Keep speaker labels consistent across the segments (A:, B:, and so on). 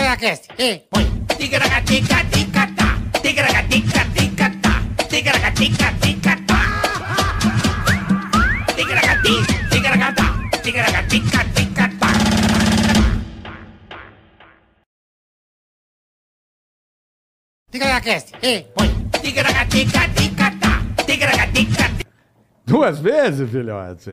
A: Ticaracast, ei, põe. Ticaracast, ei, põe.
B: Duas vezes, filhote?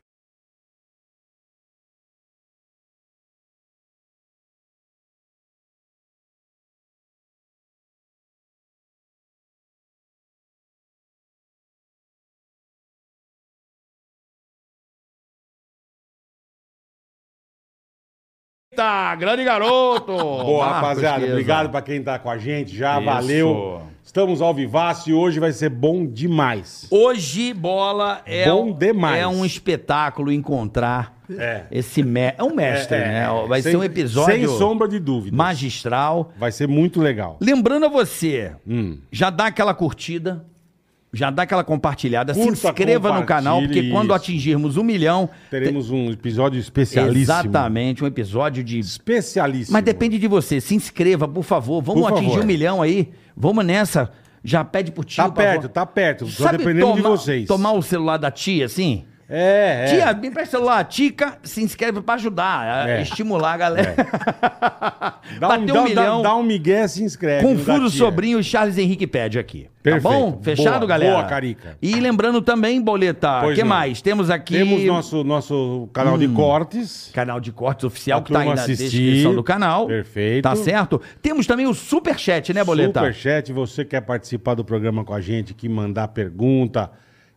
B: Tá, grande garoto!
C: Boa,
B: Marcos
C: rapaziada.
B: Chiesa.
C: Obrigado pra quem tá com a gente. Já
B: Isso.
C: valeu. Estamos ao vivaço e hoje vai ser bom demais.
B: Hoje, bola é,
C: Bom
B: um-
C: demais.
B: é um espetáculo encontrar
C: É.
B: esse mestre. É um mestre,
C: É,
B: né?
C: é.
B: Vai
C: Sem-
B: ser um episódio
C: Sem sombra de dúvida.
B: magistral.
C: Vai ser muito legal.
B: Lembrando a você,
C: Hum.
B: já dá aquela curtida, já dá aquela compartilhada, se
C: Curta,
B: inscreva no
C: compartilhe,
B: canal, porque quando
C: isso.
B: atingirmos um milhão,
C: Teremos um episódio especialíssimo.
B: exatamente um episódio de.
C: Especialíssimo.
B: Mas depende de você, se inscreva, por favor. Vamos
C: Por
B: atingir
C: favor.
B: um milhão aí, vamos nessa. Já pede pro tio.
C: Tá
B: pra
C: perto,
B: avó.
C: tá perto. Só
B: Sabe
C: dependendo de
B: tomar-
C: vocês.
B: Tomar o celular da tia, assim?
C: É, é.
B: Tia, me presta o celular. Tica, se inscreve pra ajudar, a
C: É.
B: estimular a galera.
C: Dá um,
B: Bater um
C: dá,
B: milhão.
C: Dá, dá um migué, se inscreve. um
B: Com
C: não dá
B: Furo
C: tia.
B: Sobrinho e Charles Henrique pede aqui.
C: Perfeito.
B: Tá bom? Fechado,
C: Boa,
B: galera?
C: boa, Carica.
B: E lembrando também, Boleta, o
C: Pois
B: que
C: não.
B: mais? Temos aqui
C: Temos nosso, nosso canal
B: Hum.
C: de cortes.
B: canal de cortes oficial
C: A
B: que tá aí na
C: turma assistir.
B: descrição do canal.
C: Perfeito.
B: Tá certo? Temos também o Superchat, né, Boleta?
C: Superchat, você quer participar do programa com a gente, que mandar pergunta,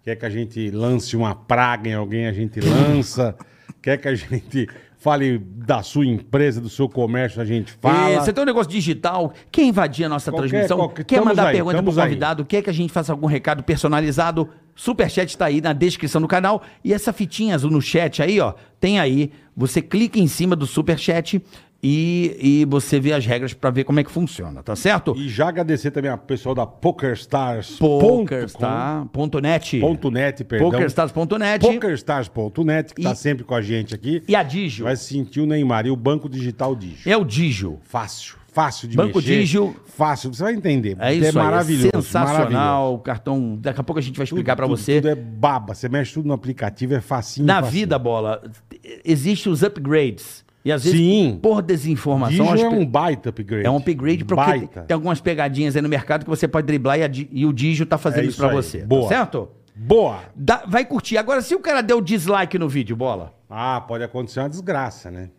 C: quer que a gente lance uma praga em alguém, a gente lança, quer que a gente fale da sua empresa, do seu comércio, a gente fala.
B: E Você tem um negócio digital, quer invadir a nossa
C: Qualquer-
B: transmissão,
C: qualquer-
B: quer
C: tamo
B: mandar
C: aí,
B: pergunta pro
C: tamo aí.
B: convidado, quer que a gente faça algum recado personalizado, superchat tá aí na descrição do canal. E essa fitinha azul no chat aí, ó, tem aí. Você clica em cima do superchat e, e você vê as regras pra ver como é que funciona, tá certo?
C: E já agradecer também ao pessoal da PokerStars.
B: tá, Pokerstars.net
C: Ponto net, perdão.
B: Pokerstars.net
C: PokerStars.net, que
B: E-
C: tá sempre com a gente aqui.
B: e a Digio.
C: Vai sentir o Neymar e o Banco Digital Digio.
B: É o Digio.
C: Fácil, fácil de
B: Banco
C: mexer.
B: Digio.
C: Fácil, você vai entender.
B: É isso aí,
C: maravilhoso. maravilhoso.
B: sensacional. O cartão, daqui a pouco a gente vai explicar pra
C: Tudo-
B: você.
C: Tudo é baba. Você mexe tudo no aplicativo, é facinho.
B: Na
C: facinho.
B: vida, bola, existem os upgrades. E às vezes,
C: Sim.
B: por desinformação,
C: Digio
B: as
C: é
B: pe-
C: um baita upgrade.
B: é um upgrade porque
C: baita.
B: tem, tem algumas pegadinhas aí no mercado que você pode driblar e, a di- e o Digio tá fazendo
C: É
B: isso,
C: isso
B: pra
C: aí.
B: você. tá
C: Boa.
B: certo?
C: Boa.
B: Dá- vai curtir. Agora, se o cara deu dislike no vídeo, bola,
C: Ah, pode acontecer uma desgraça, né?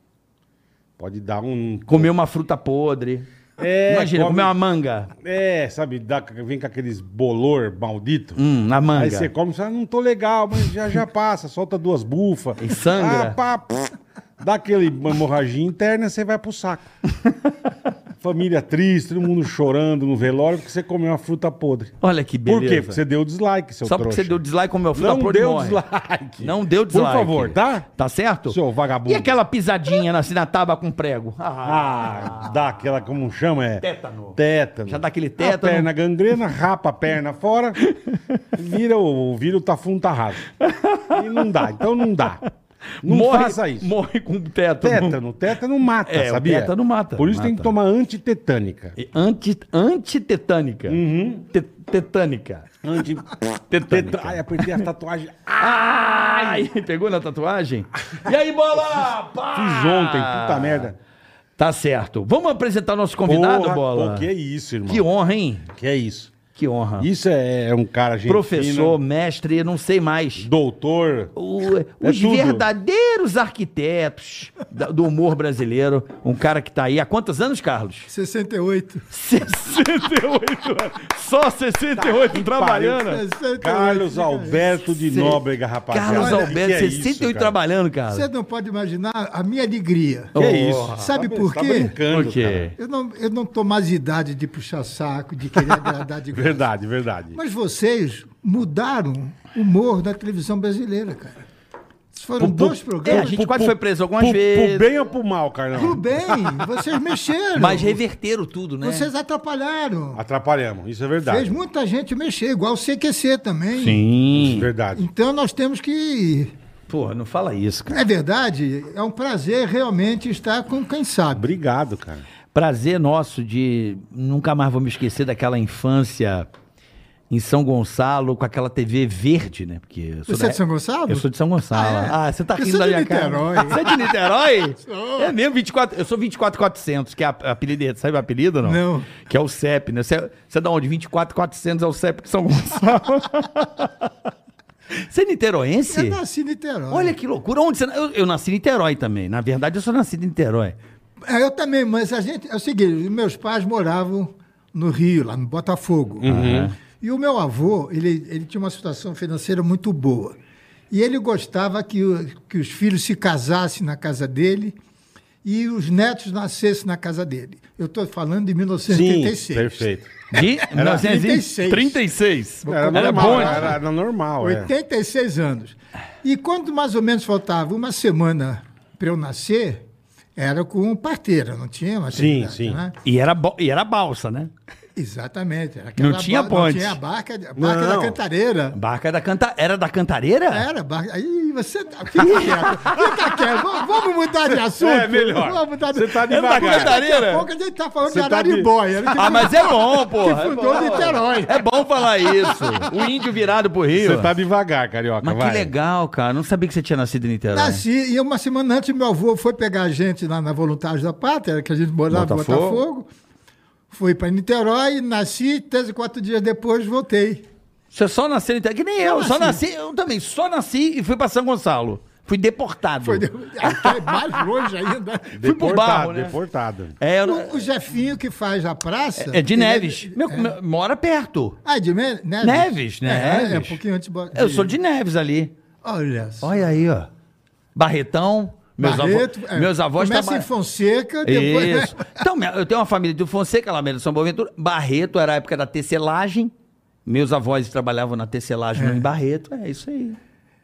C: Pode dar um...
B: comer uma fruta podre.
C: É,
B: Imagina,
C: come-
B: comer uma manga.
C: É, sabe, dá- vem com aqueles bolor maldito.
B: Hum, na manga.
C: Aí você come e fala, não tô legal, mas já, já passa, solta duas bufas.
B: E sangra.
C: Ah, pá, pff, dá aquele hemorragia interna, você vai pro saco. Família triste, todo mundo chorando no velório porque você comeu uma fruta podre.
B: Olha que beleza.
C: Por quê? Porque você deu dislike, seu
B: Só
C: trouxa.
B: porque você deu dislike comeu fruta
C: Não
B: podre
C: deu
B: morre.
C: dislike.
B: Não deu dislike.
C: Por favor, tá?
B: Tá certo?
C: Seu vagabundo.
B: E aquela pisadinha na, assim, na tábua com prego?
C: Ah, dá aquela, como chama? É...
B: Tétano.
C: Tétano.
B: Já dá aquele
C: A
B: tétano.
C: perna gangrena, rapa a perna fora, vira o, tá vira o tafum tarrado. E não dá, então não dá. Não faça isso.
B: Morre com tétano.
C: Tétano, tétano mata,
B: É, o
C: sabia?
B: tétano mata,
C: Por isso tem
B: mata.
C: que tomar antitetânica.
B: E Anti, antitetânica.
C: Uhum.
B: Te- tetânica.
C: Anti...
B: Tetânica.
C: Teta- Ai, apertei a tatuagem. Ah,
B: Ai! Pegou na tatuagem? E aí, bola? Pá!
C: fiz ontem, puta merda.
B: Tá certo. Vamos apresentar nosso convidado,
C: Porra,
B: bola?
C: pô, que é isso, irmão.
B: Que honra, hein?
C: Que é isso.
B: Que honra.
C: Isso é, é um cara gente
B: Ah. Professor,
C: fina,
B: mestre, não sei mais.
C: doutor.
B: O- os
C: É tudo.
B: verdadeiros arquitetos da- do humor brasileiro. Um cara que tá aí há quantos anos, Carlos?
D: 68.
B: 68 anos. Só 68 trabalhando.
C: Tá, pariu.
D: 68.
C: Carlos Alberto de
B: Cê-
C: Nóbrega, rapaziada.
B: Carlos
C: Olha,
B: Alberto,
C: que que é
B: 68
C: isso, cara?
B: trabalhando, cara.
D: Você não pode imaginar a minha alegria.
C: Que
B: Oh,
C: isso?
D: Sabe
C: Tá-
D: por
C: tá
D: quê?
C: brincando,
B: Por quê?
C: cara.
D: Eu não, eu não tô mais de idade de puxar saco, de querer agradar de graça.
C: Verdade, verdade.
D: Mas vocês mudaram o humor da televisão brasileira, cara. Esses Foram
C: Pu- pu-
D: dois
B: É, a
D: programas.
B: gente quase foi preso algumas
C: Pro,
B: vezes.
C: pro bem ou pro mal, Carlão?
D: Tudo bem, vocês mexeram.
B: Mas reverteram tudo, né?
D: Vocês atrapalharam.
C: Atrapalhamos, isso é verdade.
D: Fez muita gente mexer, igual o CQC também.
B: Sim.
C: é Verdade.
D: Então nós temos que.
B: Pô, não fala isso, cara.
D: É verdade, é um prazer realmente estar com quem sabe.
C: Obrigado, cara.
B: prazer nosso de nunca mais vamos esquecer daquela infância em São Gonçalo com aquela TV verde, né? Porque eu sou
D: Você é
B: da-
D: de São Gonçalo?
B: Eu sou de São Gonçalo.
D: Ah, é?
B: Ah, você tá
D: Eu
B: rindo
D: sou
B: da
D: de
B: minha cara.
D: Niterói.
B: Você é de Niterói?
D: Sou.
B: É mesmo, 24, eu sou 24400, que é a a apelido, sabe o apelido ou não?
D: Não.
B: Que é o CEP, né? Você é, você é da onde? 24400 é o CEP de São Gonçalo. você é niteroense?
D: Eu nasci em Niterói.
B: Olha que loucura. Onde você... na- eu, eu nasci em Niterói também. Na verdade, eu sou nascido em Niterói.
D: É, Eu também, mas a gente. É o seguinte, meus pais moravam no Rio, lá no Botafogo.
C: Uhum.
D: Né? E o meu avô, ele, ele tinha uma situação financeira muito boa. E ele gostava que, o- que os filhos se casassem na casa dele e os netos nascessem na casa dele. Eu estou falando de
C: Sim,
D: 1986.
C: perfeito.
B: De 1936.
D: 36.
C: Era
B: Era
C: normal,
B: bonde.
C: era, era normal. é.
D: 86 anos. E quando mais ou menos faltava uma semana para eu nascer, era com parteira, não tinha maternidade,
C: sim.
D: né?
B: E era, bo- e era balsa, né?
D: Exatamente. Era
B: Não
D: aquela
B: tinha
D: ba-
B: ponte.
D: Não tinha a barca, a barca
C: Não.
D: da cantareira.
B: Barca é da canta... Era da cantareira?
D: Era, barca. Aí você. tá- Fica quieto, fica quieto. Vamos, vamos mudar de assunto.
C: É, melhor.
D: Vamos mudar de
C: Você tá
D: Porque
C: devagar.
D: Daqui
B: Cantareira?
D: a pouco a gente tá falando
C: Você
D: de
C: tá de-
D: Araribóia. né? Que
B: Ah, mas é bom, pô.
D: Que fundou Tipo, Niterói.
B: É bom falar isso. O índio virado pro Rio.
C: Você tá devagar, carioca.
B: Mas
C: vai.
B: que legal, cara. Não sabia que você tinha nascido em Niterói.
D: Nasci, e uma semana antes meu avô foi pegar a gente lá na Voluntários da Pátria, que a gente morava
B: Botafogo.
D: em Botafogo. Fui para Niterói, nasci, três e quatro dias depois voltei.
B: Você só nasceu em Niterói. Que nem eu.
D: Eu
B: Só
D: nasci.
B: nasci, eu também. Só nasci e fui pra São Gonçalo. Fui deportado.
D: Foi de- até é mais longe ainda.
B: Fui pro
C: Deportado,
B: barro, né?
C: deportado.
B: É, eu não-
D: O, o Jefinho que faz a praça.
B: é de
D: ele
B: Neves. Meu-
D: é-
B: meu- mora perto.
D: Ah, é de Me- Neves?
B: Neves,
D: É,
B: Neves.
D: é, um pouquinho antes. bo-
B: Eu sou de Neves ali.
D: Olha só.
B: Olha aí, ó. Barretão. Meus,
D: Barreto,
B: avós,
D: é,
B: meus avós
D: Começa
B: traba-
D: em Fonseca,
C: né?
D: depois.
B: Isso. Então, minha- eu tenho uma família de Fonseca, lá mesmo, São Boaventura. Barreto era a época da tecelagem. Meus avós trabalhavam na tecelagem lá em Barreto. É isso aí.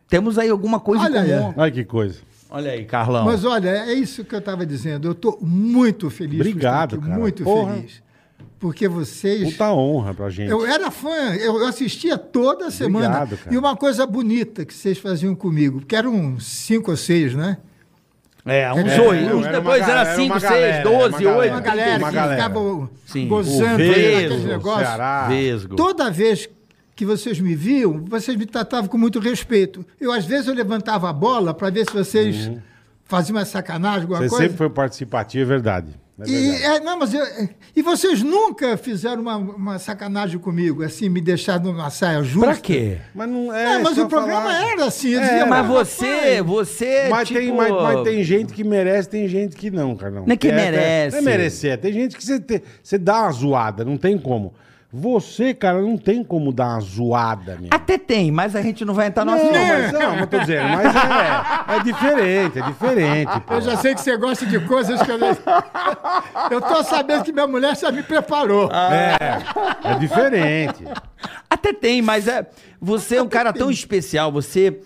B: Temos aí alguma coisa
D: Olha aí,
B: em comum.
C: Olha que coisa.
B: Olha aí, Carlão.
D: Mas olha, é isso que eu estava dizendo. Eu estou muito feliz. por estar
C: Obrigado,
D: aqui,
C: cara.
D: Muito
C: Porra.
D: feliz. Porque vocês.
C: Puta honra pra gente.
D: Eu é, era fã, eu eu assistia toda semana.
C: Obrigado, cara.
D: e uma coisa bonita que vocês faziam comigo, porque eram cinco ou seis, né?
B: É, uns
D: É,
B: oito.
C: era
B: uns
C: uma
B: depois
C: galera,
B: era
C: era
B: 5,
C: uma
B: 6,
C: galera,
B: 12,
C: era uma
B: 8.
D: Uma
C: É,
D: galera
C: uma
D: que
C: galera.
D: ficava
B: Sim.
D: gozando
C: O
D: aí
B: Vesgo,
D: naquele
B: o
D: negócio.
C: Ceará.
B: Vesgo.
D: Toda vez que vocês me viam, vocês me tratavam com muito respeito. Eu, às vezes, eu levantava a bola para ver se vocês faziam uma sacanagem, alguma
C: Uhum. Você
D: coisa.
C: sempre foi participativo, é verdade. É
D: E,
C: verdade.
D: é, não, mas eu- é, e vocês nunca fizeram uma, uma sacanagem comigo, assim, me deixaram numa saia justa.
B: Pra quê?
C: Mas não
D: É,
C: é.
D: mas
C: só
D: o programa
C: falar.
D: era é, assim. eu
C: É,
D: dizia,
B: Mas
C: Mas
B: você, você.
C: Mas, tem,
B: tipo,
C: mas, mas tem gente que merece, tem gente que não, Carlão.
B: Não é que
C: Tem-
B: merece.
C: Não é merecer. Tem gente que você, te- você dá uma zoada, não tem como. Você, cara, não tem como dar uma zoada, meu.
B: Até tem, mas a gente não vai entrar no assunto.
C: Não, mas, não, mas tô dizendo, mas é, é diferente, é diferente. pô.
D: Eu já sei que você gosta de coisas que eu não... Eu tô sabendo que minha mulher já me preparou.
C: É, é diferente.
B: Até tem, mas é. Você é um cara tão especial. Você,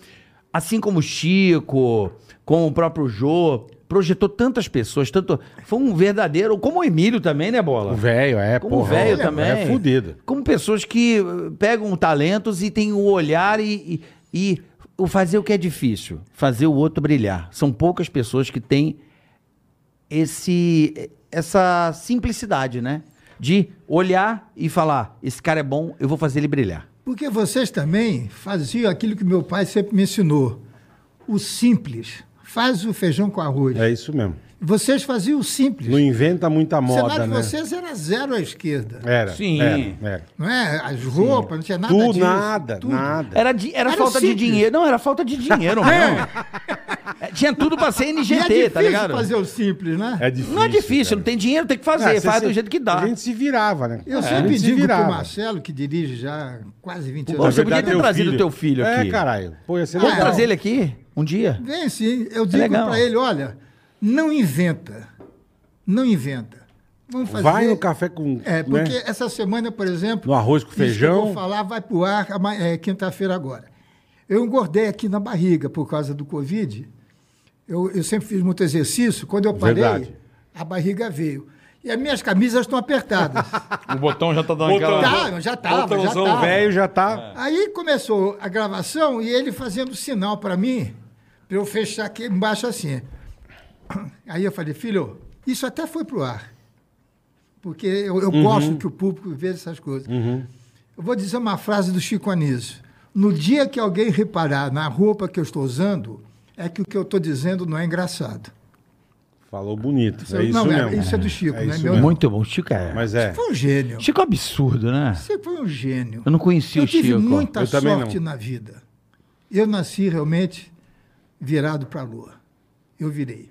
B: assim como o Chico, como o próprio Jô, projetou tantas pessoas, tanto. Foi um verdadeiro. Como o Emílio também, né, Bola?
C: O velho é,
B: Como o
C: porra,
B: velho
C: é,
B: também.
C: É fudido.
B: Como pessoas que eh, pegam talentos e têm o olhar e, e, e o fazer o que é difícil, fazer o outro brilhar. São poucas pessoas que têm esse, essa simplicidade, né? De olhar e falar: esse cara é bom, eu vou fazer ele brilhar.
D: Porque vocês também faziam aquilo que meu pai sempre me ensinou. O simples. Faz o feijão com arroz.
C: É isso mesmo.
D: Vocês faziam o simples.
C: Não inventa muita
D: o
C: moda,
D: cenário
C: né? É.
D: de vocês era zero à esquerda.
C: Era.
B: Sim.
C: Era, era.
D: Não é? As roupas, não tinha nada
C: Tudo,
D: disso.
C: nada, nada.
B: Era, di- era,
D: Era
B: falta de
D: simples.
B: dinheiro. Não, era falta de dinheiro mesmo. É, Tinha tudo pra ser
D: E é
B: NGT,
D: difícil
B: tá ligado?
D: fazer o simples, né?
C: É difícil.
B: Não é difícil, não
C: cara.
B: tem dinheiro, tem que fazer.
C: Ah, você
B: faz do
C: se-
B: jeito que dá.
C: A gente se virava, né?
D: Eu
C: É, a
D: sempre
C: gente
D: digo pro Marcelo, que dirige já quase 20
B: Pô,
D: anos.
B: você podia ter
C: teu
B: trazido
C: filho.
B: teu filho aqui.
C: É, caralho. Pô, ia ser
D: Ah,
B: Vamos
D: é.
C: legal.
B: trazer ele aqui um dia?
D: Vem sim. Eu digo
B: É legal.
D: pra ele, olha, não inventa. Não inventa. Vamos fazer...
C: Vai no café com...
D: É, porque
C: né?
D: essa semana, por exemplo...
C: No arroz com
D: isso que eu
C: feijão.
D: vou falar vai pro ar ama- é, quinta-feira agora. Eu engordei aqui na barriga por causa do Covid. Eu, eu sempre fiz muito exercício. Quando eu parei,
C: Verdade.
D: a barriga veio. E as minhas camisas estão apertadas.
B: O botão já tá dando
D: tá, já tava, já
C: Botãozão
B: Ah.
D: tava.
C: velho já tá...
D: Aí começou a gravação e ele fazendo sinal para mim, para eu fechar aqui embaixo assim. Aí eu falei, filho, isso até foi pro ar. porque eu, eu gosto que o público veja essas coisas. Eu vou dizer uma frase do Chico Anísio. No dia que alguém reparar na roupa que eu estou usando, é que o que eu estou dizendo não é engraçado.
C: Falou bonito.
D: Isso-
C: é isso
D: não, é-
C: mesmo.
D: isso é do Chico, né?
C: isso
D: Meu-
C: mesmo.
B: Muito bom. Chico é.
C: Mas é.
D: Foi um gênio.
B: Chico é um absurdo, né?
D: Você foi um gênio.
B: Eu não conhecia
D: Eu
B: o Chico.
D: tive muita
C: Eu também
D: sorte
C: não.
D: na vida. Eu nasci realmente virado para a lua. Eu virei.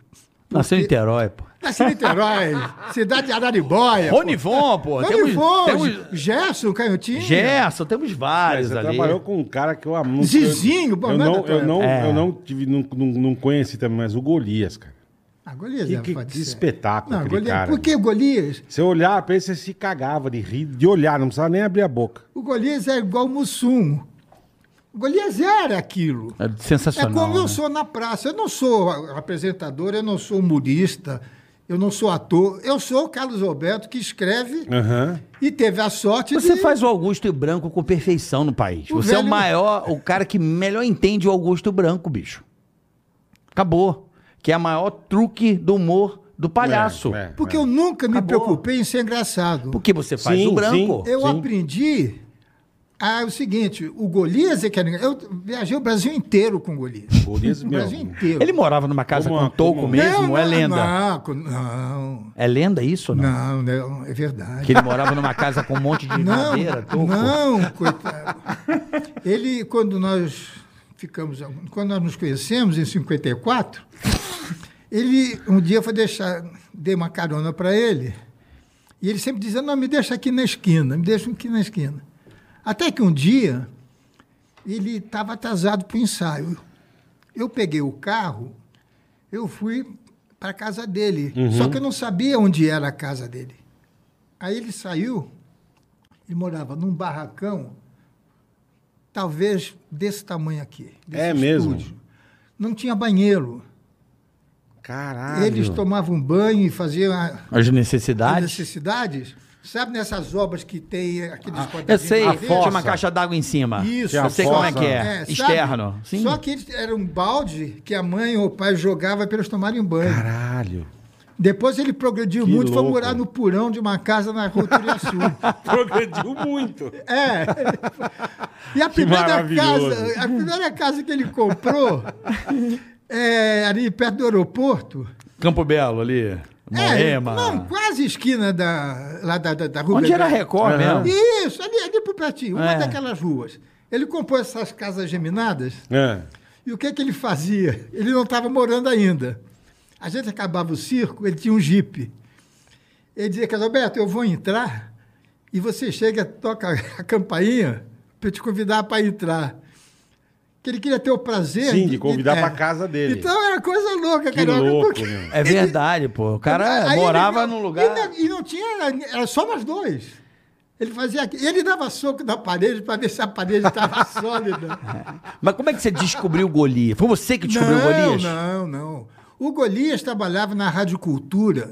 B: Nasceu em Niterói, pô.
D: Nasci em Niterói, cidade de
C: É,
D: Araribóia.
B: Ronivon, pô.
D: Temos,
B: Temos,
D: temos...
B: temos
D: Gerson, Canhotinho.
B: Gerson, temos
C: Cara,
B: vários
C: Você
B: ali.
C: trabalhou com um cara que eu amo.
D: Zizinho,
C: eu,
D: bom,
C: eu
D: né,
C: não,
D: doutor?
C: eu não,
B: É.
C: eu não tive, não, não, não conheci também, mas o Golias, cara.
D: Ah, Golias
C: Que-
D: é,
C: que-
D: pode
C: que
D: ser.
C: espetáculo
D: Não,
C: aquele
D: Golias,
C: cara.
D: Porque o Golias,
C: Você olhar pra ele, você se cagava de rir, de olhar, não precisava nem abrir a boca.
D: o Golias é igual o Mussum. O Golias era aquilo.
B: É
D: É
B: sensacional.
D: como eu
B: né?
D: sou na praça. Eu não sou a- apresentador, eu não sou humorista, eu não sou ator. Eu sou o Carlos Alberto que escreve
C: Aham.
D: e teve a sorte
B: Você
D: de...
B: faz o Augusto Branco com perfeição no país.
D: O
B: Você é o
D: velho-
B: maior, o cara que melhor entende o Augusto Branco, bicho. Acabou. Que é o maior truque do humor do palhaço.
C: É, é.
D: Porque eu nunca me
B: Acabou.
D: preocupei em ser engraçado.
B: Porque você faz
C: Sim,
B: o branco.
C: sim.
D: Eu aprendi a, o seguinte, o Golias é que era... Eu viajei o Brasil inteiro com o Golias.
C: Golias,
D: O
C: meu.
D: Brasil inteiro.
B: Ele morava numa casa
C: Como-
B: com touco
C: como-
B: mesmo,
D: Não,
B: é
D: não,
B: lenda.
D: Não, co- não,
B: É lenda isso ou não?
D: não, não, é verdade.
B: Que ele morava numa casa com um monte de
D: Não,
B: madeira, touco.
D: não, coitado. Ele, quando nós ficamos, quando nós nos conhecemos em 54, ele um dia foi deixar, dei uma carona para ele, e ele sempre dizia, não, me deixa aqui na esquina, me deixa aqui na esquina. Até que um dia ele estava atrasado para o ensaio. Eu peguei o carro, eu fui para a casa dele.
C: Uhum.
D: Só que eu não sabia onde era a casa dele. Aí ele saiu, ele morava num barracão, talvez desse tamanho aqui. desse
C: É mesmo?
D: Não tinha banheiro.
C: Caralho.
D: Eles tomavam banho e faziam a-
B: As
D: as
B: necessidades.
D: necessidades. Sabe nessas obras que tem aqueles
B: Eu
D: quadradinhos
B: sei,
D: de
C: Ah, A
B: tinha
D: madeira?
B: uma
C: fossa.
B: caixa d'água em cima.
D: Isso.
B: eu
C: Tinha
B: sei
C: a
B: como é
C: fossa.
B: que
D: Ah, É,
B: é.
D: sabe?
B: Externo. Sim.
D: Só que ele- era um balde que a mãe ou o pai jogava para eles tomarem banho.
C: Caralho.
D: Depois ele progrediu
C: Que
D: muito,
C: louco.
D: foi morar no porão de uma casa na rua Turiaçu.
C: Progrediu muito.
D: é. E a primeira
C: maravilhoso.
D: casa, a primeira casa que ele comprou é, ali perto do aeroporto.
B: Campo Belo ali.
D: É,
B: Moema.
D: não, quase esquina da, lá da, da, da rua.
B: Onde era a
D: Belgrado.
B: Record
C: Aham.
B: mesmo.
D: Isso, ali, ali por pertinho, uma
B: É.
D: daquelas ruas. Ele comprou essas casas geminadas
C: É.
D: E o que, que ele fazia? Ele não estava morando ainda. A gente acabava o circo, ele tinha um jipe. Ele dizia, Carlos Alberto, eu vou entrar e você chega, toca a campainha para eu te convidar para entrar. Que ele queria ter o prazer.
C: Sim, de convidar
D: é.
C: pra casa dele.
D: Então era coisa louca,
C: Que
D: carioca,
C: louco,
D: porque-
C: meu.
B: É verdade, pô. O cara
D: Aí ele
B: morava
D: não-
B: num
D: E
B: lugar.
D: não, e não tinha, era só nós dois. Ele fazia. aqui- Ele dava soco na parede para ver se a parede estava sólida.
B: Mas como é que você descobriu o Golias? Foi você que descobriu o Golias?
D: Não, não. O Golias trabalhava na Rádio Cultura.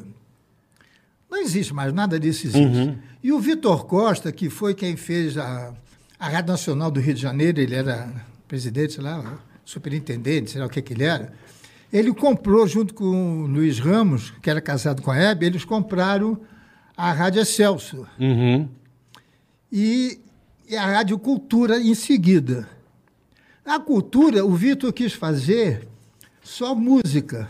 D: Não existe mais, nada disso existe.
B: Uhum.
D: E o Vitor Costa, que foi quem fez a, a Rádio Nacional do Rio de Janeiro, ele era presidente, sei lá, superintendente, sei lá o que, que ele era. Ele comprou, junto com o Luiz Ramos, que era casado com a Hebe, eles compraram a Rádio Excelsior
C: Uhum.
D: e, e a Rádio Cultura em seguida. A cultura, o Vitor quis fazer só música.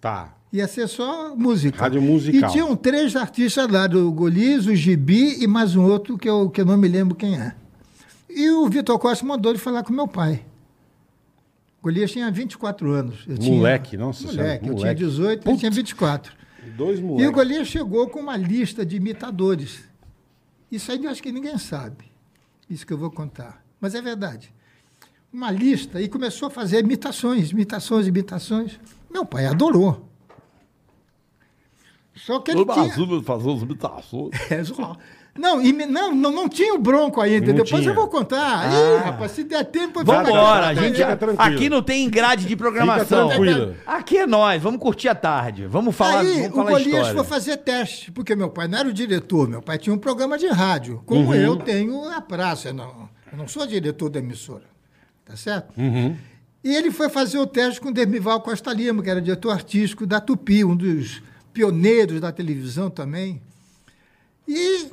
C: Tá.
D: Ia ser só música.
C: Rádio musical.
D: E tinham três artistas lá, o Golias, o Gibi e mais um outro que eu, que eu não me lembro quem é. E o Vitor Costa mandou ele falar com meu pai. O Golias tinha 24 anos. Eu tinha-
C: Moleque, nossa senhora,
D: moleque, Eu tinha
C: moleque.
D: 18, ele tinha 24.
C: Dois
D: E o
C: moleques.
D: Golias chegou com uma lista de imitadores. Isso aí eu acho que ninguém sabe, isso que eu vou contar. Mas é verdade. Uma lista e começou a fazer imitações, imitações, imitações. Meu pai adorou. Só que ele tinha...
B: fazer os imitações.
D: É, só- Não, imi- não, não, não tinha o bronco ainda.
C: Não
D: Depois
C: tinha.
D: eu vou contar. Ih, rapaz, se der tempo... eu vou
B: Vambora,
D: contar.
B: a gente.
C: Fica tranquilo.
B: Aqui não tem grade de programação.
C: Fica tranquilo.
B: Aqui é nós, vamos curtir a tarde. Vamos falar,
D: Aí
B: vamos
D: o
B: falar
D: Golias
B: história.
D: foi fazer teste, porque meu pai não era o diretor, meu pai tinha um programa de rádio, como
B: Uhum.
D: eu tenho na praça, eu não, eu não sou diretor da emissora, tá certo?
B: Uhum.
D: E ele foi fazer o teste com o Dermival Costa Lima, que era diretor artístico da Tupi, um dos pioneiros da televisão também. E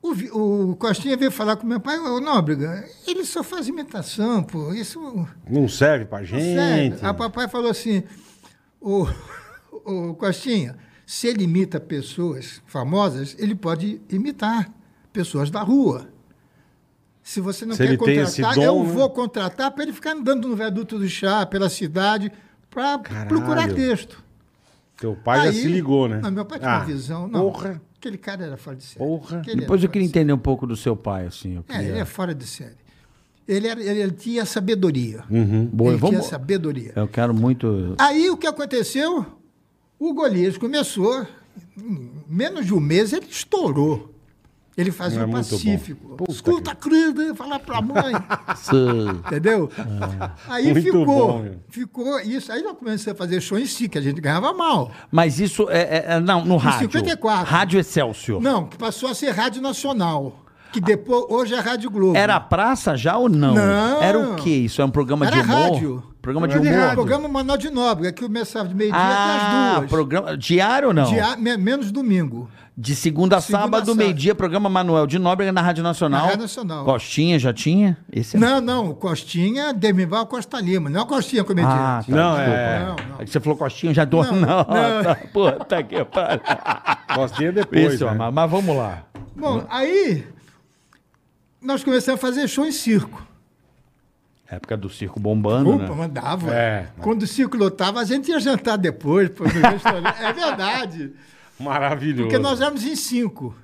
D: o, Vi- o Costinha veio falar com meu pai, ô Nóbrega, ele só faz imitação, pô, isso...
C: Não serve pra
D: Sério.
C: gente.
D: Tá A papai falou assim: o, o Costinha, se ele imita pessoas famosas, ele pode imitar pessoas da rua. Se você não
C: Se
D: quer
C: ele tem esse
D: contratar,
C: dom,
D: eu
C: né?
D: vou contratar para ele ficar andando no viaduto do chá, pela cidade, para
C: Caralho.
D: procurar texto.
C: Teu pai já
D: Aí-
C: se ligou, né?
D: Não, meu pai tinha uma
C: Ah,
D: visão. Não,
C: Porra.
D: Aquele cara era fora de série.
C: Porra.
D: Aquele era
B: Depois eu
D: fora
B: queria
D: de série.
B: entender um pouco do seu pai, assim. Eu
D: É, ele
B: queria...
D: é fora de série. Ele, era, ele tinha sabedoria.
C: Uhum.
B: Boa,
D: ele
B: vamos-
D: tinha sabedoria.
B: Eu quero muito.
D: Aí o que aconteceu? O Golias começou, em menos de um mês ele estourou. Ele fazia
C: É
D: o
C: muito bom.
D: Pacífico.
C: Puta
D: Escuta, querida, falar pra mãe. Entendeu? Aí
C: Ah, Muito
D: ficou.
C: bom, meu.
D: ficou isso. Aí nós começamos a fazer show em si, que a gente ganhava mal.
B: Mas isso é, é- é- não, no rádio.
D: 54.
B: Rádio Excelsior.
D: Não, que passou a ser Rádio Nacional. Que depois, hoje é Rádio Globo.
B: Era a praça já ou não?
D: Não.
B: Era o que isso? É um programa de
D: Era
B: humor?
D: rádio.
B: Programa de
C: Era de
B: humor?
C: rádio.
D: programa Manual de Nóbrega, que começava de meio-dia até
B: Ah,
D: as duas.
B: programa diário ou não?
D: Dia- me- menos domingo.
B: De segunda a
D: Segunda a
B: sábado,
D: sábado.
B: meio-dia, programa Manuel de Nóbrega na Rádio Nacional.
D: Na Rádio Nacional.
B: Costinha já tinha? Esse é-
D: Não, não, o Costinha, Demival Costa Lima, não é o Costinha comediante.
B: Ah, tá,
C: Não,
B: desculpa.
C: é.
D: Não,
B: É que Você falou Costinha, já tô. Não, tá, puta que pariu.
C: Costinha depois.
B: Isso,
C: né?
B: mas, mas vamos lá.
D: Bom, aí nós começamos a fazer show em circo.
B: Época do circo bombando,
D: Opa,
B: né?
D: mandava.
C: É.
D: Quando o circo lotava, a gente ia jantar depois, pô, no restaurante. é verdade.
C: Maravilhoso.
D: Porque nós é- éramos em cinco.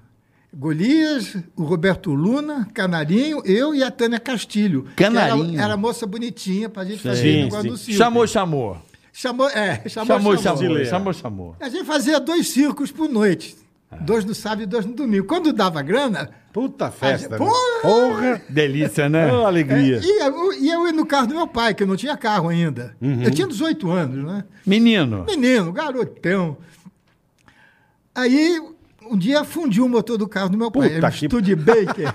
D: Golias, o Roberto Luna, Canarinho, eu e a Tânia Castilho. que era-
B: Canarinho.
D: Era, moça bonitinha pra gente
B: Tá
D: fazer
C: Sim,
D: o negócio
C: sim.
D: do circo.
B: Chamou, chamou.
D: Chamou, é, chamou,
B: Chamou,
D: chamou.
B: chamou.
C: Brasileiro.
B: Chamou, chamou.
D: A gente fazia dois circos por noite. Dois no sábado e dois no domingo. Quando dava grana,
C: Puta festa. né?
D: Ah, porra! É,
C: Porra.
B: Delícia, né?
C: Ô, alegria.
D: E eu, e eu ia no carro do meu pai, que eu não tinha carro ainda.
C: Uhum.
D: Eu tinha 18 anos, né?
B: Menino.
D: Menino, garotão. Aí, um dia fundiu o motor do carro do meu pai.
C: Puta
D: Era um
C: que-
D: Studebaker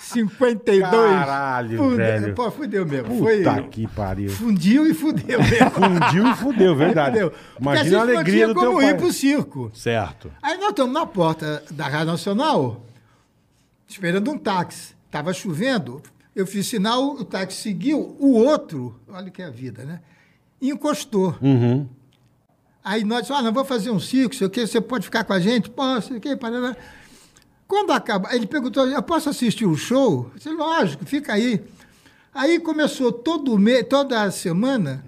D: 52.
C: Caralho,
D: Funde-
C: velho.
D: Pô, fudeu mesmo.
C: Puta
D: Foi...
C: que pariu.
D: Fundiu e fudeu mesmo.
C: Fundiu e fudeu, verdade.
D: Fudeu. Porque
C: Imagina a
D: gente não
C: alegria do
D: tinha
C: teu
D: como
C: pai.
D: ir pro circo.
B: Certo.
D: Aí nós estamos na porta da Rádio Nacional, esperando um táxi. Estava chovendo, eu fiz sinal, o táxi seguiu, o outro, olha que é a vida, né? Encostou.
C: Uhum.
D: Aí nós dissemos, ah, não, vou fazer um circo, sei o quê, você pode ficar com a gente? Posso, sei o quê, parará. Quando acaba, ele perguntou, eu posso assistir o show? Eu disse, lógico, fica aí. Aí começou todo mês, toda semana,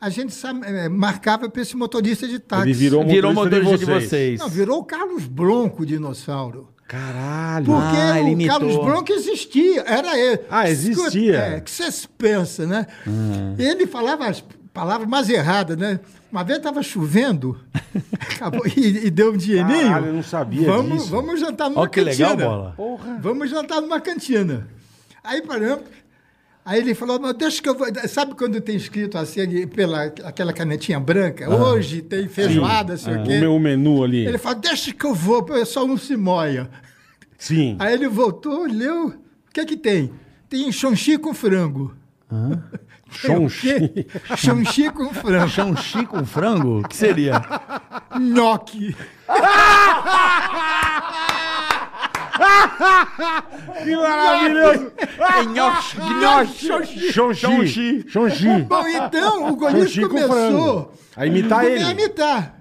D: a gente sa- eh, marcava para esse motorista de táxi.
C: Ele virou o
B: Virou
C: motorista,
B: motorista de vocês.
D: Não, virou o Carlos Bronco, o dinossauro.
C: Caralho.
D: Porque
B: Ah, ele
D: o
B: imitou.
D: Carlos Bronco existia, era ele.
C: Ah, existia. Ah.
D: É, que vocês pensam, né? Ele falava as palavras mais erradas, né? Uma vez estava chovendo acabou, e, e deu um dinheirinho.
C: Caralho, eu não sabia
D: vamos,
C: disso.
D: Vamos jantar numa
B: Ó que
D: cantina.
B: legal, Bola.
C: Porra.
D: Vamos jantar numa cantina. Aí paramos. Aí ele falou, mas deixa que eu vou... Sabe quando tem escrito assim, ali pela aquela canetinha branca? Hoje tem feijoada, sei o
C: Ah. O
D: quê.
C: meu menu ali.
D: Ele falou, deixa que eu vou, o pessoal não se moia.
C: Sim.
D: Aí ele voltou, olhou, o que é que tem? Tem chonchi com frango. Tem o quê? Chonchi com frango.
B: Chanchi com um frango? O que seria?
D: Nhoque.
C: Que maravilhoso.
B: É nhoque.
D: Chonchi.
C: Xonxi.
B: Xonxi.
C: Xonxi.
D: Bom, então o Golias
C: Chonchi com
D: começou
C: frango. A imitar
D: a
C: ele.
D: imitar.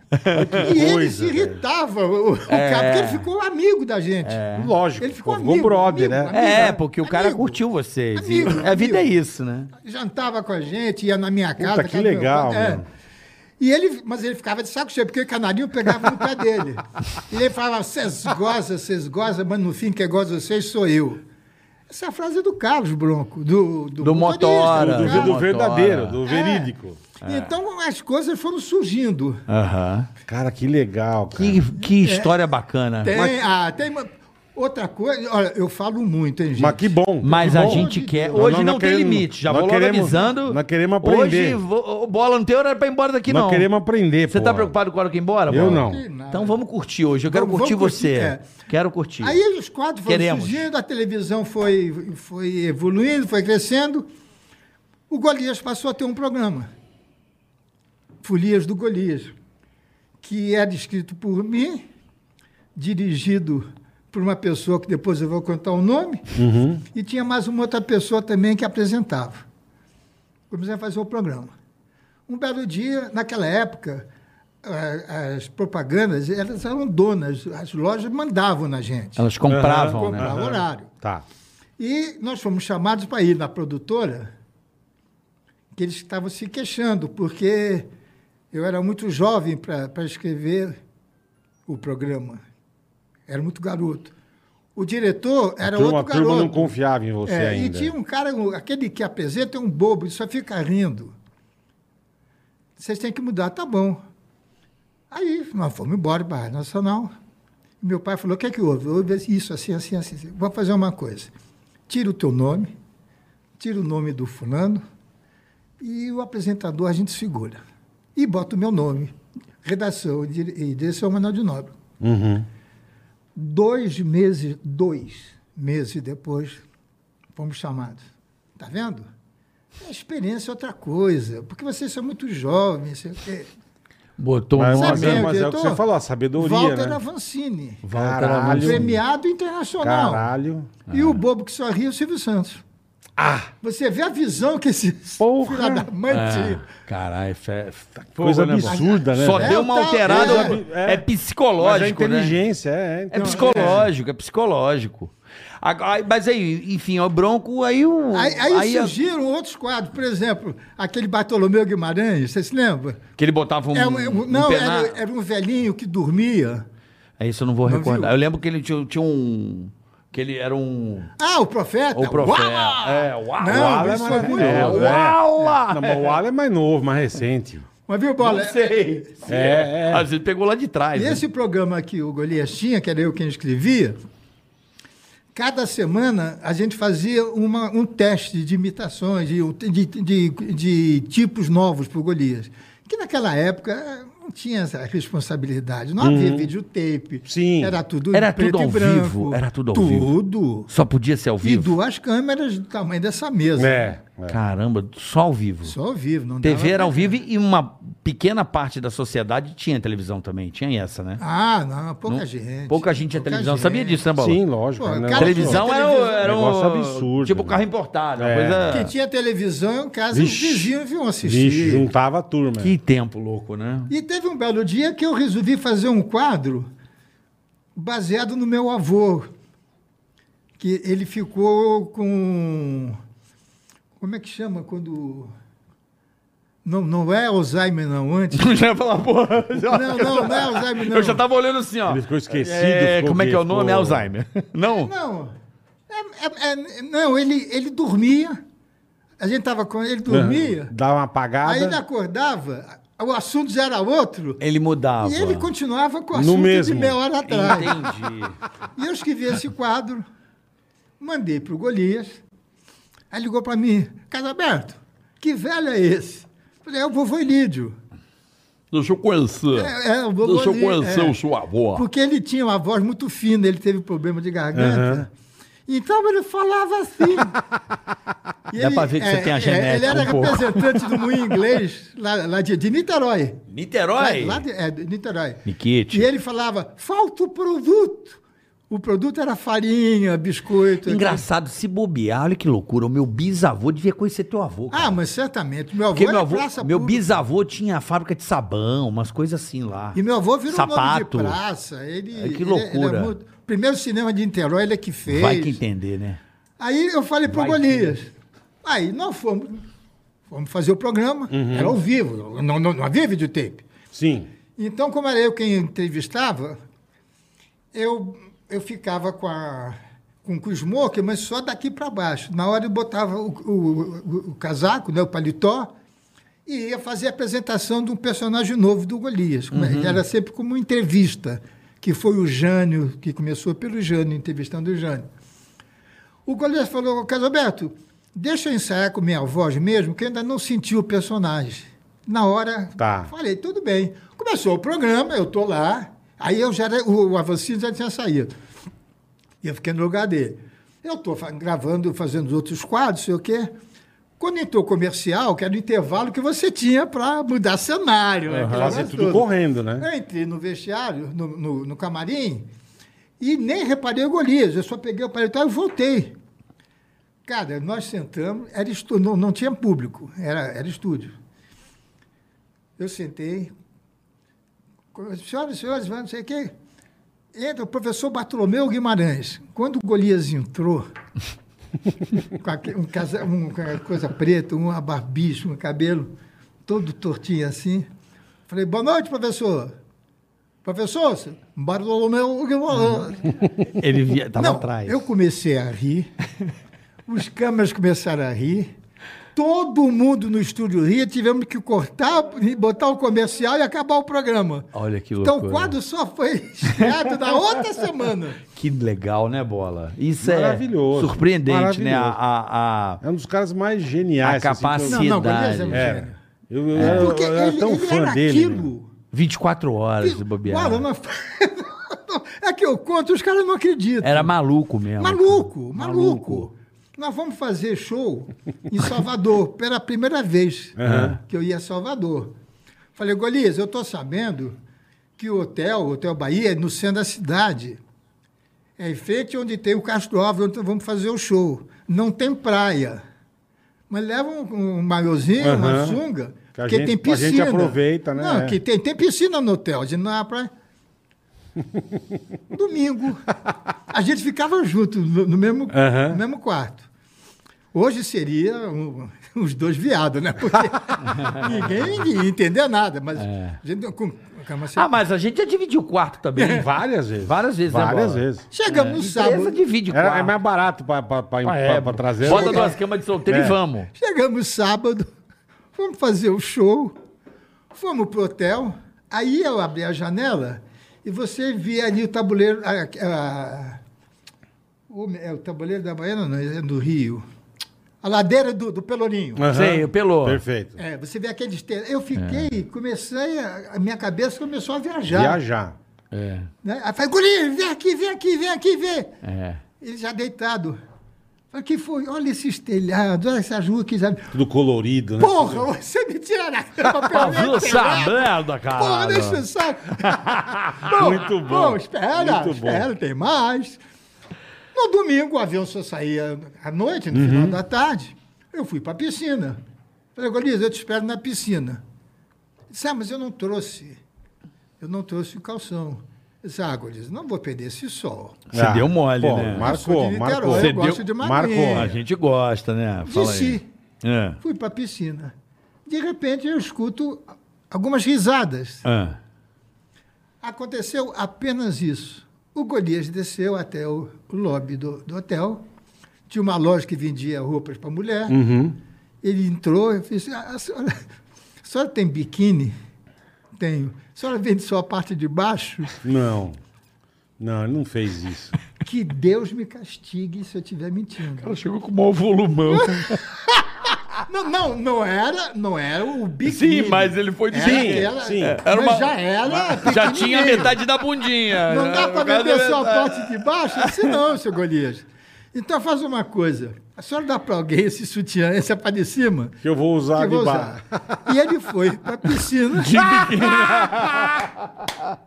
D: E ele
C: coisa, É.
D: se irritava, o, o cara, porque ele ficou um amigo da gente.
C: Lógico.
D: Ele ficou
C: ficou
D: amigo,
C: brother,
D: amigo,
C: né?
D: amigo.
B: É, porque o cara
D: Amigo.
B: curtiu vocês.
D: Amigo,
B: E a vida é
D: amigo.
B: isso, né?
D: jantava com a gente, ia na minha casa.
C: que
D: casa do meu
C: legal,
D: pai.
C: mano.
D: É. E ele, mas ele ficava de saco cheio, porque o canarinho pegava no pé dele. E ele falava, vocês gozam, vocês gozam, mas no fim quem goza de vocês sou eu. Essa frase é do Carlos Bronco, do, do,
B: Do
D: motorista,
B: motora,
D: do
C: Do,
B: É.
D: carro.
C: do verdadeiro, do
B: É.
C: verídico.
D: Então as coisas foram surgindo.
B: Aham. É.
C: Cara, que legal, cara.
B: Que, que história bacana.
D: Tem,
B: Mas,
D: ah, tem uma- outra coisa, olha, eu falo muito, hein, gente?
C: Mas que bom.
B: mas
C: que
B: a
C: bom.
B: gente
D: de
B: quer.
D: Deus.
B: Hoje
C: Nós- nós
B: não tem
C: queremos-
B: limite. Já
C: nós
B: vou logo
C: queremos-
B: avisando.
C: nós queremos aprender.
B: Hoje, vou, bola, não tem hora pra ir embora daqui,
C: Nós
B: não.
C: queremos aprender,
B: Você tá
C: porra.
B: preocupado com a hora que ir embora?
C: Eu
B: Bola?
C: não.
D: Que nada.
B: Então vamos curtir hoje. Eu quero
D: Vamos-
B: curtir
D: vamos
B: você.
D: curtir, é.
B: Quero curtir.
D: Aí os quadros foram
B: Queremos.
D: surgindo, a televisão foi, foi evoluindo, foi crescendo. O Golias passou a ter um programa. Folias do Golias, que era escrito por mim, dirigido por uma pessoa que depois eu vou contar o nome, e tinha mais uma outra pessoa também que apresentava. Comecei a fazer o programa. Um belo dia, naquela época, a- as propagandas elas eram donas, as lojas mandavam na gente.
B: Elas compravam, né?
D: Comprava horário.
C: Tá.
D: E nós fomos chamados para ir na produtora, que eles estavam se queixando, porque eu era muito jovem para para escrever o programa. Era muito garoto. O diretor era
C: a turma,
D: outro
C: a turma
D: garoto.
C: não confiava em você
D: É,
C: ainda.
D: E tinha um cara, um- aquele que apresenta é um bobo, ele só fica rindo. Vocês têm que mudar, tá bom. Aí nós fomos embora para a Rádio Nacional. E meu pai falou: o que é que houve? Houve isso, assim, assim, assim. assim. Vou fazer uma coisa: tira o teu nome, tira o nome do fulano, e o apresentador a gente segura. E bota o meu nome. Redação e dire- e direção Manuel de Nobre.
C: Uhum.
D: Dois meses, dois meses depois, fomos chamados. Tá vendo? A experiência é outra coisa, porque vocês são muito jovens. sei o quê.
B: Botou um
C: Mas,
B: nome.
C: mas é-
D: Sabe,
C: mas é o que
D: diretor?
C: você falou, a sabedoria,
D: Walter
C: né?
D: Avancini,
B: Walter Avanzi.
C: Caralho.
D: premiado internacional.
C: Caralho.
D: E o bobo que só ri é o Silvio Santos.
C: Ah!
D: Você vê a visão que esse
C: Porra!
D: filho da mãe tinha.
B: Ah, caralho, fe...
C: Coisa
B: Porra, né, mano?
C: absurda, né?
B: Só
C: velho?
B: deu uma
D: É, tá,
B: alterada.
C: é.
B: É,
C: Mas a
B: psicológico, né?
C: inteligência, é.
B: É
C: então,
B: psicológico, é psicológico. Agora- aí- Mas aí, enfim, o Bronco, aí o.
D: Aí, aí
B: a-
D: surgiram outros quadros, por exemplo, aquele Bartolomeu Guimarães, você se lembra?
B: Que ele botava um.
D: É, um-
B: um
D: não,
B: pena-
D: era, era um velhinho que dormia.
B: É isso, eu não vou
D: Não
B: recordar.
D: viu?
B: Eu lembro que ele tinha, tinha um. Que ele era um.
D: Ah, o profeta.
B: O profeta.
D: Uau!
B: É, uau.
D: Não,
C: O Ala é
D: isso é
C: maravilhoso. É,
B: muito-
C: é.
B: Uala!
C: Não, mas o Ala é mais novo, mais recente.
D: Mas viu, Bola?
B: sei.
C: É, é.
B: Às vezes pegou lá de trás.
D: E
B: né?
D: esse programa que o Golias tinha, que era eu quem escrevia, cada semana a gente fazia uma- um teste de imitações, de, de- de- de tipos novos para o Golias. Que naquela época eh, não tinha essa responsabilidade. Não havia videotape.
C: Sim.
D: Era tudo
B: Uhum. Era
D: preto
B: tudo
D: e
B: ao
D: branco.
B: vivo, era tudo ao vivo.
D: Tudo.
B: Só podia ser ao
D: E
B: vivo.
D: duas câmeras do tamanho dessa mesa.
C: É.
B: Caramba, só ao vivo.
D: Só ao vivo. Não
B: TV
D: dava-
B: era ao vivo e uma pequena parte da sociedade tinha televisão também. Tinha essa, né?
D: Ah, não, pouca
B: Não-
D: gente.
B: Pouca gente tinha televisão. Sabia disso, né, Bola?
C: Sim, lógico.
D: Pô,
C: né?
D: cara,
B: Televisão
D: Tinha
B: era, o-
D: televisão.
B: era um
C: Negócio absurdo,
B: Tipo
C: né?
B: carro importado, uma
C: É.
D: Quem
B: coisa.
D: tinha televisão em casa,
C: Vixe.
D: os vizinhos vinham assistir.
C: Vixe, um juntava a turma.
B: Que tempo louco, né?
D: E teve um belo dia que eu resolvi fazer um quadro baseado no meu avô, que ele ficou com como é que chama quando não não é Alzheimer não antes.
B: Já ia falar, porra. já-
D: Não, não, não é Alzheimer não.
B: Eu já tava olhando assim, ó.
C: Ele ficou esquecido.
B: É,
C: ficou
B: como é que é o
C: ficou-
B: nome? É Alzheimer. Não?
D: Não. É- é- é- não, ele ele dormia. A gente tava com ele dormia.
C: Dava uma apagada.
D: Aí ele acordava, o assunto já era outro.
B: Ele mudava.
D: E ele continuava com o
C: No
D: assunto
C: mesmo.
D: de meia hora atrás.
B: Entendi.
D: E eu escrevi esse quadro, mandei para o Golias. Aí ligou para mim, Casaberto, que velho é esse? Falei, é o vovô Ilídio.
B: Deixa eu conhecer.
D: É, é, o vovô
B: Deixa eu
D: Ilídio,
B: conhecer
D: é.
B: o seu avô.
D: Porque ele tinha uma voz muito fina, ele teve problema de garganta. Então ele falava assim. E
B: Dá pra ver que você tem a
D: Ele
B: genética
D: era
B: um pouco.
D: representante do moinho inglês, lá, lá de, de Niterói.
B: Niterói?
D: Lá, lá de, é, de Niterói.
B: Nikit.
D: E ele falava, falta o produto. O produto era farinha, biscoito.
B: Engraçado, se bobear, olha que loucura. O meu bisavô devia conhecer teu avô. cara.
D: Ah, mas certamente. Meu avô
B: Porque
D: era
B: meu, avô,
D: praça
B: meu
D: pública.
B: bisavô tinha fábrica de sabão, umas coisas assim lá.
D: E meu avô virou um
B: Sapato.
D: nome de praça. Ele,
B: É, que
D: ele-
B: loucura.
D: é muito- Primeiro cinema de Niterói, ele é que fez.
B: Vai que entender, né?
D: Aí eu falei pro
B: Vai que-
D: Golias. Aí nós fomos, fomos fazer o programa.
B: Uhum.
D: Era ao vivo, não, não, não havia videotape.
C: Sim.
D: Então, como era eu quem entrevistava, eu, eu ficava com a com com o smoker, mas só daqui para baixo. Na hora eu botava o, o- o- o casaco, né, o paletó, e ia fazer a apresentação de um personagem novo do Golias. Como é- Era sempre como uma entrevista, que foi o Jânio, que começou pelo Jânio, entrevistando o Jânio. O Golias falou, Casalberto, deixa eu ensaiar com minha voz mesmo, que eu ainda não senti o personagem. Na hora,
C: Tá.
D: falei, tudo bem. Começou o programa, eu tô lá. Aí eu já era, o Avancino já tinha saído. E eu fiquei no lugar dele. Eu estou gravando, fazendo os outros quadros, sei o quê. Quando entrou o comercial, que era o intervalo que você tinha para mudar cenário. né? Aquele
C: Fazer
D: negócio
C: tudo
D: todo.
C: correndo, né?
D: Eu entrei no vestiário, no, no- no camarim, E nem reparei o Golias, eu só peguei o paletó e voltei. Cara, nós sentamos, era estu- não, não tinha público, era, era estúdio. Eu sentei, co- senhoras e senhores, não sei o quê, entra o professor Bartolomeu Guimarães. Quando o Golias entrou, com aque- um casa, um, com a coisa preta, uma barbicha, um cabelo todo tortinho assim. Falei, boa noite, professor. Professor, se- Bartolomeu Guimarães.
B: Ele via, tava
D: Não,
B: atrás.
D: eu comecei a rir, os câmeras começaram a rir, todo mundo no estúdio ria, tivemos que cortar, e botar o comercial e acabar o programa.
B: Olha que
D: Então o
B: loucura.
D: quadro só foi estreado na outra semana.
B: Que legal, né, Bola? Isso é
C: Maravilhoso.
B: surpreendente, né? A,
C: Maravilhoso.
B: a, a-
C: É um dos caras mais geniais.
B: A
C: assim, que eu-
B: capacidade. né?
D: Não, não, Golias é um
C: É.
D: gênio.
C: Eu, eu era-
D: Porque
C: É, eu era
D: ele,
C: tão
D: ele
C: fã
D: era
C: dele. meu.
D: aquilo.
B: 24 horas de bobear.
D: Guarda, não- é que eu conto, os caras não acreditam.
C: É,
B: Era maluco mesmo.
D: Maluco, maluco, Nós vamos fazer show em Salvador, pela primeira vez que eu ia a Salvador. Falei, Golias, eu estou sabendo que o hotel, o Hotel Bahia, é no centro da cidade. É em frente onde tem o Castro Alves, onde vamos fazer o show. Não tem praia. Mas leva um, um maiozinho, uma
C: Aham.
D: sunga,
C: Que a
D: porque
C: gente-
D: tem
C: a gente
D: piscina.
C: aproveita, né?
D: Não,
C: É.
D: que tem, tem piscina no hotel, a gente não é praia. Domingo. A gente ficava junto no, no mesmo,
C: Aham.
D: no mesmo quarto. Hoje seria um- uns dois viados, né? Porque ninguém ia entender nada, mas a assim, gente com, com uma-
B: É. Ah, mas a gente já dividiu o quarto também.
C: né? Várias vezes.
B: Várias vezes, né,
C: Várias
B: Bola?
C: vezes.
D: Chegamos no
B: é. Empresa
D: Um sábado.
B: divide o quarto.
C: Era, é mais barato pra, pra, pra,
B: Ah,
C: pra-
B: é.
C: pra trazer.
B: Bota duas camas de solteiro
C: É.
B: e vamos.
D: Chegamos sábado, fomos fazer o show, fomos pro hotel. Aí eu abri a janela e você via ali o tabuleiro. a- a- o, é o tabuleiro da Baiana, não, é do Rio. A ladeira do, do Pelourinho.
C: Aham.
B: Sei, pelou.
C: Perfeito.
D: É, você vê aquele esteira. Eu fiquei, comecei, a, a minha cabeça começou a viajar.
C: Viajar.
B: É,
D: Né? Aí falei, Guri, vem aqui, vem aqui, vem aqui, vem.
B: é.
D: Ele já deitado. Falei, que foi? Olha esses telhados, olha essa rua que já.
C: Tudo colorido, né?
D: Porra, você me tira da cama
B: Ah,
D: pela
B: viu essa merda, cara?
D: Porra, Ah, deixa eu só.
C: Muito bom.
D: espera,
C: Muito bom.
D: espera, tem mais. No domingo, o avião só saía à noite, no
C: Uhum.
D: final da tarde. Eu fui para a piscina. Falei, Golias, eu te espero na piscina. Ele Disse, ah, mas eu não trouxe. Eu não trouxe o calção. Eu Disse, ah, Golias, não vou perder esse sol.
B: Você
C: Ah,
B: deu mole, né?
D: Eu sou
C: Marcou,
D: de Niterói,
C: marcou.
D: Eu
B: Você
D: gosto
B: deu-
D: de
C: marcou.
B: A
D: Madrid.
B: gente gosta, né? Fala aí.
D: Desci.
B: É.
D: Fui para a piscina. De repente, eu escuto algumas risadas.
B: Ah.
D: Aconteceu apenas isso. O Golias desceu até o lobby do, do hotel. Tinha uma loja que vendia roupas para mulher.
B: Uhum.
D: Ele entrou e disse: "Ah, a, senhora, a senhora tem biquíni? Tenho. A senhora vende só a parte de baixo?
C: Não. Não, ele não fez isso.
D: Que Deus me castigue se eu estiver mentindo.
B: Ela chegou com o maior volumão.
D: Não, não, não era, não era o biquíni.
B: Sim, mas ele foi de
D: Era,
B: biquíni.
D: era,
C: sim.
B: Era
D: mas
B: uma-
D: já era
B: Já tinha
D: pequenininho.
B: metade da bundinha.
D: Não dá para vender só a
B: Metade-
D: parte de baixo? Assim não, seu Golias. Então faz uma coisa. A senhora dá para alguém esse sutiã, essa para de cima?
C: Que eu vou usar
D: que eu vou
C: de
D: usar.
C: bar.
D: E ele foi para a piscina.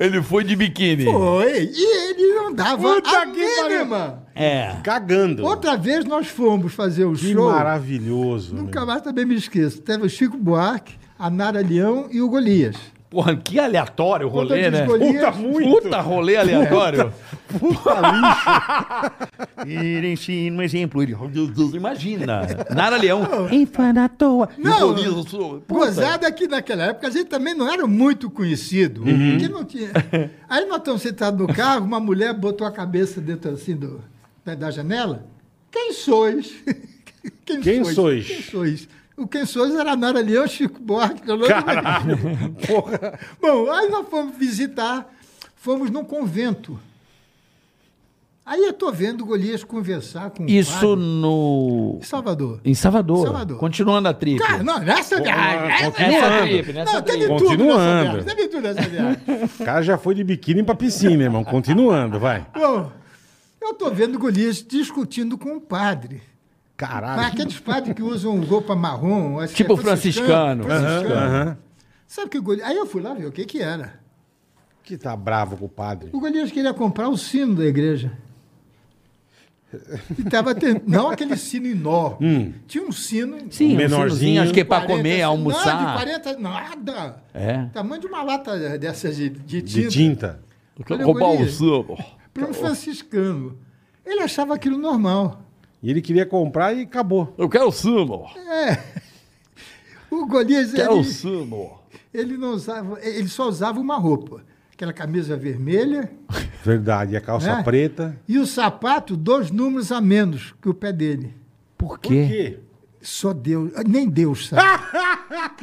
B: Ele foi de biquíni.
D: Foi. E ele não dava
C: Puta
D: a
C: que pariu.
D: mínima.
B: É.
C: Cagando.
D: Outra vez nós fomos fazer o
C: que
D: show.
C: maravilhoso.
D: Nunca
C: meu.
D: mais também me esqueço. Teve o Chico Buarque, a Nara Leão e o Golias.
B: Porra, que aleatório o
D: Quando eu
B: rolê,
D: diz
B: né?
D: Golias-
C: Puta muito.
B: Puta rolê aleatório.
E: Sim, um exemplo. Ele...
B: Imagina. Nara Leão. Infana à toa.
D: Não,
B: Golias, sou- puta.
D: gozada é que naquela época a gente também não era muito conhecido. Porque não tinha. Aí nós estamos sentados no carro, uma mulher botou a cabeça dentro assim do, da, da janela. Quem sois?
C: Quem sois?
D: Quem sois? O quem sois era a Nara Leão, Chico Buarque.
C: Caralho.
D: Porra. Bom, aí nós fomos visitar, fomos num convento. Aí eu tô vendo o Golias conversar com o
B: Isso
D: padre.
B: no.
D: Salvador.
B: Em Salvador.
D: Salvador.
B: Continuando a trip.
D: Cara, não, nessa viagem. né? essa- é
B: Nessa trip, nessa
D: Não, teve
B: trip.
D: tudo nessa
C: Continuando.
D: viagem. Teve tudo nessa viagem.
C: O cara já foi de biquíni pra piscina, irmão. Continuando, vai.
D: Bom, eu tô vendo o Golias discutindo com um padre. Mas
C: Caralho.
D: aqueles padres que usam um roupa marrom. acho que
B: Tipo
D: é
B: franciscano.
D: franciscano.
C: Aham.
D: Sabe que o Golias... Aí eu fui lá ver o que que era.
C: que tá bravo com o padre?
D: O Golias queria comprar o sino da igreja. E tava ten- não aquele sino enorme. Tinha um sino.
B: Sim, um
C: Menorzinho.
B: menorzinho, acho que é pra
D: 40,
B: comer,
D: assim, Não, de
B: almoçar.
D: 40, nada.
B: É.
D: Tamanho de uma lata dessas de, de tinta.
C: De tinta?
D: Olha,
B: Roubar o
D: Golias.
B: suco.
D: Para um franciscano. Ele achava aquilo normal.
C: E ele queria comprar e acabou.
B: Eu quero sumo.
D: É. O Golias,
C: é
B: Quero
D: ele,
B: sumo.
D: ele não usava, é, ele só usava uma roupa. Aquela camisa vermelha
C: Verdade. E a calça
D: É.
C: preta?
D: e o sapato, dois números a menos que o pé dele.
B: Por
C: Por
B: quê?
C: quê?
D: Só Deus, ah, nem Deus sabe.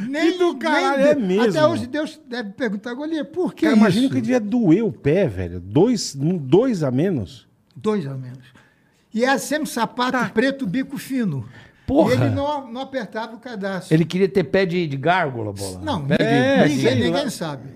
D: nem,
C: Que do caralho, é
D: Deus.
C: mesmo.
D: Até hoje Deus deve perguntar, Golias, por que
C: Cara,
D: isso?
C: imagina que devia doer o pé, velho. Dois, um- dois a menos.
D: Dois a menos. E era sempre sapato
C: Tá.
D: preto, bico fino.
B: Porra.
D: E ele não, não apertava o cadastro.
B: Ele queria ter pé de, de gárgula, bola.
D: Não,
B: Pé de-
C: É,
B: pé de-
D: ninguém,
C: sei
D: ninguém
C: lá.
D: sabe.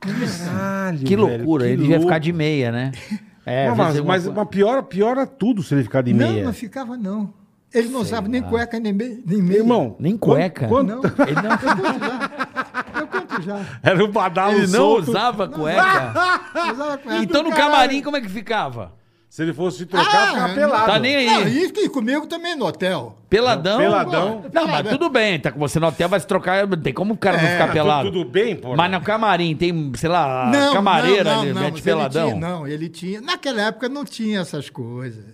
C: Caralho,
B: Que
C: velho,
B: loucura,
C: que
B: ele devia
C: louco.
B: ficar de meia, né? É,
C: Não,
B: às
C: mas
B: vezes
C: mas,
B: uma-
C: mas piora, piora tudo se ele ficar de
D: Não,
C: meia.
D: não ficava, não. Ele não usava nem cueca, nem, me, nem meia.
C: Irmão,
B: Nem cueca.
C: quando-
D: Não,
B: Ele não,
D: eu conto já. Eu conto já.
C: era o badalo
B: ele não
C: solto.
B: usava cueca.
D: Eu usava cueca.
B: então no
D: Do caralho.
B: camarim como é que ficava?
C: Se ele fosse se trocar,
D: Ah,
C: ficava pelado.
B: Tá nem aí.
D: Não, e que comigo também no hotel.
B: Peladão?
C: Peladão.
B: Não, mas tudo bem, tá com você no hotel, vai se trocar, não tem como o cara não
D: É,
B: ficar pelado.
C: Tudo, tudo bem, pô?
B: Mas no camarim tem, sei lá,
D: Não,
B: Ah, camareira,
D: não, não,
B: ele
D: não, mas
B: mete
D: ele
B: peladão.
D: tinha- não, ele tinha. Naquela época não tinha essas coisas.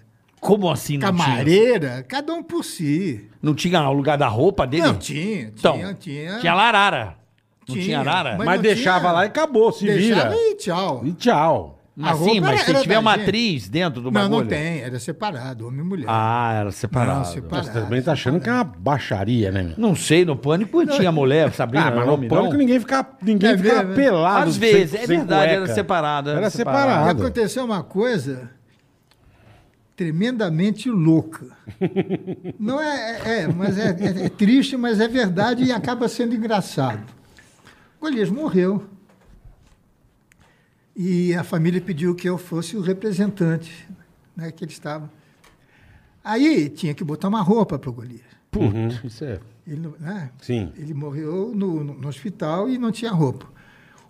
B: Como assim não tinha?
D: Camareira, cada um por si.
B: Não tinha o lugar da roupa dele?
D: Não, tinha, tinha,
B: Então,
D: tinha.
B: tinha larara. Não tinha,
D: Tinha,
B: arara?
C: Mas,
D: Mas não
C: deixava
D: tinha-
C: lá e acabou, se
D: Deixava
C: vira.
D: e tchau.
C: E tchau.
B: Mas
D: a
B: sim,
D: roupa
B: mas
D: era-
B: se
D: era
B: tiver
D: da
B: uma
D: gente.
B: atriz dentro do
D: Não,
B: bagulho.
D: não tem, era separado, homem e mulher.
B: Ah, era separado. Não,
D: Não, separado.
C: Você também tá achando que é uma baixaria, né, meu?
B: sei, no pânico tinha mulher, Sabrina,
C: Ah, mas
B: homem,
C: no pânico
B: não.
C: ninguém ficava ninguém
D: É
C: ficava
D: mesmo, é?
C: pelado.
B: Às
C: sem-
B: vezes, é
C: sem
B: verdade, era
C: cueca.
B: separado, era
C: Era
B: separado.
D: E
C: separado.
D: aconteceu uma coisa tremendamente louca. Não é, é, é, mas é, é- é triste, mas é verdade e acaba sendo engraçado. Golias morreu. E a família pediu que eu fosse o representante né, que eles estavam. Aí tinha que botar uma roupa para o Golias.
C: Putz, isso é.
D: Ele, não- né?
C: Sim.
D: Ele morreu no, no- no hospital e não tinha roupa.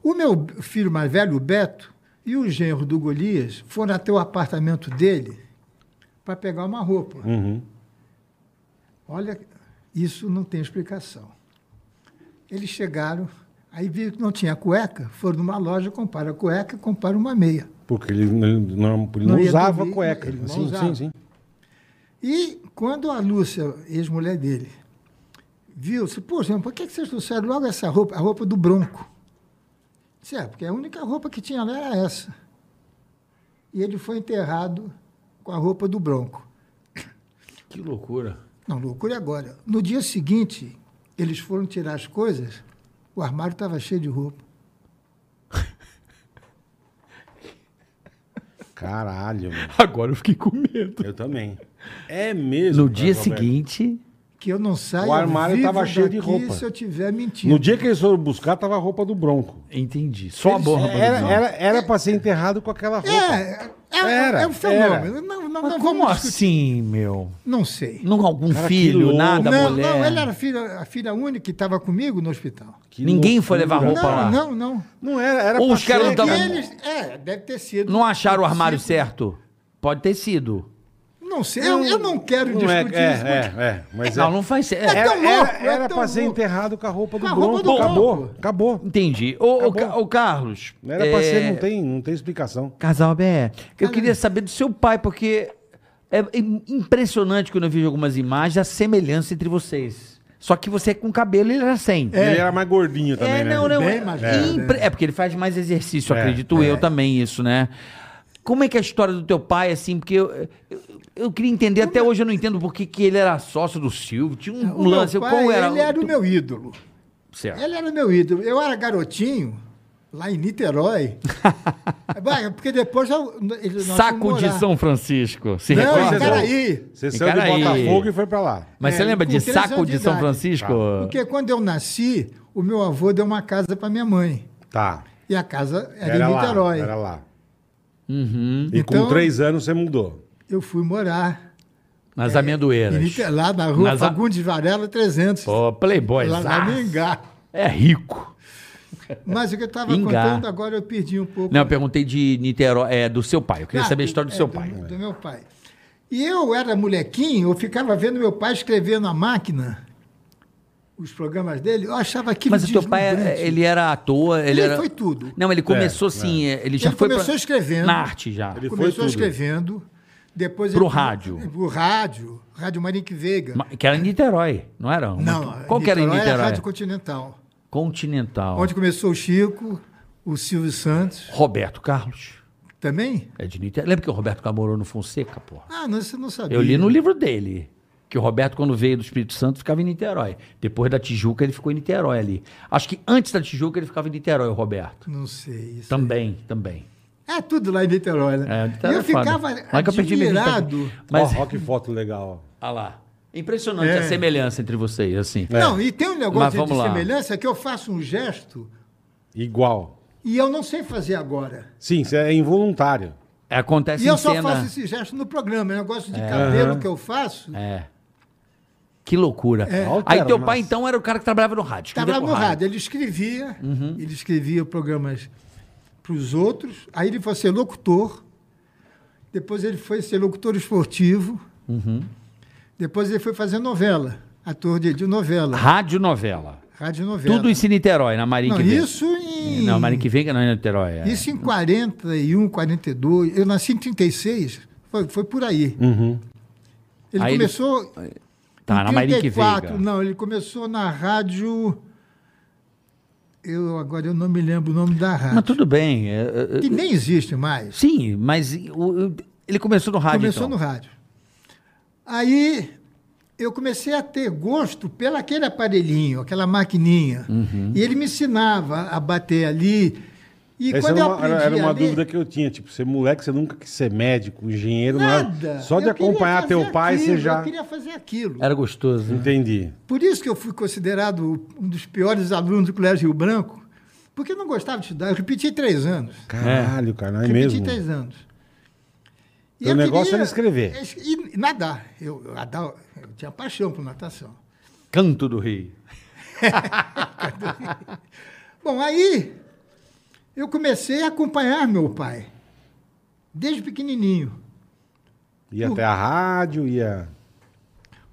D: O meu filho mais velho, o Beto, e o genro do Golias foram até o apartamento dele para pegar uma roupa.
C: Uhum.
D: Olha, isso não tem explicação. Eles chegaram, aí viram que não tinha cueca, foram numa loja, compraram a cueca, compraram uma meia.
C: Porque ele não, ele não- ele
D: Não
C: não
D: ia
C: usava
D: dormir,
C: cueca.
D: ele não
C: sim,
D: usava.
C: sim, sim.
D: E quando a Lúcia, ex-mulher dele, viu, disse, poxa, mas por que que vocês trouxeram logo essa roupa, a roupa do Bronco? Disse, é, porque a única roupa que tinha lá era essa. E ele foi enterrado com a roupa do Bronco.
B: Que loucura.
D: Não, loucura é agora. No dia seguinte, eles foram tirar as coisas, o armário estava cheio de roupa.
C: Caralho, meu.
B: Agora eu fiquei com medo.
C: Eu também. É mesmo.
B: No
C: cara,
B: dia
C: Roberto.
B: seguinte,
D: Que eu não saio
C: O armário
D: vivo
C: tava cheio de
D: daqui
C: roupa.
D: se eu tiver mentindo.
C: No dia que eles foram buscar, tava a roupa do Bronco.
B: entendi. Só a borra pra
C: Era,
B: dizer.
C: era, era pra ser enterrado com aquela roupa.
D: É, é,
C: Era,
D: é um fenômeno. Não, não,
B: Mas
D: não
B: como
D: vamos discutir.
B: assim, meu?
D: Não sei.
B: Não algum
C: Cara, que
B: filho,
C: louco.
B: nada,
D: não,
B: Ah, mulher.
D: não, ela era a filha, a filha única que estava comigo no hospital.
C: Que
B: Ninguém foi levar
C: loucura.
B: roupa lá.
D: Não, não, não.
C: Não era, era
B: Ou
C: pra
B: os caras
C: ser-
B: não tavam-
D: E eles, é, deve ter sido.
B: Não acharam o armário
D: Sim.
B: certo? Pode ter sido.
D: Não sei, eu, eu não quero
C: Não é,
D: discutir isso.
C: é,
D: porque-
C: é, é, mas é.
B: Não, Tá não faz certo.
D: É
C: Era,
D: tão louco,
C: era,
D: é
C: era
D: tão
C: pra ser
D: louco.
C: enterrado com a roupa do
D: Com a
C: Bronco.
D: roupa do
C: acabou,
D: Bronco.
C: acabou.
B: Entendi. Ô, ô,
C: Acabou.
B: Ca- ô, Carlos.
C: Era pra
B: é,
C: ser, não tem, não tem explicação.
B: Casal Bé, eu
D: Ah,
B: queria saber do seu pai, porque é im- impressionante quando eu vejo algumas imagens a semelhança entre vocês. Só que você é com cabelo e ele era sem.
C: Ele era mais gordinho também,
B: É,
C: né?
B: não, não.
D: É. Bem
B: é,
D: mais
B: é,
D: velho,
B: impre- é porque ele faz mais exercício,
C: É,
B: acredito eu também, isso, né? Como é que é a história do teu pai, assim, porque eu, eu, eu queria entender, até hoje eu não entendo por que que ele era sócio do Silvio, tinha um
D: O
B: lance,
D: meu
B: qual
D: pai,
B: era?
D: Ele era o meu ídolo.
B: Certo.
D: Ele era meu ídolo. Eu era garotinho, lá em Niterói. Vai, porque depois eu, ele, nós
B: Saco
D: fomos
B: de
D: morar.
B: São Francisco, se
D: Não,
B: recorda?
D: peraí.
C: Você saiu de
B: Encaraí.
C: Botafogo e foi pra lá.
B: Mas
D: É,
B: você lembra
D: com
B: de
D: três
B: Saco
D: anos de
B: de São
D: idade.
B: Francisco?
D: Porque quando eu nasci, o meu avô deu uma casa para minha mãe.
C: Tá.
D: E a casa era,
C: Era,
D: em
C: lá.
D: Niterói.
C: Era lá. E com
D: Então-
C: três anos você mudou.
D: Eu fui morar
B: Nas
D: É, Em
B: amendoeiras.
D: Nite- lá na rua
B: Nas-
D: Fagundes Varela 300,
B: Pô, Playboy.
D: lá na Mingá.
B: É rico.
D: Mas o que eu estava
B: Engar.
D: contando agora eu perdi um pouco.
B: Não, eu perguntei de Niterói, é, do seu pai. Eu queria
D: Ah,
B: saber a história do
D: é,
B: seu pai.
D: Do, meu pai. E eu era molequinho, eu ficava vendo meu pai escrever na máquina os programas dele, eu achava aquilo
B: Mas o teu pai,
D: deslumbrante.
B: é, ele era ator, ele,
D: Ele
B: era...
D: foi tudo. É,
B: Não, ele começou sim, é, ele já
D: Ele
B: foi
D: começou escrevendo.
B: na arte já.
C: Ele- foi
D: Começou
C: tudo.
D: escrevendo, depois...
B: Pro
D: ele-
B: rádio.
D: Pro rádio, Rádio Marinque Veiga.
B: Ma- Que era em Niterói, não era?
D: Não,
B: Qual que era em
D: Era a
B: Niterói?
D: Rádio Continental,
B: Continental.
D: onde começou o Chico, o Silvio Santos,
B: Roberto Carlos.
D: também...
B: É de Niterói. Lembra que o Roberto Carlos morou no Fonseca, porra?
D: Ah, não, você não sabia.
B: Eu li no livro dele. Que o Roberto, quando veio do Espírito Santo, ficava em Niterói. Depois da Tijuca, ele ficou em Niterói ali. Acho que antes da Tijuca, ele ficava em Niterói, o Roberto.
D: Não sei. Isso
B: Também, também.
D: É tudo lá em Niterói,
B: Então- É,
D: né?
B: Niterói
D: e eu
B: é foda.
D: ficava
B: Mas que eu perdi minha vida.
D: admirado.
B: Mas,
C: Ó, ó que foto legal, ó.
B: olha lá. Impressionante
D: É.
B: a semelhança entre vocês, assim.
D: Não, e tem um
B: Mas
D: negócio de
B: vamos lá.
D: semelhança que eu faço um gesto
C: Igual.
D: e eu não sei fazer agora.
C: Sim, isso é involuntário.
B: É, Acontece
D: e eu
B: em
D: só
B: cena.
D: faço esse gesto no programa. É um negócio de cabelo que eu faço.
B: É. Que loucura.
D: É.
B: Aí
C: Altera,
B: teu pai,
C: mas-
B: então, era o cara que trabalhava no rádio. escrevia
D: Estava
B: pro
D: tá no rádio. Ele escrevia,
B: Uhum.
D: ele escrevia programas para os outros. Aí ele foi ser locutor. Depois ele foi ser locutor esportivo.
B: Uhum.
D: Depois ele foi fazer novela, ator de, de novela,
B: Rádio novela.
D: rádio novela.
B: Ah, Tudo isso em Niterói, na Marinha
D: Não,
B: que Veiga.
D: isso em...
B: Não, Marinha que Veiga não é Niterói. é.
D: Isso em 41, 42. Eu nasci em 36. Foi, foi por aí.
C: Uhum.
D: Ele
B: Aí ele-
D: começou
B: Tá,
D: em
B: na Marinha que
D: 34.
B: Veiga.
D: Não, ele começou na rádio... Eu, agora eu não me lembro o nome da rádio.
B: Mas tudo bem. é, é, é,
D: Que nem existe mais.
B: Sim, mas o- o- ele começou no rádio.
D: começou
B: então.
D: no rádio. Aí eu comecei a ter gosto pelo aquele aparelhinho, aquela maquininha.
B: Uhum.
D: E ele me ensinava a bater ali. E
C: Essa
D: quando
C: era
D: eu
C: uma,
D: aprendi
C: era- era uma
D: ali-
C: dúvida que eu tinha. Tipo, ser moleque, você nunca quis ser médico, engenheiro, não
D: Nada.
C: era. Só de
D: Eu queria
C: acompanhar
D: fazer
C: teu pai,
D: aquilo,
C: você já. É.
D: Eu queria fazer aquilo.
B: Era gostoso. né?
C: Entendi.
D: Por isso que eu fui considerado um dos piores alunos do Colégio Rio Branco, porque eu não gostava de estudar. Eu repeti três anos.
C: Caralho, cara, não é
D: repeti
C: mesmo?
D: três anos. E
C: Teu
D: eu
C: negócio era escrever.
D: es- E nadar. Eu, eu, adoro- eu tinha paixão por natação.
B: Canto do Rio.
D: Bom, aí eu comecei a acompanhar meu pai, desde pequenininho.
C: Ia até a rádio, ia.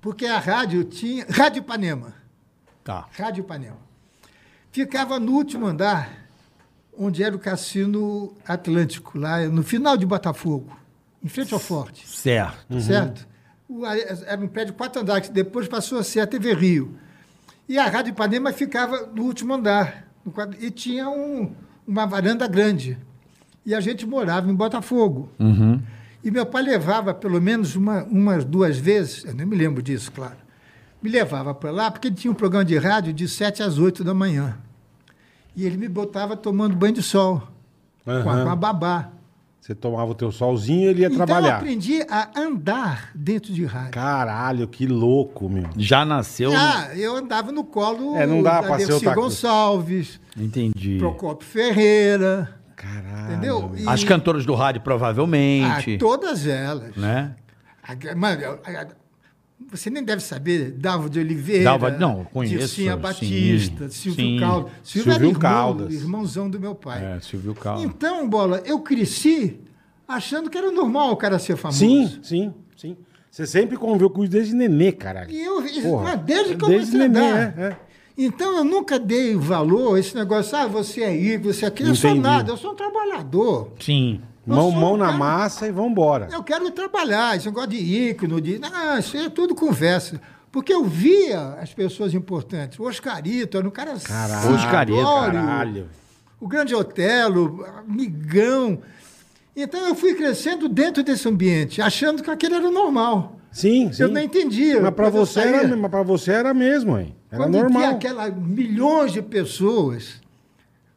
D: Porque a rádio tinha. Rádio Ipanema.
B: Tá.
D: Rádio Ipanema. Ficava no último andar, onde era o Cassino Atlântico, lá no final de Botafogo, em frente ao Forte,
B: Certo.
D: certo? O- era um prédio de quatro andares, que depois passou a ser a TV Rio. E a Rádio Ipanema ficava no último andar, no quadro- e tinha um- uma varanda grande. E a gente morava em Botafogo. E meu pai levava, pelo menos uma, umas duas vezes, eu nem me lembro disso, claro, me levava para lá, porque ele tinha um programa de rádio de 7 às 8 da manhã. E ele me botava tomando banho de sol, com, a,
C: Aham.
D: com a babá.
C: Você tomava o teu solzinho e ele ia
D: Então eu
C: trabalhar.
D: aprendi a andar dentro de rádio.
C: Caralho, que louco, meu.
B: Já nasceu.
D: Ah, eu andava no colo
C: É, não dá
D: da
C: pra ser
D: Dercy
C: outra coisa.
D: Gonçalves,
B: no- Entendi.
D: Procopio Ferreira,
C: Caralho.
D: entendeu? E-
B: As cantoras do rádio,
D: Ah,
B: provavelmente.
D: todas elas.
B: Né?
D: A gra- Mano, a- a- você nem deve saber, Dalva de Oliveira.
B: Dalva- não, eu conheço,
D: Dircinha
B: sim,
D: Batista, Silvio
B: sim.
D: Caldas. Silvio, era
C: Silvio
D: irmão,
C: Caldas.
D: irmãozão do meu pai.
B: É, Silvio Calma.
D: Então, Bola, eu cresci achando que era normal o cara ser famoso.
C: Sim, sim, sim. Você sempre conviveu com isso desde nenê, caralho.
D: E eu, e-
C: Porra,
D: mas desde que eu
C: desde
D: comecei a
C: neném,
D: andar.
C: é, é.
D: Então, eu nunca dei valor a esse negócio, ah, você é ídolo, você é aquilo. Eu sou
C: Entendi.
D: nada, eu sou um trabalhador.
B: Sim.
D: Eu
C: Mão,
D: sou um
C: mão na
D: cara-
C: massa e vambora.
D: Eu quero trabalhar, esse negócio de ícone, de. Ah, isso aí é tudo conversa. Porque eu via as pessoas importantes. O Oscarito, era um cara
C: Caralho,
B: Oscarito,
D: satório.
C: Caralho.
D: O grande Otelo, amigão. Então eu fui crescendo dentro desse ambiente, achando que aquele era o normal.
C: Sim, sim.
D: Eu não entendia.
C: Mas pra
D: Quando eu
C: você,
D: saía-
C: era, mas pra você era mesmo, hein? Era
D: Quando tinha
C: normal.
D: aquelas milhões de pessoas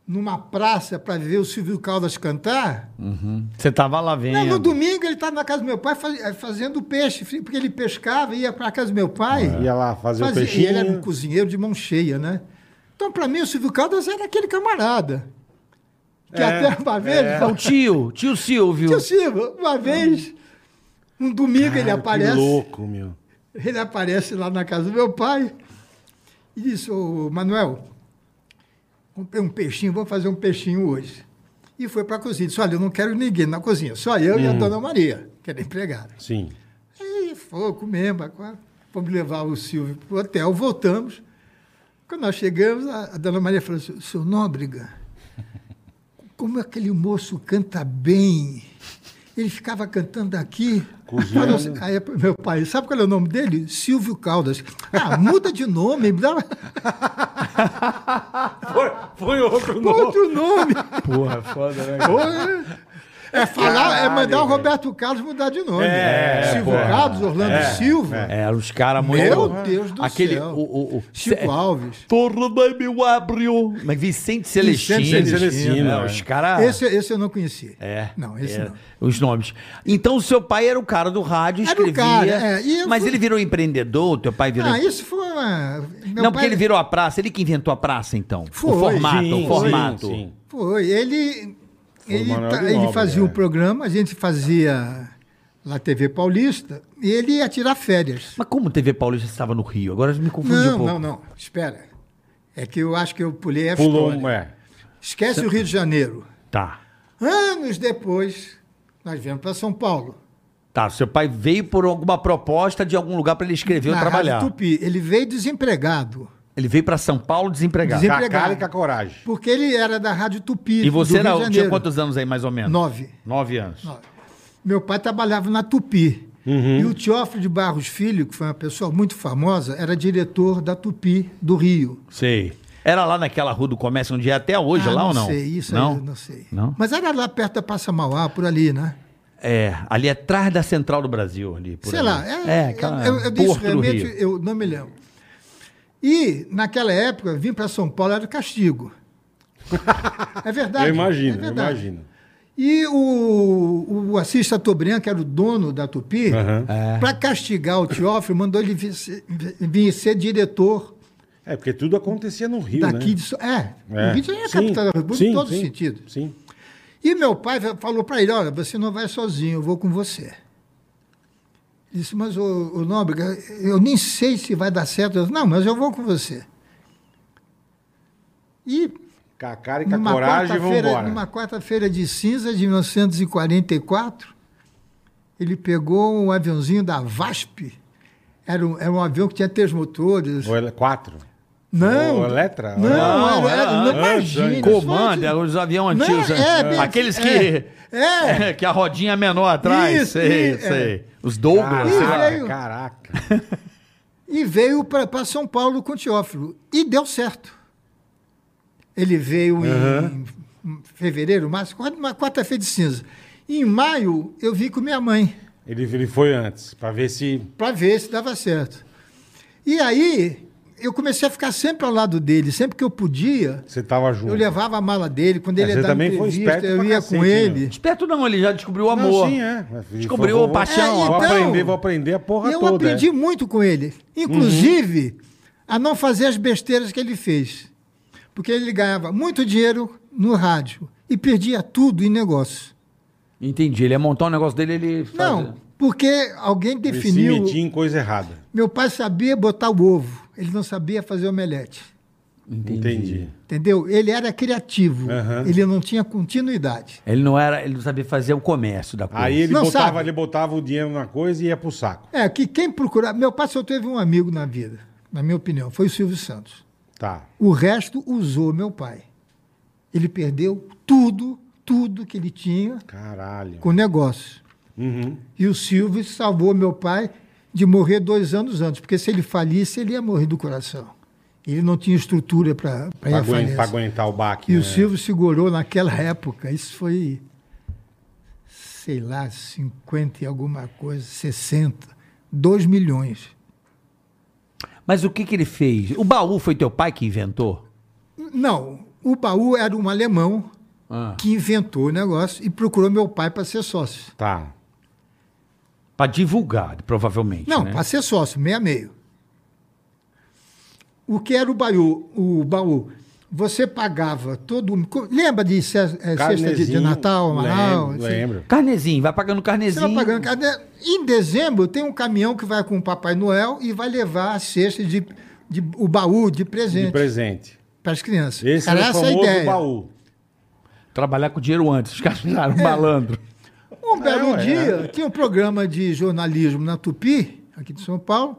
D: numa praça para ver o Silvio Caldas cantar,
B: Você tava lá vendo.
D: Não, no domingo ele estava na casa do meu pai faz- eh, fazendo peixe, fri- porque ele pescava, ia para casa do meu pai.
C: É. Ia lá fazer o
D: Fazia-
C: peixinho.
D: E ele era um cozinheiro de mão cheia, né? Então, para mim, o Silvio Caldas era aquele camarada. Que
C: É,
D: até uma vez.
B: É o tio, tio Silvio.
D: Tio Silvio, uma vez, um domingo ele
C: Cara,
D: aparece.
C: Ah, Que louco, meu.
D: Ele aparece lá na casa do meu pai e disse, ô Manuel, um, pe- um peixinho, vamos fazer um peixinho hoje. E foi para a cozinha. Disse, olha, eu não quero ninguém na cozinha, só eu e a dona Maria, que era empregada.
C: Sim.
D: Aí foi, comemos, agora fomos levar o Silvio para o hotel, voltamos. Quando nós chegamos, a, a dona Maria falou assim, seu Nóbrega, como aquele moço canta bem. Ele ficava cantando aqui.
C: Cozinhando.
D: Quando
B: né?"
D: eu- Aí meu pai, sabe qual é o nome dele? Silvio Caldas. Ah, muda de nome, me dá
C: Foi, outro
B: Oh.
D: outro nome.
E: Porra, foda, né?
D: É falar, é mandar o Roberto Carlos mudar de nome.
C: É,
D: Silvio
C: pô.
D: Carlos, Orlando Silva.
B: É, os caras muito.
D: Meu Deus do
B: Aquele,
D: céu.
B: O, o, o,
D: Chico Alves.
B: Tornei-me o ábrio. Mas Vicente Celestino.
C: Celestino,
B: é,
C: é.
B: Os caras.
D: Esse, esse eu não conhecia.
B: É.
D: Não, esse
B: é,
D: não.
B: Os nomes. Então, o seu pai era o cara do rádio,
D: Era o
B: escrevia.
D: cara, é, e eu
B: mas
D: fui-
B: ele virou empreendedor, teu pai virou.
D: Ah, isso foi uma. meu
B: não,
D: pai-
B: porque ele virou a praça, ele que inventou a praça, então.
D: Foi,
B: o formato,
C: Sim,
B: o formato.
C: sim, sim.
D: Foi, ele. Ele,
C: Manuel
D: ta-
C: de
D: ele
C: Nóbrega,
D: fazia um
C: é.
D: programa, a gente fazia na TV Paulista, e ele ia tirar férias.
B: Mas como TV Paulista estava no Rio? Agora me confundi um
D: Não,
B: pouco.
D: não, não, espera. É que eu acho que eu pulei a
C: Pulou um.
D: história.
C: É.
D: Esquece o Rio de Janeiro.
B: Tá.
D: Anos depois, nós viemos para São Paulo.
B: Tá, seu pai veio por alguma proposta de algum lugar pra ele escrever ou
D: na
B: trabalhar.
D: Rádio Tupi. Ele veio desempregado.
B: Ele veio pra São Paulo desempregado.
C: Com a
D: Desempregado.
C: cara e com a coragem.
D: Porque ele era da Rádio Tupi.
B: E você
D: do
B: era,
D: Rio de
B: tinha
D: Janeiro.
B: quantos anos aí, mais ou menos?
D: Nove.
B: Nove anos.
D: Nove. Meu pai trabalhava na Tupi.
B: Uhum.
D: E o Teófilo de Barros Filho, que foi uma pessoa muito famosa, era diretor da Tupi do Rio.
B: Sei. Era lá naquela rua do comércio onde é até hoje,
D: Ah,
B: lá ou não?
D: sei, isso
B: não?
D: aí eu não sei.
B: Não?
D: Mas era lá perto da Passa Mauá, por ali, né?
B: É, ali atrás da Central do Brasil, ali. por
D: sei
B: ali.
D: lá.
B: É, aquela,
D: eu, eu disse
B: Porto do
D: realmente,
B: Rio.
D: eu não me lembro. E, naquela época, vim para São Paulo, era castigo. É verdade.
C: Eu
D: é
C: imagino, eu
D: verdade.
C: imagino.
D: E o, o Assis Chateaubriand, que era o dono da Tupi,
C: Aham.
D: para castigar o Teófilo, mandou ele vir, ser- vir ser diretor
C: É, porque tudo acontecia no Rio,
D: daqui
C: né?
D: de. So- É,
C: É.
D: o Rio de Janeiro é a
C: Sim,
D: capital da República em
C: sim,
D: todos
C: sim,
D: os sentidos.
C: Sim.
D: E meu pai fa- falou para ele: Olha, você não vai sozinho, eu vou com você. Ele Disse, mas o, o Nóbrega, eu nem sei se vai dar certo. Eu disse, não, mas eu vou com você. E
C: Com a cara e com a
D: numa
C: coragem, vamos
D: quarta-feira
C: embora.
D: numa quarta-feira de cinza de 1944, ele pegou um aviãozinho da VASP. Era um, era um avião que tinha três motores.
C: Ou ele- quatro.
D: Não,
C: Ou Eletra?
D: não,
B: Não,
D: era, era,
B: era
D: não
B: antes,
D: imagina.
B: Comando,
D: só
B: é,
D: de-
B: os aviões antigos.
D: Não,
B: né?
D: é, bem-
B: Aqueles que.
D: É,
B: que a rodinha é menor atrás.
D: Isso,
B: sei,
D: e- é. Ah,
B: sei. Os Douglas.
D: Ih,
B: né?
D: veio.
C: caraca.
D: e veio para São Paulo com o Teófilo. E deu certo. Ele veio em fevereiro, março, quase uma quarta-feira de cinza. Em maio, eu vim com minha mãe.
C: Ele, ele foi antes, pra ver se.
D: para ver se dava certo. E aí eu comecei a ficar sempre ao lado dele, sempre que eu podia,
C: Você tava junto.
D: eu levava a mala dele. Quando ele
C: É,
D: ia
C: você
D: dar
C: também foi
D: entrevista,
C: esperto pra
D: eu ia
C: cacete, né?
D: com ele.
C: meu.
B: Esperto não, ele já descobriu o amor.
C: Não, sim, é.
B: Descobriu
C: Vou- vou-
B: a paixão.
D: É,
C: Vou
D: então-
C: aprender, vou aprender a porra
D: E eu
C: toda.
D: aprendi
C: é.
D: muito com ele, inclusive a não fazer as besteiras que ele fez. Porque ele ganhava muito dinheiro no rádio e perdia tudo em negócio.
B: Entendi. Ele ia montar um negócio dele, ele. faz-
D: Não, porque alguém
C: Ele se
D: definiu.
C: metia em coisa errada.
D: Meu pai sabia botar o ovo, ele não sabia fazer omelete.
B: Entendi.
C: Entendi.
D: Entendeu? Ele era criativo,
C: Aham.
D: ele não tinha continuidade.
B: Ele não era. Ele não sabia fazer o comércio da coisa.
C: Aí ele
D: Não
C: botava,
D: sabe.
C: ele botava o dinheiro na coisa e ia pro saco.
D: É, que quem procurar. Meu pai só teve um amigo na vida, na minha opinião, foi o Silvio Santos.
C: Tá.
D: O resto usou meu pai. Ele perdeu tudo, tudo que ele tinha
C: Caralho.
D: com o negócio.
C: Uhum.
D: E o Silvio salvou meu pai de morrer dois anos antes, porque se ele falisse, ele ia morrer do coração. Ele não tinha estrutura para ir
C: Pra,
D: à
C: aguen- pra
D: falência.
C: aguentar o baque.
D: assim, E
C: né?
D: o Silvio segurou naquela época, isso foi, sei lá, 50 e alguma coisa, 60, 2 milhões.
B: Mas o que, que ele fez? O baú foi teu pai que inventou?
D: Não, o Baú era um alemão
B: Ah.
D: que inventou o negócio e procurou meu pai para ser sócio.
C: Tá.
B: Pra divulgar, provavelmente.
D: Não,
B: né?
D: para ser sócio, meio a meio. O que era o Baú? O Baú? Você pagava todo... co- Lembra de ce- eh, cesta de, de
C: Carnezinho,
D: Natal, Amaral?
C: Lembro.
D: assim?
C: lembro.
B: Carnezinho, vai pagando
D: Você
B: carnezinho.
D: vai pagando cada- Em dezembro tem um caminhão que vai com o Papai Noel e vai levar a cesta de, de- o baú de presente.
C: De presente.
D: para as crianças.
C: Esse
D: Era
C: é o
D: essa a
C: famoso
D: ideia.
C: baú.
B: Trabalhar com dinheiro antes. Os caras ficaram
D: É.
B: malandro.
D: Um belo
C: ué,
D: dia, tinha um programa de jornalismo na Tupi, aqui de São Paulo,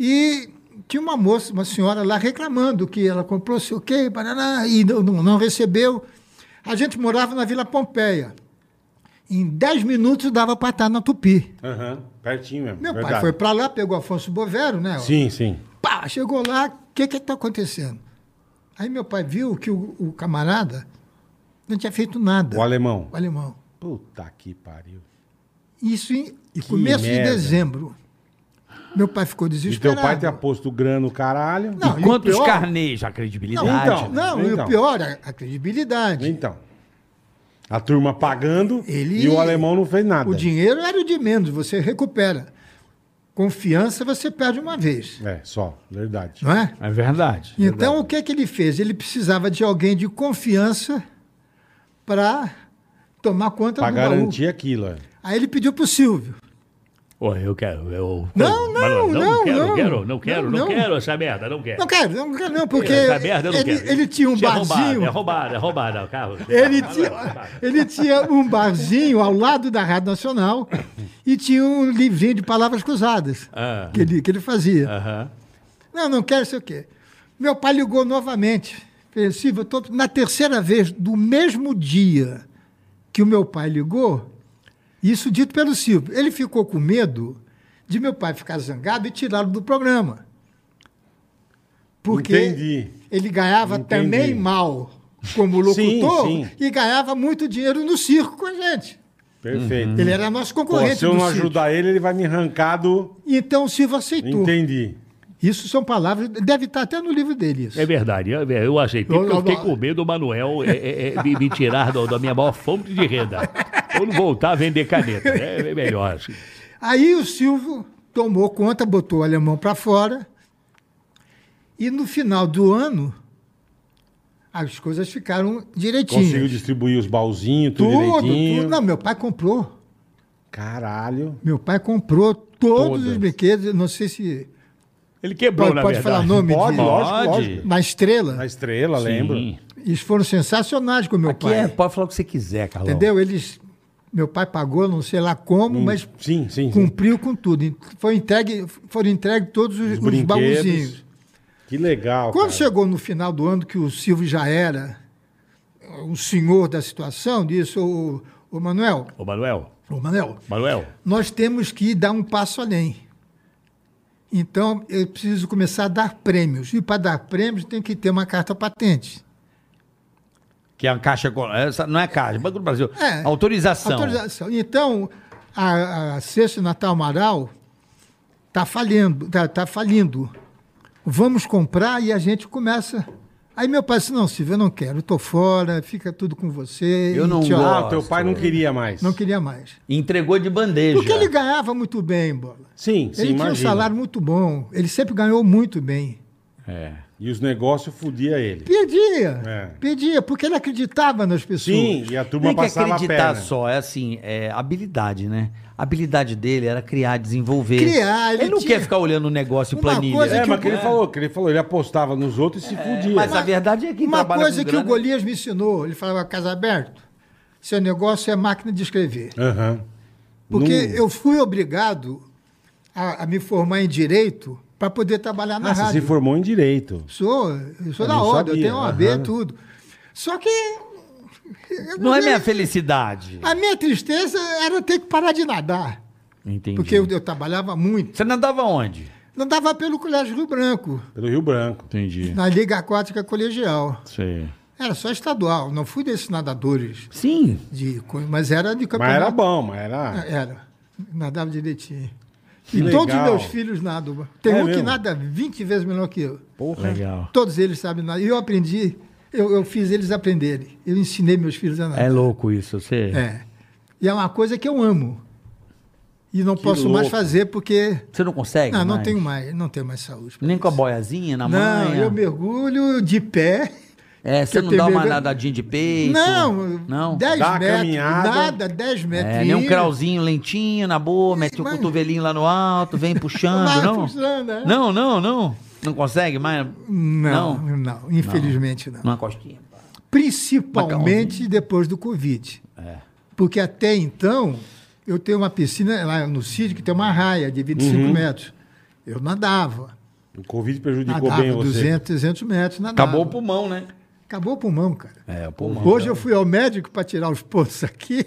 D: e tinha uma moça, uma senhora lá reclamando que ela comprou sei o quê, barará, e não, não- não recebeu. A gente morava na Vila Pompeia. Em 10 minutos dava para estar na Tupi.
C: Aham, pertinho mesmo.
D: Meu pai
C: verdade.
D: foi para lá, pegou Afonso Bovero, né?
C: Sim, sim.
D: Pá, chegou lá, o que que está acontecendo? Aí meu pai viu que o, o camarada não tinha feito nada.
C: O alemão.
D: O alemão.
C: Puta que pariu.
D: Isso em
C: Que
D: começo
C: merda.
D: de dezembro. Meu pai ficou
C: E
D: desesperado.
C: teu pai tinha posto grana no caralho.
D: Não, e o
B: Quantos
D: pior-
B: carnês? A
D: Não,
B: credibilidade.
D: então,
C: Então,
D: não e
C: então.
D: o pior é a credibilidade.
C: Então. A turma pagando
D: Ele-
C: e o alemão não fez nada.
D: O dinheiro era o de menos, você recupera. Confiança você perde uma vez,
C: É, só, verdade.
D: não é?
B: É verdade.
D: Então, o que, que ele fez? Ele precisava de alguém de confiança para tomar conta
C: Pra
D: do baú.
C: garantir aquilo, é.
D: Aí ele pediu para o Silvio.
F: Ô, eu quero, eu...
D: Não, não,
F: Mas
D: não,
F: quero,
D: não.
F: quero, não quero, não,
D: Não, não.
F: quero essa merda, não quero.
D: Não quero, não quero não, porque
F: Essa merda eu não
D: ele,
F: quero.
D: ele tinha um
F: Isso é roubado,
D: barzinho...
F: É roubado, é roubado, é o carro.
D: Ele tinha, ele tinha um barzinho ao lado da Rádio Nacional e tinha um livrinho de palavras cruzadas
F: Ah.
D: que, ele, que ele fazia.
F: Aham.
D: Não, não quero sei o quê. Meu pai ligou novamente. Falei, Silvio, eu tô... na terceira vez, do mesmo dia que o meu pai ligou, isso dito pelo Silvio, ele ficou com medo de meu pai ficar zangado e tirá-lo do programa. Porque
C: Entendi.
D: ele ganhava
C: Entendi.
D: também mal como
C: Sim,
D: locutor
C: sim.
D: e ganhava muito dinheiro no circo com a gente.
C: Perfeito.
D: Uhum. Ele era nosso
C: Pô,
D: concorrente
C: se eu
D: do
C: não
D: circo.
C: ajudar ele, ele vai me arrancar do.
D: Então o Silvio aceitou.
C: Entendi.
D: Isso são palavras, deve estar até no livro dele isso.
F: É verdade, eu, eu aceitei, porque eu fiquei com medo do Manuel é, é, é, me, me tirar do- da minha maior fonte de renda. Ou não voltar a vender caneta, é, é melhor assim.
D: Aí o Silvio tomou conta, botou o alemão para fora. E no final do ano, as coisas ficaram
C: Conseguiu
D: direitinho.
C: distribuir os baúzinhos, tudo,
D: Tudo,
C: direitinho.
D: tudo. Não, meu pai comprou.
C: Caralho.
D: Meu pai comprou todos
B: Todas.
D: os brinquedos. Não sei se.
F: Ele quebrou,
D: Pode,
F: na
D: pode
F: verdade.
D: falar nome
C: Pode,
D: de-
C: lógico,
B: Pode.
C: lógico.
D: Na estrela.
C: Na estrela, lembro.
D: Eles foram sensacionais com meu
B: Aqui
D: pai.
B: é, pode falar o que você quiser, Carlão.
D: Entendeu? Eles. Meu pai pagou, não sei lá
C: Hum.
D: como, mas
C: Sim, sim. sim.
D: cumpriu com tudo. Foi entregue, foram entregues todos
C: Os
D: os, os baúzinhos.
C: brinquedos. Que legal.
D: Quando
C: cara.
D: chegou no final do ano, que o Silvio já era um senhor da situação, disse, ô, ô Manuel,
F: Ô, Manuel,
D: ô Manuel,
F: Manuel,
D: nós temos que dar um passo além. Então, eu preciso começar a dar prêmios. E para dar prêmios, tem que ter uma carta patente.
B: Que é a caixa. econô- Essa não é caixa, Banco do Brasil.
D: É.
B: Autorização.
D: Autorização. Então, a, a Sexta Natal Amaral está falhando, tá, tá falindo. Vamos comprar e a gente começa. Aí meu pai disse, não, Silvio, eu não quero, eu tô fora, fica tudo com você.
B: Eu
D: e
B: não
D: tchau.
B: gosto.
C: Ah, teu pai não queria mais.
D: Não queria mais.
B: Entregou de bandeja.
D: Porque ele ganhava muito bem, Bola.
C: Sim, sim,
D: Ele tinha um
C: imagina.
D: salário muito bom, ele sempre ganhou muito bem.
B: É.
C: E os negócios fudia ele.
D: Pedia,
C: É.
D: pedia, porque ele acreditava nas pessoas.
C: Sim, e a turma
B: Tem que
C: passava a
B: acreditar
C: perna.
B: só, é assim, é habilidade, né? A habilidade dele era criar, desenvolver.
D: Criar,
B: ele,
D: ele
B: não
D: tinha-
B: quer ficar olhando o negócio em
D: Uma
B: planilha.
D: coisa
C: É,
D: que
C: mas
D: o-
C: que ele falou, que ele falou, ele apostava nos outros e se fudia.
B: Mas a verdade é que quem
D: Uma
B: trabalha
D: coisa
B: com
D: que o
B: grana-
D: Golias me ensinou, ele falava, Casaberto, seu negócio é máquina de escrever.
C: Aham.
D: Porque
C: Não-
D: eu fui obrigado a, a me formar em direito para poder trabalhar na
C: Ah, você
D: rádio.
C: se formou em direito.
D: Sou, eu sou
C: Eu
D: da
C: não
D: ordem,
C: sabia,
D: eu tenho OAB
C: aham.
D: tudo. Só que. eu
B: Não é
D: vi-
B: minha felicidade.
D: A minha tristeza era ter que parar de nadar.
B: Entendi.
D: Porque eu, eu trabalhava muito.
B: Você nadava onde?
D: Nadava pelo Colégio Rio Branco,
C: Pelo Rio Branco.
F: entendi.
D: na Liga Aquática Colegial.
F: Sei.
D: Era só estadual, não fui desses nadadores.
B: Sim.
D: De, co- mas era de
C: Mas
D: campeonato. É.
C: era bom, mas
B: Ah,
C: era.
D: Era. Nadava direitinho.
C: Que
D: e todos os
C: legal.
D: meus filhos nadam. Tem
C: É
D: um que
C: mesmo?
D: nada 20 vezes melhor que eu.
F: Legal.
D: Todos eles sabem nadar. E eu aprendi, eu, eu fiz eles aprenderem. Eu ensinei meus filhos a nadar.
F: É louco isso, você...
D: É. E é uma coisa que eu amo. E não posso mais
C: louco.
D: fazer porque.
B: Você não consegue?
D: Não, não
B: mais?
D: tenho mais, não tenho mais saúde. pra
B: Nem com a
D: isso.
B: boiazinha na
D: Não,
B: manha?
D: eu mergulho de pé.
B: É, você
D: que
B: não
D: eu
B: dá
D: tenho
B: uma
D: medo-
B: nadadinha de peito?
D: não,
B: Não?
D: 10
C: Dá uma
D: metros.
C: caminhada.
D: Nada, 10 metros.
B: É, nem um crauzinho lentinho na boa, mete um o
D: Mas-
B: cotovelinho lá no alto, vem puxando,
D: Vai
B: não?
D: puxando, é.
B: Não, não, não. Não consegue mais?
D: Não,
B: Não,
D: não, infelizmente não.
B: Uma cosquinha.
D: Principalmente depois do Covid.
B: É.
D: Porque até então, eu tenho uma piscina lá no sítio que tem uma raia de 25
C: Uhum.
D: metros. Eu nadava.
C: O Covid prejudicou
D: Nadava
C: bem você.
D: 200, 300 metros, nadava.
B: Acabou o pulmão, né?
D: Acabou o pulmão, cara.
B: É, o pulmão.
D: Hoje eu fui ao médico para tirar os pontos aqui.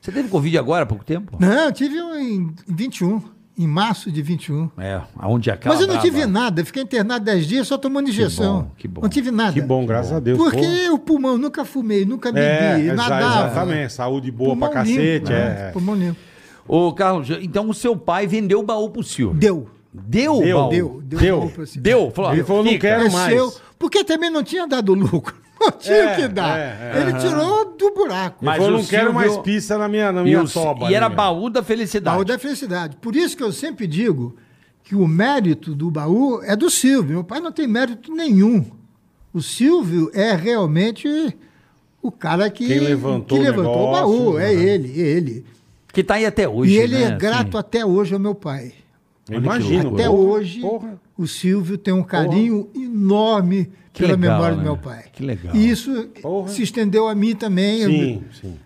B: Você teve Covid agora há pouco tempo?
D: Não, eu tive um em 21, em março de 21.
B: É, aonde acaba.
D: Mas eu não tive nada, eu fiquei internado 10 dias só tomando injeção.
B: bom, que bom.
D: Não tive nada.
C: Que bom, graças a Deus.
D: Porque
C: pô.
D: o pulmão nunca fumei, nunca bebi,
C: É, exa-
D: nadava.
C: exatamente. Saúde boa
D: Pulmão
C: pra
D: limpo,
C: cacete.
D: né?
C: é.
D: Pulmão limpo.
B: Ô, Carlos, então o seu pai vendeu o baú pro Silvio.
D: Deu.
B: Deu,
C: Deu,
B: o baú?
D: Deu, deu.
C: Deu.
D: bom pra você.
B: Deu, falou, ó,
C: Ele falou, não
B: fica.
C: quero mais.
D: Cresceu, porque também não tinha dado lucro. Não tinha
C: É,
D: o que dar.
C: é, é.
D: Ele tirou do buraco.
C: Ele
B: Mas
C: falou,
B: o
C: não quero
B: Silvio-
C: mais pista na minha, na
B: E,
C: minha
B: o-
C: soba.
B: e
C: né,
B: era
C: meu?
B: baú da felicidade.
D: Baú da felicidade. Por isso que eu sempre digo que o mérito do baú é do Silvio. Meu pai não tem mérito nenhum. O Silvio é realmente o cara que,
C: Quem levantou
D: que
C: o
D: levantou o,
C: negócio,
D: baú.
C: né?
D: É ele, é ele.
B: Que tá aí até hoje.
D: e ele
B: né,
D: é grato
B: assim.
D: até hoje ao meu pai.
C: Eu Imagino.
D: Até
C: porra,
D: hoje,
C: Porra.
D: o Silvio tem um carinho enorme
B: Que
D: pela
B: legal,
D: memória
B: né?
D: do meu pai.
B: Que legal.
D: E isso
C: Porra.
D: se estendeu a mim também. Eu-
C: Sim, É sim.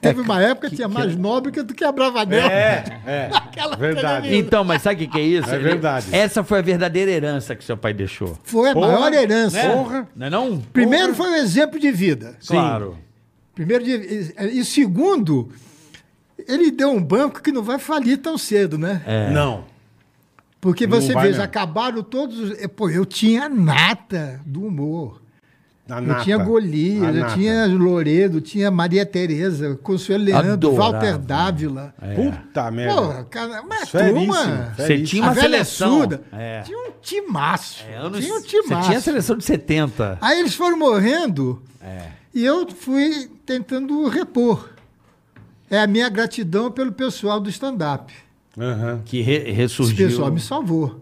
D: teve uma época que tinha mais nóbrega do que a Bravanel.
C: É, é. Verdade.
B: Então, mas sabe o que, que é isso?
C: É
B: Ele-
C: verdade.
B: Essa foi a verdadeira herança que seu pai deixou.
D: Foi a
C: Porra, né?
D: maior herança.
C: Porra.
B: Não é não?
D: Primeiro foi o exemplo de vida.
C: Sim.
B: Claro.
D: Primeiro de- e e segundo, ele deu um banco que não vai falir tão cedo, né?
C: Não.
D: Porque
C: É. Não
D: você
C: vai
D: vê,
C: mesmo.
D: acabaram todos os. eh, Pô, eu tinha a nata do humor.
C: A
D: Eu
C: nata.
D: tinha
C: A
D: Golias, eu
C: nata.
D: tinha Loredo, tinha Maria Tereza, Consuelo Leandro,
B: Adorava. né?
D: Walter Dávila.
C: É. Puta merda.
D: Pô, cara, uma
C: Feríssimo,
D: turma.
C: feríssimo.
B: Você tinha uma
D: a velha
B: seleção.
D: surda.
B: É.
D: Tinha um timaço.
B: É, anos-
D: tinha um
B: Você
D: timaço. Ah.
B: tinha a seleção de 70.
D: Aí eles foram morrendo
B: É.
D: e eu fui tentando repor. É a minha gratidão pelo pessoal do stand-up.
C: Aham.
B: Que re-
D: Esse
B: ressurgiu.
D: pessoal me salvou.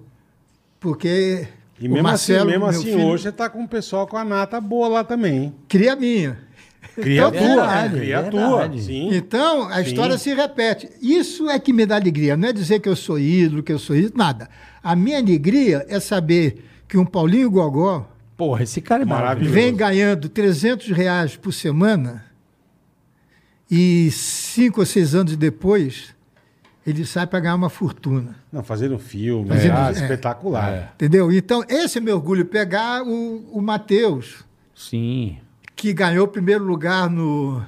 D: Porque
C: E
D: o
C: mesmo
D: Marcelo,
C: assim, mesmo
D: meu
C: assim
D: filho,
C: hoje você tá com o pessoal com a nata boa lá também. hein?
D: cria a minha.
C: Cria a
D: Então,
C: tua.
D: verdade,
C: Cria a tua.
B: É verdade.
C: Sim.
D: Então, a história se repete. Isso é que me dá alegria. Não é dizer que eu sou ídolo, que eu sou ídolo, nada. A minha alegria é saber que um Paulinho Gogó
B: Porra, esse cara é
C: Maravilhoso.
B: maravilhoso.
D: vem ganhando 300 reais por semana e cinco ou seis anos depois ele sai para ganhar uma fortuna.
C: Não, fazendo filme.
D: Fazendo-
C: ah,
D: é.
C: espetacular.
D: Entendeu? Então, esse é meu orgulho, pegar o, o Matheus,
B: Sim.
D: que ganhou o primeiro lugar no,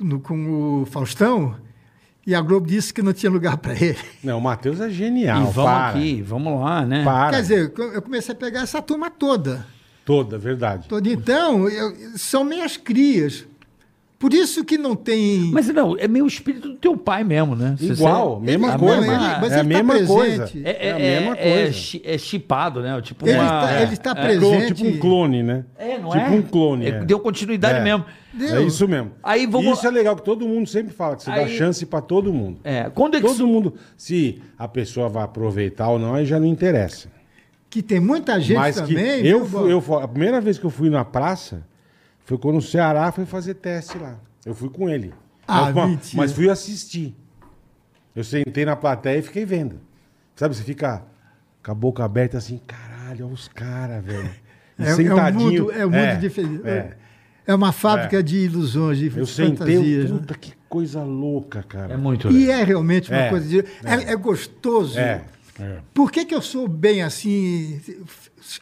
D: no- com o Faustão, e a Globo disse que não tinha lugar para ele.
C: Não, o Matheus é
B: e
C: genial.
B: vamos
C: para.
B: aqui, vamos lá, né?
C: Para.
D: Quer dizer, co- eu comecei a pegar essa turma toda.
C: Toda, verdade.
D: toda. Então, eu- são minhas crias. Por isso que não tem.
B: Mas não, é meio o espírito do teu pai mesmo, né? Você
C: Igual,
B: sabe?
C: mesma
B: a
C: coisa.
B: mesma-
D: mas
C: é a
D: ele tá
C: mesma coisa.
D: presente.
B: É, é, é a mesma coisa. É, chipado, né? Tipo
D: Ele
B: uma-
D: tá- ele tá
B: é,
D: preso.
C: Clone,
D: Presente.
C: tipo um clone, né?
B: É, não
C: tipo
B: é?
C: Tipo um clone.
B: É,
C: é.
B: Deu continuidade
C: É.
B: mesmo.
C: É
D: Deu.
C: isso mesmo.
B: Aí vamos-
C: Isso é legal que todo mundo sempre fala, que você dá
B: Aí-
C: chance pra todo mundo.
B: É, quando é que...
C: Todo mundo, se a pessoa vai aproveitar ou não, aí já não interessa.
D: Que tem muita gente
C: Mas que
D: também.
C: eu,
D: viu,
C: fui,
D: Bob?
C: eu fui- a primeira vez que eu fui na praça foi quando o Ceará foi fazer teste lá. Eu fui com ele.
D: Ah,
C: mas, ma-
D: mentira.
C: mas fui assistir. Eu sentei na plateia e fiquei vendo. Sabe, você fica com a boca aberta assim, caralho, olha os caras, velho. E
D: É, é um mundo, é um mundo diferente.
C: é.
D: É. uma fábrica de ilusões, de
C: Eu sentei,
D: fantasias.
C: eu,
D: né?
C: puta, que coisa louca, cara.
B: É muito
D: E
B: legal.
D: é realmente uma
C: É,
D: coisa de. É, é gostoso.
C: É.
D: Por que, que eu sou bem assim?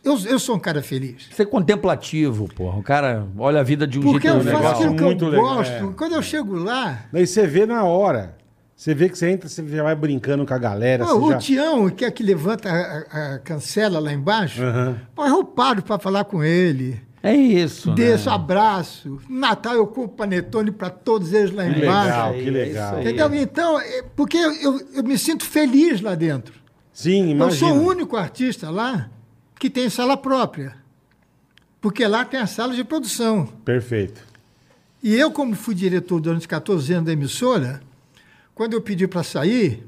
D: Eu, eu sou um cara feliz.
B: Você é contemplativo, porra. O cara olha a vida de um
D: Porque
B: jeito
D: eu faço
B: legal.
D: aquilo que
C: Muito
D: eu
C: legal,
D: gosto.
C: é.
D: Quando eu chego lá.
C: Daí você vê na hora. Você vê que você entra, você já vai brincando com a galera.
D: pô,
C: você
D: o
C: já...
D: Tião, que é que levanta a, a- a cancela lá embaixo,
C: Aham.
D: pô, eu paro para falar com ele.
B: É isso, né?
D: Desço, abraço. Natal eu compro panetone para todos eles lá
C: Que
D: embaixo.
C: legal,
B: é
C: que
B: isso
C: legal.
B: aí.
D: Entendeu? Então, é porque eu, eu- eu me sinto feliz lá dentro.
C: Sim, imagina.
D: Eu sou o único artista lá que tem sala própria. Porque lá tem a sala de produção.
C: Perfeito.
D: E eu, como fui diretor durante 14 anos da emissora, quando eu pedi para sair,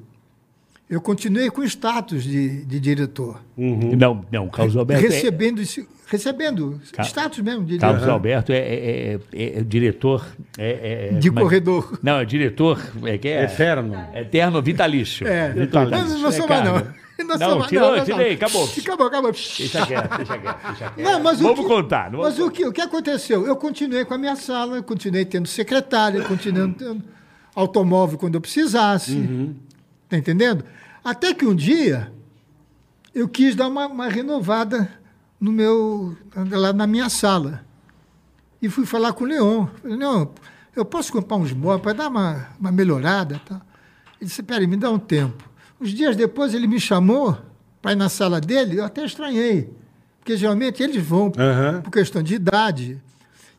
D: eu continuei com o status de, de diretor.
F: Não, não, Carlos Alberto. é-
D: recebendo esse- recebendo
F: Ca-
D: status mesmo de
F: Carlos
D: diretor.
F: Alberto é, é- é- é- é diretor. é- é-
D: De
F: mas-
D: corredor.
F: Não, é diretor. É que é?
C: Eterno.
F: Eterno vitalício.
D: É.
F: Vitalício.
D: Mas não sou mais, não. Nós
F: É Não,
D: somos-
F: tirou,
D: nós
F: tirei,
D: somos-
F: acabou.
D: Acabou, acabou.
F: Deixa quieto, deixa quieto, deixa quieto.
D: Não, mas
F: vamos
D: o que,
F: contar. não
D: mas
F: vamos-
D: o que, o que aconteceu? Eu continuei com a minha sala, eu continuei tendo secretária, eu continuei tendo automóvel quando eu precisasse.
F: Uhum.
D: Tá entendendo? Até que um dia eu quis dar uma, uma renovada no meu, lá na minha sala. E fui falar com o Leon. Falei, Leon, eu posso comprar uns móveis para dar uma, uma melhorada? Tá? Ele disse, peraí, me dá um tempo. Uns dias depois ele me chamou para ir na sala dele, eu até estranhei. Porque geralmente eles vão por-
C: Aham.
D: por questão de idade.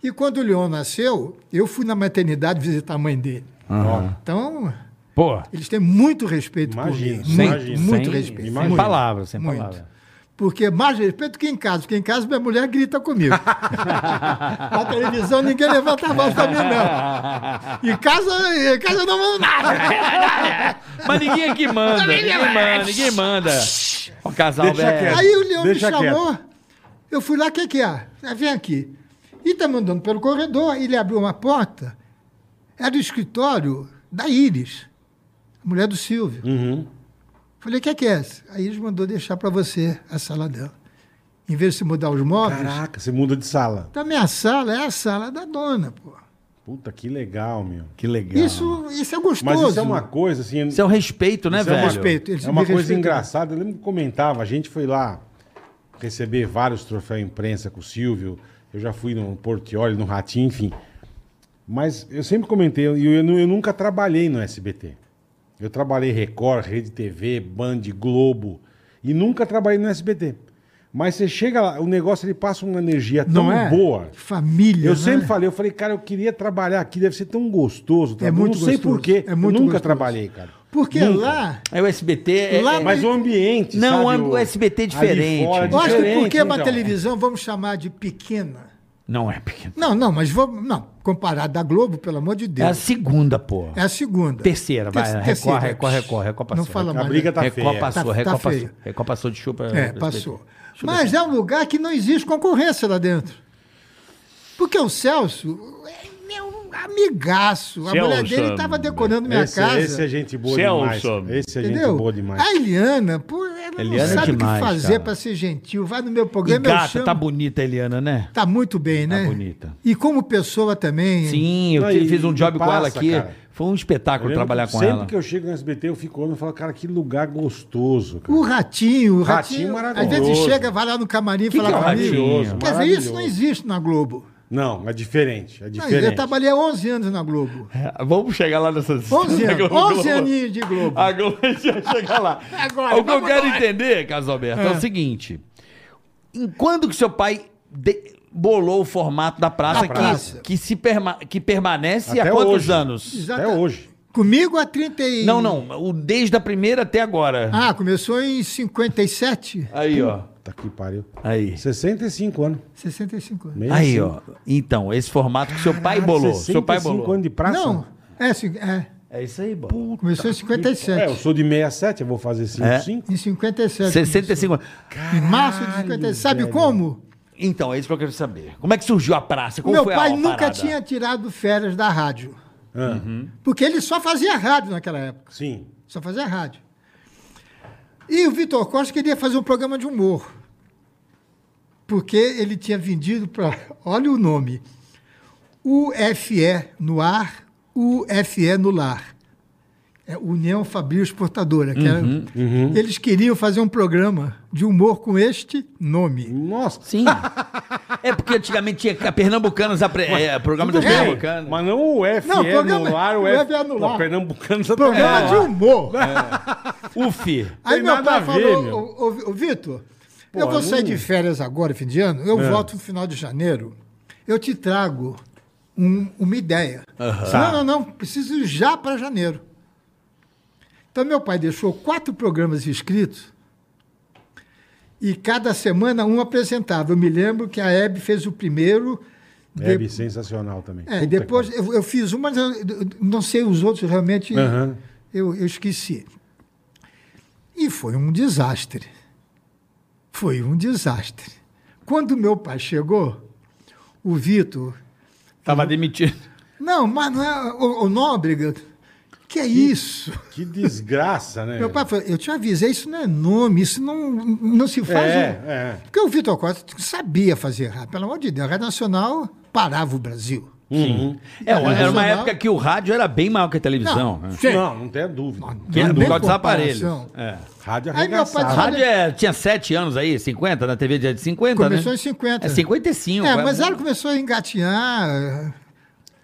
D: E quando o Leon nasceu, eu fui na maternidade visitar a mãe dele. Então,
B: Pô,
D: eles têm muito respeito
C: Imagino,
D: por mim. Muito,
C: imagino.
D: muito
B: sem,
D: respeito.
B: Sem
C: imagino.
D: muito.
B: palavras, sem
D: Muito.
B: palavras.
D: Porque mais respeito que em casa, porque em casa minha mulher grita comigo. Na televisão ninguém levanta a voz pra mim, não. Em casa, em casa eu não mando nada.
B: Mas ninguém aqui manda, ninguém manda, ninguém manda. O casal
C: Deixa
B: velho.
C: quieto.
D: Aí o Leão me
C: É, Deixa
D: chamou, eu fui lá, o que, que é? Ah, Vem aqui. E tá andando pelo corredor, ele abriu uma porta, era o escritório da Iris, a mulher do Silvio. Falei, o que, que é? A Iris mandou deixar pra você a sala dela. Em vez de se mudar os móveis,
C: Caraca, você muda de sala.
D: Então, a minha sala é a sala da dona, pô.
C: Puta, que legal, meu.
B: Que legal.
D: Isso, isso é gostoso. um
C: Mas isso é uma coisa, assim...
F: um
B: Isso é o respeito, né,
C: Isso
B: velho?
C: uma-
D: Respeito, eles
C: É uma
D: me
C: coisa
D: respeitam.
C: engraçada. Eu lembro que comentava, a gente foi lá receber vários troféus imprensa com o Silvio. Eu já fui no Portioli, no Ratinho, enfim. Mas eu sempre comentei, eu, eu nu- eu nunca trabalhei no SBT. Eu trabalhei Record, Rede TV, Band, Globo. E nunca trabalhei no SBT. Mas você chega lá, o negócio ele passa uma energia tão
D: Não é?
C: boa.
D: Família.
C: Eu
D: né?
C: sempre falei, eu falei, cara, eu queria trabalhar aqui, deve ser tão gostoso. tá?
D: É
C: Eu
D: muito
C: Não sei
D: gostoso,
C: porquê.
D: é muito
C: eu nunca
D: gostoso.
C: trabalhei, cara.
D: Porque
C: Nunca.
D: lá.
B: É o SBT. é-
D: Lá
B: é-
C: Mas o ambiente.
B: Não,
C: sabe,
B: o SBT é
C: ali
B: diferente.
C: fora é
D: Eu acho que
C: diferente,
D: porque uma
C: então.
D: televisão vamos chamar de pequena.
B: Não é pequeno.
D: Não, não, mas vamos. Não, comparado da Globo, pelo amor de
B: É a
D: Deus.
B: segunda, pô.
D: É a segunda.
B: Terceira, vai.
D: Ter-
B: Record,
D: terceira.
B: Record, Record, Record passou.
D: Não fala
C: A
D: mais.
C: briga tá
B: Record
C: feia.
B: passou,
D: Tá-
B: Record
D: tá
B: passou.
D: feio.
B: Record passou de chupa.
D: É,
B: SBT.
D: passou. Mas é um lugar que não existe concorrência lá dentro. Porque o Celso é meu amigaço. A
F: Celso,
D: mulher dele estava decorando minha
C: Esse,
D: casa.
C: esse é gente boa
F: Celso.
C: demais. Esse é
D: Entendeu?
C: gente boa demais.
D: A Eliana, pô, ela
B: Eliana é
D: não sabe
B: demais,
D: o que fazer
B: cara.
D: para ser gentil. Vai no meu
B: E
D: programa, eu
B: gata,
D: chamo.
B: tá
D: Tá,
B: bonita a Eliana, né?
D: muito bem, né?
B: bonita.
D: E como pessoa também.
B: Sim, eu
C: Não,
B: te-
C: e-
B: fiz um
C: e
B: job com ela
C: passa,
B: aqui.
C: cara.
B: Foi um espetáculo
C: Eu lembro
B: trabalhar
C: que
B: com
C: sempre
B: ela.
C: que eu chego no SBT, eu fico olhando e falo, cara, que lugar gostoso. Cara.
D: O ratinho, o
C: Ratinho
D: ratinho. às
C: maravilhoso.
D: vezes chega, vai lá no camarim e fala
B: que é o
D: comigo.
B: ratinho?
D: Quer dizer, isso não
C: Maravilhoso.
D: existe na Globo.
C: Não, é diferente. É
D: Não,
C: diferente.
D: eu trabalhei há 11 anos na Globo.
B: É, Vamos chegar lá nessas.
D: 11
B: na
D: anos.
B: Globo. Ah,
D: 11 aninhos de Globo.
B: A Globo já chegar lá.
D: Agora,
B: o que eu
D: vamos
B: quero
D: lá.
B: entender, Carlos Alberto, é. o seguinte: em quando que seu pai de- bolou o formato da praça,
D: Da
B: que,
D: praça.
B: que se perma- que permanece
C: Até
B: há quantos
C: hoje.
B: anos?
C: Até hoje.
D: Comigo há 30 e...
B: Não, não. O desde a primeira até agora.
D: Ah, começou em 57?
B: Aí, ó.
C: Tá que pariu.
B: Aí.
C: 65 anos.
D: 65 anos.
C: Meio
B: Aí,
C: assim.
B: ó. Então, esse formato que seu pai
C: Caralho,
B: bolou. Seu pai
C: 65
B: bolou.
C: anos de praça?
D: Não, é, cin- é,
B: É isso aí, bolo.
D: começou em
C: É, eu
D: 57.
C: sou de 67, eu vou fazer 55.
D: Em 57.
B: 65 anos.
D: Em março de 57. Sabe
C: velho.
D: como?
B: Então, é isso que eu quero saber. Como é que surgiu a praça? Como
D: Meu
B: foi a
D: pai nunca
B: parada?
D: tinha tirado férias da rádio.
C: Ah,
D: Porque ele só fazia rádio naquela época.
C: Sim.
D: Só fazia rádio. E o Vitor Costa queria fazer um programa de humor. Porque ele tinha vendido para. Olha o nome. UFE no ar, UFE no lar. É União Fabril Exportadora. que era- Eles queriam fazer um programa de humor com este nome.
C: Nossa.
B: Sim. é porque antigamente tinha Pernambucanos, apre- é, programa dos
C: Tudo bem,
B: Pernambucanos.
C: Mas não o F
D: Não,
C: é
D: programa-
C: no ar, o
D: o
C: F,
D: F é no
C: Pô,
D: ar.
C: Pernambucano já tá
D: Programa
C: no
D: de
C: ar.
D: humor.
B: Ufi.
D: Aí
C: Tem
D: meu
C: nada
D: pai
C: a ver,
D: falou,
C: meu.
D: ô, ô, ô, Vitor, eu vou sair de férias agora, fim de ano,
C: É.
D: eu volto no final de janeiro, eu te trago um- uma ideia. Disse, Não, não, não, preciso ir já para janeiro. Então meu pai deixou quatro programas escritos e cada semana um apresentava. Eu me lembro que a Hebe fez o primeiro... de-
C: Web sensacional É também.
D: é,
C: Puta
D: depois
C: que
D: eu, eu fiz uma, mas eu- eu não sei os outros, realmente
C: Aham.
D: eu, eu esqueci. E foi um desastre. Foi um desastre. Quando meu pai chegou, o Vitor.
B: Tava demitido.
D: Não, mas não é. O, o Nóbrega Que é isso?
C: Que desgraça, né?
D: Meu pai falou, eu te avisei, isso não é nome, isso não, não se faz.
C: É,
D: um-
C: é.
D: Porque o Vitor Costa sabia fazer rádio, pelo amor de Deus. A Rádio Nacional parava o Brasil.
C: Uhum.
B: É,
D: Não,
B: era uma
D: não.
B: época que o rádio era bem maior que a televisão. né?
D: Sim.
C: Não, não tenha dúvida.
B: Que era
D: não
B: por
D: tem
B: causa dos aparelhos.
D: comparação.
B: É.
C: Rádio
D: Aí meu pai
B: A
C: arregaçado.
B: rádio é- tinha 7 anos aí, 50, na TV de 50,
D: Começou
B: né?
D: em 50.
B: É 55.
D: É, mas ela começou a engatinhar. eh,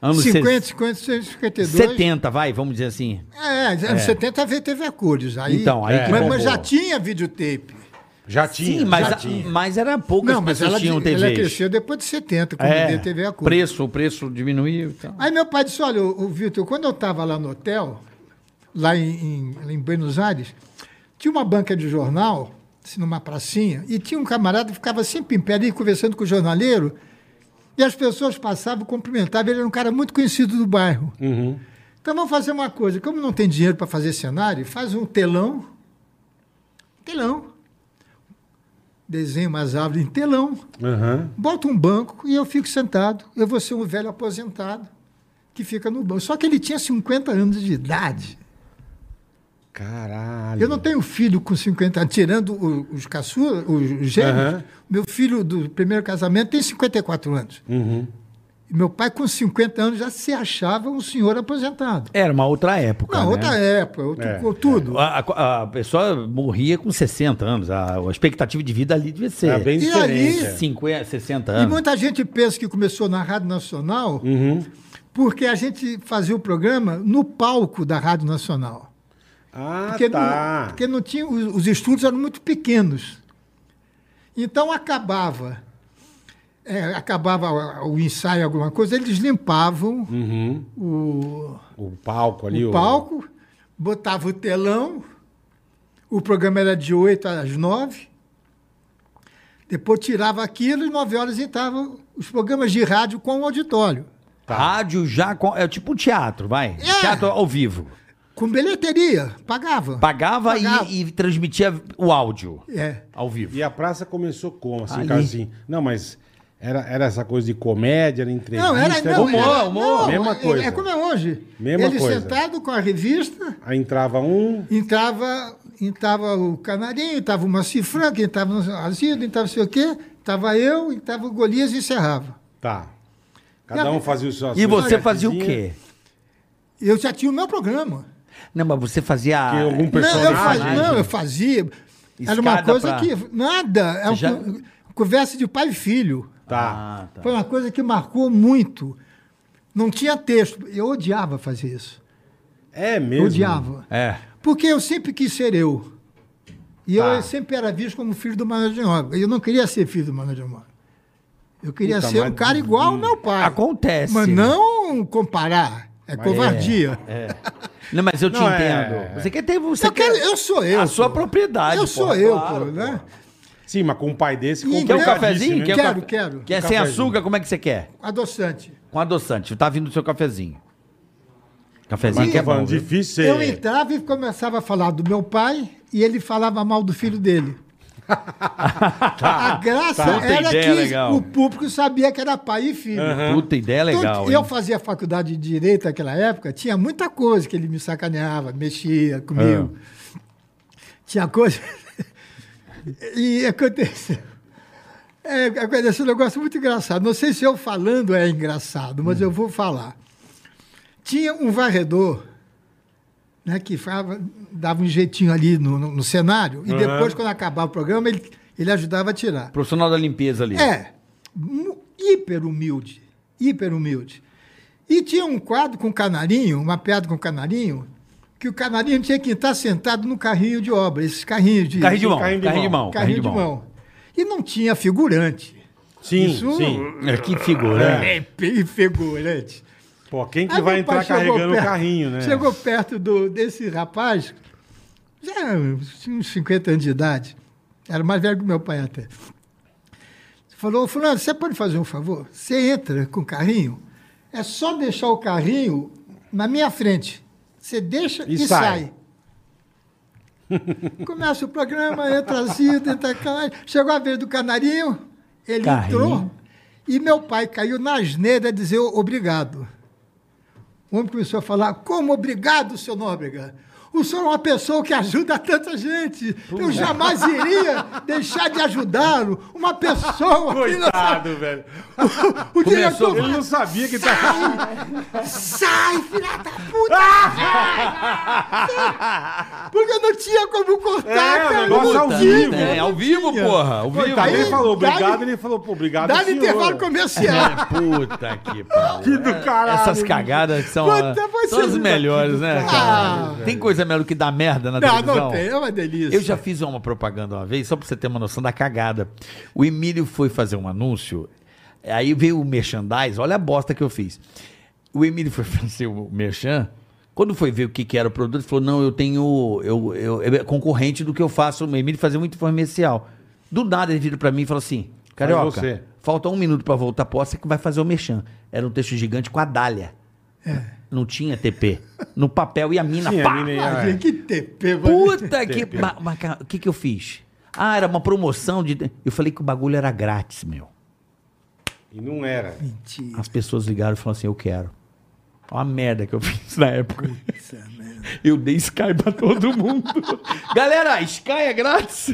B: anos
D: 50,
B: 60,
D: 50, 52.
B: 70, vai, vamos dizer assim.
D: É, anos 70 veio- teve a cores. Aí,
B: Então, aí que
D: mas,
B: bombou.
D: mas já tinha videotape.
C: Já tinha.
B: Sim, mas,
C: já
B: a-
C: tinha.
B: mas era poucas
D: Não, mas
B: pessoas
D: ela,
B: tinham
D: de- ela
B: TV.
D: cresceu depois de 70, quando
B: É,
D: veio TV a cores.
B: preço, o preço diminuiu. então. e tal.
D: Aí meu pai disse: olha, o Vitor, quando eu estava lá no hotel, lá em, em- em Buenos Aires, tinha uma banca de jornal, assim, numa pracinha, e tinha um camarada que ficava sempre em pé ali conversando com o jornaleiro, e as pessoas passavam, cumprimentavam, ele era um cara muito conhecido do bairro. Então vamos fazer uma coisa: como não tem dinheiro para fazer cenário, faz um telão, telão, desenha umas árvores em telão,
C: Aham.
D: bota um banco e eu fico sentado. Eu vou ser um velho aposentado que fica no banco. Só que ele tinha 50 anos de idade.
C: Caralho.
D: Eu não tenho filho com 50 anos, tirando o- os caçula, os os gêmeos.
C: Aham.
D: Meu filho do primeiro casamento tem 54 anos.
C: Uhum.
D: E meu pai, com 50 anos, já se achava um senhor aposentado.
B: Era uma outra época.
D: Não,
B: né?
D: outra época, outro,
C: É,
D: tudo.
B: A, a- a pessoa morria com 60 anos. A, a expectativa de vida ali devia ser
C: É bem
D: E
C: diferente.
D: aí-
C: é.
B: 50, 60
D: E
B: anos.
D: muita gente pensa que começou na Rádio Nacional
C: Uhum.
D: porque a gente fazia o programa no palco da Rádio Nacional.
C: Ah,
D: Porque, não,
C: tá.
D: porque não tinha, os, os estúdios eram muito pequenos. Então acabava. é, acabava o ensaio, alguma coisa, eles limpavam
C: Uhum.
D: o,
C: O palco ali.
D: o palco, botavam o telão, o programa era de 8 às 9, depois tirava aquilo e 9 horas entravam os programas de rádio com o auditório.
B: Tá. Rádio já. com- é tipo um teatro, vai.
D: É.
B: Teatro ao vivo.
D: Com bilheteria, pagava.
B: Pagava, e-
D: Pagava.
B: E, transmitia o áudio
D: É.
B: ao vivo.
C: E a praça começou como? Assim,
B: Ali.
C: cara, assim. Não, mas era, era essa coisa de comédia, era entrevista.
D: Não, era não,
B: humor,
D: era-
B: humor.
D: não,
C: Mesma
D: é-
C: coisa.
D: É como é hoje.
C: Mesma
D: ele
C: coisa.
D: sentado com a revista,
C: Aí entrava um.
D: entrava, entrava o Canarinho, entrava o Maci Franco, entrava o Azido, entrava não sei o quê, entrava eu, entrava o Golias e encerrava.
C: Tá. Cada um fazia o seu a
B: E
C: sua
B: você fazia o
C: sketchzinha.
B: quê?
D: Eu já tinha o meu programa.
B: Não, mas você fazia.
C: Que algum
D: Não, eu fazia.
C: personagem.
D: Não, eu fazia era uma
B: Escada
D: coisa
B: pra-
D: que. Nada. Era
B: já-
D: uma conversa de pai e filho.
C: Tá.
B: Ah, tá.
D: Foi uma coisa que marcou muito. Não tinha texto. Eu odiava fazer isso.
C: É
D: Eu
C: mesmo.
D: odiava.
B: É.
D: Porque eu sempre quis ser eu. E
C: Tá.
D: eu sempre era visto como filho do Manuel de Nóbrega. Eu não queria ser filho do Manuel de Nóbrega. Eu queria
C: Puta,
D: ser um
C: mas-
D: cara igual ao meu pai.
B: Acontece. né?
D: Mas não comparar. É covardia.
B: Não, mas eu te
C: Não, é-
B: entendo. Você quer ter. Você
D: Eu, quero-
B: quer-
D: eu sou eu.
B: A sua
D: pô.
B: propriedade.
D: Eu
B: pô,
D: sou eu,
B: claro,
D: pô, né?
C: Sim, mas com um pai desse,
D: Quer um
B: Quer um
C: complicadíssimo.
B: cafezinho?
C: né?
B: Quer um
D: Quero,
B: cafe-
D: quero.
B: Quer sem
C: Cafezinho.
B: açúcar? Como é que você quer?
D: Adoçante.
B: Com adoçante. Tá vindo o seu cafezinho. Cafezinho
C: Mas
B: que é
C: tô
B: bom.
C: falando,
B: viu?
C: difícil.
D: um Eu
C: é-
D: entrava e começava a falar do meu pai e ele falava mal do filho dele. a graça
B: tá. Puta
D: era
B: ideia
D: que
B: legal.
D: o público sabia que era pai e filho.
B: Puta ideia É legal.
D: Então, eu
B: hein?
D: fazia faculdade de direito naquela época, tinha muita coisa que ele me sacaneava, mexia comigo.
B: Ah.
D: Tinha coisa. e aconteceu. É, aconteceu um negócio muito engraçado. Não sei se eu falando é engraçado,
B: Hum.
D: mas eu vou falar. Tinha um varredor né, que falava- dava um jeitinho ali no, no- no cenário, e depois, quando acabava o programa, ele, ele ajudava a tirar.
B: Profissional da limpeza ali.
D: É, mu- hiper humilde, hiper humilde. E tinha um quadro com canarinho, uma piada com canarinho, que o canarinho tinha que estar sentado no carrinho de obra, esses carrinhos de,
B: Carrinho de mão.
C: Carrinho de
B: Carrinho de
C: mão.
B: mão.
D: carrinho de mão. E não tinha figurante.
C: Sim,
D: Isso-
C: sim.
B: É, que figura. né?
D: É, e figurante.
C: Pô, quem que
D: Aí
C: vai
D: meu pai
C: entrar
D: chegou
C: carregando o
D: perto-
C: carrinho, né?
D: Chegou perto do, desse rapaz, já tinha uns 50 anos de idade, era mais velho que meu pai até. Falou, fulano, você pode fazer um favor? Você entra com o carrinho, é só deixar o carrinho na minha frente. Você deixa
C: E
D: e,
C: sai.
D: sai. Começa o programa, entra assim, entra cá. Chegou a vez do canarinho, ele
B: Carrinho.
D: entrou e meu pai caiu na asneira a dizer obrigado. o homem começou a falar: Como obrigado, seu Nóbrega. O senhor é uma pessoa que ajuda tanta gente. Eu jamais iria deixar de ajudá-lo. Uma pessoa. que não sabe-
C: Coitado, velho.
D: O, o
C: Começou,
D: diretor.
C: ele não sabia que tá.
D: Sai, filha da puta! sai! Porque não tinha como cortar,
C: É, o
D: cara.
C: negócio
D: não
C: ao
D: tinha.
C: vivo.
B: É, ao vivo, porra. Ao vivo.
C: Coitado, ele
D: Aí,
C: falou
D: dá-lhe-
C: obrigado, ele falou pô, obrigado.
D: Dá no
C: senhor.
D: intervalo É. comercial.
B: Puta que pariu.
C: Que do caralho.
B: Essas cagadas que são,
D: Quanta
B: ah,
D: vocês
B: são as
D: viram
B: melhores, né,
D: Ah,
B: cara? Tem coisa melhor do que dar merda na
D: Não,
B: televisão?
D: não tem. É uma delícia.
B: Eu já fiz uma propaganda uma vez, só pra você ter uma noção da cagada. O Emílio foi fazer um anúncio, aí veio o merchandise, olha a bosta que eu fiz. O Emílio foi fazer o merchan, quando foi ver o que, que era o produto, ele falou, não, eu tenho, eu, eu, é concorrente do que eu faço, o Emílio fazia muito comercial. Do nada ele vira pra mim e falou assim, carioca,
C: você."
B: falta um minuto pra voltar, pô, você que vai fazer o merchan. Era um texto gigante com a Dália. Não tinha TP. No papel e a mina,
C: Sim,
B: pá,
C: a mina ia-
D: Imagina, que TP, mano.
B: é. Puta que. Ma- ma- ca- O que, que eu fiz? Ah, era uma promoção de. Eu falei que o bagulho era grátis, meu.
C: E não era.
D: Mentira.
B: As pessoas ligaram e falaram assim: eu quero. Olha a merda que eu fiz na época.
D: essa merda.
B: Eu dei Sky pra todo mundo. Galera, Sky é grátis.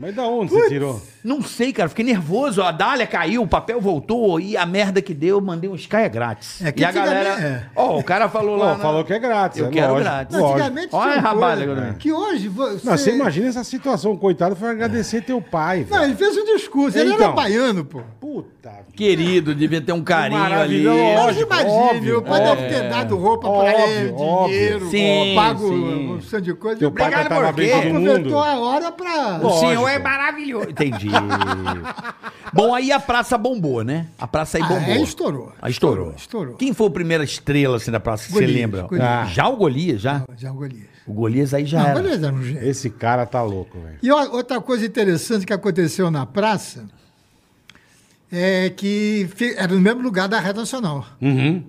C: Mas da onde você tirou?
B: Não sei, cara. Fiquei nervoso. A Dália caiu, o papel voltou. E a merda que deu, eu mandei um Sky é grátis.
D: É que
B: e a
D: antigamente-
B: galera.
D: é.
B: Ó, o cara falou lá. né?
C: Ó, falou que é grátis.
B: Eu
C: é
B: quero
C: lógico,
B: grátis.
C: lógico.
D: Antigamente
B: Olha,
D: tinha coisa
B: rabalho agora.
D: Que hoje você...
C: Não, você imagina essa situação, coitado, foi agradecer teu pai.
D: Não,
C: velho.
D: ele fez um discurso. Ele
C: Então.
D: era baiano, pô.
C: Puta. que-
B: Querido, devia ter um carinho ali.
C: Maravilhoso.
D: Mas
C: Lógico,
D: imagine,
C: óbvio,
D: o pai
C: óbvio.
D: deve ter dado roupa pra
C: Óbvio,
D: ele,
C: óbvio.
D: dinheiro,
B: Sim,
D: pago
B: sim.
D: um monte de coisa.
C: Teu pai vai
B: Obrigado,
C: estar
B: por
C: bem
B: quê?
C: todo mundo.
D: Aproveitou a hora pra...
B: O
C: Lógico.
B: senhor é maravilhoso. Entendi. Bom, aí a praça bombou, né? A praça aí
D: Ah,
B: bombou.
D: aí estourou.
B: Aí estourou.
D: Estourou, estourou.
B: Quem foi a primeira estrela assim da praça? que Você
D: Golias,
B: lembra?
D: Golias.
B: Ah. Já o Golias, já?
D: Já o Golias.
B: O Golias aí já
D: Não, o
B: era.
D: Golias era um gênio.
C: Esse cara tá louco, velho.
D: E ó, outra coisa interessante que aconteceu na praça é que fi- era no mesmo lugar da Rádio Nacional. né?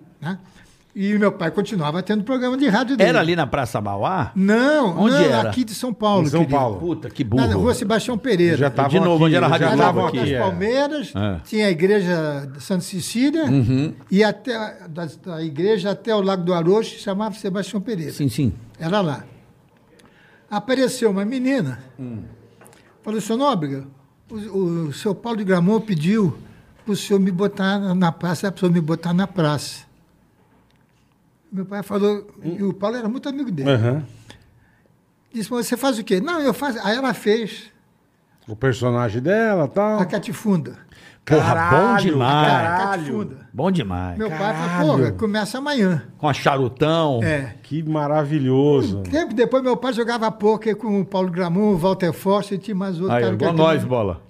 D: E meu pai continuava tendo programa de rádio dele.
B: Era ali na Praça Mauá?
D: Não,
B: Onde
D: não,
B: era?
D: aqui de São Paulo.
C: Em São
D: querido.
C: Paulo.
B: Puta, que
D: Na
B: burro.
D: rua Sebastião Pereira.
C: Já tava
B: De novo, onde era a Rádio
C: já
B: Globo
C: tavam
D: Estavam
B: aqui,
D: das
C: é.
D: Palmeiras,
B: É.
D: tinha a igreja de Santa Cecília
C: Uhum.
D: e até da, da igreja até o Lago do Arocho chamava Sebastião Pereira.
B: Sim, sim.
D: Era lá. Apareceu uma menina.
C: Hum.
D: Falou, senhor Nóbrega, o, o seu Paulo de Gramont pediu para o senhor me botar na- na praça, para o senhor me botar na praça. Meu pai falou, e o Paulo era muito amigo
B: é.
D: dele.
C: Hum. Aham.
D: Disse, mas você faz o quê? Não, eu faço. Aí ela fez
C: O personagem dela e tal.
D: a catifunda.
B: Porra, bom
C: Caralho,
B: demais.
D: Cara,
C: Caralho.
D: catifunda.
B: Bom demais.
D: Meu pai
C: Caralho.
D: falou, porra, começa amanhã.
B: Com a charutão.
D: É.
C: Que
B: Hum,
C: maravilhoso.
D: Tempo depois, meu pai jogava poker com o Paulo Gramont, o Walter Forte e tinha mais outro
B: Aí,
D: cara que
B: igual
D: aquele-
B: nós, bola.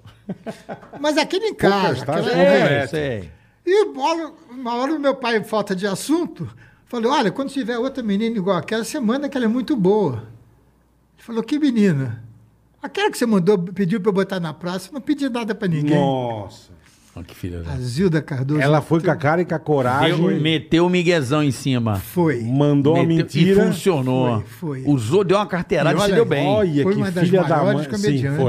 D: Mas aquele em casa.
C: Poker Stars
D: aquela-
C: é bom, né?
B: É,
C: Correto.
B: sei.
D: E bola, uma hora o meu pai, falta de assunto, falou: Olha, quando tiver outra menina igual aquela, você manda que ela é muito boa. Ele falou: Que menina? Aquela que você mandou, pediu para eu botar na praça, eu não pedi nada para ninguém.
C: Nossa.
B: Olha que filha. da-
D: A Zilda Cardoso.
B: é
C: Ela foi com a cara e com a coragem.
B: Meteu o miguezão em cima.
D: foi.
C: Mandou uma
B: Meteu-
C: mentira.
B: E funcionou.
D: Foi, foi.
B: Usou, deu uma carteirada e
D: E
B: se
D: olha,
B: deu bem.
C: Olha
D: Foi
C: que
D: uma das
C: filha da
D: maiores
C: mãe.
D: comediantes.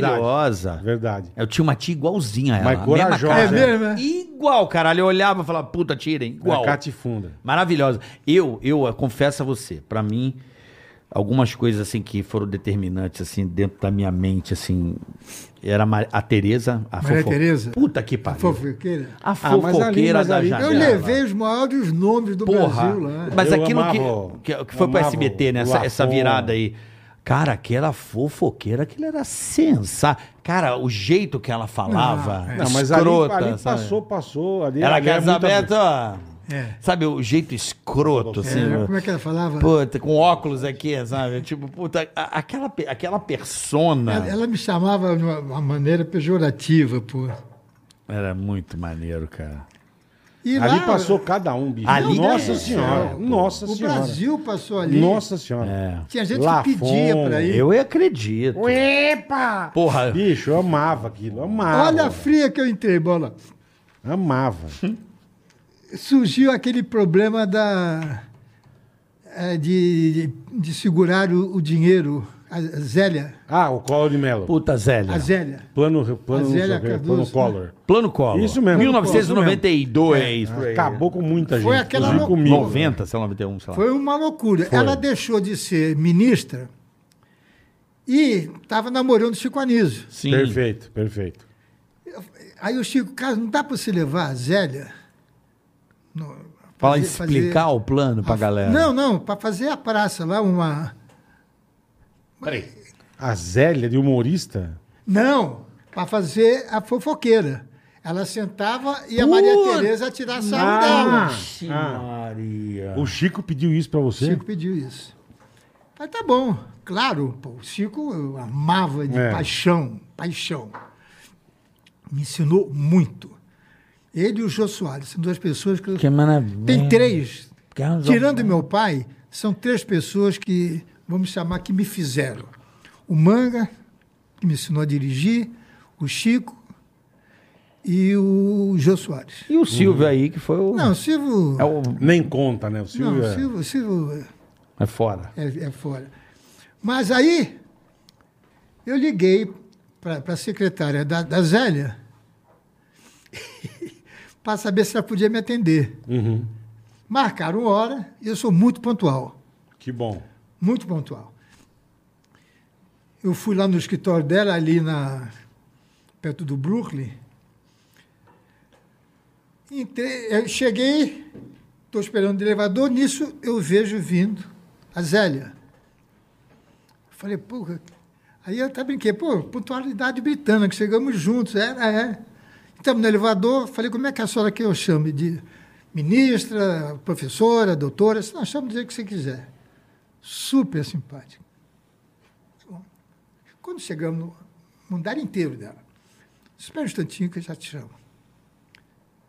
B: Maravilhosa.
C: Verdade. verdade.
B: Eu tinha uma tia igualzinha a ela.
C: Mas
B: a mesma
C: corajosa, né? É,
B: cara.
D: é mesmo, é?
B: Igual, caralho. Eu olhava e falava, puta, tirem. Igual.
C: Da Catifunda.
B: Maravilhosa. Eu, eu eh, confesso a você, pra mim, algumas coisas assim que foram determinantes, assim, dentro da minha mente, assim, era a Ma- a Tereza. A
D: Maria
B: fofo-
D: Tereza?
B: Puta que pariu.
D: Fofoqueira.
B: A
C: Ah, mas ali-
B: fofoqueira
C: mas ali-
B: da
C: eu
D: Eu
B: janela.
D: levei os maiores nomes do
B: Porra.
D: Brasil lá.
B: Mas
C: Eu
B: aquilo que-
C: amava o-
B: que, que, foi pro
C: amava
B: SBT, né?
C: o
B: Essa, essa
C: Lafon.
B: virada aí. Cara, aquela fofoqueira, aquilo era sensacional. Cara, o jeito que ela falava,
D: Não,
C: Não, mas
B: escrota,
C: ali, ali
B: sabe?
C: passou, passou. Ali,
B: Ela
C: ali é
B: quer
C: muita-
B: saber, ó,
D: É.
B: sabe, o jeito escroto, assim.
D: É,
B: né?
D: como é que ela falava?
B: Puta, com óculos aqui, sabe? Tipo, puta, a- aquela, pe- aquela persona
D: Ela, ela me chamava de uma, uma maneira pejorativa, pô.
B: era muito maneiro, cara.
D: E
C: Ali
D: lá,
C: passou cada um, bicho.
B: Ali-
C: Nossa
B: É,
C: senhora.
B: é,
C: Nossa
D: O
C: senhora.
D: Brasil passou ali.
C: Nossa senhora.
D: Tinha gente
C: Lafon,
D: que pedia pra ir.
B: Eu acredito.
C: Epa!
B: Porra,
C: Bicho, eu amava aquilo. Amava.
D: Olha a fria que eu entrei, bola.
C: Amava.
D: Surgiu aquele é, problema da, eh, de, de, de segurar o, o dinheiro. a Zélia.
C: Ah, o Collor de Mello.
B: Puta Zélia.
D: A Zélia.
C: Plano, plano, não sei
D: Zélia
C: o quê,
D: Cardoso,
C: plano
D: né?
C: Collor.
B: Plano Collor.
C: Isso mesmo.
B: 1992. por É aí.
C: Acabou com muita gente.
D: Foi aquela
C: inclusive
D: loucura.
C: comigo.
B: 90, sei lá, 91, sei lá.
D: Foi uma loucura. Ela deixou de ser ministra e estava namorando o Chico Anísio.
B: Sim.
C: Perfeito, perfeito.
D: Aí o Chico, cara, não dá para você levar a Zélia. no-
B: Fala
D: fazer-
B: explicar
D: fazer
B: o plano pra
D: a-
B: galera.
D: Não, não, para fazer a praça lá, uma.
F: Peraí.
C: A Zélia de humorista?
D: Não, para fazer a fofoqueira. Ela sentava e a Maria
B: Puta- Ah,
D: Tereza tirava sarro dela.
B: Maria.
C: Ah, O Chico pediu isso pra
D: O
C: você?
D: Chico pediu isso. Mas tá bom, claro, pô, o Chico eu amava de
C: É.
D: paixão, paixão. Me ensinou muito. Ele e o Jô Soares são duas pessoas que.
B: Que maravilha.
D: Tem três.
B: Carlos
D: Tirando
B: Alberto.
D: meu pai, são três pessoas que, vamos chamar, que me fizeram. O Manga, que me ensinou a dirigir, o Chico e o Jô Soares.
B: E o Silvio aí, que foi o.
D: Não, o Silvio.
B: É, o...
C: Nem conta, né? O
D: Não,
C: Silvio.
D: o
C: é-
D: Silvio, o Silvio
B: é fora.
D: é, é fora. Mas aí eu liguei para a secretária da, da Zélia para saber se ela podia me atender.
C: Uhum.
D: Marcaram hora e eu sou muito pontual.
C: Que bom.
D: Muito pontual. Eu fui lá no escritório dela, ali na perto do Brooklyn. Entrei, eu cheguei, estou esperando o elevador, nisso eu vejo vindo a Zélia. Falei, porra. Aí eu até brinquei, pô, pontualidade britânica, chegamos juntos, era, é. Estamos no elevador, falei, como é que a senhora que eu chame de ministra, professora, doutora? Eu disse, Não, chama do jeito que você quiser super simpática. Quando chegamos no andar inteiro dela, espera um instantinho que eu já te chamo.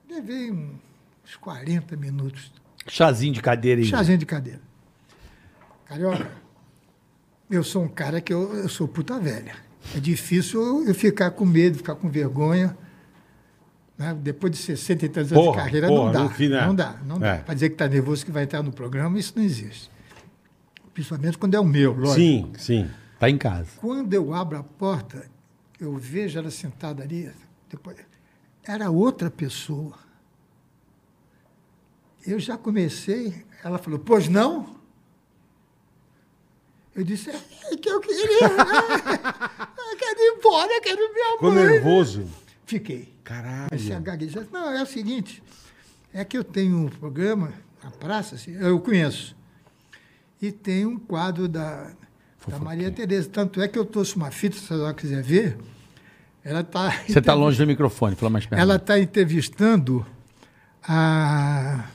D: Levei um- uns 40 minutos,
B: Chazinho de cadeira aí.
D: chazinho de cadeira. Carioca, eu sou um cara que eu, eu sou puta velha. É difícil eu- eu ficar com medo, ficar com vergonha. né? Depois de 60 e tantos anos de
C: Porra,
D: carreira,
C: porra,
D: não dá.
C: não fiz nada.
D: Não dá, não dá.
C: É.
D: Para dizer que está nervoso que vai entrar no programa, isso não existe. Principalmente quando é o meu, lógico.
C: Sim, sim.
B: Tá em casa.
D: Quando eu abro a porta, eu vejo ela sentada ali. Depois, era outra pessoa. Eu já comecei. Ela falou: Pois não? Eu disse: É que eu queria. Eu quero ir embora, eu quero minha
C: Ficou
D: mãe.
C: nervoso.
D: Fiquei. Comecei
C: Caralho.
D: a gaguejar. Não, é o seguinte, é que eu tenho um programa, a praça, assim, eu conheço, e tem um quadro da, da Maria Tereza. Tanto é que eu trouxe uma fita, se ela quiser ver, ela está...
B: Você tá longe do microfone, fala mais perto.
D: Ela está entrevistando a...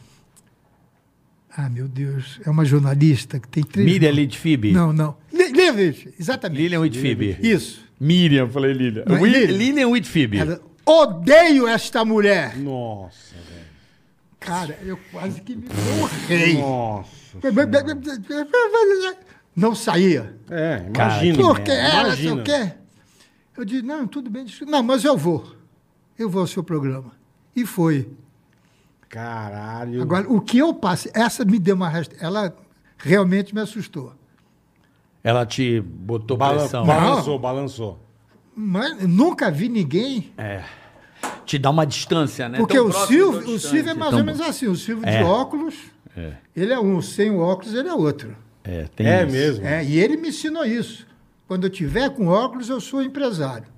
D: Ah, meu Deus, é uma jornalista que tem três...
B: Miriam é Lidfib.
D: Não, não. Li- Lilian Whitfield, exatamente.
B: Lilian Whitfib.
D: Isso.
B: Miriam, eu falei Lilian.
D: Não é
B: Wi-
D: Lilian?
B: Lilian Whitfib.
D: Ela, Odeio esta mulher.
C: Nossa, velho.
D: Cara, eu quase que me borrei.
C: Nossa.
D: Não saía.
C: É,
B: Cara,
C: imagina.
D: Por que
C: né?
D: ela,
C: Imagina.
D: não quer? Eu disse, não, tudo bem. desculpa. Não, mas eu vou. Eu vou ao seu programa. E foi.
C: Caralho.
D: Agora, o que eu passei, essa me deu uma resta... Ela realmente me assustou.
B: Ela te botou
C: Bala-
B: pressão.
C: balançou, balançou.
D: Mas nunca vi ninguém.
B: Te dá uma distância, né?
D: porque
B: É, Tão
D: o
B: próximo, tão
D: Silvio, o
B: distante.
D: Silvio é mais
B: Tão-
D: ou menos assim. O Silvio
B: É.
D: de óculos, ele é um. Sem o óculos, ele é outro.
B: É, tem
C: É
B: isso.
C: mesmo.
D: É, e ele me ensinou isso. Quando eu tiver com óculos, eu sou empresário.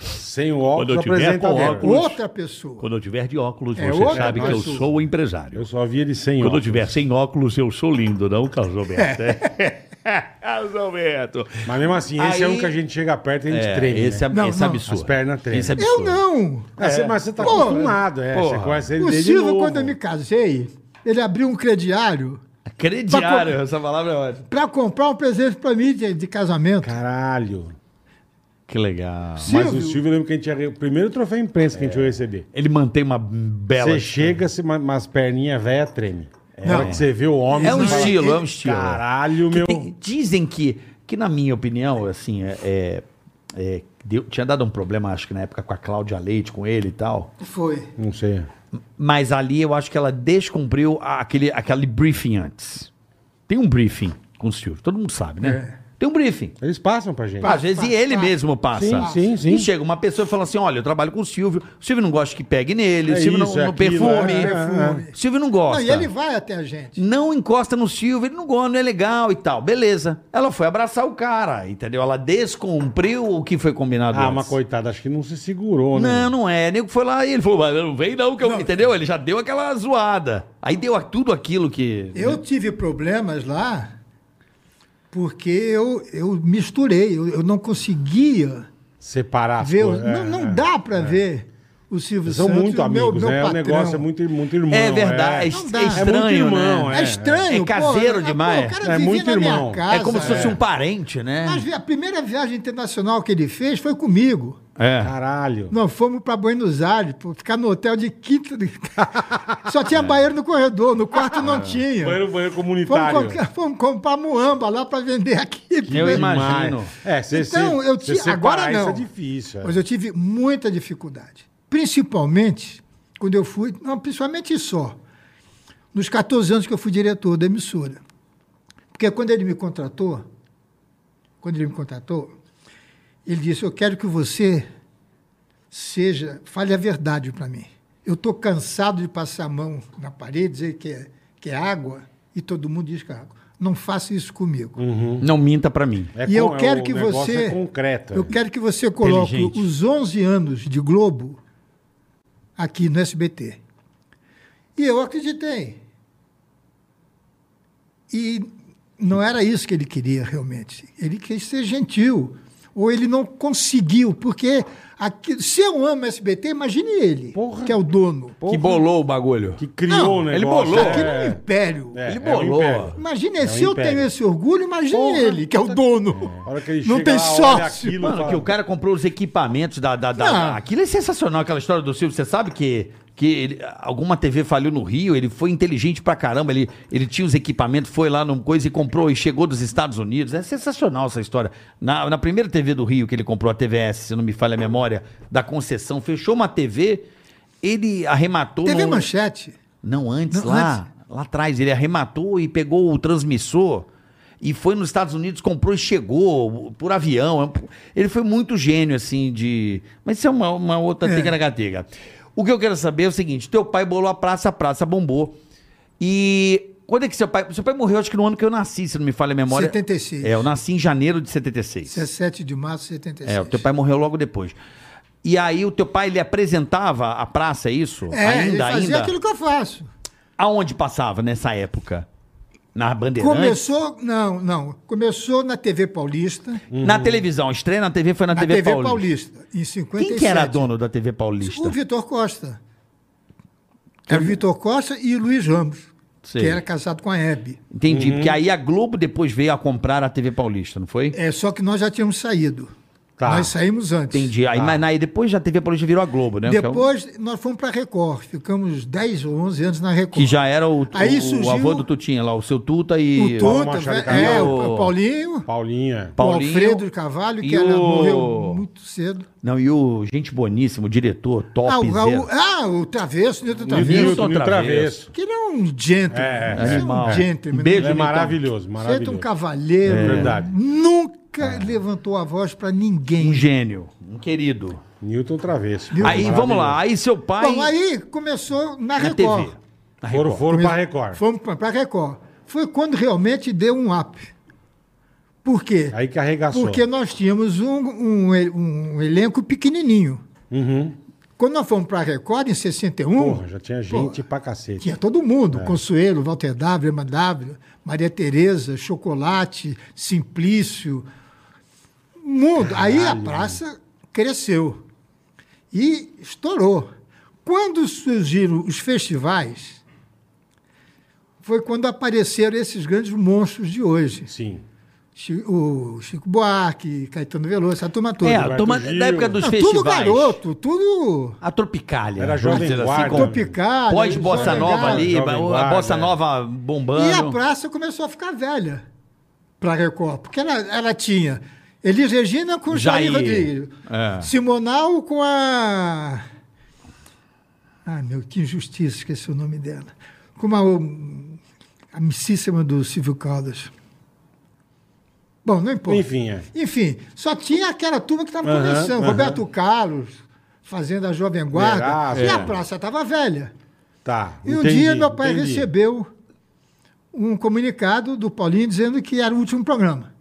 C: Sem o
F: Quando eu
C: óculos,
F: tiver
C: apresentador.
F: com óculos.
D: Outra pessoa.
F: Quando eu tiver de óculos,
D: É,
F: você
D: outra
F: sabe que eu
D: pessoa.
F: sou o empresário.
C: Eu só vi ele sem
F: Quando eu
C: óculos.
F: tiver sem óculos, eu sou lindo, não, Carlos Alberto? É. Carlos Alberto.
C: Mas mesmo assim, esse é
B: Aí-
C: um que a gente chega perto e a gente
B: É,
C: treme.
B: esse é,
C: né?
D: Não,
B: esse é
D: não.
B: absurdo.
C: As pernas tremem.
B: Esse é
D: Eu
B: absurdo.
D: não.
C: É, você- Mas você tá
D: Porra.
C: acostumado, é. Você
B: Porra.
C: conhece ele
D: O
C: desde
D: Silvio,
C: novo.
D: quando eu me casei, ele abriu um crediário
B: Crediário, essa palavra é ótima.
D: para comprar um presente para mim de, de casamento.
C: Caralho.
B: Que legal.
C: Mas o Silvio, eu lembro que a gente ia... re- O primeiro troféu imprensa que a gente ia receber.
B: Ele mantém uma bela.
C: Você chega, se ma- mas perninha velha treme. É. Na hora que você vê o homem...
B: É um
C: você fala,
B: estilo, é um estilo.
C: Caralho, meu...
B: Tem- dizem que, que, na minha opinião, assim, é. é- é, deu- tinha dado um problema, acho que na época, com a Cláudia Leite, com ele e tal.
D: Foi.
C: Não sei.
B: Mas ali eu acho que ela descumpriu a- aquele, aquele briefing antes. Tem um briefing com o Silvio, todo mundo sabe, né? Tem um briefing.
C: Eles passam pra gente.
B: Às vezes ele mesmo passa.
C: É. Sim, sim, sim.
B: E chega uma pessoa e fala assim: olha, eu trabalho com o Silvio. O Silvio não gosta que pegue nele.
C: É
B: o Silvio
C: isso,
B: não,
C: é
B: no
C: aquilo,
B: perfume.
C: é,
D: é, é.
B: O Silvio não gosta.
D: Não, e ele vai até a gente.
B: Não encosta no Silvio, ele não gosta, não é legal e tal. Beleza. Ela foi abraçar o cara, entendeu? Ela descumpriu o que foi combinado
C: Ah,
B: antes.
C: mas coitado, acho que não se segurou, né?
B: Não, não é. Nego foi lá e ele falou, mas não vem não, que eu... entendeu? Ele já deu aquela zoada. Aí deu a- tudo aquilo que...
C: Hum.
D: Eu tive problemas lá porque eu, eu misturei, eu, eu não conseguia
C: Separar as
D: ver. o-
C: coisas, é,
D: não, não
C: é.
D: dá para ver o Silvio
C: Eles São
D: Santos. e
C: muito
D: o meu-
C: amigos,
D: meu
C: né? O
D: patrão.
C: negócio é muito, muito irmão.
B: É verdade,
D: Não
B: é,
D: dá.
B: estranho,
C: É muito irmão,
B: né?
D: É estranho,
B: É caseiro
D: pô.
B: demais.
D: Pô, o
C: É
D: cara vivia
C: muito
D: na minha
C: irmão. É
D: casa, É.
B: é como se fosse um parente, né?
D: Mas vi- a primeira viagem internacional que ele fez foi comigo.
B: É.
C: Caralho.
D: Nós fomos para Buenos Aires, pô, ficar no hotel de quinta. de- Só tinha banheiro no corredor, no quarto não tinha.
C: Banheiro, banheiro
D: Vamos,
C: comunitário.
D: comprar- vamos comprar muamba lá para vender aqui.
B: Eu imagino.
C: Demais. É, você
D: Então, eu ti- agora
C: Isso
D: não.
C: é difícil. é.
D: Mas eu tive muita dificuldade. Principalmente quando eu fui, não, principalmente só, nos 14 anos que eu fui diretor da emissora. Porque quando ele me contratou, quando ele me contratou, ele disse: Eu quero que você seja, fale a verdade para mim. Eu estou cansado de passar a mão na parede, dizer que é, que é água, e todo mundo diz que é água. Não faça isso
C: Hum.
D: comigo.
B: Não minta pra mim.
C: É
D: e eu
C: con- é
D: quero
C: o
D: que
C: negócio
D: você.
C: É concreto.
D: Eu quero que você coloque
B: Inteligente.
D: os 11 anos de Globo aqui no SBT. E eu acreditei. E não era isso que ele queria realmente. Ele quis ser gentil. Ou ele não conseguiu, porque aqui- se eu amo SBT, imagine ele,
C: Porra.
D: que é o dono.
C: Porra,
B: Que bolou o bagulho.
C: Que criou o
B: Não,
C: negócio.
B: ele bolou.
C: é.
D: Aquilo é um império.
C: É,
B: Ele
C: é um
B: bolou.
C: império.
D: Imagine,
C: É um
D: se eu
C: império.
D: tenho esse orgulho, imagine
C: Porra,
D: ele, que é o
C: puta-
D: dono.
C: A hora que ele
D: Não
C: chega
D: tem
C: lá, olha
D: sócio.
C: aquilo,
B: Mano,
C: fala,
B: que o cara comprou os equipamentos da. da, da-
D: Não.
B: Aquilo é sensacional, aquela história do Silvio. Você sabe que, que ele- alguma TV faliu no Rio, ele foi inteligente pra caramba, ele, ele tinha os equipamentos, foi lá numa coisa e comprou e chegou dos Estados Unidos. É sensacional essa história. Na, na primeira TV do Rio que ele comprou, a TVS, se não me falha a memória, da concessão, fechou uma TV, ele arrematou.
D: TV
B: no-
D: Manchete.
B: não, antes,
D: Não,
B: lá, lá atrás, ele arrematou e pegou o transmissor e foi nos Estados Unidos, comprou e chegou por avião. Ele foi muito gênio, assim, de. Mas isso é uma, uma outra tigra-gatiga. O que eu quero saber é o seguinte: teu pai bolou a praça, a praça bombou. E quando é que seu pai. Seu pai morreu, acho que no ano que eu nasci, se não me falha a memória.
D: 76.
B: É, eu nasci em janeiro de 76.
D: 17 de março de 76.
B: É, o teu pai morreu logo depois. E aí, o teu pai, ele apresentava a praça, é isso?
D: É,
B: ainda,
D: ele fazia
B: ainda.
D: aquilo que eu faço.
B: Aonde passava nessa época? Na Bandeirantes?
D: Começou, não, não. Começou na TV Paulista,
B: Na televisão. A estreia na TV foi na,
D: na
B: TV,
D: TV,
B: Paulista.
D: Paulista. em 57.
B: Quem que era dono da TV Paulista?
D: O Vitor Costa. Era o Vitor Costa e o Luiz Ramos,
B: Sei.
D: que era casado com a Hebe.
B: Entendi, porque aí a Globo depois veio a comprar a TV Paulista, não foi?
D: É, só que nós já tínhamos saído.
C: Tá.
D: Nós saímos antes.
B: Entendi. Aí, mas aí depois já a TV Paulista virou a Globo, né? Que é o-
D: Depois nós fomos para a Record. Ficamos 10 ou 11 anos na Record.
B: Que já era o,
D: Aí
B: o- o
D: surgiu
B: avô do Tutinha lá, o seu Tuta
D: o
B: e...
C: Paulo
D: Tuta,
C: Machado de
D: velho, é,
B: Carvalho.
D: o Paulinho,
C: Paulinha.
B: Pa-
D: o
B: Paulinho
D: Alfredo de Carvalho, que
B: e
D: era-
B: o-
D: morreu muito cedo.
B: Não, e o gente boníssimo, o diretor, top.
D: Ah, o, Raul- ah, o Travesso, Nilton
C: Nilton,
D: Travesso.
B: Nilton
C: Nilton Travesso.
D: Que ele é um gentleman.
C: É,
D: Você é
B: animal.
D: um gentleman.
B: Beijo,
D: né?
C: É
B: Nilton.
C: maravilhoso,
D: Feito
C: maravilhoso.
D: um cavalheiro.
C: É verdade. É.
D: Nunca levantou a voz para ninguém.
B: Um gênio, um querido.
C: Newton Travesso.
B: Aí, vamos lá. Aí seu pai...
D: Bom, aí começou
B: na
D: na, Record.
B: TV. Na
C: Foram,
B: Record.
C: foram pra Record.
D: Fomos para Record. Foi quando realmente deu um up. Por quê?
C: Aí que arregaçou.
D: Porque nós tínhamos um, um, el- um elenco pequenininho.
C: Uhum.
D: Quando nós fomos para Record, em 61,
C: Porra, já tinha gente pra cacete.
D: Tinha todo mundo, Consuelo, Walter W, Emma W, Maria Tereza, Chocolate, Simplício, mundo. Aí a praça cresceu e estourou. Quando surgiram os festivais, foi quando apareceram esses grandes monstros de hoje.
C: Sim.
D: Chi- O Chico Buarque, Caetano Veloso, essa turma toda.
B: É, a
D: Ah,
B: turma
C: Gil.
B: da época dos
D: tudo
B: festivais.
D: garoto, tudo
B: A Tropicália.
C: Era Jovem
B: vamos dizer assim,
C: Guarda.
B: como
D: tropical. né?
B: Pós-bossa
D: jovem
B: nova
D: guarda.
B: ali,
C: Jovem
B: a
C: Guarda,
B: bossa
C: é.
B: nova
D: E a
B: bombando.
D: praça começou a ficar velha para Record, porque ela, ela tinha Elis Regina com Jair,
B: Jair,
D: Rodrigues,
B: é.
D: Simonal com a. Ah, meu, que injustiça, esqueci o nome dela. Com uma. o- Amicíssima do Silvio Caldas. Bom, não importa.
C: Enfim, é.
D: Enfim, só tinha aquela turma que estava
C: Aham,
D: começando.
C: aham.
D: Roberto Carlos, fazendo a Jovem Guarda.
C: Verás,
D: e
C: é.
D: a praça estava velha.
C: Tá.
D: E um
C: entendi,
D: dia meu pai
C: entendi.
D: recebeu um comunicado do Paulinho dizendo que era o último programa.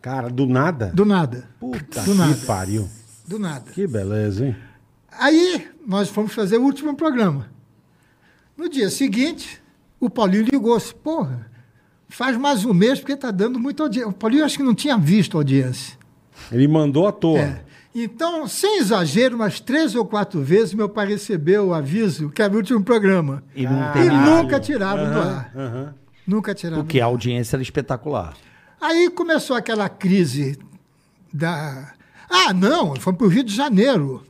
C: Cara, do nada?
D: Do nada.
C: Puta
D: do
C: que
D: nada.
C: pariu.
D: Do nada.
C: Que beleza, hein?
D: Aí nós fomos fazer o último programa. No dia seguinte, o Paulinho ligou assim, porra, faz mais um mês porque está dando muita audiência. O Paulinho acho que não tinha visto a audiência.
C: Ele mandou à toa.
D: É. Então, sem exagero, umas três ou quatro vezes meu pai recebeu o aviso que era o último programa.
B: E não
D: E
B: tem nada.
D: nunca tiraram do ar.
C: Aham.
D: Nunca tiraram
B: Porque a audiência era espetacular.
D: Aí começou aquela crise da. Ah, não, foi para o Rio de Janeiro.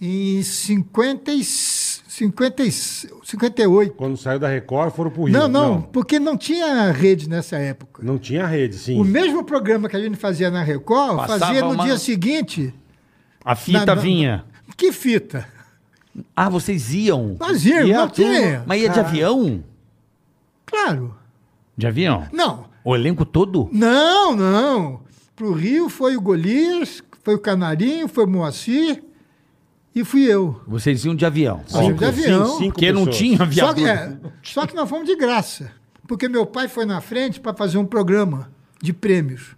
D: Em 50 e... 50 e... 58.
C: Quando saiu da Record, foram pro Rio.
D: Não, não, porque não tinha rede nessa época.
C: Não tinha rede, sim.
D: O mesmo programa que a gente fazia na Record,
B: Passava
D: fazia no
B: uma-
D: dia seguinte.
F: A fita
D: Na- na-
F: vinha.
D: Que fita!
B: Ah, vocês iam?
D: Nós íamos,
B: Ia
D: não
B: tudo.
D: tinha.
B: Mas ia de avião?
D: Claro.
F: De avião?
D: Não,
B: O elenco todo?
D: não, não. Para o Rio foi o Golias, foi o Canarinho, foi o Moacir e fui eu.
B: Vocês iam de avião.
D: Nós íamos de avião.
F: Porque não
C: pessoas.
F: tinha
D: Só
F: avião.
D: que, é, só que nós fomos de graça. Porque meu pai foi na frente para fazer um programa de prêmios,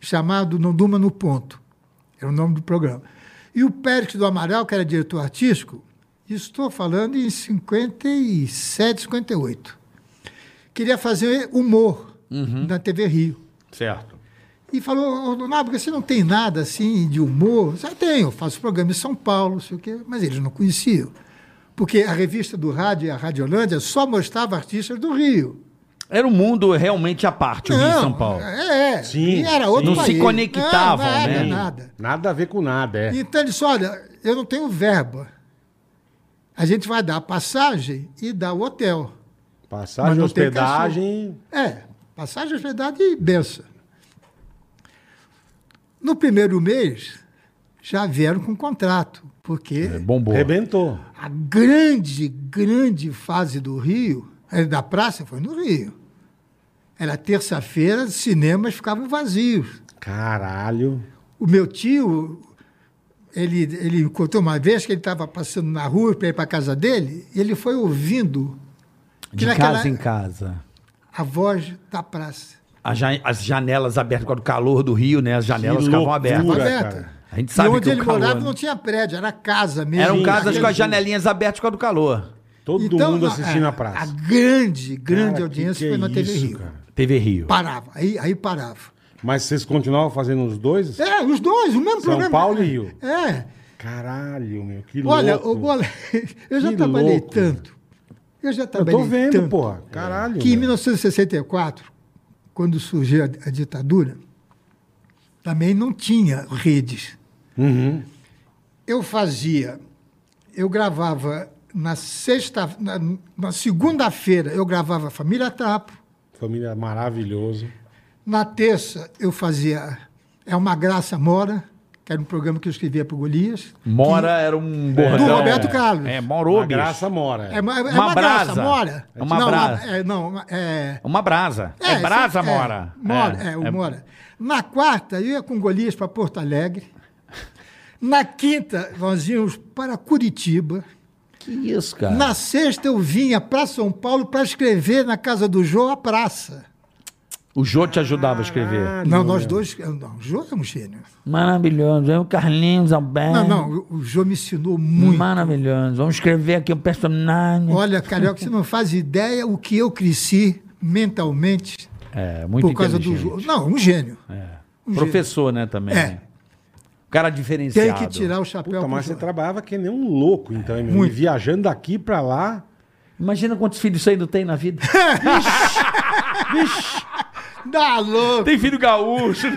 D: chamado Não Duma no Ponto. Era o nome do programa. E o Pérez do Amaral, que era diretor artístico, isso estou falando em 57, 58. Queria fazer humor na TV Rio.
F: Certo.
D: E falou, "Ô, Leonardo, porque você não tem nada assim de humor? Já tenho, faço programa em São Paulo, não sei o quê, mas eles não conheciam. Porque a revista do rádio, a Radiolândia, só mostrava artistas do Rio.
B: Era um mundo realmente à parte, o Rio e
D: Não,
B: São Paulo.
D: É, é.
C: Sim,
D: e era outro
B: sim. Não se
D: país.
B: conectavam,
D: não, não era
B: né?
D: nada.
C: Nada a ver com nada, é.
D: Então ele disse, olha, eu não tenho verba. A gente vai dar a passagem e dar o hotel. Mas
C: Passagem,
D: não tem
C: hospedagem.
D: É, passagem, hospedagem e benção. No primeiro mês, já vieram com contrato, porque
C: É
B: Bombou.
C: Rebentou.
D: a grande, grande fase do Rio, eh, da praça, foi no Rio. Era terça-feira, os cinemas ficavam vazios.
C: Caralho.
D: O meu tio, ele, ele contou uma vez que ele estava passando na rua para ir para a casa dele, e ele foi ouvindo que
B: De
D: naquela-
B: casa em casa.
D: a voz da praça.
B: A ja- As janelas abertas, por causa do calor do Rio, né? As janelas
C: Que
B: ficavam
C: loucura.
B: abertas.
D: Estava
C: Pura,
D: aberta.
C: cara.
B: A gente
D: E
B: sabe
D: onde
B: que o
D: ele
B: calor, um
D: morava
B: né?
D: não tinha prédio, era casa mesmo.
B: Eram casas
D: Aquele-
B: com as janelinhas abertas por causa do calor.
C: Todo
D: Então,
C: mundo
D: a-
C: assistindo a
D: A
C: praça.
D: grande, grande
C: Cara,
D: audiência
C: que que
D: foi
C: é
D: na TV
C: isso,
D: Rio.
C: cara?
B: TV Rio.
D: Parava, aí, aí parava.
C: Mas vocês continuavam fazendo os dois?
D: É, os dois, o mesmo
C: São
D: programa.
C: Paulo e Rio.
D: É.
C: Caralho, meu. Que
D: Olha,
C: louco.
D: o Bola, eu já
C: Que
D: trabalhei
C: louco.
D: tanto. Eu já
C: Eu
D: trabalhei
C: tô vendo,
D: tanto,
C: porra. Caralho.
D: Que em
C: meu.
D: 1964, quando surgiu a, a ditadura, também não tinha redes.
C: Uhum.
D: Eu fazia, eu gravava na sexta, na, na segunda-feira eu gravava Família Tapo,
C: Família maravilhoso.
D: Na terça, eu fazia É Uma Graça Mora, que era um programa que eu escrevia para o Golias.
B: Mora era um
D: Do
B: bordão.
D: É. Roberto Carlos.
B: É,
D: É,
B: morou,
C: a
B: bicho.
C: graça mora.
D: é, uma, é
B: Uma
D: uma graça,
B: brasa.
D: Mora.
B: É uma
D: não,
B: brasa.
D: é- não, uma- é...
B: Uma brasa. É,
D: isso
B: brasa, Mora.
D: É, mora, é, o Mora. Na quarta, eu ia com o Golias para Porto Alegre. Na quinta, nós íamos para Curitiba.
B: Que isso, cara.
D: Na sexta, eu vinha para São Paulo para escrever na casa do João a praça.
B: O Jô te ajudava a escrever.
D: Não, nós dois. Não, o João é um gênio.
B: Maravilhoso. É o Carlinhos Alberto.
D: Não, não, o- o João me ensinou muito.
B: Maravilhoso. Vamos escrever aqui um personagem.
D: Olha, Carioca, você não faz ideia o que eu cresci mentalmente
B: É, muito
D: por causa do
B: inteligente. É.
D: jogo. Não, um gênio.
B: Professor, né, também.
D: É.
B: né? O cara diferenciado.
D: Tem que tirar o chapéu.
C: Puta,
D: pro
C: mas você
D: João.
C: trabalhava que nem um louco, então, hein, meu?
D: Muito.
C: E Viajando daqui pra lá.
B: Imagina quantos filhos isso aí não tem na vida.
D: Dá louco!
B: tem filho gaúcho, né?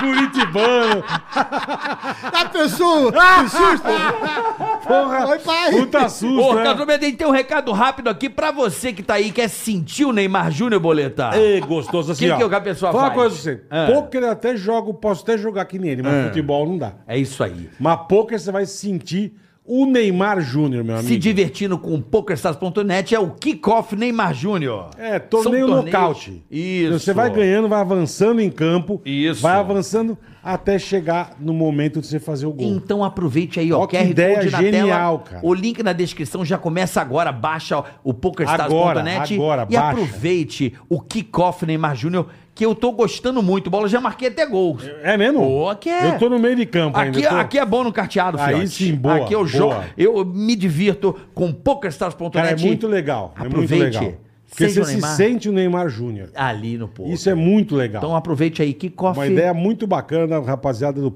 C: Curitibano.
D: A pessoa que susto!
C: Porra.
D: Oi, pai!
C: Puta susto,
B: Ô,
C: né?
B: Carlos Alberto, tem um recado rápido aqui pra você que tá aí, quer sentir o Neymar Júnior boletar.
C: É gostoso assim,
B: Que
C: ó.
B: que o pessoal
C: Fala
B: faz?
C: uma coisa pra você.
B: Ah.
C: Pôquer eu até jogo, posso até jogar aqui nele, mas futebol não dá.
B: É isso aí.
C: Mas pôquer você vai sentir O Neymar Júnior, meu amigo.
B: Se divertindo com o PokerStars.net é o Kickoff Neymar Júnior.
C: É, torneio
B: São torneios-
C: nocaute.
B: Isso.
C: Você vai ganhando, vai avançando em campo.
B: Isso.
C: Vai avançando até chegar no momento de você fazer o gol.
B: Então aproveite aí, ó.
C: Ó, que ideia genial, cara.
B: O link na descrição já começa agora. Baixa ó, o PokerStars.net.
C: Agora, agora,
B: E
C: baixa.
B: aproveite o Kickoff Neymar Júnior, que eu tô gostando muito. Bola, já marquei até gols.
C: É mesmo?
B: Pô, que é.
C: Eu tô no meio de campo
B: Aqui,
C: ainda. eu tô-
B: aqui é bom no carteado,
C: Aí
B: filhote.
C: sim, boa,
B: Aqui eu
C: boa.
B: jogo, eu me divirto com PokerStars.net.
C: Cara, é muito legal.
B: Aproveite.
C: É muito legal. Porque
B: Seja
C: você
B: o
C: se
B: Neymar.
C: sente o Neymar Júnior.
B: Ali no poker.
C: Isso é muito legal.
B: Então assim- aproveite aí, Kickoff.
C: Uma ideia muito bacana da rapaziada do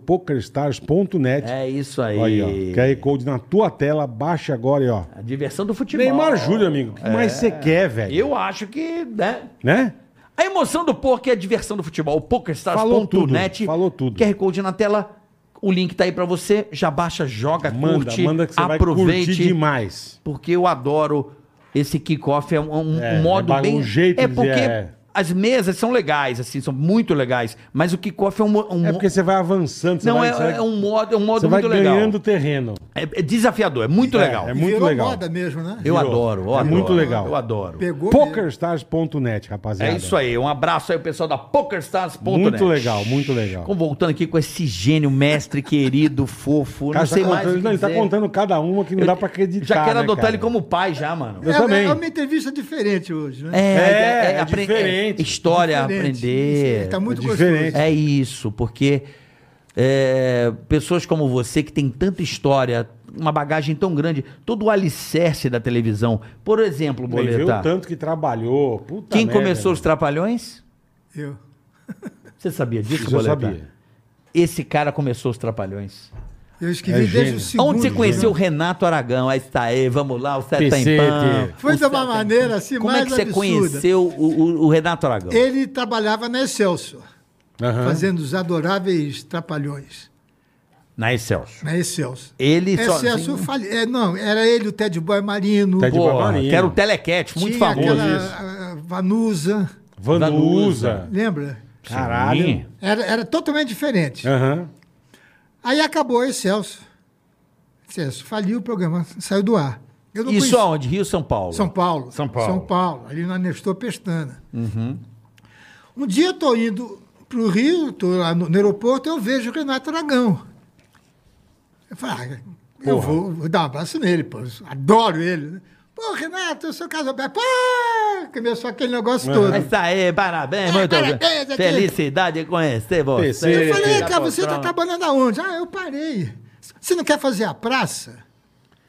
C: PokerStars.net.
B: É isso aí.
C: Aí, ó. QR Code na tua tela, baixa agora e ó.
B: A diversão do futebol.
C: Neymar Júnior, amigo. O que mais você quer, velho?
B: É. Eu acho que, né?
C: Né?
B: A emoção do poker é a diversão do futebol. O
C: Falou tudo,
B: PokerStars.net.
C: falou tudo.
B: QR Code na tela. O link tá aí pra você. Já baixa, joga,
C: Manda,
B: curte.
C: manda que você vai
B: aproveite.
C: curtir demais.
B: Porque eu adoro esse kickoff. É um, um-
C: É,
B: um modo
C: é ba-
B: bem.
C: um jeito
B: é
C: de-
B: porque
C: é.
B: as mesas são legais, assim, são muito legais. Mas o kickoff é um. mo- um
C: É porque você vai avançando. Você
B: Não,
C: vai,
B: é,
C: você vai-
B: é um modo, é um modo
C: Você vai
B: muito legal.
C: ganhando terreno.
B: É, é desafiador, é muito
C: É,
B: legal.
C: é
D: E
C: muito
D: virou
C: legal.
D: moda mesmo, né?
B: Eu
C: Virou.
B: adoro, eu
C: É
B: adoro,
C: muito legal.
B: Eu adoro.
D: Pegou mesmo.
C: Pokerstars.net, rapaziada.
B: É isso aí. Um abraço aí, o pessoal da PokerStars.net.
C: Muito legal, muito legal.
B: Então, voltando aqui com esse gênio, mestre, querido, fofo.
C: Cara,
B: não sei
C: tá
B: mais. o
C: contando,
B: que
C: não, ele tá
B: dizer.
C: contando cada uma que não
B: Eu
C: dá pra acreditar.
B: Já quero
C: né,
B: adotar
C: cara?
B: ele como pai, já, mano.
C: Eu
D: É,
C: também.
D: É uma entrevista diferente hoje, né?
C: É, é
B: apre-
C: diferente.
B: história,
D: Diferente. Isso aí,
B: aprender.
D: Tá muito
C: É diferente.
D: gostoso.
B: É isso, porque é, pessoas como você que tem tanta história, uma bagagem tão grande, todo o alicerce da televisão. Por exemplo,
C: Nem vê o
B: Boleta,
C: tanto que trabalhou. Puta
B: quem
C: merda, né?
B: começou os
C: meu.
B: Trapalhões?
D: Eu.
B: Você sabia disso,
C: Isso eu
B: Boleta?
C: sabia.
B: Esse cara começou os Trapalhões.
D: Eu
C: É
D: escrevi desde
C: gênio.
D: o segundo.
B: Onde você conheceu o
D: né?
B: Renato Aragão? Aí está aí, vamos lá, o Sete tá
C: Pecete.
B: em Pan.
D: Foi
B: O
D: de uma
B: Sete Em
D: maneira,
B: Pan.
D: assim,
B: Como é
D: mais
B: que você
D: absurda.
B: conheceu o, o- o Renato Aragão?
D: Ele trabalhava na Excelsior,
C: Aham.
D: fazendo os adoráveis trapalhões
B: Na Excelsior.
D: na Excelsior.
B: Ele
D: Excelsior
B: sozinho-
D: fali... é, não, era ele, o Ted Boy Marino,
C: Ted- de
B: Porra,
C: Barbarino.
B: que era o Telecat, muito
D: tinha
B: famoso.
D: aquela
C: isso.
D: a- a Vanusa,
C: Vanusa.
D: lembra?
C: Caralho.
D: Era, era totalmente diferente.
C: Aham.
D: Aí acabou a Excelsior. Excelsior faliu o programa, saiu do ar. Eu não
B: Isso
D: conhecia-
B: aonde? Rio São Paulo.
D: São Paulo.
C: São Paulo. Uhum.
D: São Paulo, ali na Nestor Pestana. Um dia eu estou indo para o Rio, estou lá no, no aeroporto, eu vejo o Renato Aragão. Eu falo, ah, eu
C: Porra.
D: vou, vou dar um abraço nele, pô. eu Adoro ele. né? Pô, Renato, eu sou casal. Pô, começou aquele negócio todo.
B: É Isso aí, parabéns,
D: É,
B: muito
D: parabéns,
B: bem.
D: aqui.
B: Felicidade em conhecer você.
C: Pecete.
D: Eu falei, cara,
B: da
D: você está
B: poltrona.
D: trabalhando aonde? Ah, eu parei. Você não quer fazer a praça?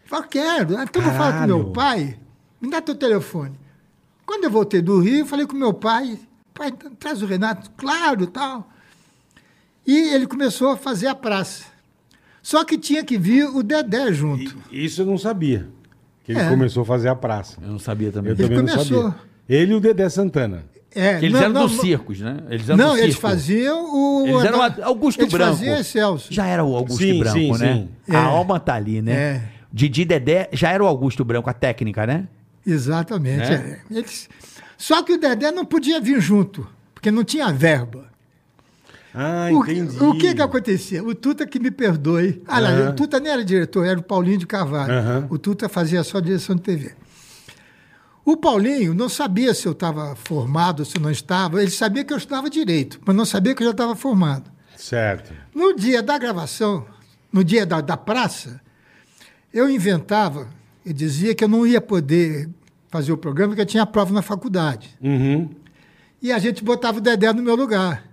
D: Eu falo, quero. Ah, Então eu vou falar com
C: Caralho.
D: meu pai. Me dá teu telefone. Quando eu voltei do Rio, eu falei com meu pai. Pai, tra- traz o Renato. Claro, tal. E ele começou a fazer a praça. Só que tinha que vir o Dedé junto.
C: E- Isso eu não sabia. Que ele
D: É.
C: começou a fazer a praça.
B: Eu não sabia também.
C: Eu também não
D: começou.
C: sabia. Ele e o Dedé Santana.
D: É,
B: Porque eles
D: não,
B: eram
D: não,
B: dos
D: não-
B: circos, né? Eles eram
D: Não,
B: do
D: eles
B: circo.
D: faziam o...
B: Eles eram
D: o-
B: Augusto
D: eles
B: Branco.
D: faziam Excelso.
B: Já era o Augusto
C: Sim,
B: Branco,
C: sim,
B: né?
C: sim.
B: A
D: É.
B: alma tá ali, né?
D: É.
B: Didi Dedé já era o Augusto Branco, a técnica, né?
D: Exatamente.
C: Né?
D: é. Eles- Só que o Dedé não podia vir junto, porque não tinha verba.
C: Ah,
D: O,
C: entendi.
D: o que que acontecia? O Tuta que me perdoe. Ah, lá,
C: Aham.
D: o Tuta nem era diretor, era o Paulinho de Carvalho.
C: Aham.
D: O Tuta fazia só direção de TV. O Paulinho não sabia se eu estava formado, se eu não estava. Ele sabia que eu estudava direito, mas não sabia que eu já estava formado.
C: Certo.
D: No dia da gravação, no dia da, da praça, eu inventava, eu dizia que eu não ia poder fazer o programa porque eu tinha prova na faculdade.
C: Uhum.
D: E a gente botava o Dedé no meu lugar.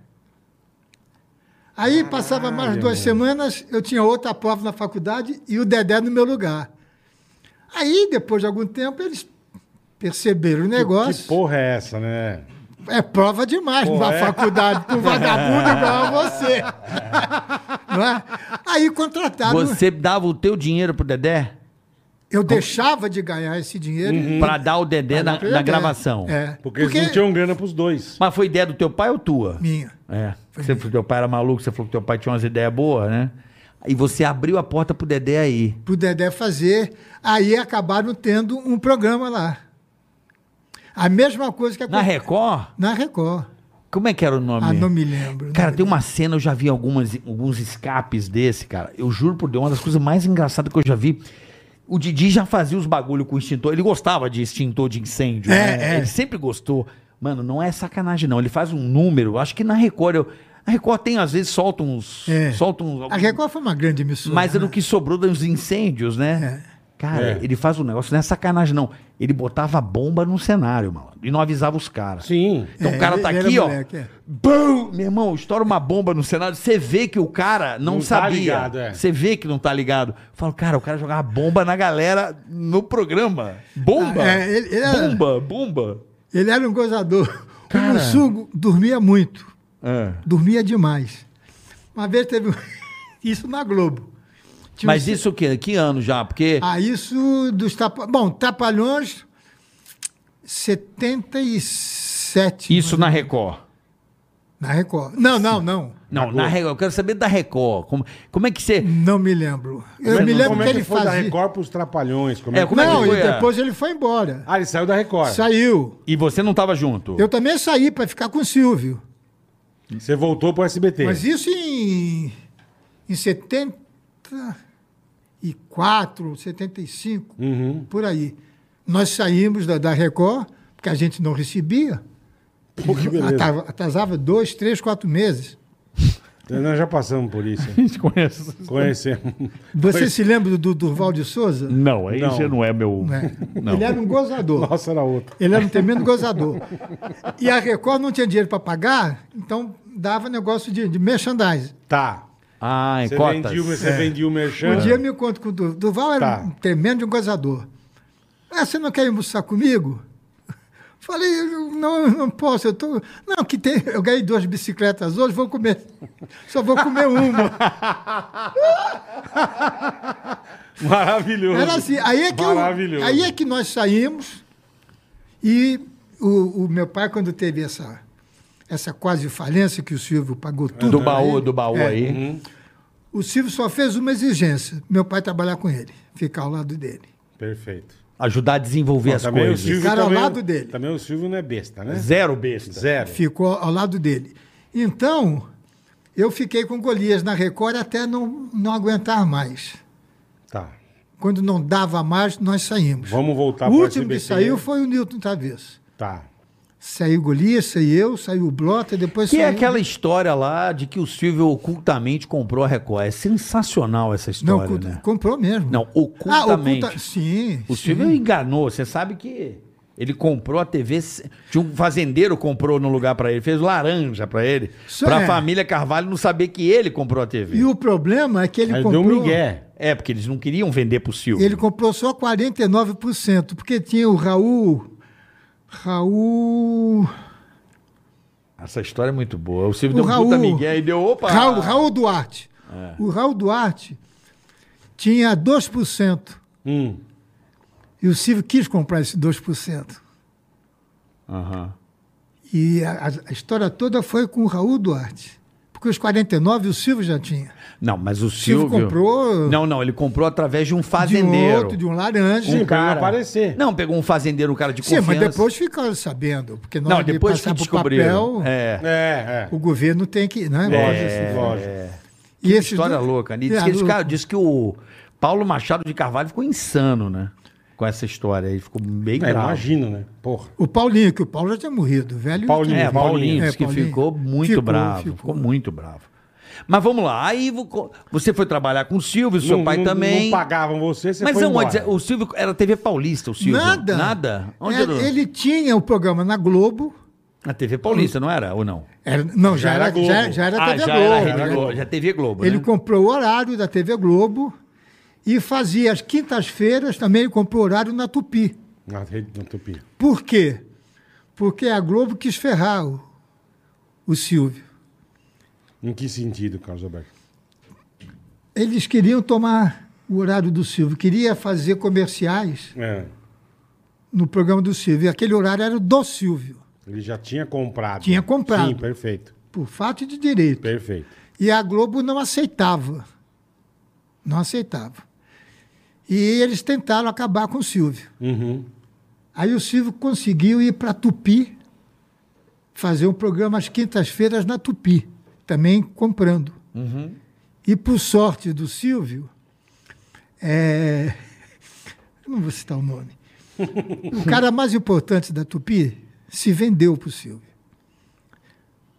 D: Aí passava mais duas semanas, eu tinha outra prova na faculdade e o Dedé no meu lugar. Aí, depois de algum tempo, eles perceberam o negócio.
C: Que porra é essa, né?
D: É prova demais
C: Pô,
D: na
C: é?
D: faculdade com vagabundo igual a você. Não é? Aí contrataram.
B: Você dava o teu dinheiro pro Dedé
D: Eu deixava de ganhar esse dinheiro.
B: pra dar o Dedé
D: Hum. pra
B: na,
D: dar pro
B: na
D: Dedé.
B: gravação.
D: É.
C: Uhum. Porque, eles não tinham grana pros dois.
B: Mas foi ideia do teu pai ou tua?
D: Minha.
B: É. Você, falou que teu pai era maluco, você falou que teu pai tinha umas ideias boas, né? E você abriu a porta pro Dedé aí.
D: Pro Dedé fazer. Aí acabaram tendo um programa lá. A mesma coisa que
B: Na
D: aconteceu.
B: Record?
D: Na Record.
B: Como é que era o nome?
D: Ah, não me lembro.
B: Cara,
D: Não-
B: tem uma cena, eu já vi algumas, alguns escapes desse, cara. Eu juro por Deus, uma das coisas mais engraçadas que eu já vi. O Didi já fazia os bagulho com extintor. Ele gostava de extintor de incêndio.
D: É,
B: né?
D: é.
B: Ele sempre gostou. Mano, não é sacanagem, não. Ele faz um número. Acho que na Record. Eu, a Record tem, às vezes, solta uns.
D: É.
B: Solta uns
D: A Record foi uma grande emissora.
B: um- mas era
D: né?
B: o que sobrou dos incêndios, né? Cara,
C: É.
B: ele faz um negócio, não é sacanagem, não. Ele botava bomba no cenário, mano. E não avisava os caras.
C: Sim.
B: Então
D: É,
B: o cara tá
D: ele- ele
B: aqui,
D: era
B: ó.
D: moleque, é.
B: Bum! Meu irmão, estoura uma bomba no cenário. Você vê que o cara não,
C: Não tá
B: sabia.
C: ligado, é.
B: Você vê que não tá ligado. Fala, cara, o cara jogava bomba na galera no programa. Bomba!
D: Ah, é, ele- ele era-
B: Bomba, bomba.
D: Ele era um gozador. O Mussungo dormia muito.
B: É.
D: Dormia demais. Uma vez teve. um- isso na Globo. Tinha
B: Mas
D: um-
B: isso o quê? Que ano já? Porque.
D: Ah, isso dos tapa... Bom, Tapalhões, 77.
B: isso na Record.
D: Na Record. Não, não, não.
B: Não, na Record. Eu quero saber da Record. Como, como é que você.
D: Não me lembro. Eu
C: Como é-
D: me lembro
C: como
D: que
C: é
D: ele
C: foi da
D: fazia.
C: Record pros Trapalhões? Como
B: É,
C: é, que
B: como é que
D: não,
B: foi
D: e
B: a-
D: depois ele foi embora.
C: Ah, ele saiu da Record.
D: Saiu.
B: E você não tava junto?
D: Eu também saí para ficar com o Silvio.
C: Você voltou pro SBT.
D: Mas isso em, em 74, 75,
C: Uhum.
D: por aí. Nós saímos da, da Record, porque a gente não recebia.
C: Pô, que beleza.
D: Atava- Atrasava dois, três, quatro meses.
C: tá. Nós já passamos por isso.
F: A gente conhece.
C: Conhecemos.
D: Você se lembra do Durval de Souza?
F: Não, aí
C: Não.
F: você não é meu.
D: Né?
F: Não.
D: Ele era um gozador.
C: Nossa, era outra.
D: Ele era um tremendo gozador. E a Record não tinha dinheiro para pagar, então dava negócio de, de merchandising.
C: Tá.
B: Ah, em
C: Você
B: cotas.
C: vendia, o- você vendia o merchan.
D: Um dia eu me encontro com o Durval. Durval era
C: É. Tá.
D: um tremendo gozador. Ah, você não quer almoçar comigo? Falei, eu não, não posso, eu tô. Não, que tem. Eu ganhei duas bicicletas hoje, vou comer. Só vou comer uma.
C: Maravilhoso.
D: Era assim. Aí é que, eu-
C: Maravilhoso.
D: aí é que nós saímos e o, o meu pai, quando teve essa, essa quase falência que o Silvio pagou tudo.
B: Do
D: pra
B: baú,
D: ele,
B: do baú
D: é,
B: aí.
C: Uhum.
D: O Silvio só fez uma exigência: meu pai trabalhar com ele, ficar ao lado dele.
C: Perfeito.
B: Ajudar a desenvolver as
C: Também o
B: coisas.
C: Silvio
D: Cara ao
C: também-
D: lado dele.
C: Também o Silvio não é besta, né?
B: Zero besta.
C: Zero.
D: ficou ao lado dele. Então, eu fiquei com Golias na Record até não, não aguentar mais.
C: Tá.
D: Quando não dava mais, nós saímos.
C: Vamos voltar
D: o
C: pro
D: último que
C: SBT.
D: saiu foi o Newton Tavesso.
C: Tá.
D: Saiu Golias, saí eu, saiu o Blota, depois
B: Que é
D: saiu...
B: aquela história lá de que o Silvio ocultamente comprou a Record. É sensacional essa
D: Não,
B: história,
D: oculta-
B: né?
D: comprou mesmo.
B: Não,
D: Ah,
B: ocultamente.
D: oculta- Sim,
B: O
D: sim.
B: Silvio é enganou. Você sabe que ele comprou a TV. se- Tinha um fazendeiro comprou no lugar pra ele. Fez laranja pra ele.
D: Isso
B: pra
D: é.
B: família Carvalho não saber que ele comprou a TV.
D: E o problema é que ele
C: Aí deu
D: comprou...
C: um migué.
B: É, porque eles não queriam vender pro Silvio.
D: Ele comprou só 49%, porque tinha o Raul... Raul...
B: Essa história é muito boa. O Silvio deu
D: O
B: um puta
D: Raul-
B: migué e deu. Opa! É.
D: Raul, Raul Duarte. O Raul Duarte tinha 2%.
C: Hum.
D: E o Silvio quis comprar esse 2%.
B: Aham.
D: E a, a- a história toda foi com o Raul Duarte. Porque os 49 o Silvio já tinha.
B: Não, mas o Silvio.
D: Silvio comprou-
B: Não, não, ele comprou através de um
D: De um
B: fazendeiro.
D: outro, de um laranja.
C: Sim, pra ele não aparecer.
B: Não, pegou um fazendeiro, um cara de
D: Sim,
B: confiança.
D: mas depois ficaram sabendo. Porque na
B: Não,
D: hora de
B: depois que
D: passar pro
B: descobriram.
D: papel,
B: É.
C: É, é.
D: o governo tem que. Né?
C: Lógico, lógico.
D: E esses
B: História
D: dois-
B: louca. E
D: É,
B: diz que, eles
D: louco.
B: ficaram- diz que o Paulo Machado de Carvalho ficou insano, né? Com essa história aí. Ficou bem
C: É,
B: grave.
C: imagino, né? Porra.
D: O Paulinho, que o Paulo já tinha morrido. o velho
C: Paulinho,
B: É, Paulinho,
D: É,
B: diz que
D: Paulinho.
B: ficou muito
D: Ficou,
B: bravo. Ficou.
D: ficou.
B: muito bravo. Mas vamos lá. Aí vo- você foi trabalhar com o Silvio, seu
C: Não-
B: pai
C: não-
B: também.
C: Não pagavam você, você
B: Mas
C: foi
B: aonde?
C: embora.
B: O Silvio era TV Paulista, o Silvio?
D: Nada.
B: Nada? Onde
D: ele,
B: era?
D: ele tinha o programa na Globo.
B: Na TV Paulista, não era? Ou não?
D: Era- não, já,
C: Já era
D: era,
C: Globo.
D: já, já era TV
B: Ah, já
D: Globo.
B: era Rede
D: né?
B: Globo, já TV Globo,
D: Ele
B: né?
D: comprou o horário da TV Globo e fazia as quintas-feiras também ele comprou horário na Tupi.
C: Na rede do Tupi.
D: Por quê? Porque a Globo quis ferrar o, o Silvio.
C: Em que sentido, Carlos Alberto?
D: Eles queriam tomar o horário do Silvio, queria fazer comerciais
C: É,
D: no programa do Silvio. E aquele horário era do Silvio,
C: ele já tinha comprado.
D: Tinha comprado.
C: Sim, perfeito.
D: por fato de direito.
C: Perfeito.
D: E a Globo não aceitava. Não aceitava. E eles tentaram acabar com o Silvio.
C: Uhum.
D: Aí o Silvio conseguiu ir para Tupi fazer um programa às quintas-feiras na Tupi, também comprando. E por sorte do Silvio, é, não vou citar o nome, o cara mais importante da Tupi se vendeu para o Silvio,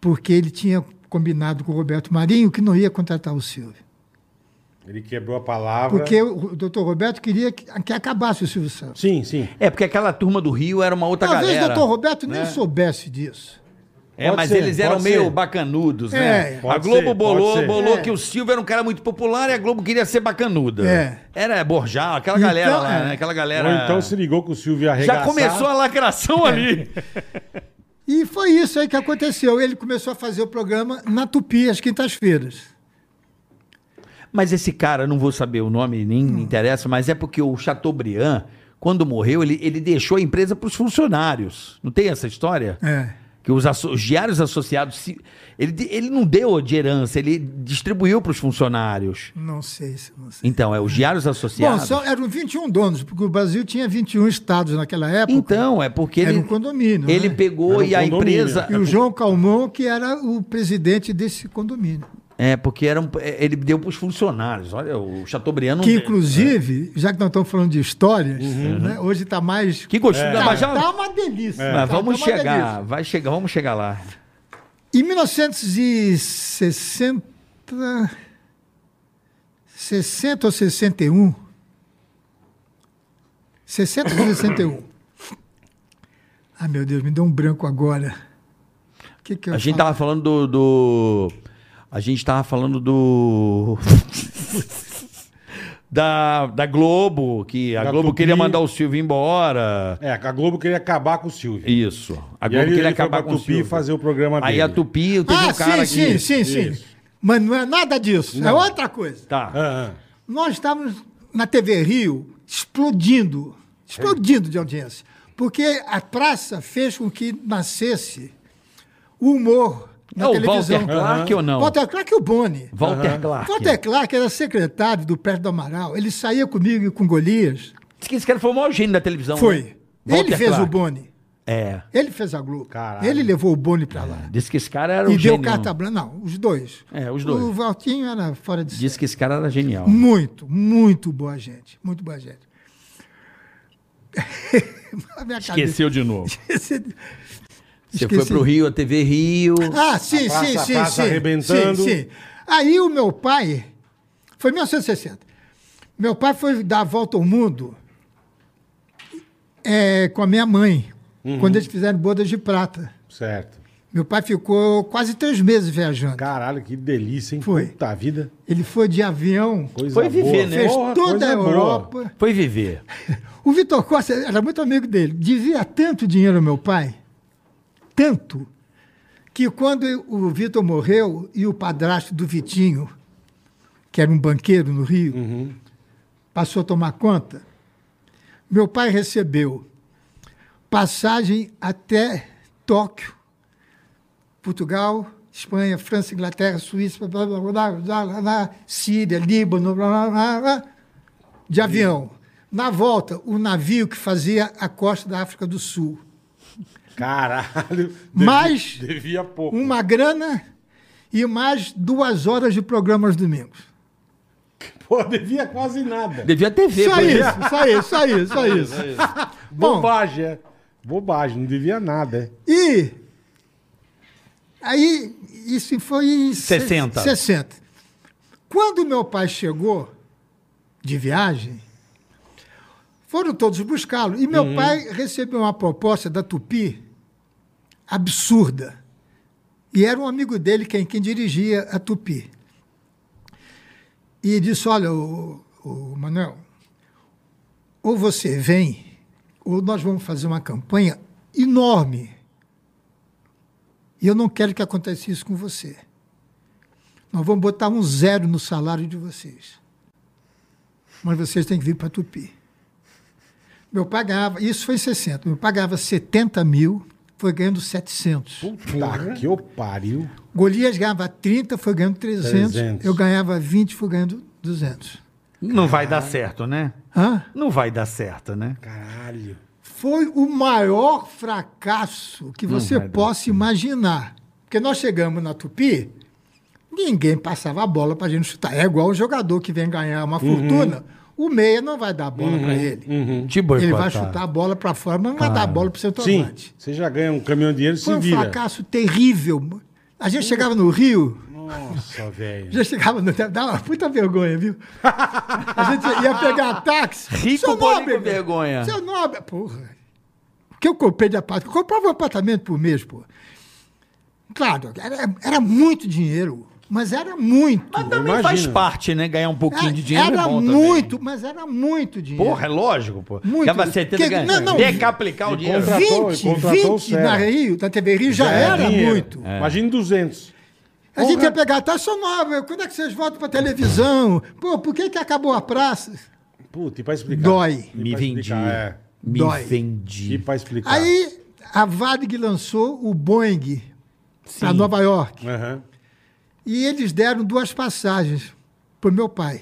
D: porque ele tinha combinado com o Roberto Marinho que não ia contratar o Silvio.
C: Ele quebrou a palavra.
D: Porque o doutor Roberto queria que, que acabasse o Silvio Santos.
C: Sim, sim.
B: É, porque aquela turma do Rio era uma outra
D: Talvez o
B: galera.
D: doutor Roberto nem soubesse disso.
B: É,
C: Pode
B: mas
C: ser,
B: eles eram
C: pode
B: meio
C: ser.
B: bacanudos,
D: É.
B: né? a
C: Pode
B: Globo
C: ser,
B: bolou,
C: pode ser.
B: bolou
D: É.
B: que o Silvio era um cara muito popular e a Globo queria ser bacanuda.
D: É.
B: Era Borjal, aquela
D: Então,
B: galera lá,
D: é.
B: né? Aquela
C: Ou
B: galera.
C: então se ligou com o Silvio arregaçado.
B: Já começou a lacração
D: É.
B: ali.
D: E foi isso aí que aconteceu. Ele começou a fazer o programa na Tupi, às quintas-feiras.
B: Mas esse cara, eu não vou saber o nome, nem me interessa, mas é porque o Chateaubriand, quando morreu, ele, ele deixou a empresa para os funcionários. Não tem essa história?
D: É.
B: Que os, asso- os diários associados. se- ele, de- ele não deu de herança, ele distribuiu para os funcionários.
D: Não sei se não sei.
B: Então, é os diários
D: Bom,
B: associados.
D: só eram 21 donos, porque o Brasil tinha 21 estados naquela época.
B: Então, é porque
D: Era
B: ele.
D: um condomínio,
B: Ele
D: né?
B: pegou
C: Era um
B: e a
C: condomínio.
B: empresa.
D: E o João Calmon, que era o presidente desse condomínio.
B: É, porque era um- é, ele deu para os funcionários. Olha, o Chateaubriand não.
D: Que, inclusive, já que nós estamos falando de histórias, né, hoje está mais.
B: Uhum. Que gostoso.
D: Tá,
B: Mas, já- É.
D: tá uma delícia. tá-
B: mas
D: tá
B: vamos
D: uma
B: chegar,
D: delícia.
B: vai chegar, vamos chegar lá.
D: Em 1960. 60 ou 61. 60 ou 61. Ah, meu Deus, me deu um branco agora. O que, que eu
B: A gente
D: falo?
B: tava falando do. do- a gente tava falando do. da, da Globo, que a
C: Da
B: Globo
C: Tupi.
B: queria mandar o Silvio embora.
C: É, a Globo queria acabar com o Silvio.
B: Isso. A
C: E
B: Globo
C: aí
B: queria
C: ele foi
B: acabar
C: pra
B: com o
C: Tupi
B: Silvio.
C: fazer o programa
B: Aí
C: dele.
B: a Tupi teve
D: Ah,
B: um cara
D: sim,
B: que.
D: sim, sim, sim.
C: Isso.
D: Mas não é nada disso. É outra coisa.
B: Tá.
C: Ah, ah.
D: Nós estávamos na TV Rio explodindo, explodindo de audiência, porque a praça fez com que nascesse o humor na
B: É o
D: televisão.
B: Walter Clark ou não?
D: Walter Clark e o Boni.
B: Walter Clark.
D: Walter Clark era secretário do Pérez do Amaral, ele saía comigo e com Golias.
B: Diz que esse cara foi o maior gênio da televisão. né?
D: Foi.
B: Walter
D: ele fez
B: Clark.
D: o Boni,
B: É.
D: ele fez a Globo,
C: Caralho.
D: ele levou o Boni para lá.
B: Disse que esse cara era um
D: E deu
B: gênio.
D: carta branca. Não, os dois.
B: É, os dois.
D: O Valtinho era fora de série.
B: Disse que esse cara era genial.
D: Muito, muito boa gente. Muito boa gente. A minha cabeça-
F: Esqueceu de novo.
B: Você
D: Esqueci.
B: foi pro Rio, a TV Rio.
D: Ah, sim,
C: A praça-
D: sim,
C: a
D: sim,
C: praça
D: sim.
C: arrebentando.
D: Sim, sim. Aí o meu pai. Foi em 1960. Meu pai foi dar a volta ao mundo eh, com a minha mãe,
C: Uhum.
D: quando eles fizeram bodas de prata.
C: Certo.
D: Meu pai ficou quase três meses viajando.
C: Caralho, que delícia, hein?
D: Foi.
C: Puta vida.
D: Ele foi de avião,
C: Coisa
B: Foi viver,
C: boa.
B: né?
D: fez
C: Porra,
D: toda
C: coisa
D: a
C: boa.
D: Europa.
B: Foi viver.
D: O Vitor Costa era muito amigo dele. Devia tanto dinheiro ao meu pai, tanto, que quando o Vitor morreu e o padrasto do Vitinho, que era um banqueiro no Rio, passou a tomar conta, meu pai recebeu passagem até Tóquio, Portugal, Espanha, França, Inglaterra, Suíça, blá, blá, blá, blá, blá, blá, blá, Síria, Líbano, blá, blá, blá, blá, de avião. Na volta, o navio que fazia a costa da África do Sul.
C: Caralho. Devia-
D: Mais
C: Devia pouco.
D: uma grana e mais duas horas de programa aos domingos.
C: Pô, devia quase nada.
B: Devia TV,
D: Só
B: por exemplo.
D: isso, só isso, só isso, só isso. Bom,
C: Bobagem, é. Bobagem, não devia nada, é.
D: E aí, isso foi em
B: 60.
D: 60. Quando meu pai chegou de viagem, foram todos buscá-lo. E meu pai recebeu uma proposta da Tupi absurda. E era um amigo dele quem, quem dirigia a Tupi. E disse: Olha, o, Manuel, ou você vem, ou nós vamos fazer uma campanha enorme. E eu não quero que aconteça isso com você. Nós vamos botar um zero no salário de vocês. Mas vocês têm que vir para Tupi. Meu pai ganhava, isso foi em 60, meu pai ganhava 70 mil, foi ganhando 700.
C: Puta que eu pariu.
D: Golias ganhava 30, foi ganhando 300.
C: 300.
D: Eu ganhava 20, foi ganhando 200.
B: Não vai dar certo, né?
D: Hã?
B: Não vai dar certo, né?
C: Caralho.
D: foi o maior fracasso que você possa imaginar. Porque nós chegamos na Tupi, ninguém passava a bola para a gente chutar. É igual o jogador que vem ganhar uma
C: Uhum.
D: fortuna, o meia não vai dar a bola para ele.
B: Te
D: Ele
B: boicotar.
D: vai chutar a bola para fora, mas não vai dar a bola para o
C: Sim,
D: centroavante.
C: você já ganha um caminhão de dinheiro e
D: Foi
C: se
D: um
C: vira.
D: fracasso terrível. A gente chegava no Rio,
C: Nossa, velho.
D: já chegava no dá uma puta vergonha, viu? A gente ia pegar táxi.
B: Rico,
D: Seu
B: porém, com
D: velho.
B: vergonha.
D: Seu nobre, porra. O que eu comprei de apartamento? Eu comprava um apartamento por mês, pô. Claro, era, era muito dinheiro, mas era muito.
B: Mas também
C: Imagina.
B: faz parte, né? Ganhar um pouquinho
D: Era,
B: de dinheiro. é
D: era
B: bom também.
D: muito, mas era muito dinheiro.
B: Porra, é lógico, pô.
D: Muito.
B: Dava 70
D: Que-
B: ganha.
D: não, não.
B: Decaplicar o dinheiro.
C: Contratou, ele
D: 20,
C: contratou o
D: 20 na
C: Serra.
D: Rio, na TV Rio já,
B: é
D: era
C: dinheiro.
D: muito.
C: Imagina 200.
D: A gente ia pegar, tá, seu nobre, quando é que vocês voltam pra televisão? Pô, por que que acabou a praça?
C: Puta, e pra explicar?
D: Dói.
C: E
B: Me
C: pra
B: vendi.
C: explicar, é.
B: Me
D: Dói.
C: E
B: vendi.
C: pra explicar?
D: Aí a Varig lançou o Boeing para Nova York.
C: Aham.
D: E eles deram duas passagens para meu pai,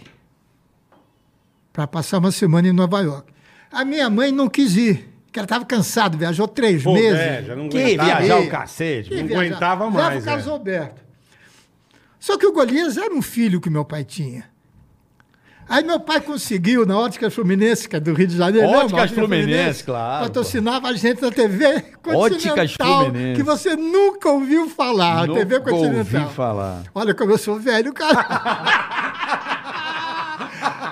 D: para passar uma semana em Nova York. A minha mãe não quis ir, porque ela estava cansada, viajou três
C: Pô,
D: meses.
C: é, já não
B: Que
C: aguentava.
B: viajar
D: Aí.
B: o cacete.
C: não
D: Quem viaja-
C: aguentava
D: Leva
C: mais,
D: o Carlos
C: é.
D: Alberto. Só que o Golias era um filho que meu pai tinha. Aí meu pai conseguiu, na Óticas Fluminense, que é do Rio de Janeiro.
B: Óticas
D: lembra?
B: Fluminense, claro,
D: Patrocinava a gente na TV Continental,
B: Óticas Fluminense.
D: que você nunca ouviu falar.
B: Nunca
D: TV Continental.
B: ouvi falar.
D: Olha como eu sou velho, cara.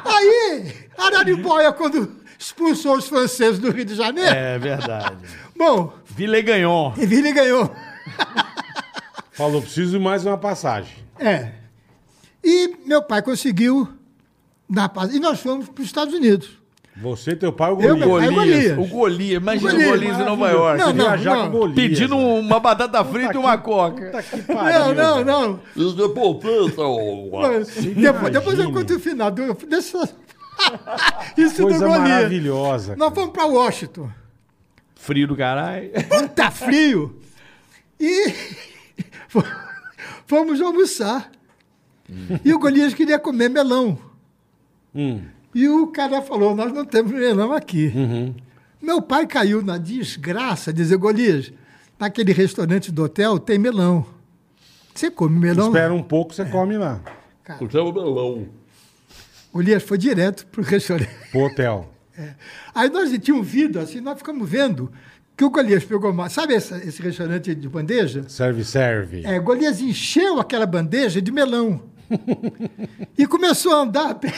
D: Aí, Araribóia, quando expulsou os franceses do Rio de Janeiro,
B: É verdade.
D: bom,
B: Vile ganhou.
D: Vila ganhou.
C: Falou, preciso de mais uma passagem.
D: É. E meu pai conseguiu dar paz. E nós fomos para os Estados Unidos.
C: Você, teu pai, o
D: Eu, meu
C: Golias.
D: pai, Golias.
B: O Golias. Imagina o
D: Golias,
B: Golias em Nova
C: maravilhoso.
B: York. né?
D: Não, não,
C: viajar
D: não.
C: com o Golias.
B: Pedindo
C: um...
B: uma batata frita e uma coca.
C: Ah,
D: Não, não, não. Mas
C: imagina.
D: Depois, depois eu conto o final. do- Deixa... Isso
C: Coisa
D: do Golias.
C: maravilhosa.
D: Nós
C: cara.
D: fomos para Washington.
B: Frio do caralho.
D: Puta frio. E fomos almoçar. E o Golias queria comer melão.
C: Hum,
D: E o cara falou: Nós não temos melão aqui. Meu pai caiu na desgraça, de dizer: Golias, naquele restaurante do hotel tem melão. Você come melão?
C: Espera um pouco, você come lá.
D: Golias foi direto pro restaurante.
C: Pro hotel.
D: Aí nós tínhamos vindo, assim, nós ficamos vendo que o Golias pegou uma. Sabe essa- esse restaurante de bandeja?
C: Serve, serve.
D: É, Golias encheu aquela bandeja de melão. e começou a andar. pe-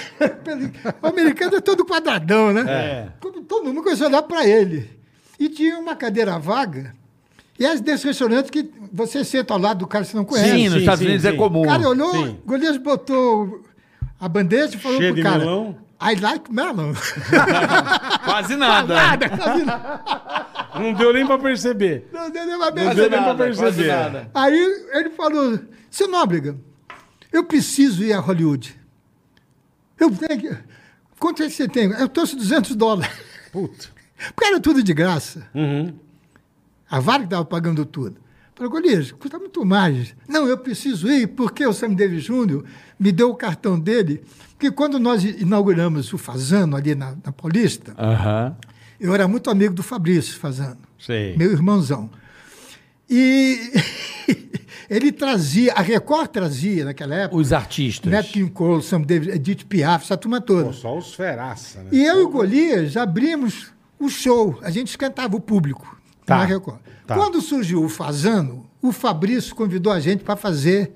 D: pelo- o americano é todo quadradão, né?
C: É.
D: Como Todo mundo começou a olhar para ele. E tinha uma cadeira vaga. E é desse restaurante que você senta ao lado do cara que você não conhece.
B: Sim, nos
C: sim,
B: Estados
C: sim,
B: Unidos
C: sim.
B: é comum.
D: O cara olhou,
C: Sim.
D: Golias botou a bandeja e falou
C: Cheio
D: pro
C: de
D: cara.
C: melão?
D: I like melon.
B: Quase nada.
D: Nada, quase nada.
C: Não deu nem pra perceber.
D: Não deu nem uma
C: Não
D: beijada.
C: deu nem pra
B: nada, quase
C: perceber.
B: nada.
D: Aí ele falou: Seu Nóbrega, eu preciso ir a Hollywood. Eu tenho. que- Quanto é que você tem? Eu trouxe 200 dólares.
C: Puta.
D: Porque era tudo de graça. A Varg estava pagando tudo. Falei, Golias, custa muito mais. Não, eu preciso ir, porque o Sam Davis Júnior me deu o cartão dele. Porque quando nós inauguramos o Fazano ali na, na Paulista,
B: Aham.
D: eu era muito amigo do Fabrício Fazano
B: Sei.
D: meu irmãozão. E ele trazia, a Record trazia naquela época,
B: Os artistas.
D: Nat King Cole, Sam Davis, Edith Piaf, essa turma toda.
C: Pô, só os feraça, né?
D: E eu e o Golias abrimos o show, a gente esquentava o público
C: Tá.
D: na Record.
C: Tá.
D: Quando surgiu o Fazano, o Fabrício convidou a gente para fazer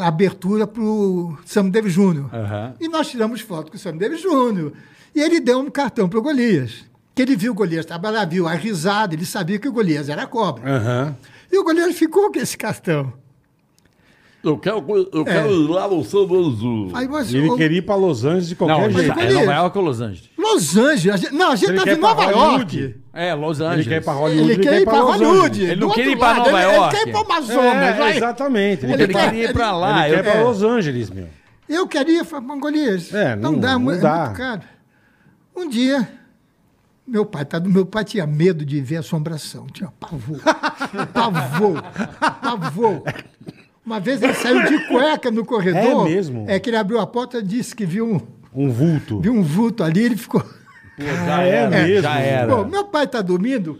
D: a abertura para o Sam Davis Júnior.
B: Aham.
D: E nós tiramos foto com o Sam Davis Júnior. E ele deu um cartão para o Golias. Que ele viu o Golias trabalhar, viu a risada, ele sabia que o Golias era cobra.
C: Aham.
D: E o Golias ficou com esse cartão.
F: Eu quero, eu
D: quero
F: ir lá no São Azul.
D: Aí mas,
C: E ele
D: o-
C: queria ir pra Los Angeles de qualquer
B: Não,
D: mas
B: ele
C: jeito.
B: tá- é
D: beleza.
B: Nova York ou Los Angeles?
D: Los Angeles, a gente- não, a gente
C: Ele
D: estava
C: quer
D: em
C: ir pra
D: Nova
C: Hollywood.
D: York.
B: É, Los
C: Ele
B: Angeles.
C: quer ir pra Hollywood,
D: Ele, quer ir para
C: Los
D: Hollywood.
C: Angeles.
B: Ele
D: do
B: não quer
D: outro
B: ir pra
D: lado,
B: Nova
D: ele,
B: York.
D: Ele quer ir para
C: É,
D: Amazonas. vai.
C: Exatamente. Ele,
B: Ele
C: quer,
D: tá
C: pra-
B: queria ir pra lá.
C: ele
B: eu-
C: quer
D: É.
C: pra Los Angeles, meu.
D: Eu queria ir para Mongolias.
C: É, não- não
D: mu- é
C: dá.
D: muito caro. Um dia, meu pai, tá, meu pai tinha medo de ver assombração. Tinha pavor. pavor. Pavor. Uma vez ele saiu de cueca no corredor.
C: É mesmo?
D: É que ele abriu a porta e disse que viu um,
C: Um vulto.
D: viu um vulto ali. Ele ficou...
C: já era,
B: é mesmo?
C: Já era.
D: Bom, meu pai está dormindo.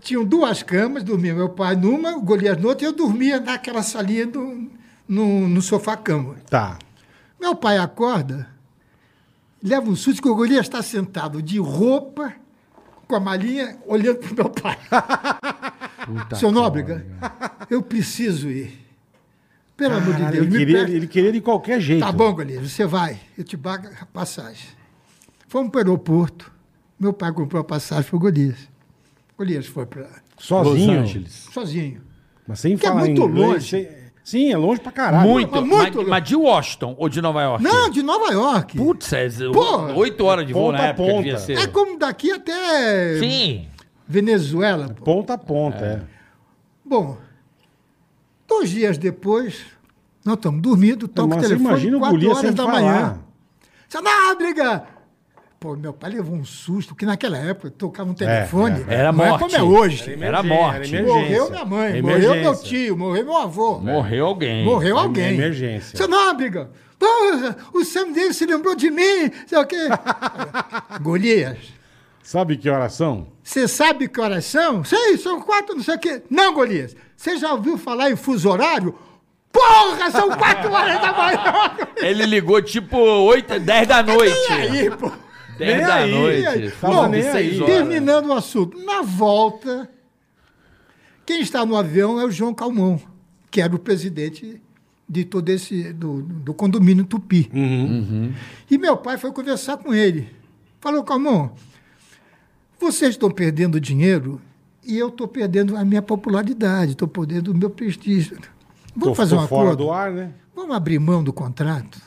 D: Tinham duas camas, dormia meu pai numa, o Golias no outro, e eu dormia naquela salinha do, no, no sofá-cama.
C: Tá.
D: Meu pai acorda, leva um susto que o Golias está sentado de roupa, com a malinha, olhando para meu pai. Seu Nóbrega, eu preciso ir. Pelo amor de
C: Caralho,
D: Deus,
C: ele,
D: me
C: queria,
D: presta-
C: ele queria de qualquer jeito.
D: Tá bom, Golias, você vai. Eu te pago a passagem. Fomos para o aeroporto. Meu pai comprou a passagem para o Golias. Golias foi para
C: Sozinho.
B: Los Angeles.
D: sozinho.
C: Mas sem
D: Que é
C: falar
D: muito
C: inglês,
D: longe.
C: sem- Sim, é longe pra caralho.
B: Muito,
D: Mas
B: mas,
D: muito
B: mas,
D: longe.
B: de Washington ou de Nova York?
D: Não, de Nova York.
B: Putz, é
D: Porra.
B: oito horas de voo
C: Ponta
B: na
C: a
B: época
C: ponta.
B: devia ser.
D: É como daqui até
B: Sim.
D: Venezuela. pô.
C: Ponta a ponta, é.
D: Bom, dois dias depois, nós estamos dormindo, toca o
C: Mas você
D: telefone,
C: imagina o
D: quatro
C: Golias
D: horas
C: sem
D: da
C: falar.
D: manhã. Sanabria! Pô, meu pai levou um susto, porque naquela época tocava um telefone.
C: é,
B: era
D: não
B: morte.
D: É como é hoje.
B: Era morte.
C: Era
D: Morreu
C: emergência.
D: minha mãe,
C: Emergência.
D: morreu meu tio, morreu meu avô.
B: Morreu alguém.
D: Morreu alguém.
C: emergência.
D: Você não, é amiga. Porra, o Sam Davis se lembrou de mim. Sei o quê. Golias,
C: Sabe que oração?
D: você sabe que horas são? Sei, são quatro, não sei o quê. Não, Golias, você já ouviu falar em fuso horário? Porra, são quatro horas da manhã.
B: Ele ligou tipo 8, 10 da noite.
D: E aí, pô?
B: 10
C: Nem
B: da
C: aí,
B: noite.
D: aí.
B: Pô,
C: Tava
B: de
C: nem
B: seis
C: aí.
B: horas.
D: Terminando o assunto. Na volta, quem está no avião é o João Calmon, que era o presidente de todo esse do, do condomínio Tupi.
B: Uhum.
D: E meu pai foi conversar com ele. Falou, Calmon, vocês estão perdendo dinheiro e eu estou perdendo a minha popularidade, estou perdendo o meu prestígio. Vamos
C: Tô-
D: fazer
C: tô
D: um
C: fora
D: acordo?
C: do ar, né?
D: Vamos abrir mão do contrato?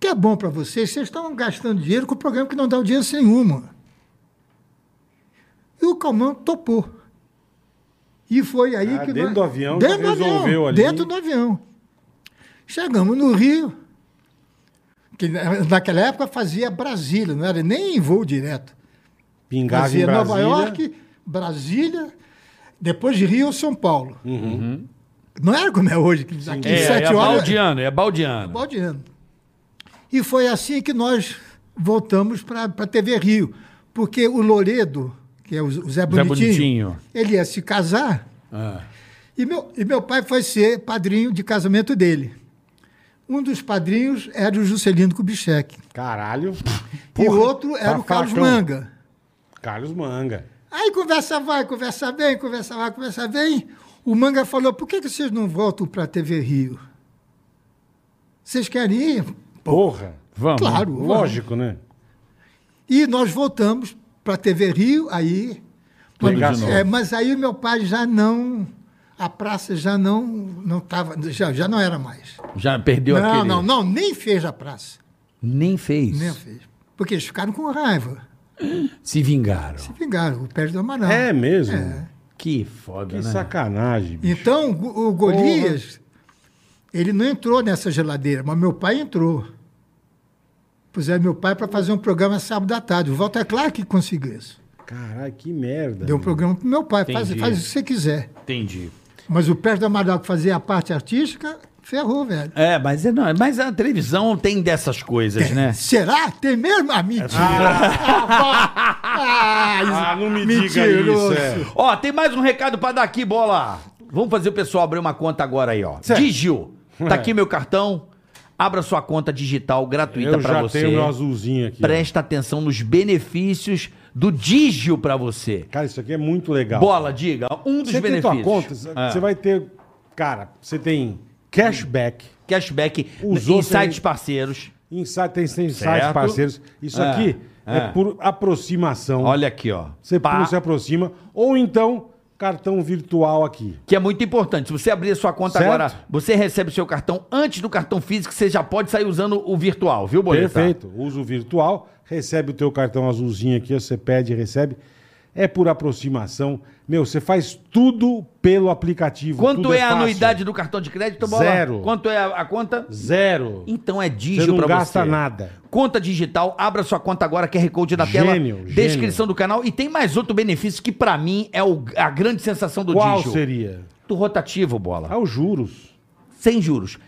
D: Que é bom para vocês, vocês estão gastando dinheiro com o programa que não dá audiência nenhuma. E o Calmão topou. E foi aí
C: Ah,
D: que.
C: dentro
D: nós-
C: do avião
D: dentro
C: já
D: do
C: resolveu
D: avião,
C: ali.
D: Dentro do avião. Chegamos no Rio, que na- naquela época fazia Brasília, não era nem voo direto.
C: Pingava em
D: Fazia
C: Brasília.
D: Nova York, Brasília, depois de Rio, São Paulo.
C: Uhum.
D: Não era como é hoje, que aqui
B: É,
D: sete
B: é
D: horas.
B: baldeano, é baldeano.
D: Baldeano. E foi assim que nós voltamos para a TV Rio. Porque o Loredo, que é o o Zé Bonitinho,
B: Bonitinho.
D: ele ia se casar.
B: Ah,
D: E, meu, e meu pai foi ser padrinho de casamento dele. Um dos padrinhos era o Juscelino Kubitschek.
C: Caralho.
D: e o outro era
C: tá
D: o Carlos
C: Fafacão.
D: Manga.
C: Carlos Manga.
D: Aí conversa vai, conversa vem, conversa vai, conversa vem. O Manga falou, por que, que vocês não voltam para a TV Rio? Vocês querem ir?
C: Porra.
B: Vamos.
D: Claro. vamos.
C: Lógico, né?
D: E nós voltamos para a TV Rio, aí.
B: Tudo de
D: Mas-
B: novo.
D: é, mas aí o meu pai já não. A praça já não não tava, já, já não era mais.
B: Já perdeu
D: não,
B: aquele.
D: não, não, nem fez a praça.
B: Nem fez.
D: Nem fez. Porque eles ficaram com raiva.
B: Se vingaram.
D: Vingaram, o pé do Amaral.
C: É mesmo.
B: Que foda,
C: Que
B: né?
C: sacanagem, bicho.
D: Então, o o Golias, ele não entrou nessa geladeira, mas meu pai entrou. Puseram meu pai para fazer um programa sábado à tarde. O Walter Clark conseguiu isso.
C: Caralho, que merda.
D: Então- Deu um
C: meu.
D: programa pro meu pai, faz,
B: Entendi.
D: faz o que você quiser.
B: Entendi.
D: Mas o Pérez da Amaral que fazia a parte artística, ferrou, velho.
B: É, mas, é, não, mas a televisão tem dessas coisas,
C: É.
B: né?
D: Será? Tem mesmo? Ah,
B: É,
D: mentira.
C: Ah, não me
D: Mentiroso.
C: diga isso. é.
B: Ó, tem mais um recado pra dar aqui, bola. Vamos fazer o pessoal abrir uma conta agora aí, ó. Digio, tá aqui meu cartão. Abra sua conta digital
C: É.
B: gratuita
C: Eu
B: pra
C: já
B: você.
C: tenho meu azulzinho aqui. ó.
B: Presta atenção nos benefícios do Digio pra você.
C: Cara, isso aqui é muito legal.
B: Bola, diga, um dos
C: Você tem
B: benefícios.
C: tua conta, você
B: É.
C: vai ter... Cara, você tem cashback,
B: Cashback
C: Usou,
B: em sites
C: você-
B: parceiros.
C: insight, tem tem sites
B: Certo.
C: parceiros. Isso
B: É,
C: aqui é.
B: é.
C: por aproximação.
B: Olha aqui, ó.
C: Você
B: Pá.
C: pula, se aproxima. Ou então, cartão virtual aqui.
B: Que é muito importante. Se você abrir a sua conta
C: Certo.
B: agora, você recebe o seu cartão antes do cartão físico, você já pode sair usando o virtual, viu, Boleta?
C: Perfeito. Uso virtual, recebe o teu cartão azulzinho aqui, você pede, recebe. É por aproximação. Meu, você faz tudo pelo aplicativo.
B: Quanto
C: tudo
B: é a
C: fácil.
B: anuidade do cartão de crédito, Bola?
C: Zero.
B: Quanto é a, a conta?
C: Zero.
B: Então é
C: Você
B: dígito
C: não
B: pra
C: gasta
B: você.
C: nada.
B: Conta digital, abra sua conta agora, QR Code na tela,
C: Gênio, gênio.
B: descrição do canal. E tem mais outro benefício que pra mim é o- a grande sensação do
C: Qual
B: Digio.
C: seria?
B: Do rotativo, Bola.
C: Ah, os juros.
B: Sem juros.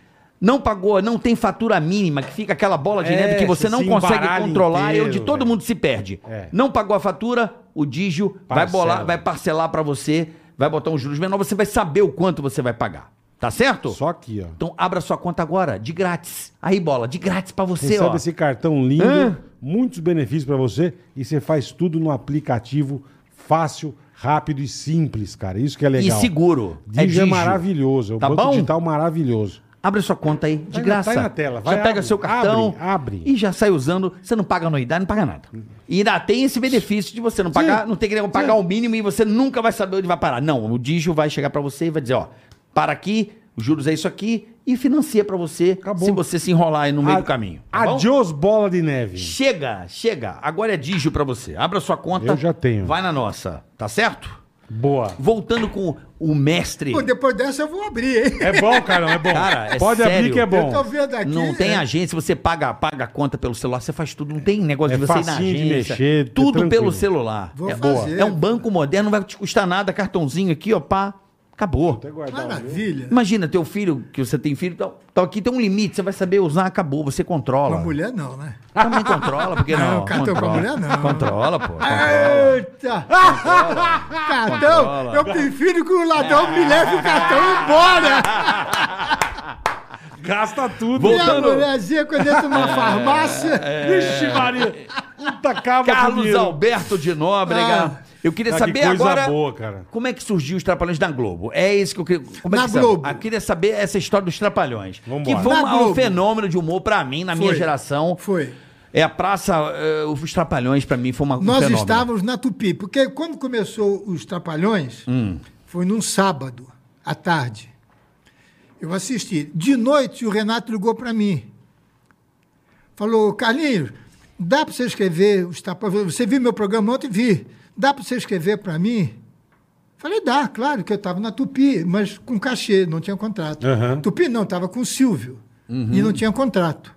B: Não pagou, não tem fatura mínima, que fica aquela bola de
C: É,
B: neve que você
C: se-
B: não
C: se
B: consegue
C: embaralha
B: controlar e
C: inteiro,
B: onde todo
C: velho.
B: mundo se perde.
C: É.
B: Não pagou a fatura, o Digio vai
C: Parcela.
B: bolar, vai parcelar pra você, vai botar um juros menor, você vai saber o quanto você vai pagar. Tá certo?
C: Só aqui, ó.
B: Então abra sua conta agora, de grátis. Aí, bola, de grátis pra você,
C: Recebe
B: ó.
C: esse cartão lindo,
B: Hã?
C: muitos benefícios pra você e você faz tudo no aplicativo fácil, rápido e simples, cara. Isso que é legal.
B: E seguro.
C: Digio é,
B: Digio.
C: maravilhoso, é um
B: Tá
C: banco
B: bom?
C: digital maravilhoso.
B: Abre sua conta aí, de
C: Tá aí na-
B: graça.
C: tá aí na tela, vai,
B: já pega
C: abre,
B: seu cartão.
C: abre, abre.
B: E já sai usando. Você não paga anuidade, não paga nada. E ainda tem esse benefício de você não pagar, não ter que pagar o mínimo e você nunca vai saber onde vai parar. Não, o Digio vai chegar pra você e vai dizer, ó, para aqui, os juros é isso aqui e financia pra você
C: Acabou.
B: se você se enrolar aí no meio
C: A-
B: do caminho. tá bom?
C: Adiós, bola de neve.
B: Chega, chega. Agora é Digio pra você. Abra sua conta.
C: Eu já tenho.
B: Vai na nossa, tá certo?
C: Boa.
B: Voltando com o mestre.
D: Pô, depois dessa eu vou abrir, hein?
C: É bom, Carlão, é bom.
B: Cara, é
C: Pode abrir
B: sério.
C: que é bom.
D: Eu tô vendo aqui.
B: não tem
D: é,
B: agência, você paga, paga a conta pelo celular, você faz tudo, não tem negócio
C: É
B: de você ir na
C: facinho de
B: agência.
C: mexer, é
B: tudo
C: tranquilo.
B: pelo celular.
D: Vou
B: é,
D: fazer.
B: é um banco moderno, não vai te custar nada, cartãozinho aqui, ó, pá, acabou.
C: Até guardar o meu.
D: Maravilha.
B: Imagina, teu filho, que você tem filho, tal, tal, aqui tem um limite, você vai saber usar, acabou, você controla.
D: Uma mulher não, né?
B: Também controla, porque não.
D: Não, cartão com
B: controla.
D: mulher, não. Ah,
B: Controla, pô.
D: Eita! Cartão! Eu prefiro que o ladrão me leve o cartão
B: Ah.
D: embora!
C: Gasta tudo.
D: Minha mulherzinha, quando entra numa
B: É,
D: farmácia.
C: Vixe, Maria. Puta cava com
B: Carlos
C: dinheiro.
B: Alberto de Nóbrega.
D: Ah.
B: eu queria
C: Ah, que
B: saber
C: coisa
B: agora
C: boa, cara.
B: como é que surgiu os Trapalhões na Globo. É isso que eu queria... Como é
D: Na
B: que sabe?
D: Globo.
B: Eu queria saber essa história dos Trapalhões.
C: Vambora.
B: Que foi
D: Na
B: uma- um
D: Globo.
B: fenômeno de humor pra mim, na minha
D: Foi.
B: geração.
D: Foi.
B: É a praça... eh, os Trapalhões pra mim foi uma, um
D: Nós
B: fenômeno.
D: estávamos na Tupi, porque quando começou os Trapalhões, foi num sábado, à tarde. Eu assisti. De noite, o Renato ligou para mim. Falou, Carlinhos, dá para você escrever os Trapalhões? Você viu meu programa ontem? Vi. Dá para você escrever para mim? Falei, dá, claro, que eu estava na Tupi, mas com cachê, não tinha contrato.
C: Aham.
D: Tupi não, estava com o Silvio, e não tinha contrato.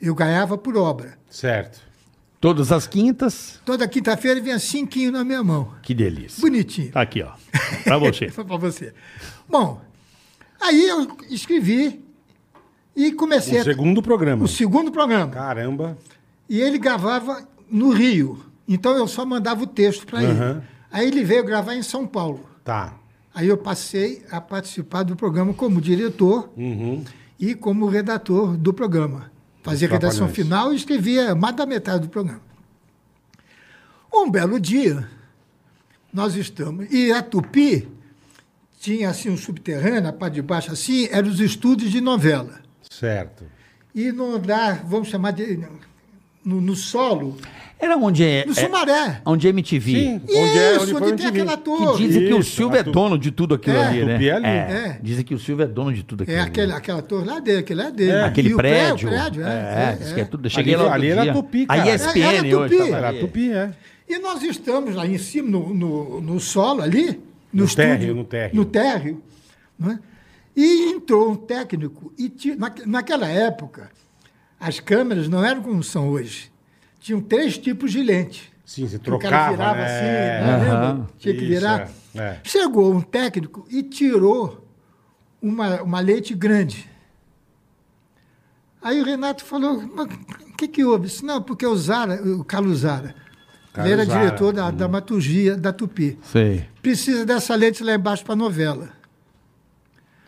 D: Eu ganhava por obra.
C: Certo.
B: Todas as quintas.
D: Toda quinta-feira vinha cinquinho na minha mão.
B: Que delícia.
D: Bonitinho.
F: Tá aqui, ó. Pra você.
D: Foi para você. Bom, aí eu escrevi e
C: O
D: comecei a-
C: segundo programa.
D: o segundo programa.
C: Caramba.
D: E ele gravava no Rio. Então eu só mandava o texto para
C: Aham.
D: ele. Aí ele veio gravar em São Paulo.
C: Tá.
D: Aí eu passei a participar do programa como diretor e como redator do programa. Fazia
C: Trapalhões.
D: redação final e escrevia mais da metade do programa. Um belo dia, nós estamos. E a Tupi tinha assim um subterrâneo, a parte de baixo assim, eram os estúdios de novela.
C: Certo.
D: E no andar, vamos chamar de. No, no solo,
B: Era onde... É,
D: no
B: é,
D: Sumaré.
B: onde é MTV.
D: Isso, onde,
C: foi
D: tem aquela
C: vi.
B: Que
D: torre.
B: dizem que o
C: Isso,
B: Silvio
C: a
B: é
C: tu-
B: dono de tudo aquilo
D: É,
B: ali,
C: o
B: né?
C: Biel ali.
D: É.
B: Dizem que o Silvio é dono de tudo aquilo
D: É
B: ali.
D: aquela, aquela torre lá dele, aquele é dele.
C: É.
B: Aquele
D: E o
B: prédio.
D: O prédio,
B: é,
D: é.
B: diz
D: é,
B: que é
D: é.
B: tudo. Eu cheguei
C: Ali-
B: lá outro
C: ali era
B: dia. é
C: Tupi,
B: A
C: cara.
B: ESPN
D: Era- era
B: hoje tá
D: Tupi.
B: tava
C: Era
B: ali.
C: a Tupi, é.
D: E nós estamos lá em cima, no, no, no solo ali, no,
C: No
D: estúdio,
C: térreo, no térreo.
D: No térreo. Né? E entrou um técnico. e ti- naque- Naquela época, as câmeras não eram como são hoje. Tinham três tipos de lente.
C: Sim, você
D: Que o
C: trocava,
D: cara virava
C: né?
D: assim, né?
B: Aham.
D: lembra? Tinha que
C: Isso,
D: virar.
C: é, é.
D: Chegou um técnico e tirou uma, uma lente grande. Aí o Renato falou, mas o que, que houve? Eu disse, Não, porque o Zara, o Carlos Zara,
C: Carlos
D: ele era
C: Zara, Uhum.
D: diretor da dramaturgia da Tupi.
B: Sei.
D: Precisa dessa lente lá embaixo para novela.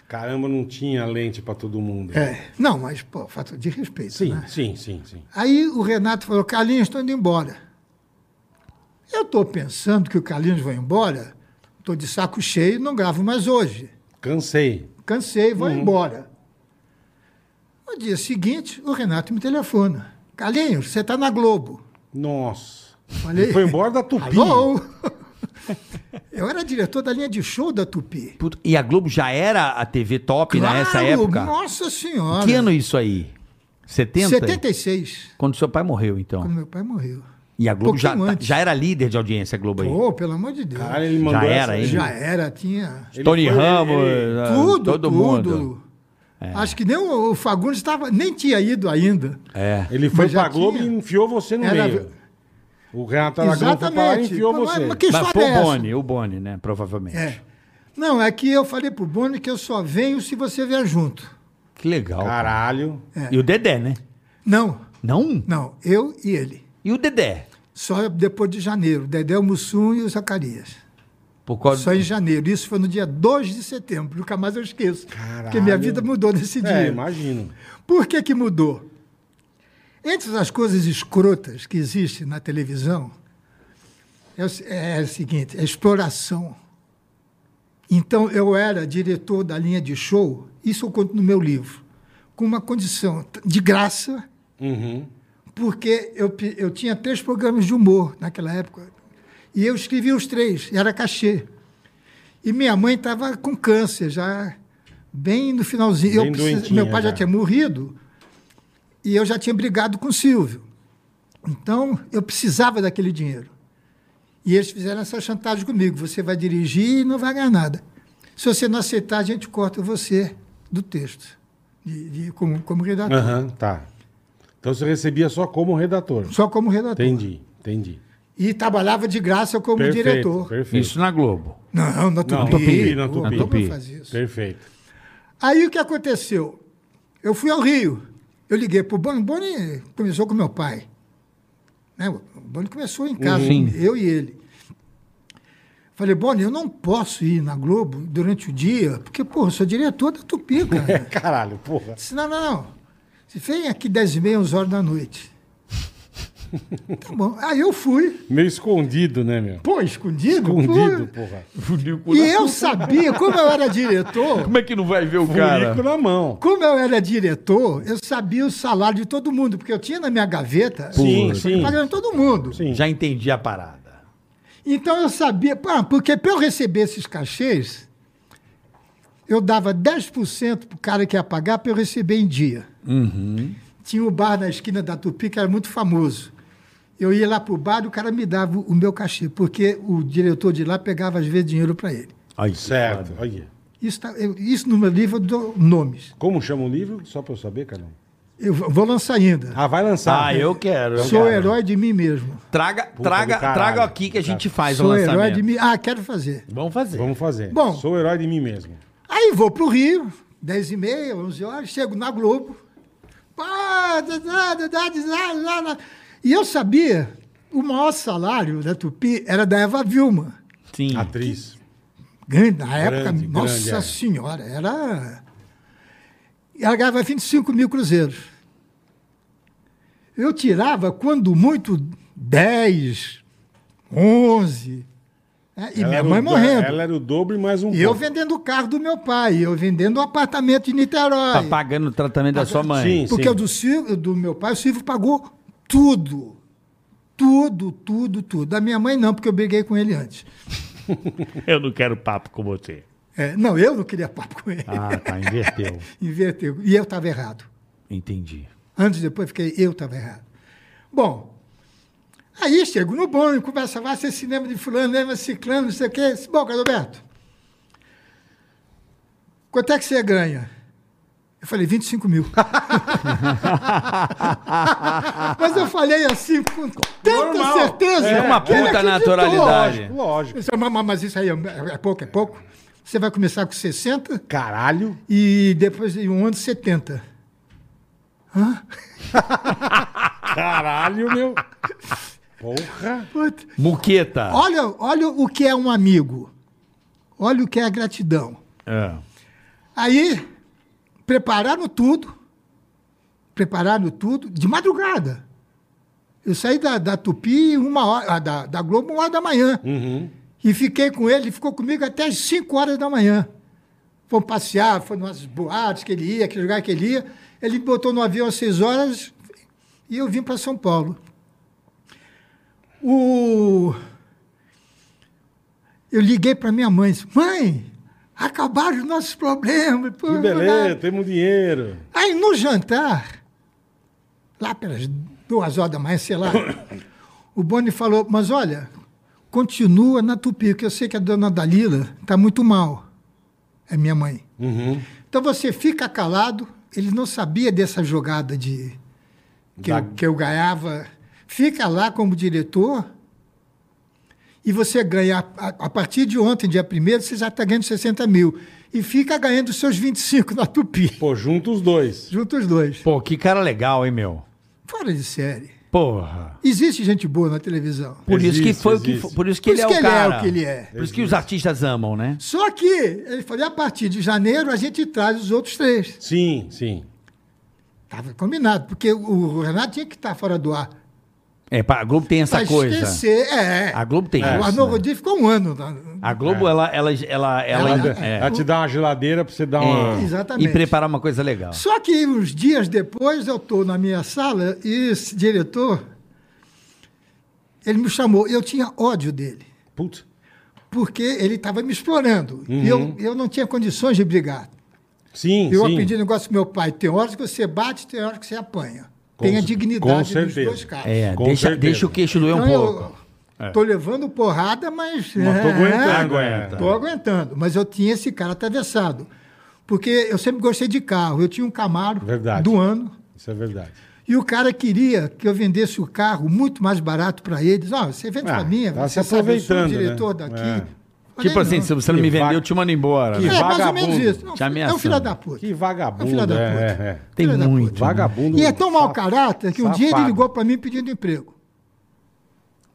C: Caramba, não tinha lente pra todo mundo.
D: É. Não, mas, pô, fato de respeito.
C: Sim,
D: né?
C: sim, sim, sim.
D: Aí o Renato falou, Carlinhos, estou indo embora. Eu estou pensando que o Carlinhos vai embora, estou de saco cheio, não gravo mais hoje.
C: Cansei.
D: Cansei,
C: Uhum.
D: vou embora. No dia seguinte, o Renato me telefona. Carlinhos, você está na Globo.
C: Nossa.
D: Falei,
C: Foi embora da Tupi.
D: alô? Eu era diretor da linha de show da Tupi.
B: Puta, E a Globo já era a TV top nessa
D: Claro,
B: época?
D: Nossa Senhora.
B: Que ano isso aí? 70?
D: 76,
B: Quando seu pai morreu,
D: quando
B: então.
D: meu pai morreu.
B: E a Globo já,
D: pouquinho
B: tá-
D: antes.
B: já era líder de audiência, a Globo aí.
D: Pô, pelo amor de Deus.
C: Caralho, ele mandou
B: era,
C: essa-
B: hein?
D: Já era, tinha...
C: Ele
B: Tony
C: foi-
B: Ramos,
C: ele-
B: eh,
D: Tudo,
B: todo
D: tudo.
B: mundo.
D: Acho que nem o o Fagundes estava, nem tinha ido ainda.
B: É.
C: Ele foi
D: Mas já
C: pra Globo
D: tinha.
C: e enfiou você no
D: Era-
C: meio. O Renato Aragão foi pra lá e enfiou
D: Mas-
C: você.
D: Mas que
B: Mas
D: história
B: foi
D: é
B: o
D: essa?
B: Boni, o Boni, né? Provavelmente.
D: É. Não, é que eu falei pro Boni que eu só venho se você vier junto.
B: Que legal. cara.
C: Caralho.
B: E o Dedé, né?
D: Não,
B: Não?
D: não, eu e ele.
B: E o Dedé?
D: Só depois de janeiro. Dedé, o Mussum e o Zacarias.
B: Por causa
D: Só em janeiro. Isso foi no dia 2 de setembro. Nunca mais eu esqueço. Porque minha vida mudou nesse
C: É,
D: dia.
C: imagino.
D: Por que, que mudou? Entre as coisas escrotas que existem na televisão, é o, se- é o seguinte, é exploração. Então, eu era diretor da linha de show, isso eu conto no meu livro, com uma condição t- de graça,
C: Uhum.
D: porque eu, pe- eu tinha três programas de humor naquela época, e eu escrevi os três, e era cachê. E minha mãe estava com câncer, já bem no finalzinho. Eu
C: Bem
D: precisa-
C: doentinha
D: meu pai já
C: já.
D: tinha morrido, e eu já tinha brigado com o Silvio. Então, eu precisava daquele dinheiro. E eles fizeram essa chantagem comigo. Você vai dirigir e não vai ganhar nada. Se você não aceitar, a gente corta você do texto, de, de- como, como redator.
C: Aham, tá. Então você recebia só como redator.
D: Só como redator.
C: Entendi, entendi.
D: E trabalhava de graça como
C: perfeito,
D: diretor.
C: perfeito.
B: Isso na Globo.
D: Não, na Tupi.
C: Não, Tupi, na
D: Pô,
C: Tupi.
D: como
B: Tupi.
D: faz isso?
C: Perfeito.
D: Aí o que aconteceu? Eu fui ao Rio. Eu liguei para o Boni. Boni começou com meu pai. Né? O Boni começou em casa,
B: Sim.
D: eu e ele. Falei, Boni, eu não posso ir na Globo durante o dia, porque, porra, eu sou diretor da Tupi, cara.
C: Caralho, porra.
D: Disse, não, não, não. Disse, vem aqui 10 e meia, 11 horas da noite. tá bom. Aí eu fui.
C: Meio escondido, né, meu?
D: Pô, escondido? pô.
C: Escondido, porra.
D: E eu sabia, como eu era diretor...
B: Como é que não vai ver o
C: Furico na mão.
D: Como eu era diretor, eu sabia o salário de todo mundo, porque eu tinha na minha gaveta
C: Sim,
D: eu
C: sim.
D: pagando todo mundo.
C: Sim.
B: Já entendi a parada.
D: Então eu sabia, pá, porque para eu receber esses cachês, eu dava 10% para o cara que ia pagar para eu receber em dia.
C: Uhum.
D: Tinha um bar na esquina da Tupi que era muito famoso. Eu ia lá para o bar e o cara me dava o meu cachê, porque o diretor de lá pegava às vezes dinheiro para ele.
C: certo. Olha.
D: Isso, tá- eu- isso no meu livro eu dou nomes.
C: Como chama o livro? Só pra eu saber, Carlão.
D: Eu vou vou lançar ainda.
C: Ah, vai lançar.
B: Ah, eu quero. eu
D: Sou
B: quero.
D: herói de mim mesmo.
B: Traga,
C: Puta
B: traga,
C: do caralho.
B: traga aqui que a gente faz o
D: Sou
B: um lançamento.
D: herói de mim. Ah, quero fazer.
B: Vamos fazer.
C: Vamos fazer.
D: Bom.
C: Sou o herói de mim mesmo.
D: Aí vou pro Rio, 10 e meia, 11 horas, chego na Globo. Pá, dá, dá, dá, dá, dá, dá, dá. E eu sabia, o maior salário da Tupi era da Eva Vilma.
B: Sim.
C: Atriz.
D: Grande, na época,
C: grande,
D: nossa
C: é.
D: senhora, era... E Ela ganhava 25 mil cruzeiros. Eu tirava, quando muito, 10, 11. né? E
C: Ela
D: minha
C: era o
D: mãe
C: do-
D: morrendo.
C: Ela era o dobro e mais um
D: E eu
C: pouco.
D: vendendo o carro do meu pai, eu vendendo o apartamento de Niterói.
B: Tá pagando o tratamento da sua mãe.
C: Sim,
D: Porque
C: sim.
D: o do, Silvio, do meu pai, o Silvio pagou tudo. Tudo, tudo, tudo. Da minha mãe não, porque eu briguei com ele antes.
F: Eu não quero papo com você.
D: É, não, eu não queria papo com ele.
F: Ah, tá, inverteu.
D: Inverteu. E eu estava errado.
B: Entendi.
D: Antes e depois fiquei, eu estava errado. Bom, aí chego no banho, começa, vai ser cinema de fulano, leva ciclano, não sei o quê. Bom, Roberto, quanto é que você ganha? Eu falei, 25 mil. Mas eu falei assim com tanta
C: Normal.
D: certeza.
B: É uma
D: que ele
B: puta
D: acreditou.
B: naturalidade.
C: Lógico, lógico.
D: Eu disse, "Mas- mas- Mas isso aí é é pouco, é pouco. Você vai começar com 60
C: Caralho.
D: e depois de um ano 70.
C: Caralho, meu. Porra.
D: Puta.
B: Muqueta.
D: Olha, olha o que é um amigo. Olha o que é a gratidão.
B: É.
D: Aí, prepararam tudo. Prepararam tudo de madrugada. Eu saí da, da Tupi uma hora, ah, da, da Globo uma hora da manhã.
C: Uhum.
D: E fiquei com ele, ele ficou comigo até as 5 horas da manhã. Fomos passear, foram umas boates que ele ia, aquele lugar que ele ia. Ele me botou no avião às 6 horas e eu vim para São Paulo. O... Eu liguei para minha mãe, disse, mãe, acabaram os nossos problemas. Pô,
C: Que beleza, temos dinheiro.
D: Aí no jantar, lá pelas duas horas da manhã, sei lá, o Boni falou, mas olha, continua na Tupi, porque eu sei que a dona Dalila está muito mal. É minha mãe.
C: Uhum.
D: Então você fica calado, ele não sabia dessa jogada de que, eu, que eu ganhava. Fica lá como diretor e você ganha, a, a partir de ontem, dia 1 você já está ganhando 60 tá mil. e fica ganhando seus 25 na Tupi.
C: Pô, junto os dois.
D: Junto os dois.
B: Pô, que cara legal, hein, meu?
D: Fora de série.
B: Porra.
D: Existe gente boa na televisão.
B: Por isso que
C: Existe,
B: foi o que
C: existe.
B: foi, por isso que
D: Por
B: ele
D: isso
B: é
D: que
B: o
D: ele é
B: cara.
D: o que ele é.
B: Por isso que os artistas amam, né?
D: Só que, ele falou, e a partir de janeiro a gente traz os outros três.
C: Sim, sim.
D: Estava combinado, porque o Renato tinha que estar fora do ar.
B: É, pra- a Globo tem essa
D: Pra
B: coisa.
D: esquecer, é.
B: A Globo tem
D: o
B: isso.
D: Arnaldo
B: né?
D: Rodrigues ficou um ano. na-
B: A Globo, ela, ela, ela, ela,
C: Ela,
B: é,
C: ela te dá uma geladeira pra você dar uma.
B: é,
D: Exatamente.
B: e preparar uma coisa legal.
D: Só que uns dias depois eu estou na minha sala e esse diretor, ele me chamou. Eu tinha ódio dele,
C: Putz.
D: porque ele estava me explorando. E
B: Uhum.
D: eu, eu não tinha condições de brigar.
C: Sim,
D: Eu
C: sim.
D: aprendi um negócio com meu pai. Tem horas que você bate, tem horas que você apanha.
C: Com
D: tem a
C: cer- com
D: dignidade dos
C: certeza.
D: dois caras. Então,
B: É,
C: Com
B: deixa,
C: certeza.
B: deixa o queixo doer um pouco.
D: eu tô levando porrada, mas...
C: É. Mas tô
D: é,
C: aguentando,
B: aguenta.
C: é.
D: Estou aguentando, mas eu tinha esse cara atravessado. Porque eu sempre gostei de carro. Eu tinha um Camaro
C: Verdade.
D: do ano.
C: Isso é verdade.
D: E o cara queria que eu vendesse o carro muito mais barato para eles. Ó, você vende
C: Ah,
D: para mim,
C: tá
D: você
C: se
D: sabe, eu sou o
C: aproveitando,
D: diretor
C: né?
D: daqui.
C: É.
D: Falei,
B: Tipo assim,
D: não.
B: se você não me
C: Que
B: vendeu,
C: vaga-
B: eu te mando embora.
C: Que
B: né?
D: É, mais ou menos
C: vagabundo,
D: isso.
B: te
D: é um filho
B: ameaçando.
D: da puta.
C: Que vagabundo,
D: É um filho da
C: é,
D: puta.
C: é, é.
B: Tem
D: Filho da
B: muito.
D: puta.
C: Vagabundo.
D: E é tão mau
C: saf-
D: caráter que um dia ele
C: safado.
D: ligou para mim pedindo emprego.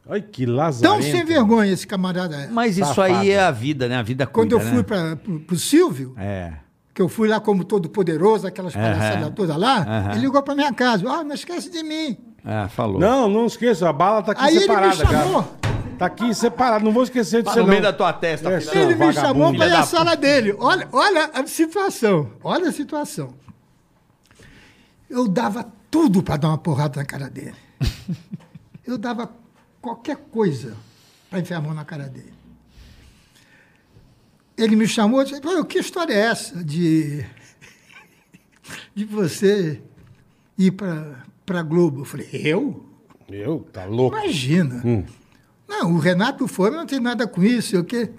C: Ai, que
D: Tão
C: lazarento.
D: sem vergonha esse camarada. é.
B: Mas isso
C: Safado.
B: aí é a vida, né? A vida
D: Quando
B: cuida,
D: eu fui
B: né?
D: para o Silvio,
B: É.
D: que eu fui lá como todo poderoso, aquelas palhaçadas todas lá,
B: Aham.
D: ele ligou para minha casa, ah, não esquece de mim.
B: Ah, falou.
C: Não, não esqueça, a bala tá aqui
D: Aí ele me
C: separada,
D: chamou,
C: cara. Tá aqui separada, não vou esquecer de
B: Tá
C: você
B: no
C: não.
B: meio da tua testa,
C: É,
B: filha.
C: sim.
D: ele me
C: vagabundo,
D: chamou para ir
B: filha
D: à
B: da
D: sala dele. Olha, olha a situação, olha a situação. Eu dava tudo para dar uma porrada na cara dele. Eu dava qualquer coisa para enfiar a mão na cara dele. Ele me chamou e disse, "Pô, que história é essa de, de você ir para a Globo? Eu falei, eu?
C: Meu, tá louco.
D: Imagina.
C: Hum.
D: Não, o Renato Fome não tem nada com isso. Eu que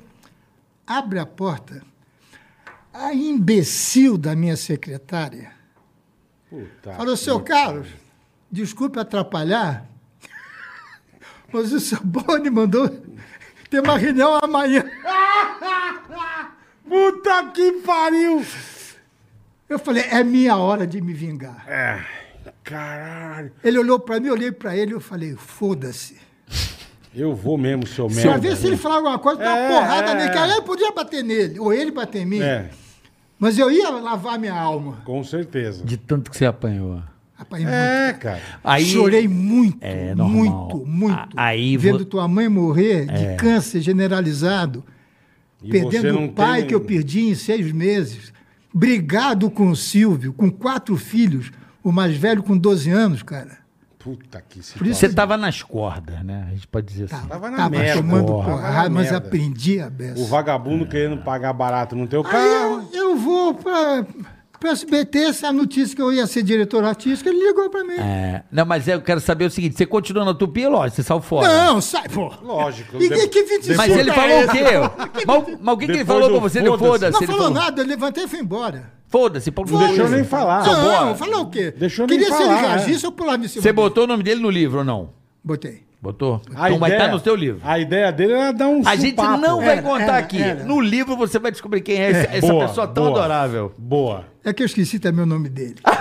D: abre a porta. A imbecil da minha secretária
C: Puta
D: falou: "Seu Carlos, desculpe atrapalhar, mas o seu Boni mandou ter uma reunião amanhã."
C: Puta que pariu!
D: Eu falei: "É minha hora de me vingar."
C: É, Caralho.
D: Ele olhou para mim, eu olhei para ele, eu falei: "Foda-se."
C: Eu vou mesmo, seu
D: Pra
C: merda.
D: ver se ele falava alguma coisa, dá
C: É,
D: uma porrada
C: é,
D: nele, que
C: é.
D: aí eu podia bater nele, ou ele bater em mim.
C: É,
D: Mas eu ia lavar minha alma.
C: com certeza.
B: De tanto que você apanhou.
D: Rapaz,
C: É, cara.
B: Aí,
D: muito. Chorei muito,
B: É, normal.
D: muito, muito.
B: A- aí vo- É.
D: Vendo tua mãe morrer de câncer generalizado,
C: E você
D: perdendo
C: não
D: o pai
C: tem-
D: que eu perdi em seis meses, brigado com o Silvio, com quatro filhos, o mais velho com 12 anos, cara.
C: Puta que se
D: Por isso
B: Você tava nas cordas, né? A gente pode dizer assim.
D: Tava,
C: Tava na
D: tava
C: merda,
D: tomando
C: porra. Tava
D: porrada,
C: na
D: mas
C: merda.
D: aprendi a beça.
C: O vagabundo querendo pagar barato no teu
D: Aí
C: carro.
D: eu, eu vou para o SBT, essa notícia que eu ia ser diretor artístico, ele ligou para mim.
B: É. Não, mas eu quero saber o seguinte: você continua na tupi, É lógico, você saiu fora.
D: Não, sai, pô.
C: Lógico.
D: E
C: de-
D: que 25
B: Mas ele
D: é
B: falou o
D: esse?
B: quê? Mas, o- mas o que, que ele
C: Depois
B: falou
C: do
B: pra você? Ele
C: foda-se.
B: Foda-se.
D: Não
B: ele
D: falou,
B: falou
D: nada, eu levantei e fui embora.
B: Foda-se. Paulo
C: Não deixou
B: Foda-se.
C: nem falar.
B: Seu
D: não,
B: bora.
D: falou o quê?
C: Deixa eu nem
D: Queria se
C: falar,
D: ele
C: é.
D: reagisse, eu pulava em cima.
B: Você
D: dele.
B: botou o nome dele no livro ou não?
D: Botei.
B: Botou?
C: A
B: então vai
C: ideia-
B: estar no seu livro.
C: A ideia dele era dar um
B: A gente
C: supapo.
B: não vai
D: Era,
B: contar
D: era,
B: aqui.
D: era.
B: No livro você vai descobrir quem é esse- essa
C: é. Boa,
B: pessoa tão
C: boa.
B: adorável.
C: Boa.
D: É que eu esqueci também o nome dele.
B: Assim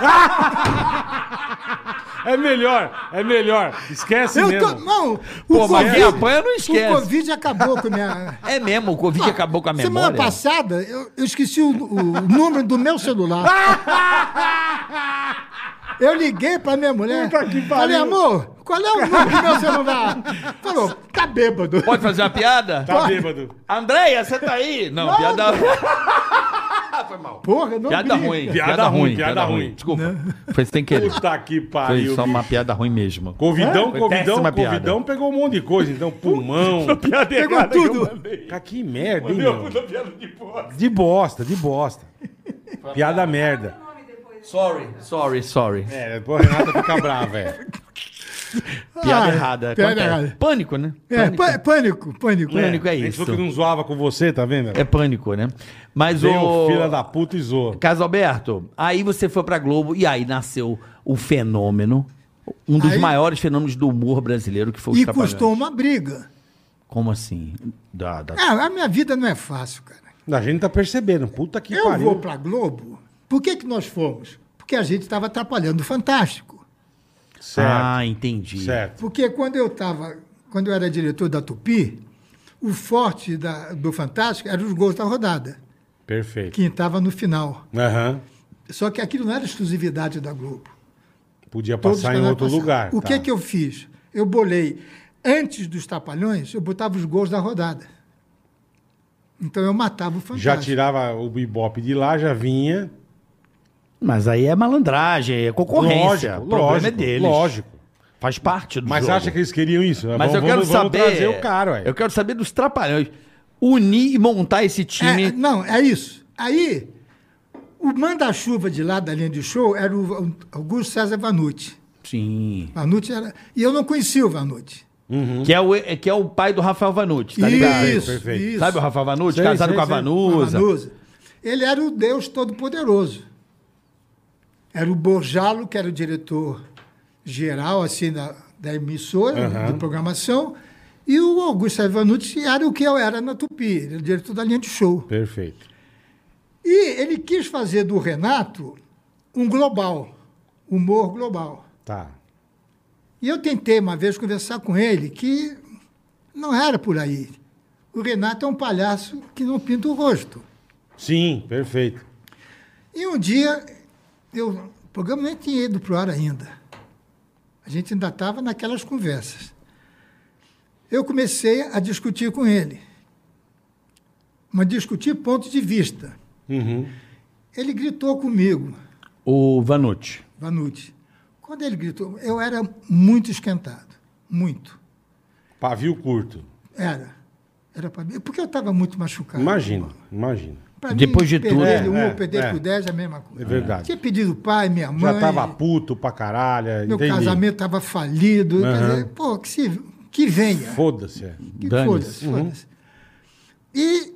C: É melhor, é melhor. Esquece
D: eu
C: mesmo.
D: tô. Não, o
B: Pô, mas
D: Covid.
B: quem apanha não esquece.
D: O Covid acabou com a minha.
B: É mesmo, o
C: Ah,
B: Covid acabou com a memória.
D: Semana passada, eu, eu esqueci o, o número do meu celular. Eu liguei pra minha mulher.
C: Puta que
D: falei,
C: pariu.
D: amor, qual é o número do meu celular? Falou, tá bêbado.
B: Pode fazer uma piada?
C: Tá bêbado.
B: Andréia, você tá aí? Não, piada,
D: Porra, não
B: piada
D: brinca.
B: tá ruim.
C: Piada ruim, piada ruim.
B: Desculpa. Foi sem querer.
C: Puta que
B: Foi
C: pariu.
B: só uma
C: bicho.
B: piada ruim mesmo.
C: Covidão,
B: Foi
C: covidão,
B: péssima piada.
C: covidão pegou um monte de coisa. Então, pulmão.
F: Piada
D: Pegou
B: tá
F: errada que eu
D: tudo.
F: mandei.
C: Cara, que merda, hein,
F: Meu,
C: meu?
F: puta piada de bosta.
C: De bosta, de bosta. Piada merda.
B: Sorry, sorry, sorry.
C: É, pô, a Renata fica brava, é.
B: Piada
D: Ah,
B: errada.
D: piada
B: acontece.
D: errada.
B: Pânico, né?
D: É, pá- pânico, pânico.
B: É. Único
C: A gente
B: isso.
C: falou que não zoava com você, tá vendo?
B: É pânico, né? Mas
C: Veio
B: o.
C: o filho da puta e zoa.
B: Caso Alberto, aí você foi pra Globo e aí nasceu o fenômeno. Um dos
D: Aí-
B: maiores fenômenos do humor brasileiro que foi o
D: E
B: Trapalhões. um
D: custou uma briga.
B: Como assim? Da, da-
D: Ah, a minha vida não é fácil, cara.
C: A gente tá percebendo. Puta que
D: eu
C: pariu.
D: vou para Globo. Por que, que nós fomos? Porque a gente estava atrapalhando o Fantástico.
C: Certo.
B: Ah, entendi.
C: certo.
D: Porque quando eu estava, quando eu era diretor da Tupi, o forte da- do Fantástico eram os gols da rodada,
C: Perfeito.
D: quem estava no final.
C: Aham.
D: Só que aquilo não era exclusividade da Globo.
C: Podia
D: Todos
C: passar em
D: canais
C: outro
D: passavam.
C: lugar.
D: O
C: tá.
D: que que eu fiz? Eu bolei. Antes dos Trapalhões, eu botava os gols da rodada. Então eu matava o Fantástico.
C: Já tirava o ibope de lá, já vinha.
B: Mas aí é malandragem, é concorrência.
C: Lógico,
B: o problema
C: lógico,
B: é deles.
C: lógico.
B: Faz parte do
C: Mas
B: jogo.
C: acha que eles queriam isso?
B: Mas
C: Vamos-
B: eu quero
C: vamos- vamos
B: saber.
C: trazer o cara, ué.
B: eu quero saber dos trapalhões. Unir e montar esse time.
D: É, não, é isso. Aí, o manda-chuva de lá da linha de show era o Augusto César Vanucci.
B: Sim.
D: Vanucci era... E eu não conhecia o Vanucci.
C: Uhum.
B: Que, é o, é- que é o pai do Rafael Vanucci, tá ligado?
D: Isso,
C: Perfeito.
D: isso.
B: Sabe o Rafael Vanucci?
C: Sei,
B: casado
C: sei,
B: com a
C: sei.
B: Vanusa.
D: Vanusa. Ele era o Deus Todo-Poderoso. Era o Borjalo, que era o diretor geral assim da, da emissora, de programação, e o Augusto Ivanucci era o que eu era na Tupi, ele era o diretor da linha de show.
C: Perfeito.
D: E ele quis fazer do Renato um global, humor global.
C: Tá.
D: E eu tentei uma vez conversar com ele que não era por aí. O Renato é um palhaço que não pinta o rosto.
C: Sim, perfeito.
D: E um dia, eu, o programa nem tinha ido para o ar ainda. A gente ainda estava naquelas conversas. Eu comecei a discutir com ele, mas discutir pontos de vista.
C: Uhum.
D: Ele gritou comigo,
B: O Vanucci.
D: Vanucci. Quando ele gritou, eu era muito esquentado, muito.
C: Pavio curto.
D: Era. Era para mim, porque eu estava muito machucado.
C: Imagina, imagina.
D: Pra
B: Depois de tudo,
D: Perder
C: é,
D: um,
C: é,
D: perder
C: é.
D: por dez, é a mesma coisa.
C: É verdade.
D: Tinha pedido pai, minha mãe.
C: Já tava puto pra caralho.
D: Meu
C: entendi.
D: casamento estava falido. quer
C: Aham.
D: dizer, pô, que, se, que venha.
C: Foda-se. é.
D: Que
B: Dane-se.
D: foda-se, foda-se. E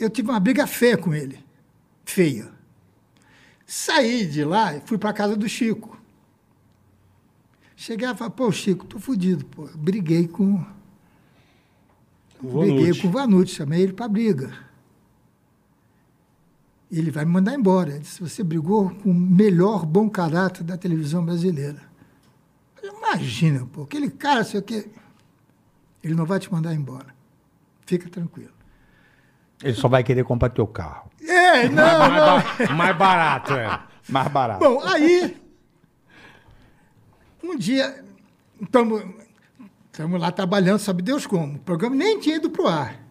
D: eu tive uma briga feia com ele. Feia. Saí de lá e fui para casa do Chico. Cheguei e falei, pô, Chico, tô fudido, pô. Briguei com.
C: O
D: Briguei
C: Vanucci.
D: com o Vanucci, chamei ele para briga. Ele vai me mandar embora. Ele disse, você brigou com o melhor bom caráter da televisão brasileira. Eu falei, Imagina, pô, aquele cara, sei o quê. Ele não vai te mandar embora. Fica tranquilo.
B: Ele só vai querer comprar teu carro.
D: É, não, não.
C: Mais, ba- mais barato, é.
B: Mais barato.
D: Bom, aí. Um dia. Estamos lá trabalhando, sabe Deus como. O programa nem tinha ido para o ar.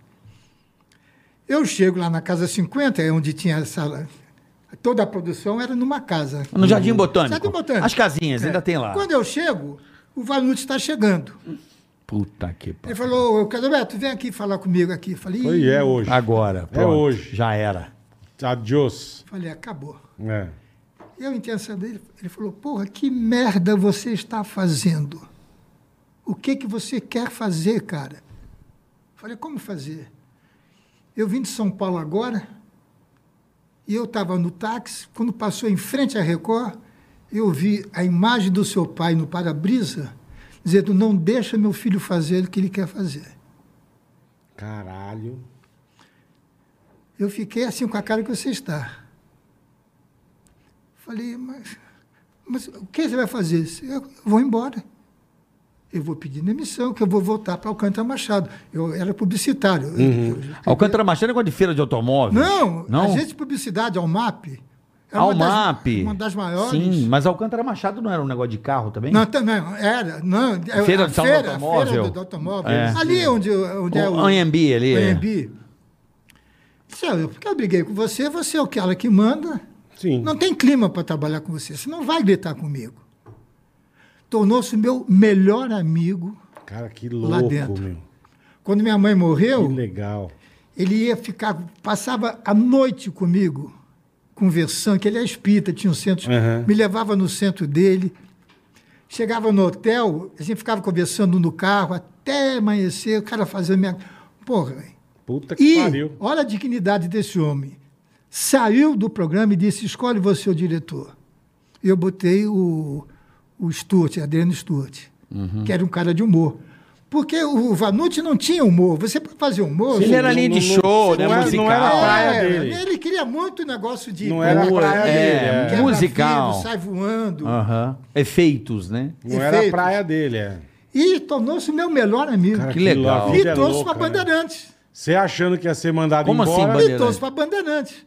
D: Eu chego lá na Casa 50, é onde tinha a sala. Toda a produção era numa casa.
B: No Jardim Botânico.
D: Jardim Botânico.
B: As casinhas, ainda
D: É.
B: tem lá.
D: Quando eu chego, o Vanucci está chegando.
B: Puta que pariu.
D: Ele falou, ô, Casaberto, vem aqui falar comigo aqui. Eu Falei,
C: Foi,
D: "Ih".
C: é hoje.
B: Agora. pronto,
C: hoje.
B: Já era.
C: Adios.
D: falei, acabou.
C: É.
D: Eu, intenção dele, ele falou: Porra, que merda você está fazendo? O que que você quer fazer, cara? Falei: Como fazer? Eu vim de São Paulo agora e eu estava no táxi. Quando passou em frente à Record, eu vi a imagem do seu pai no para-brisa dizendo: Não deixa meu filho fazer o que ele quer fazer.
C: Caralho.
D: Eu fiquei assim com a cara que você está. Falei, mas, mas o que você vai fazer? Eu vou embora. Eu vou pedir demissão, que eu vou voltar para Alcântara Machado. Eu era publicitário. Eu- eu-
B: Alcântara Machado é coisa de feira de automóveis.
D: não,
B: não.
D: a gente de publicidade, Almap, era uma das-
B: Almap.
D: uma das maiores.
B: Sim, mas Alcântara Machado não era um negócio de carro também?
D: Não, também, era. Não, é,
B: Feira
D: a
B: de Salão do
D: feira, a
B: Automóvel.
D: feira do, do automóvel.
B: É.
D: Ali é onde, onde é
B: O
D: o.
B: Anhembi ali, é.
D: Anhembi. Disse, "Ah, eu- Porque eu briguei com você, você é o cara que manda.
C: Sim.
D: Não tem clima para trabalhar com você, você não vai gritar comigo. Tornou-se o meu melhor amigo.
C: Cara, que louco,
D: dentro.
C: meu.
D: Quando minha mãe
C: Que
D: morreu,
C: legal.
D: ele ia ficar, passava a noite comigo, conversando, que ele é espírita, tinha um centro,
C: Aham.
D: me levava no centro dele, chegava no hotel, a gente ficava conversando no carro até amanhecer, o cara fazia minha... Porra,
C: Puta que
D: e
C: pariu.
D: olha a dignidade desse homem. Saiu do programa e disse, escolhe você o diretor. Eu
C: Uhum.
D: botei o, o Stuart, Adriano Stuart, que era um cara de humor. Porque o Vanucci não tinha humor. Você para fazer humor.
B: Ele era linha de show, né?
C: não era-
B: musical.
C: não era a praia
D: É,
C: dele.
D: Ele queria muito um negócio de.
C: Não era a
D: Pô,
C: praia
B: é,
C: dele. é. Ah.
D: quebra
B: musical.
D: vidro, sai voando.
B: Aham. Efeitos, né?
C: Não era a
D: Efeitos.
C: praia dele, é.
D: E tornou-se meu melhor amigo.
B: que legal.
D: Me trouxe para
C: né?
D: Bandeirantes.
C: Você achando que ia ser mandado
B: Como assim,
C: embora.
B: Bandeirantes?
D: Me trouxe para Bandeirantes.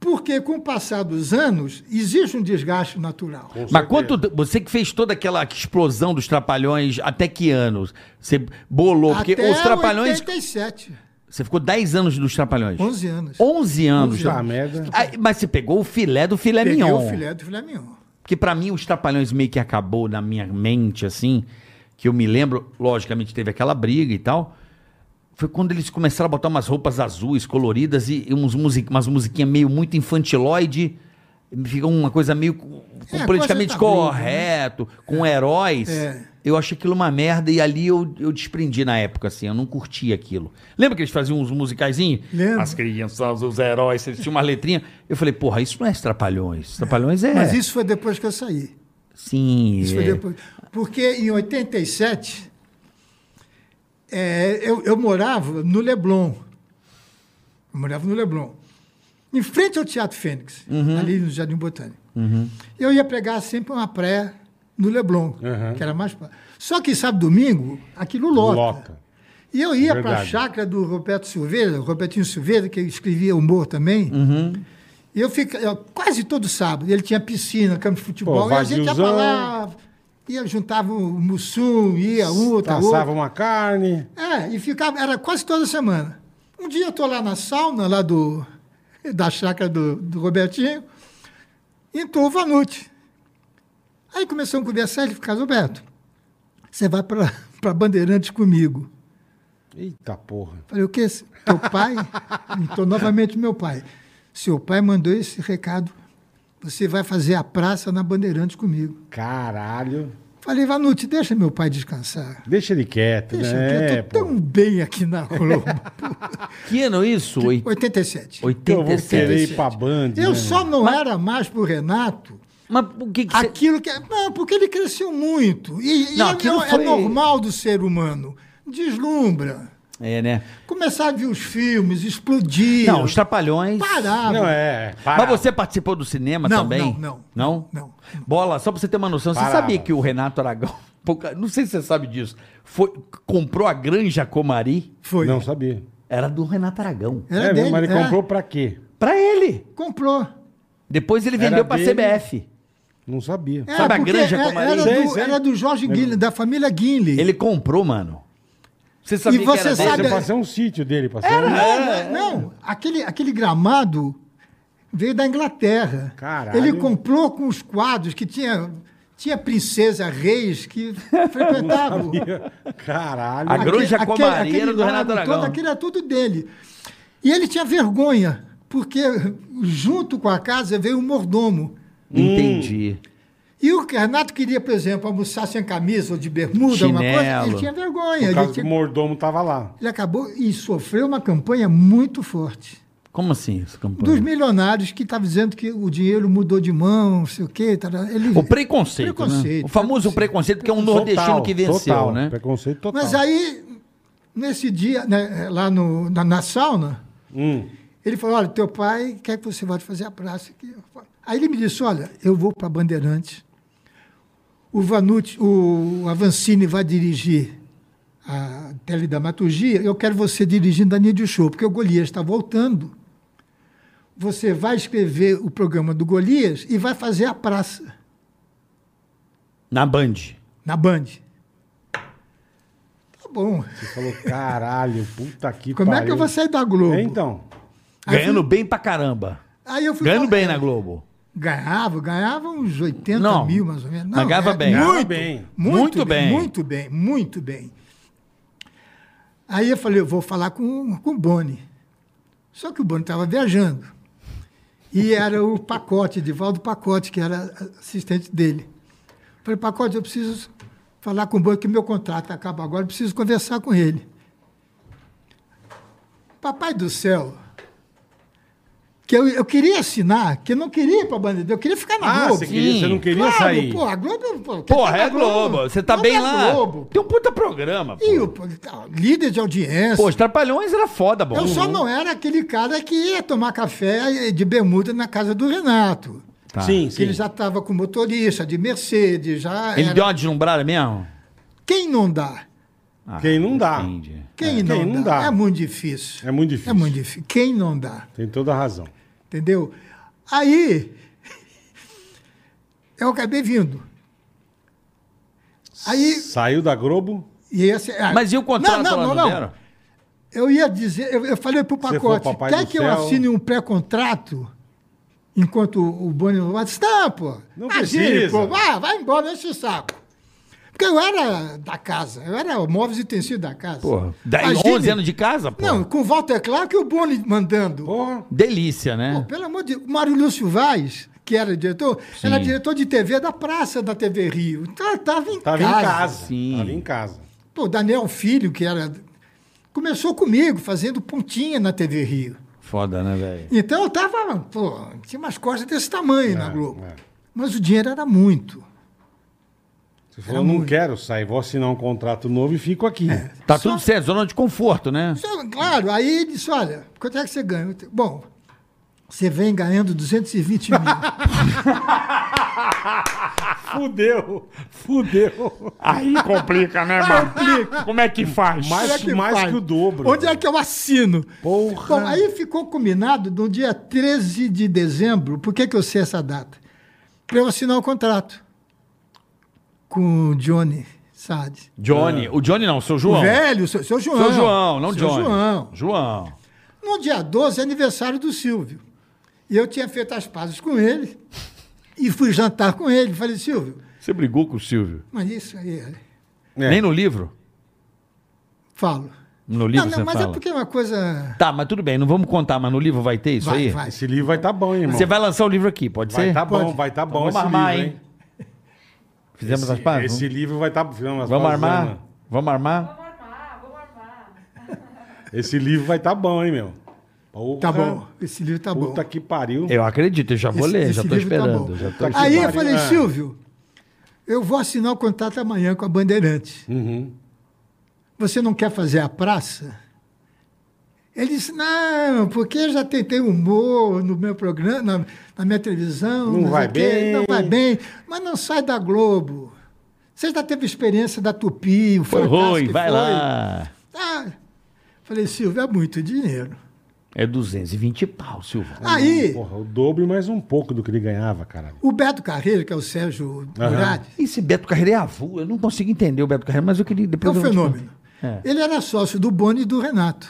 D: Porque com o passar dos anos, existe um desgaste natural.
B: Mas quanto. Você que fez toda aquela explosão dos trapalhões, até que anos? Você bolou? Porque
D: Até
B: os trapalhões.
D: 87,
B: Você ficou 10 anos dos trapalhões.
D: 11 anos.
B: 11 anos.
C: Puta merda.
B: Aí, mas você pegou o filé do filé
D: Peguei
B: mignon.
D: o filé do filé mignon.
B: Porque pra mim os Trapalhões meio que acabou na minha mente, assim, que eu me lembro, logicamente teve aquela briga e tal, foi quando eles começaram a botar umas roupas azuis, coloridas e, e uns music, umas musiquinhas meio muito infantiloide, fica uma coisa meio com- com
D: É,
B: politicamente
D: coisa da briga,
B: correto, com heróis.
D: É.
B: Eu achei aquilo uma merda e ali eu, eu desprendi na época, assim, eu não curti aquilo. Lembra que eles faziam uns musicaizinhos?
D: Lembro.
B: As crianças, os heróis, eles tinham uma letrinha. Eu falei, porra, isso não é Trapalhões. Trapalhões é...
D: Mas isso foi depois que eu saí.
B: Sim.
D: Isso foi
B: é.
D: depois. Porque em 87, é, eu, eu morava no Leblon. Eu morava no Leblon. Em frente ao Teatro Fênix,
C: Uhum.
D: ali no Jardim Botânico. Eu ia pregar sempre uma praia no Leblon,
C: Uhum.
D: que era mais. pra- Só que sábado e domingo, aquilo lota.
C: Lota.
D: E eu ia para a
C: Verdade.
D: chácara do Roberto Silveira, Robertinho Silveira, que escrevia humor também.
C: Uhum.
D: E eu ficava quase todo sábado. Ele tinha piscina, campo de futebol.
C: Pô,
D: e a gente ia pra
C: vaziozão.
D: lá, ia, juntava o Mussum, ia outra,
C: Assava
D: outra.
C: uma carne.
D: É, e ficava, era quase toda semana. Um dia eu tô lá na sauna, lá do, da chácara do, do Robertinho, entrou o Vanucci. Aí começamos a conversar, ele ficava, Roberto, você vai para Bandeirantes comigo.
C: Eita porra.
D: Falei, o quê? Teu pai? então, novamente, meu pai. Seu pai mandou esse recado. Você vai fazer a praça na Bandeirantes comigo.
C: Caralho.
D: Falei, Vanucci, deixa meu pai descansar.
C: Deixa ele quieto,
D: Deixa,
C: né?
D: que
C: É,
D: eu tô tão
C: pô.
D: bem aqui na Globo.
B: Que ano isso? Oit-
D: 87.
C: Que Eu vou querer
B: 87.
C: ir pra Band.
D: Eu
C: né?
D: só não era mais pro Renato
B: Mas o que que você...
D: aquilo que... é, Não, porque ele cresceu muito. E, e
B: Não,
D: é-
B: aquilo
D: é,
B: foi-
D: normal do ser humano. Deslumbra.
B: É, né?
D: Começar a ver os filmes, explodir.
B: Não, os Trapalhões...
D: Parava.
C: Não, é. Para.
B: Mas você participou do cinema
D: Não,
B: também?
D: não, não.
B: Não?
D: Não.
B: Bola, só pra você ter uma noção, você
C: Parava.
B: sabia que o Renato Aragão, pouca- não sei se você sabe disso, foi, comprou a Granja Comari,
D: Foi.
C: Não sabia.
B: era do Renato Aragão.
D: Era
C: é,
D: dele,
C: mas ele
D: é.
C: comprou pra quê?
B: Pra ele.
D: Comprou.
B: Depois ele
C: Era
B: vendeu pra
C: dele.
B: CBF.
C: Não sabia.
D: É,
B: Sabe a
D: porque
B: granja
D: é-
B: Comari?
D: Era,
C: Sei,
D: do,
C: sei.
D: era do Jorge Guinle, da família Guinle.
B: Ele comprou, mano. Você sabia
D: E você
B: que era dele?
D: sabe-
C: Você passou um sítio dele, passou um...
B: é.
D: Não, É, né? não, aquele, aquele gramado veio da Inglaterra.
C: Caralho.
D: Ele comprou com os quadros que tinha, tinha princesa, reis que frequentavam.
C: Caralho.
B: A Granja
D: Aque-
B: Comari
D: aquele-
B: era do
D: aquele
B: Renato
D: lado
B: Aragão.
D: todo, aquilo era tudo dele. E ele tinha vergonha, porque junto com a casa veio o mordomo.
B: Entendi.
D: E o Renato queria, por exemplo, almoçar sem camisa ou de bermuda, uma coisa,
B: Chinelo.
D: ele tinha vergonha.
C: Por
D: Ele,
C: causa que
D: tinha-
C: o mordomo tava lá.
D: ele acabou e sofreu uma campanha muito forte. Um
B: Como assim, esse campanha?
D: Dos milionários que estavam dizendo que o dinheiro mudou de mão, não sei o quê. tará, Ele...
B: O preconceito,
D: Preconceito,
B: né? O famoso preconceito, porque é um nordestino que venceu,
C: total,
B: né?
C: Preconceito total.
D: Mas aí, nesse dia, né, lá no, na, na sauna,
C: Hum.
D: ele falou, olha, teu pai quer que você vá fazer a praça aqui. Aí ele me disse, olha, eu vou para Bandeirantes, o Vanucci, o Avancini vai dirigir a teledramaturgia, eu quero você dirigindo a Nídio Show, porque o Golias está voltando. Você vai escrever o programa do Golias e vai fazer a praça.
B: Na Band.
D: Na Band. Tá bom.
C: Você falou, caralho, puta que
D: Como é
C: pariu.
D: que eu vou sair da Globo?
C: É, Então,
D: Aí
B: Ganhando
D: fui-
B: bem pra caramba.
D: Aí eu fui
B: Ganhando
D: pra-
B: bem na Globo.
D: Ganhava, ganhava uns 80
B: Não,
D: mil, mais ou menos.
B: mas ganhava
D: é,
B: bem.
D: Muito,
C: Ganhava bem.
D: Muito,
B: Muito
D: bem,
B: bem.
D: Muito bem, muito bem. Aí eu falei, eu vou falar com, com o Boni. Só que o Boni estava viajando. E era o Pacote, Edivaldo Pacote, que era assistente dele. Falei, Pacote, eu preciso falar com o Boni, que meu contrato acaba agora, eu preciso conversar com ele. Papai do céu, que eu, eu queria assinar, que eu não queria ir pra Band, eu queria ficar na
C: Ah,
D: Globo.
C: você, queria- você não queria
D: Claro,
C: sair.
D: Pô, a Globo. Pô, quem
B: Porra,
D: tá
B: é
D: na
B: Globo. Você tá
D: Globo
B: bem
D: é
B: lá.
D: Globo.
B: Tem um puta programa. Pô,
D: E o pô, tá, líder de audiência.
B: Pô, os Trapalhões era foda, bom.
D: eu só não era aquele cara que ia tomar café de bermuda na casa do Renato.
B: Tá.
C: Sim,
D: Que
C: sim.
D: ele já estava com motorista de Mercedes, já.
B: Ele
D: era-
B: deu uma deslumbrada mesmo?
D: Quem não dá?
B: Ah,
C: Quem não dá.
B: Entendi.
D: Quem,
C: É,
D: não,
C: quem não
D: dá?
C: dá.
D: É muito difícil.
C: É muito difícil.
D: É muito difícil. Quem não dá?
C: Tem toda a razão.
D: Entendeu? Aí eu acabei vindo. Aí
C: Saiu da Globo,
D: e esse, ah,
B: Mas e o contrato
D: Não,
B: lá
D: não,
B: no
D: não.
B: Zero?
D: Eu ia dizer, eu, eu falei pro
C: for
D: pacote,
C: papai
D: quer
C: do
D: que eu
C: céu-
D: assine um pré-contrato enquanto o Boni não vai? Disse, Não, pô.
C: Não
D: imagine,
C: precisa.
D: pô, vai, vai embora, enche o saco. Porque eu era da casa, eu era o móveis e tecido da casa.
B: Porra, 10,
D: Imagine-
B: 11 anos de casa, pô.
D: Não, com o Walter Clark e o Boni mandando.
C: porra,
B: Delícia,
D: Pô,
B: né?
D: pelo amor de Deus, o Mário Lúcio Vaz, que era diretor, era diretor de TV da Praça da TV Rio. Então, tava em
C: tava
D: casa.
C: em casa.
B: Sim.
C: Tava em casa.
D: Pô, o Daniel Filho, que era. Começou comigo, fazendo pontinha na TV Rio.
B: Foda, né, velho?
D: Então eu tava. Pô, tinha umas costas desse tamanho na Globo.
C: é.
D: Mas o dinheiro era muito.
C: Você falou, não quero sair, vou assinar um contrato novo e fico aqui.
B: Tá
D: Só-
B: tudo certo, zona de conforto, né?
D: Então, claro, aí ele disse: olha, quanto é que você ganha? Eu disse, Bom, você vem ganhando 220 mil.
C: Fudeu, fudeu.
G: Aí complica, né, mano? Como é que faz?
D: Será
C: Mais, mais
D: faz?
C: que o dobro.
D: Onde é que eu assino?
C: Porra.
D: Bom, aí ficou combinado no dia 13 de dezembro. Por que, que eu sei essa data? Para eu assinar o contrato com o Johnny Sade.
B: Johnny. O Johnny não, seu
D: É. O
B: João.
D: velho, seu, seu João.
B: Seu João, não
D: seu
B: Johnny.
D: João.
B: João.
D: No dia 12 é aniversário do Silvio. E eu tinha feito as pazes com ele e fui jantar com ele. Falei, Silvio,
F: Você brigou com o Silvio?
D: mas isso aí,
C: É.
B: Nem no livro?
D: falo.
B: No livro
D: não,
B: você
D: não, mas
B: fala?
D: é porque é uma coisa.
B: Tá, mas tudo bem, não vamos contar, mas no livro vai ter isso
D: Vai,
B: aí?
D: vai.
C: Esse livro vai tá bom, hein, irmão.
B: Você vai lançar o livro aqui, pode
C: Vai
B: ser?
C: tá bom,
D: Pode.
C: vai tá bom
B: Vamos
C: esse
B: armar,
C: livro,
B: hein?
C: hein?
B: Fizemos as
C: Esse,
B: pazes?
C: esse livro vai tá... Vamos,
B: Vamos armar? Vamos armar?
H: Vamos armar, vamos armar.
C: Esse livro vai tá bom, hein, meu. Porra,
D: Tá bom, esse livro tá bom.
C: Puta que pariu.
B: Eu acredito, eu já vou
D: Esse-
B: ler,
D: esse
B: já tô
D: livro tá
B: esperando.
D: bom.
B: já tô
C: Tá
B: esperando.
C: aqui.
D: Aí eu
C: pariu.
D: falei,
C: Ah.
D: Silvio, eu vou assinar o contrato amanhã com a Bandeirantes.
C: Uhum.
D: Você não quer fazer a praça? Ele disse, não, porque eu já tentei humor no meu programa, na, na minha televisão.
C: Não
D: sei
C: vai
D: o quê,
C: bem.
D: Não vai bem, mas não sai da Globo. Você já teve experiência da Tupi, o
F: Foi
D: fracasso
F: ruim,
D: que
F: vai
D: foi.
F: lá.
D: Ah, falei, Silvio, é muito dinheiro.
B: É 220 pau, Silvio. Ah,
D: Aí,
C: Porra, o dobro e mais um pouco do que ele ganhava, caralho.
D: o Beto Carreiro, que é o Sérgio Murad,
B: Esse Beto Carreira é avô, eu não consigo entender o Beto Carreira, mas eu queria
D: é um
B: depois... eu vou te
D: fenômeno.
B: É.
D: Ele era sócio do Boni e do Renato.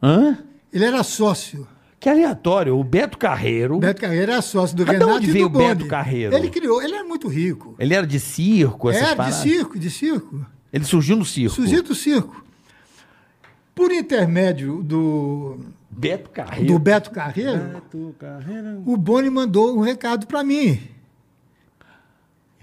B: contar. Hã?
D: Ele era sócio.
B: Que aleatório, o Beto Carreiro,
D: Beto Carreiro era sócio do
B: Mas de
D: Renato
B: onde
D: e do
B: veio o
D: Boni.
B: Beto Carreiro?
D: Ele criou, ele era muito rico.
B: ele era de circo, essas
D: Era É, de
B: paradas?
D: circo, de circo.
B: Ele surgiu no circo.
D: Surgiu do circo. Por intermédio do,
B: Beto Carreiro.
D: do Beto Carreiro, o Boni mandou um recado para mim.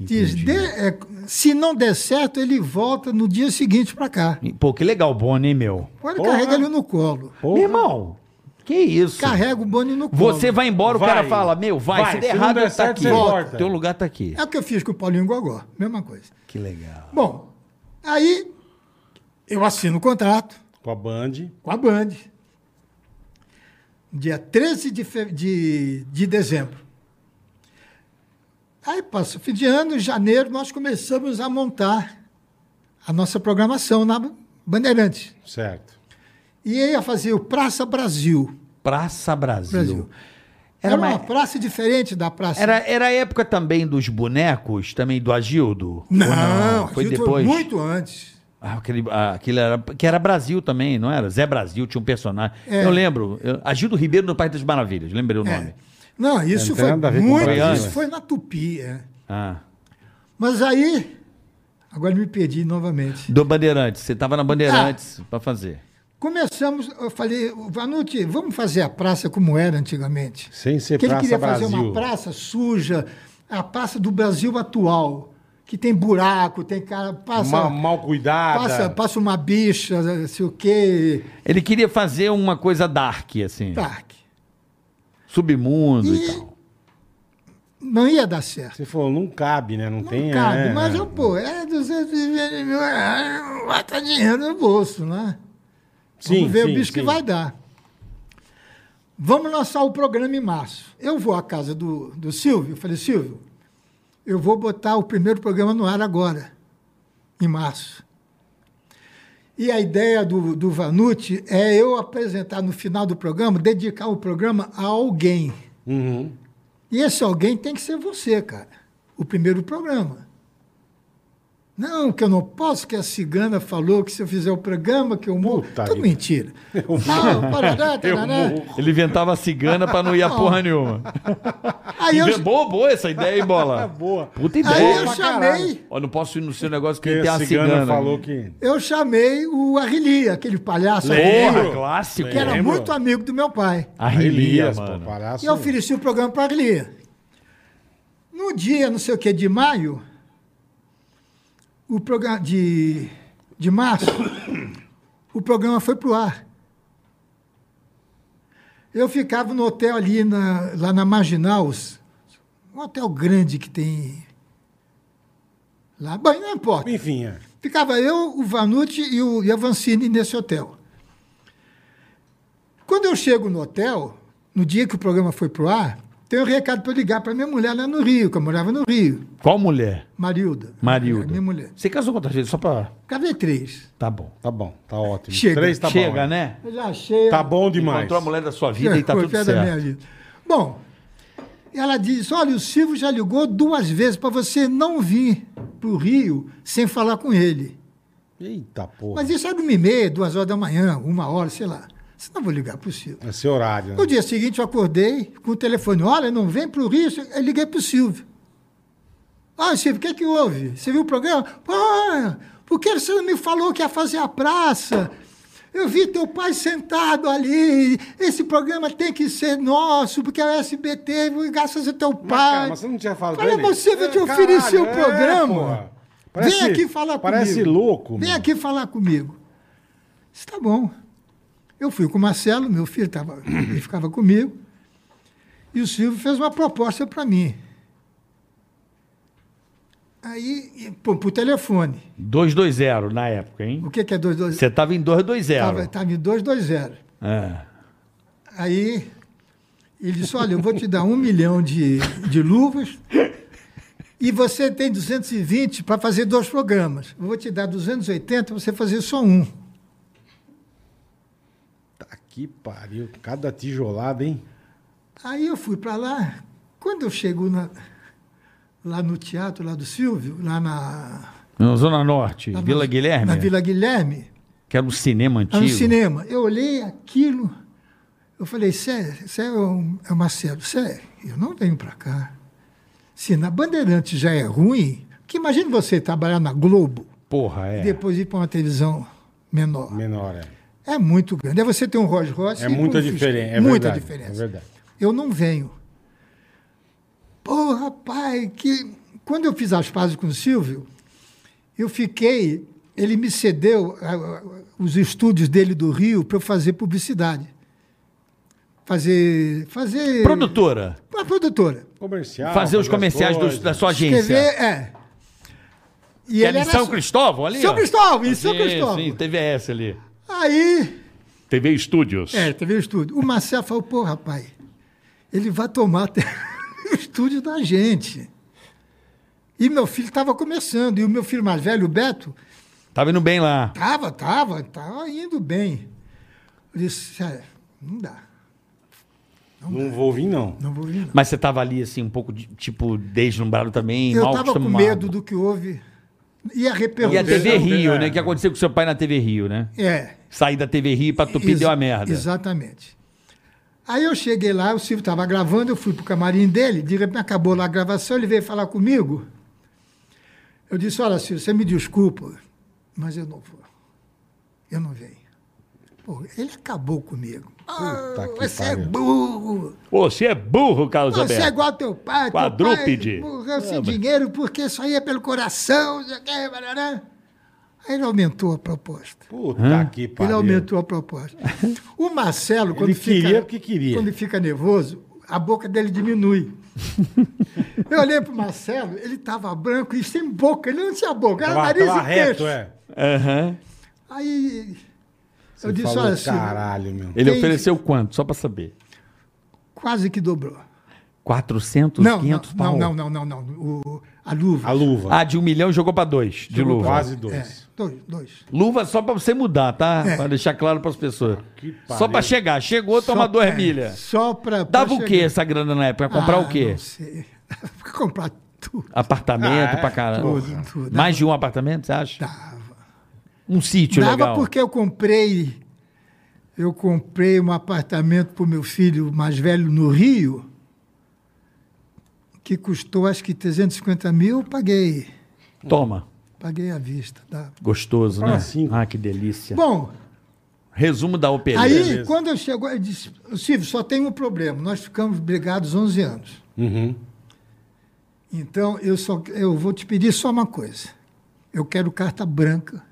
D: Diz, "Dê- é, se não der certo, ele volta no dia seguinte para cá.
B: Pô, que legal o Boni, hein, meu?
D: Agora
C: Porra.
D: carrega ele no colo.
B: Meu irmão, que isso?
D: Carrega o Boni no colo.
B: Você vai embora, o
C: Vai.
B: cara fala, meu, vai,
C: Vai,
B: se der
C: se não
B: errado,
C: der
B: eu tá
C: certo,
B: aqui.
C: você volta.
B: Teu lugar tá aqui.
D: É o que eu fiz com o Paulinho Gogó, mesma coisa.
B: Que legal.
D: Bom, aí eu assino o contrato
C: Com a Band.
D: com a Band. Dia 13 de, fe- de, de dezembro. Aí passa o fim de ano, em janeiro, nós começamos a montar a nossa programação na Bandeirantes.
C: Certo.
D: E eu ia fazer o Praça Brasil.
B: Praça Brasil.
D: Brasil.
B: Era,
D: Era
B: uma-
D: uma praça diferente da Praça.
B: era, era a época também dos bonecos, também do Agildo?
D: Não,
B: Ou foi
D: aquilo
B: depois.
D: muito antes.
B: Ah, aquele, ah, aquele era, que era Brasil também, não era? Zé Brasil tinha um personagem.
D: É.
B: Eu lembro. Eu, Agildo Ribeiro no País das Maravilhas, lembrei o nome.
D: É. Não, isso
C: Não tem
D: foi
C: nada a ver com
D: muito.
C: Brasil,
D: Isso
C: né?
D: foi na Tupi. É.
B: Ah.
D: Mas aí, agora me perdi novamente.
B: Do Bandeirantes, você tava na Bandeirantes pra fazer.
D: Começamos, eu falei, Vanucci, vamos fazer a praça como era antigamente.
C: Sem ser
D: Porque ele
C: Praça
D: queria fazer
C: Brasil.
D: uma praça suja, a praça do Brasil atual, que tem buraco, tem cara, passa,
C: mal, mal cuidada.
D: passa, passa uma bicha, sei o quê, Tá.
B: Ele queria fazer uma coisa dark, assim.
D: dark.
B: submundo e,
D: E-
B: tal.
D: Não ia dar certo.
C: Você falou, não cabe, né? Não, tem.
D: não cabe,
C: é,
D: mas eu, pô, é 220 mil reais, bota dinheiro no bolso, né?
C: Sim,
D: Vamos ver
C: sim,
D: o bicho que
C: sim.
D: vai dar. Vamos lançar o programa em março. Eu vou à casa do, do Silvio, eu falei, Silvio, eu vou botar o primeiro programa no ar agora, em março. E a ideia do, do Vanucci é eu apresentar no final do programa, dedicar o programa a alguém.
C: Uhum.
D: E esse alguém tem que ser você, cara. O primeiro programa. Não, que eu não posso, que a cigana falou que se eu fizer o programa, que eu morro.
C: Puta
D: Tudo
C: vida.
D: mentira. Não, parará, tarará.
B: Ele inventava cigana pra não ir a porra nenhuma.
D: Aí eu,
B: Inve- Boa, boa essa ideia, hein, bola?
C: Boa.
B: Puta
D: aí
B: ideia.
D: eu
C: pra
D: chamei,
B: Ó, não posso ir no seu negócio que
C: Porque
B: tem
C: a
B: a
C: cigana,
B: cigana.
C: falou que.
D: eu chamei o Arrilia, aquele palhaço,
B: Porra,
C: Lembro.
B: clássico.
D: que era
C: lembro.
D: muito amigo do meu pai.
B: Arrilia,
C: pô,
B: mano.
C: palhaço.
D: E eu ofereci o programa para Aglia. No dia, não sei o que, de maio, o programa de, de março, o programa foi pro ar. Eu ficava no hotel ali na- lá na Marginal, um hotel grande que tem lá, bem, não importa.
C: Enfim, é.
D: Ficava eu, o Vanucci e o e a Vancini nesse hotel. Quando eu chego no hotel, no dia que o programa foi pro ar, tem um recado para ligar para minha mulher lá no Rio, que eu morava no Rio,
B: Qual mulher?
D: Marilda.
B: Marilda.
D: É Minha mulher.
B: Você casou quantas vezes? Só pra.
D: Cadê três?
B: Tá bom.
C: Tá bom, tá ótimo.
D: Chega.
C: Três tá bom.
B: Chega, né?
D: Eu já achei.
C: Tá bom demais.
B: Encontrou a mulher da sua vida e tá tudo
D: Coitada da minha
B: certo.
D: vida. Bom, ela disse: olha, o Silvio já ligou duas vezes para você não vir pro Rio sem falar com ele.
C: Eita porra.
D: Mas isso era uma e meia, duas horas da manhã, uma hora, sei lá. Senão eu vou ligar pro Silvio.
C: Esse horário.
D: No
C: Né?
D: dia seguinte eu acordei com o telefone. Olha, não vem para o Rio. Eu liguei para o Silvio. Ah, Silvio, o que, que houve? Você viu o programa? Ah, por que você não me falou que ia fazer a praça? Eu vi teu pai sentado ali. Esse programa tem que ser nosso, porque é o SBT, graças ao teu
C: Mas, cara,
D: pai.
C: mas você não tinha falado
D: Falei,
C: dele?
D: mas Silvio, eu te
C: É,
D: ofereci o
C: caralho, é,
D: programa.
C: porra.
D: Vem aqui falar comigo.
C: Parece louco.
D: Vem
C: mano.
D: aqui falar comigo. Disse, tá bom. Eu fui com o Marcelo, meu filho tava, ele ficava comigo. E o Silvio fez uma proposta para mim. Aí, e, pô, por telefone.
B: 220 na época, hein?
D: O que, que é 220?
B: Você tava em 220.
D: Estava tava em 220.
B: É.
D: Aí ele disse: Olha, eu vou te dar um milhão de, de luvas e você tem 220 para fazer dois programas. Eu vou te dar 280 para você fazer só um.
C: Tá que pariu. Cada tijolada, hein?
D: Aí eu fui para lá. Quando eu chego na- lá no teatro, lá do Silvio, lá na,
B: Na Zona Norte,
D: lá
B: Vila
D: na-
B: Guilherme,
D: na Vila Guilherme,
B: que era um cinema
D: lá
B: antigo.
D: no cinema, eu olhei aquilo. Eu falei, sério, sério, é Marcelo, sério, eu não venho para cá. Se na Bandeirante já é ruim, que imagina você trabalhar na Globo,
B: Porra, é.
D: depois ir para uma televisão menor.
C: Menor, é.
D: É muito grande. É você ter um Rolls Royce.
C: É
D: e
C: muita
D: um Fisker.
C: diferença. É
D: muita
C: verdade,
D: diferença.
C: É verdade.
D: Eu não venho. Pô, rapaz, que... quando eu fiz as pazes com o Silvio, eu fiquei. Ele me cedeu ah, ah, os estúdios dele do Rio para eu fazer publicidade. Fazer. Fazer.
B: Produtora,
D: Uma produtora. Ah,
C: Comercial.
B: fazer os
C: as
B: comerciais dos-
C: coisas.
B: da sua agência.
D: Escrever, é. E
B: Que era em São
D: su-
B: Cristóvão ali?
D: São
B: ó.
D: Cristóvão, em São
B: Sim,
D: Cristóvão.
B: Sim, teve essa ali.
D: Aí
F: TV Studios.
D: É, teve o estúdio. O Marcelo falou, pô, rapaz, ele vai tomar até o estúdio da gente. E meu filho estava começando, e o meu filho mais velho, o Beto,
B: Tava indo bem lá.
D: tava, tava, tava indo bem. Eu disse, "Sério, não dá,
C: Não vou vir, não.
D: não vou vir não.
B: Mas você tava ali, assim, um pouco, de, tipo, deslumbrado também,
D: Eu
B: mal
D: estava com
B: acostumado.
D: medo do que houve. E a repercussão.
B: E a TV
C: Não,
B: Rio,
C: é.
B: né? O que aconteceu com seu pai na TV Rio, né?
D: É.
B: Sair da TV Rio pra Tupi
D: Exa-
B: deu a merda.
D: Exatamente. Aí eu cheguei lá, o Silvio estava gravando, eu fui pro camarim dele, de repente acabou lá a gravação, ele veio falar comigo. Eu disse, olha, Silvio, você me desculpa, mas eu não vou. Eu não venho. Pô, ele acabou comigo. Ah,
C: Puta que
D: você é
C: pariu.
D: burro.
F: Você é burro, Carlos
D: Você é
F: Alberto.
D: igual teu pai.
F: Quadrúpede.
D: Teu pai morreu sem dinheiro porque só ia pelo coração. não sei o quê, barará. Aí ele aumentou a proposta.
C: Puta que pariu.
D: Ele aumentou a proposta. O Marcelo, quando
C: Ele
D: fica.
C: queria porque queria.
D: Quando ele fica nervoso, a boca dele diminui. Eu olhei pro Marcelo, ele tava branco e sem boca, ele não tinha boca, era
C: Tava-
D: nariz
C: tava
D: e
C: reto,
D: queixo.
C: é.
D: Aí
C: Você
D: eu disse,
C: falou,
D: olha, Silvio,
C: caralho, meu.
B: Ele
D: Tem-
B: ofereceu quanto, só pra saber?
D: quase que dobrou.
B: 400,
D: Não,
B: 500
D: não,
B: pau?
D: não, não, não, não, não. O, a luva.
C: A luva.
B: Ah, de um milhão jogou pra dois, de luva.
C: Quase
D: É,
C: dois.
D: dois, dois.
B: Luva só pra você mudar, tá?
D: É.
B: Pra deixar claro pras pessoas.
C: que
B: Só
C: pariu.
B: pra chegar. Chegou, toma
D: Ah, Só-
B: duas
D: é,
B: milhas.
D: Só pra. pra
B: Dava o
D: chegar.
B: quê essa grana na época? Comprar
D: Ah,
B: o quê?
D: Não sei. comprar tudo.
B: Apartamento
C: Ah, é?
B: pra caramba.
D: Tudo, tudo.
B: Mais de um apartamento, você acha?
D: Dava.
B: Um sítio
D: Dava
B: legal.
D: porque eu comprei. Eu comprei um apartamento pro meu filho mais velho no Rio, que custou acho que 350 mil, eu paguei.
B: Toma.
D: Paguei à vista. dava.
B: Gostoso, né?
C: Ah, sim.
B: Ah, que delícia.
D: Bom,
B: Resumo da OPL.
D: aí
C: beleza.
D: quando eu chegou, eu disse, Silvio, só tem um problema. Nós ficamos brigados 11 anos.
C: Uhum.
D: Então, eu, só, eu vou te pedir só uma coisa. Eu quero carta branca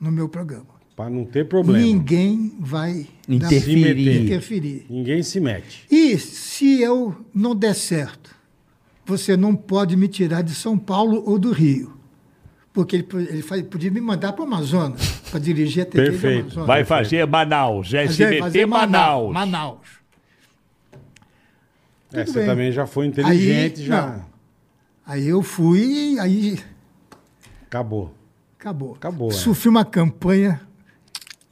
D: no meu programa.
C: Pra não ter problema.
D: Ninguém vai dar-
B: Interferir.
D: interferir.
C: Ninguém se mete.
D: E se eu não der certo, você não pode me tirar de São Paulo ou do Rio. Porque ele, po- ele fa- podia me mandar para o Amazonas, para dirigir a TV
C: Perfeito.
D: do Amazonas.
F: Vai fazer Manaus, é
D: Mas ele vai
F: SBT
D: fazer
F: Manaus.
D: Manaus.
C: É,
D: Tudo
C: você
D: bem.
C: também já foi inteligente,
D: Aí,
C: já.
D: não. Aí eu fui, aí
C: Acabou.
D: Acabou.
C: Acabou, é.
D: Sofri uma campanha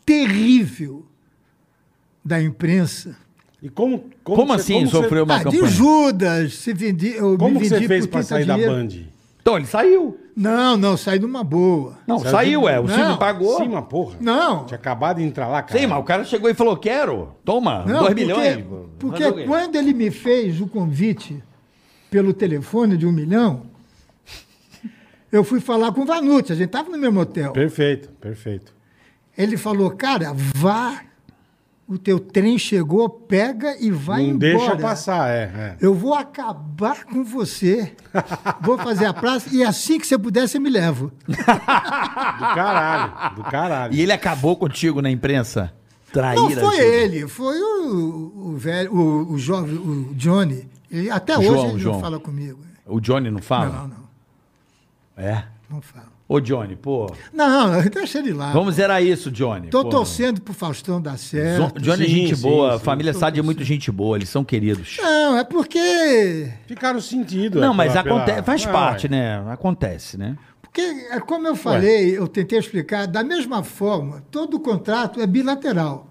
D: terrível da imprensa.
C: E como. Como,
B: Como
C: você-
B: assim
C: como você-
B: sofreu uma
D: Ah, de
B: campanha?
D: Judas, se vendi, eu
C: Como
D: me
C: que
D: vendi
C: você fez
D: por
C: pra
D: 30
C: sair da
D: dinheiro.
C: Band?
B: Então, ele saiu.
D: Não, não, saí numa boa.
B: Não,
C: Saiu
B: saiu,
C: de-
B: é. O
D: Não.
B: Silvio pagou.
C: Sim, mas porra.
D: Não.
C: Tinha acabado de entrar lá, cara.
B: Sim, mas o cara chegou e falou: quero. Toma,
D: Não,
B: 2
D: porque,
B: Ah, milhões.
D: Porque
B: Fazer o quê?
D: quando ele me fez o convite pelo telefone de um milhão, eu fui falar com o Vanucci, a gente estava no mesmo hotel.
C: Perfeito, perfeito.
D: Ele falou, cara, vá, o teu trem chegou, pega e vai
C: não
D: embora.
C: deixa passar, é. é.
D: Eu vou acabar com você. Vou fazer a praça e assim que você puder, você me leva.
C: Do caralho, do caralho.
B: E ele acabou contigo na imprensa? Traíra.
D: Não foi
B: Silvio.
D: ele, foi o, o velho, o, o jovem, o Johnny. Ele- até hoje
B: João,
D: ele
B: João.
D: não fala comigo.
B: O Johnny não
D: Não,
B: fala?
D: não, não.
B: É.
D: Não fala.
B: Ô, Johnny, pô.
D: Não, deixa ele lá.
B: Vamos zerar isso, Johnny.
D: Tô
B: pô.
D: torcendo pro Faustão dar
B: Zo-
D: certo.
B: Johnny é
C: Sim,
B: gente
C: sim,
B: boa.
C: sim.
B: Família Sad é muito gente boa. Eles são queridos.
D: Não, é porque.
C: Ficaram sentido.
B: Não,
C: é,
B: mas
C: pela- pela-
B: acontece, faz
C: Ah,
B: parte,
C: é.
B: né? Acontece, né?
D: Porque, é como eu falei, eu tentei explicar, da mesma forma, todo contrato é bilateral.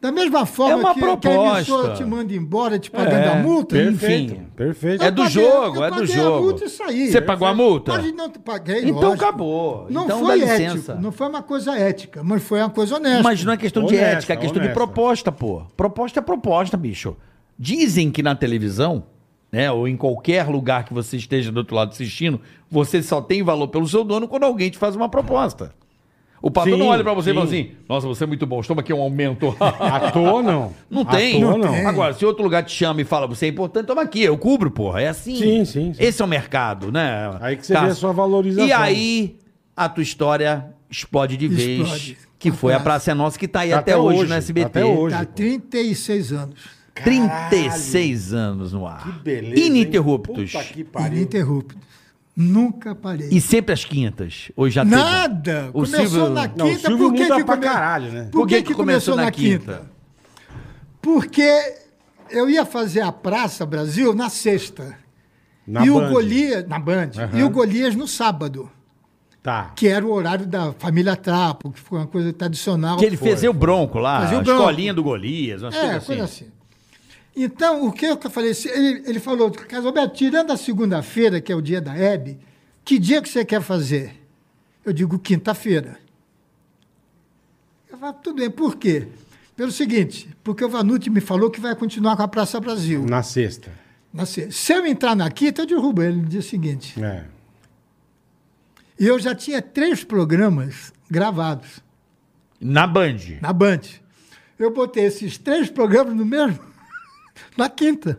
D: Da mesma forma
B: É uma
D: que, que a
B: proposta.
D: emissora te manda embora, te pagando
B: É,
D: a multa,
C: Perfeito,
B: Enfim.
C: perfeito.
B: É do
D: Eu paguei-
B: jogo,
D: eu
B: é do
D: paguei
B: jogo.
D: A multa e saí.
B: Você pagou a multa?
D: Mas não paguei,
B: Então
D: lógico.
B: acabou.
D: Não
B: Então
D: foi
B: dá
D: ético,
B: licença.
D: não foi uma coisa ética, mas foi uma coisa honesta.
B: Mas não é questão de
C: Honesta,
B: ética, é questão de
C: honesta.
B: proposta, pô. Proposta é proposta, bicho. Dizem que na televisão, né, ou em qualquer lugar que você esteja do outro lado assistindo, você só tem valor pelo seu dono quando alguém te faz uma proposta. O patrão
C: Sim,
B: não olha pra você e fala
C: sim.
B: assim: nossa, você é muito bom, toma aqui um aumento.
C: À toa, não.
B: Não
C: À
B: tem.
C: toa, não.
D: tem.
B: Agora, se outro lugar te chama e fala, você é importante, toma aqui, eu cubro, porra. É assim.
C: Sim, sim, sim.
B: Esse é o mercado, né?
C: Aí que você vê a sua valorização.
B: E aí, a tua história explode de vez.
D: Explode.
B: Que foi a
D: Praça.
B: Praça é Nossa, que tá aí
C: Tá
B: até,
C: até
B: hoje
C: hoje,
B: no SBT.
C: até hoje.
D: Há 36 anos,
B: 36 anos no ar.
C: Beleza, hein?
B: Ininterruptos.
C: Puta que pariu.
D: ininterrupto. Nunca parei.
B: E sempre às quintas. Hoje já teve.
D: Nada!
B: Tá O
D: começou
B: Silvio-
D: na
C: Não, o
D: quinta,
C: Silvio
D: por que
C: muda
D: que
C: pra
D: come-
C: caralho, né?
D: Por que, que, começou, na quinta? Porque eu ia fazer a Praça Brasil na sexta.
C: Na
D: e
C: Band.
D: o Golias, na Band, e o Golias no sábado.
C: Tá.
D: que era o horário da família Trapo, que foi uma coisa tradicional.
B: Que ele fez o bronco lá,
D: Fazia o
B: a
D: Bronco.
B: escolinha do Golias, umas
D: É,
B: coisas
D: coisa
B: assim.
D: assim. Então, o que eu falei? se- Ele, ele falou, Casalberto, tirando a segunda-feira, que é o dia da Hebe, que dia que você quer fazer? Eu digo quinta-feira. Eu falo, tudo bem, por quê? Pelo seguinte, porque o Vanucci me falou que vai continuar com a Praça Brasil.
C: Na sexta.
D: Na se- Se eu entrar na quinta, eu derrubo ele no dia seguinte.
C: É.
D: E eu já tinha três programas gravados.
B: Na Band.
D: na Band. Eu botei esses três programas no mesmo, na quinta.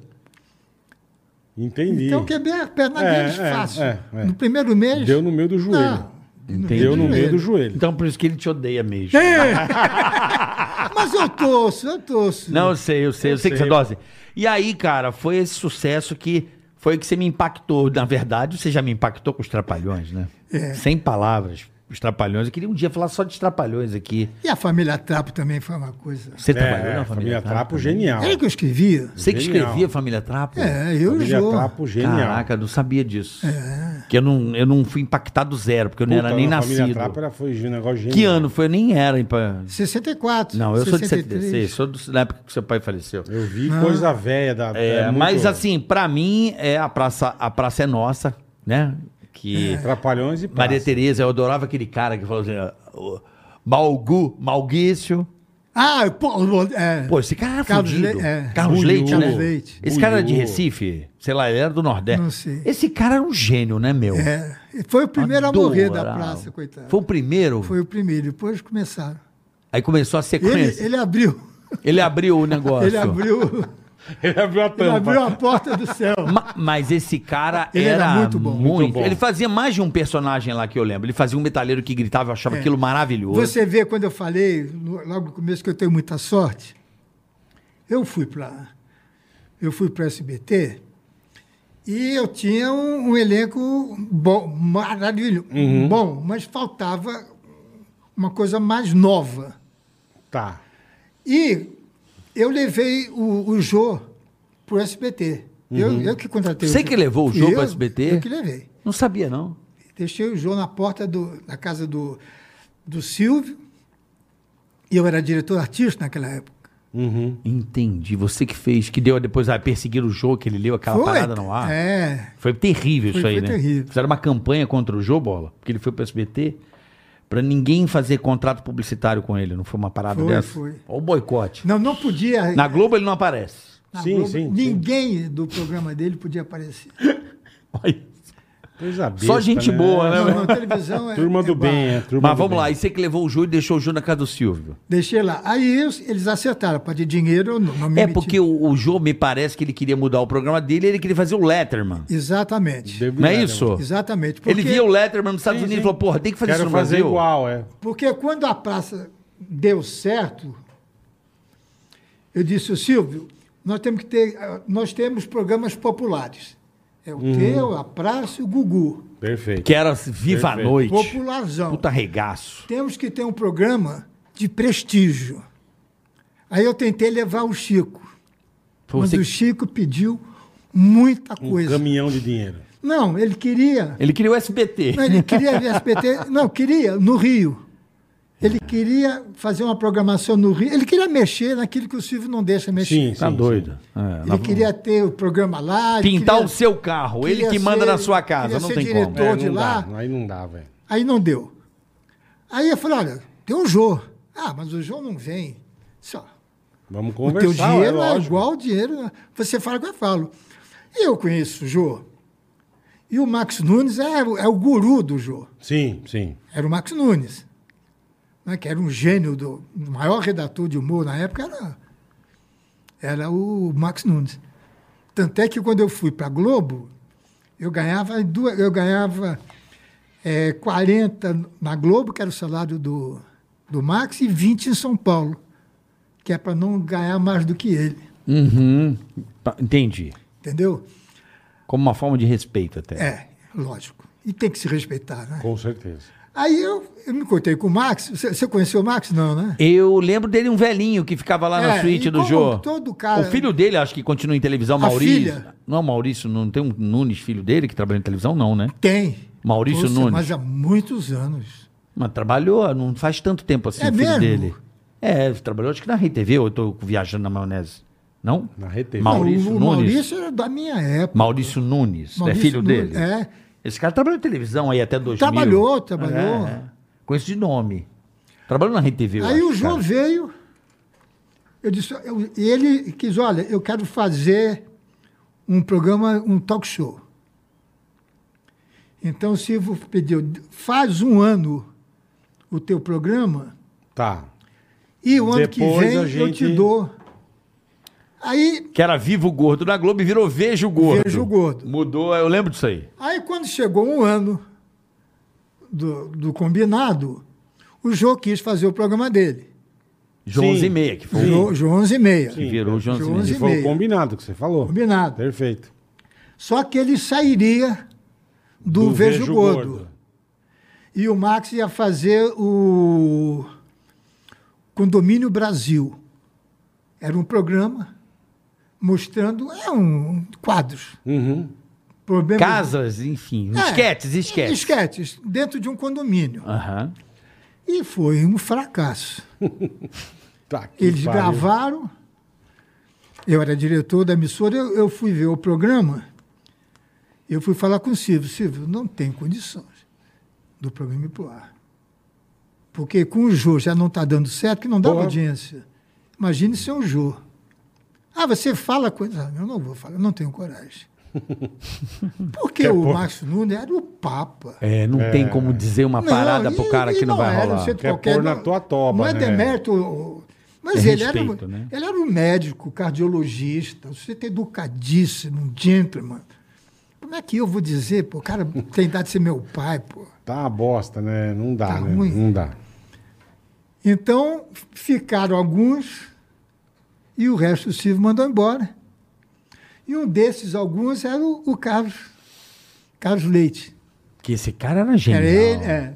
C: Entendi.
D: Então quebrei a perna
C: É,
D: deles
C: é,
D: fácil.
C: é, é.
D: No primeiro mês.
C: Deu no meio do joelho.
D: Não,
C: Deu no meio do joelho. É,
B: Então por isso que ele te odeia mesmo.
D: Mas Mas eu torço, eu torço.
C: né?
B: Não, eu sei, eu sei, eu, sei, que você dose. E aí, cara, foi esse sucesso que foi que você me impactou. Na verdade, você já me impactou com os trapalhões, né?
C: É.
B: Sem palavras, os trapalhões. Eu queria um dia falar só de trapalhões aqui.
D: E a família Trapo também foi uma coisa.
B: Você trabalhou
C: É,
B: na família,
C: família
B: Trapo? né?
C: Trapo, genial.
D: Era que eu escrevia?
B: Você que
C: Genial.
B: escrevia Família Trapo?
D: É, eu
C: Família
D: juro.
C: Trapo, genial.
B: Caraca, eu não sabia disso. Que eu não, eu não fui impactado zero, porque eu não era nem
C: na Família
B: nascido.
C: Trapo era, foi um negócio genial.
B: Que ano foi? Eu nem era. hein, pá.
D: 64.
B: Não, eu sou de
D: 63.
B: 76, sou do- da época que seu pai faleceu.
C: Eu vi
D: Ah.
C: coisa velha da...
B: É,
C: muito-
B: Mas assim, pra mim, é a praça, a praça é nossa, né?
D: É,
B: Que
C: Trapalhões e passa.
B: Maria Tereza, eu adorava aquele cara que falou assim, ó, o Malgu, Malguício.
D: Ah, pô, é,
B: Pô, esse cara era
D: Carlos
B: fudido.
D: Le- é.
B: Carlos
D: Buiú.
B: Leite, né?
D: Carlos Leite.
B: Esse cara era de
C: Buiú.
B: Recife, sei lá, ele era do Nordeste.
D: Não sei.
B: Esse cara era um gênio, né, meu?
D: é. Foi o primeiro a morrer da
B: Adorava.
D: praça, coitado.
B: Foi o primeiro?
D: Foi o primeiro, depois começaram.
B: Aí começou a
D: Ele,
B: sequência. Ele,
D: ele abriu.
B: abriu o negócio.
D: Ele abriu,
C: Ele abriu a
D: ele
C: tampa.
D: abriu a porta do céu.
B: Ma- mas esse cara
D: Ele
B: era,
D: era
B: muito
D: muito
B: bom.
D: bom.
C: Muito bom.
B: Ele fazia mais de um personagem lá que eu lembro. Ele fazia um metalheiro que gritava, eu achava aquilo maravilhoso.
D: É. Você vê quando eu falei, no- logo no começo, que eu tenho muita sorte. Eu fui para eu fui para SBT e eu tinha um, um elenco bom, maravilhoso,
B: Uhum.
D: bom, mas faltava uma coisa mais nova.
C: Tá.
D: E eu levei o, o Jô para o SBT. Eu, eu que contratei
B: Uhum. Você
D: Jô.
B: que levou o Jô
D: Eu-
B: pro SBT?
D: Eu que levei.
B: Não sabia, não.
D: Deixei o João na porta do, na casa do, do Silvio. E eu era diretor artístico naquela época.
B: Entendi. Você que fez, que deu depois a perseguir o Jô, que ele leu aquela parada no ar.
D: É.
B: Foi terrível isso
D: Foi-
B: aí,
D: foi
B: né?
D: terrível.
B: Fizeram uma campanha contra o Jô, Bola, porque ele foi pro SBT, pra ninguém fazer contrato publicitário com ele. Não foi uma parada
D: Foi,
B: dessa?
D: foi.
B: Olha o boicote.
D: Não, não podia.
B: Na Globo ele não aparece.
D: na
C: Sim, sim, sim.
D: Ninguém do programa dele podia aparecer.
B: Olha isso.
C: Coisa besta,
B: Só gente
C: né?
B: boa, né?
D: Não, não, televisão é.
C: Turma
D: é
C: do
D: bar.
C: bem, é. Turma
B: Mas
C: do
B: vamos
C: bem.
B: lá, e você que levou o Jô e deixou o Jô na casa do Silvio.
D: Deixei lá. Aí eu- eles acertaram. Para de dinheiro, eu não, não me
B: É
D: meti.
B: porque o, o Jô me parece que ele queria mudar o programa dele, ele queria fazer o Letterman.
D: Exatamente.
B: Não
C: né,
B: é isso?
D: Exatamente.
B: Ele via o Letterman nos Estados
C: Sim,
B: Unidos
C: sim.
B: e falou, porra, tem que fazer isso
C: Quero
B: no
C: fazer
B: Brasil.
C: igual, é.
D: Porque quando a praça deu certo, eu disse, "Ô, Silvio, nós temos que ter, ah, nós temos programas populares. É o
B: Uhum.
D: teu, a praça e o Gugu.
C: Perfeito.
B: Que é era assim, Viva a
C: Perfeito.
B: Noite.
D: Popularzão.
B: Puta regaço.
D: Temos que ter um programa de prestígio. Aí eu tentei levar o Chico.
B: Foi
D: mas
B: você
D: o
B: que-
D: Chico pediu muita
C: Um
D: coisa.
C: caminhão de dinheiro.
D: Não, ele queria.
B: Ele queria o SBT.
D: Não, ele queria ver SBT. Não, queria, no Rio. Ele queria fazer uma programação no Rio. Ele queria mexer naquilo que o Silvio não deixa mexer.
C: Sim,
B: Tá
C: sim,
B: doido. É,
D: Ele
B: na-
D: queria ter o programa lá. ele
B: Pintar
D: queria-
B: o seu carro, ele
D: queria
B: que manda
D: ser-
B: na sua casa,
D: queria
B: não
D: ser
B: tem
D: diretor.
B: como.
C: É,
D: de
C: não
D: lá.
C: Dá, aí não dá, velho.
D: Aí não deu. Aí eu falei, olha, tem o Jô. Ah, mas o Jô não vem. Só.
C: Vamos
D: O teu
C: conversar, é
D: dinheiro é,
C: lógico.
D: igual o dinheiro. Você fala o que eu falo. E eu conheço o Jô. E o Max Nunes é, o- é o guru do Jô.
C: Sim, sim.
D: Era o Max Nunes, né, que era um gênio, do, o maior redator de humor na época era, era o Max Nunes. Tanto é que quando eu fui para Globo, eu ganhava, em duas- eu ganhava eh, 40 na Globo, que era o salário do, do Max, e 20 em São Paulo, que é para não ganhar mais do que ele,
B: Uhum. Tá, Entendi.
D: entendeu?
B: Como uma forma de respeito até.
D: É, lógico. E tem que se respeitar, né?
C: Com certeza.
D: Aí eu, eu me contei com o Max. Você você conheceu o Max? Não, né?
B: Eu lembro dele um velhinho que ficava lá na
D: É,
B: suíte
D: e
B: do
D: como
B: Jô.
D: todo cara-
B: O filho dele, acho que continua em televisão, Maurício.
D: filha.
B: Não, Maurício, não tem um Nunes, filho dele, que trabalha em televisão, não, né?
D: Tem.
B: Maurício
D: Poxa,
B: Nunes.
D: Mas há muitos anos.
B: Mas trabalhou, não faz tanto tempo assim
D: É
B: o filho
D: mesmo?
B: dele. É, trabalhou acho que na RedeTV, ou eu tô viajando na maionese. Não?
C: Na RedeTV.
B: Maurício
D: o
B: Nunes. Maurício,
D: Maurício era da minha época.
B: Nunes, é
D: Maurício
B: filho
D: Nunes,
B: dele.
D: É.
B: Esse cara trabalhou em televisão aí até 2000.
D: Trabalhou, trabalhou.
B: É, conheço de nome. Trabalhou na RedeTV, eu
D: Aí
B: acho,
D: o João
B: cara.
D: veio. Eu disse, eu- e ele quis, olha, eu quero fazer um programa, um talk show. Então o Silvio pediu, faz um ano o teu programa
C: Tá.
D: e o ano que
C: Depois a
D: vem eu te
C: gente-
D: dou. Aí
B: Que era Vivo Gordo da Globo e virou Vejo Gordo.
D: Vejo Gordo.
B: Mudou, eu lembro disso aí.
D: Aí, quando chegou um ano do, do combinado, o Jô quis fazer o programa dele.
B: João
C: Sim.
B: e meia, que foi
D: Jo- João 11 e meia.
B: que virou João
D: João
B: e meia.
C: Que
D: onze
C: foi o
D: meia.
C: combinado que você falou.
D: Combinado.
C: Perfeito.
D: Só que ele sairia do, Vejo, Gordo. E o Max ia fazer o Condomínio Brasil. Era um programa mostrando é um quadros.
C: Uhum.
D: Problemas-
B: Casas, enfim,
D: É,
B: esquetes, esquetes. Ah.
D: Esquetes, dentro de um condomínio.
B: Aham.
D: E foi um fracasso.
C: Tá que
D: Eles
C: pariu.
D: gravaram. Eu era diretor da emissora, eu, eu fui ver o programa. Eu fui falar com o Silvio. Silvio, não tem condições do programa ir para ar. Porque com o Jô já não está dando certo, que não dá
C: Porra.
D: audiência. Imagine sem o Jô. Ah, você fala coisa. Ah, Eu não vou falar, não tenho coragem. Porque o
C: porra.
D: Márcio Nunes era o Papa.
B: É, não tem como dizer uma parada
D: Não,
B: pro
D: e-
B: cara
D: e
B: que não, vai
D: era um
B: rolar.
D: centro
C: Quer É pôr na
D: não-
C: tua toba,
D: Não é
C: né?
D: demérito. o- Mas
B: É
D: ele,
B: respeito,
D: era, um-
B: né?
D: ele era um médico, cardiologista, você tá educadíssimo, um gentleman. Como é que eu vou dizer, pô, o cara tem idade de ser meu pai, pô.
C: Tá uma bosta, né? Não dá,
D: Tá
C: né?
D: ruim.
C: Não dá.
D: Então, ficaram alguns e o resto o Silvio mandou embora. E um desses alguns era o, o Carlos, Carlos Leite.
B: Que esse cara era genial.
D: Era ele, é.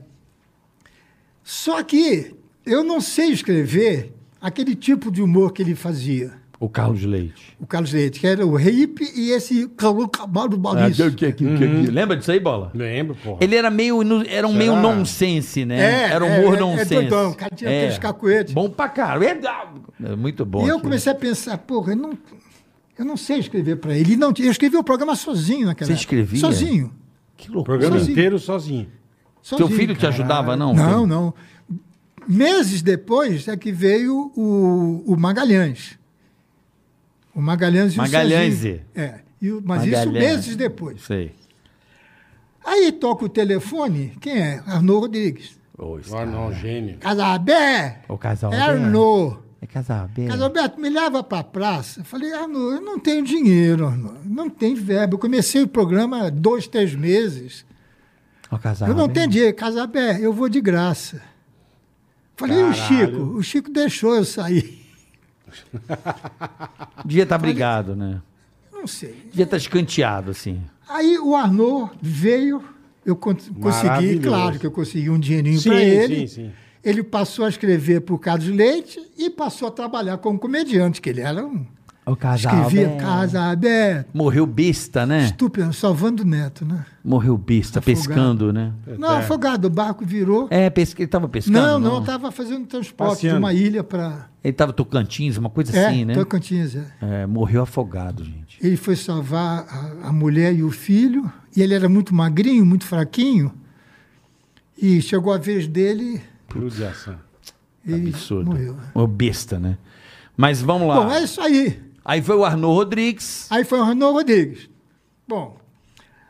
D: Só que eu não sei escrever aquele tipo de humor que ele fazia,
B: O Carlos Leite.
D: o Carlos Leite, que era o hip e esse calor do
B: Ah,
D: Maurício.
B: Lembra disso aí, Bola?
C: Lembro, porra.
B: Uhum. Ele era meio, inu- era um meio nonsense, né?
D: É,
B: era um
D: é,
B: humor
D: é, é
B: nonsense. É.
D: doidão, o cara tinha aqueles cacoetes.
B: Bom pra caralho. É, é muito bom.
D: e eu
B: aquilo.
D: comecei a pensar, porra, eu não, eu não sei escrever para ele. E Não, eu escrevi o programa sozinho naquela
B: Você
D: época.
B: escrevia?
D: Sozinho.
B: Que
C: O
B: loucura.
C: programa
D: Sozinho.
C: inteiro sozinho.
B: Teu
D: sozinho.
B: filho te ajudava, não? né?
D: Não, não. Meses depois é que veio o, o Magalhães. O Magalhães e
B: Magalhães.
D: o Serginho. É. E o- mas isso
B: Magalhães.
D: meses depois.
B: Sei.
D: Aí toca o telefone, quem é? Arnaud Rodrigues.
B: Ô, esse
C: Ah,
B: cara.
C: não, gênio.
D: Casabé!
B: Ô, casal.
D: É Arnaud.
B: É casal.
C: Hum.
B: bem.
D: Casalberto, me leva para a praça. Eu falei, Arnaud, eu não tenho dinheiro, Arnaud. Não tem verba. Eu comecei o programa há dois, três meses.
B: Ô, casal.
C: Tá
D: eu não
B: bem.
D: tenho dinheiro. Casabé, eu vou de graça. Falei, e o Chico?
C: Caralho.
D: O Chico deixou eu sair.
B: Devia estar brigado, né?
D: Não sei.
B: Devia estar escanteado, assim.
D: Aí o Arnaud veio, eu con- consegui,
C: Maravilhoso.
D: claro que eu consegui um dinheirinho
C: Sim,
D: para ele.
C: sim, sim.
D: Ele passou a escrever para o Carlos Leite e passou a trabalhar como comediante, que ele era um.
B: O casal.
D: Escrevia
B: bem.
D: Casa Aberta,
B: Morreu besta, né?
D: estúpido, salvando o neto, né?
B: Morreu besta,
D: Afogado.
B: pescando, né?
C: É,
D: Não, afogado, o barco virou.
B: É, pesca... ele tava pescando. né?
D: não, não, tá- estava fazendo transporte
C: Passeando.
D: de uma ilha para.
B: Ele tava Tocantins, uma coisa
D: É,
B: assim, né?
D: Tocantins. É.
B: É, morreu afogado, gente.
D: Ele foi salvar a, a mulher e o filho, e ele era muito magrinho, muito fraquinho, e chegou a vez dele,
C: Judiação.
D: ele
B: Absurdo.
D: morreu.
B: Ô, besta, né? Mas vamos lá.
D: Bom, é isso aí.
B: Aí foi o Arnaud Rodrigues.
D: Aí foi o Renan Rodrigues. Bom,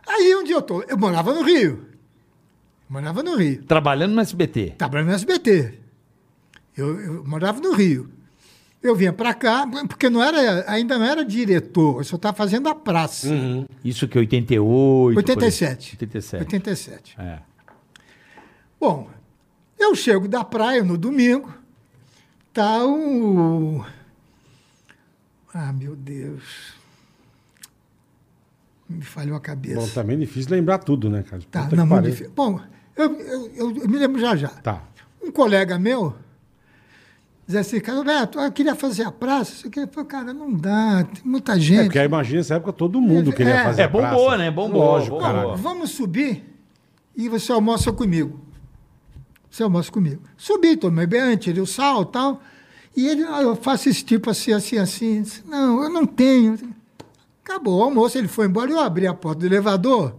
D: aí onde eu tô? Eu morava no Rio. Morava no Rio. Tá
B: Trabalhando no SBT.
D: trabalhando no SBT. Eu, eu morava no Rio. Eu vinha para cá, porque não era, ainda não era diretor, eu só estava fazendo a praça.
B: Isso que 88. por aí.
D: 87.
B: 87.
D: 87.
B: É.
D: Bom, eu chego da praia no domingo, tá um. Ah, meu Deus. Me falhou a cabeça.
C: Bom, também é difícil lembrar tudo, né, Carlos?
D: tá,
C: Puta que
D: não, muito
C: pariu.
D: difícil. Bom, eu, eu- eu- eu me lembro já já.
C: Tá.
D: Um colega meu dizia assim, cara, Roberto, eu queria fazer a praça, isso aqui. Eu falei, cara, não dá, tem muita
C: É,
D: gente.
C: porque aí imagina essa época todo mundo queria
D: É.
C: fazer
B: É, bombou,
C: praça.
B: né? Bombou,
C: Lógico,
B: bombou.
C: caralho.
D: Bom, vamos subir e você almoça comigo. Você almoça comigo. Subi, tomei banho, tirei o sal e tal. E ele, ah, eu faço esse tipo assim, assim, assim. Eu disse, não, eu não tenho. Acabou o almoço, ele foi embora, eu abri a porta do elevador.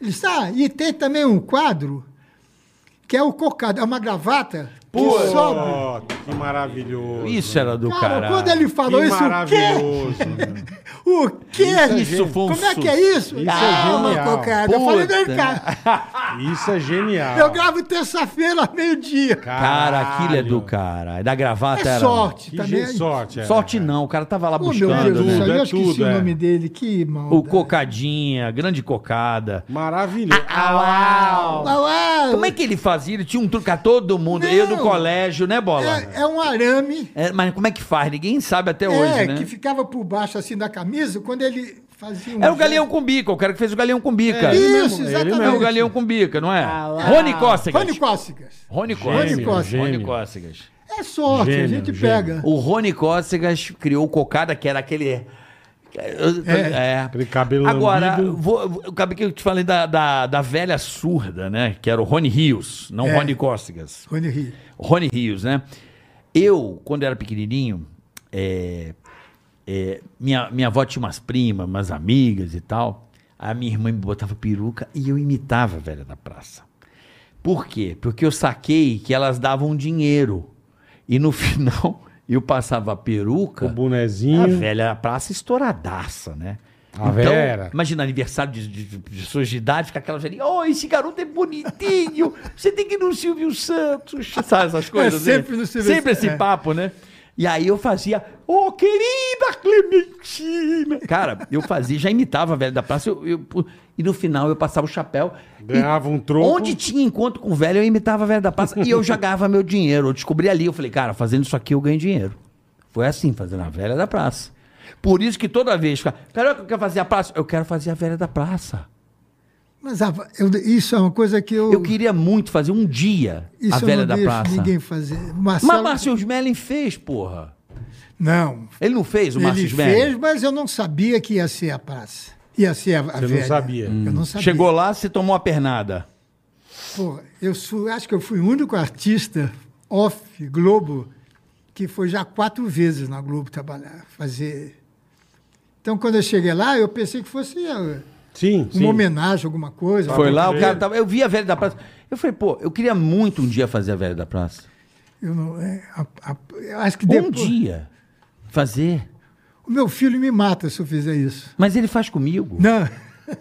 D: Ele disse, ah, e tem também um quadro que é o cocado, é uma gravata que sobe.
C: Puta, que maravilhoso.
B: Isso era do
D: Cara,
B: caralho.
D: quando ele falou
C: que
D: isso, o quê?
C: maravilhoso. né?
D: O quê?
B: Isso foi um
D: Como é que é
C: Isso
D: isso?
C: é
D: Calma,
C: genial.
D: cocada. Eu falei, vem
B: Puta. né?
D: cá.
C: Isso é genial.
D: Eu gravo terça-feira, meio-dia.
B: Cara, aquilo é do
C: cara.
B: cara. Da gravata
D: É
B: era.
D: sorte
C: Que
D: também.
C: ge- sorte, é.
B: Sorte não, o cara tava lá
D: Ô, meu
B: buscando.
D: Deus do
B: né?
D: céu,
C: é
D: eu esqueci
C: tudo,
D: o
C: é.
D: nome dele. Que mal.
B: O Cocadinha, grande cocada.
C: Maravilhoso.
B: Ah, Como é que ele fazia? Ele tinha um truque a todo mundo.
D: Não.
B: Eu do colégio, né, Bola?
D: É, é um arame.
B: É, mas como é que faz? Ninguém sabe até
D: é,
B: hoje, né?
D: que ficava por baixo assim da camisa quando ele fazia um.
B: Era É o Galeão com Bica, o cara que fez o Galeão com Bica.
C: É, ele
D: Isso,
C: mesmo, ele
D: exatamente.
B: É o Galeão com Bica, não é? Rony Cócegas.
D: Rony Cócegas.
B: Rony
D: Rony
B: Cócegas.
D: Cócegas.
B: Rony Cócegas.
D: É sorte, a
C: Gênio,
D: gente
C: gênio.
D: pega.
B: O Rony Cócegas criou o Cocada, que era aquele. É.
C: Aquele cabelo
B: Agora,
C: lambido.
B: vou, vou- acabei que eu te falei da, da, da velha surda, né? Que era o Rony Rios, não
D: É.
B: Rony Cócegas.
D: Rony Rio.
B: Rony Rios, né? Eu, quando era pequenininho, é, é, minha, minha avó tinha umas primas, umas amigas e tal. A minha irmã me botava peruca e eu imitava a velha da praça. Por quê? Porque eu saquei que elas davam dinheiro. E no final, eu passava a peruca.
C: O
B: A
C: bonezinho.
B: velha praça estouradaça, né?
C: A Vera.
B: Imagina aniversário de, de, de pessoas de idade, fica aquela velhinha, oh, esse garoto é bonitinho, você tem que ir no Silvio Santos, sabe essas coisas? né?
D: É sempre no Silvio
B: Sempre
D: Santos,
B: esse
D: é.
B: papo, né? E aí eu fazia, oh, querida Clementina. Cara, eu fazia, já imitava a velha da praça, eu- eu- e no final eu passava o chapéu. e
C: Ganhava um troco.
B: Onde tinha encontro com o velho, eu imitava a velha da praça e eu já ganhava meu dinheiro. Eu descobri ali, eu falei, cara, fazendo isso aqui eu ganho dinheiro. Foi assim, fazendo a velha da praça. Por isso que toda vez, cara, cara, eu quero fazer a praça, eu quero fazer a velha da praça.
D: Mas ah, eu- isso é uma coisa que eu.
B: Eu queria muito fazer um dia
D: isso
B: a
D: eu
B: velha
D: não
B: da
D: deixo
B: praça.
D: ninguém fazer.
B: Mas
D: Marcelo,
B: Márcio Smelling fez, porra.
D: Não.
B: Ele não fez o Márcio
D: Ele fez,
B: Smelling?
D: mas eu não sabia que ia ser a praça. Ia ser a, a
C: não
D: velha.
C: sabia. Hum.
D: Eu não sabia.
B: Chegou lá, se tomou a pernada.
D: Pô, eu sou- acho que eu fui o único artista off Globo que foi já quatro vezes na Globo trabalhar, fazer. Então, quando eu cheguei lá, eu pensei que fosse eh,
C: Sim, sim.
D: uma homenagem, alguma coisa.
B: Foi lá, o
C: ver.
B: cara tava. Eu vi a velha da praça. Eu falei, pô, eu queria muito um dia fazer a velha da praça.
D: Eu, não- é, a- a- eu acho que
B: Um
D: depois.
B: dia fazer.
D: O meu filho me mata se eu fizer isso.
B: Mas ele faz comigo.
D: Não.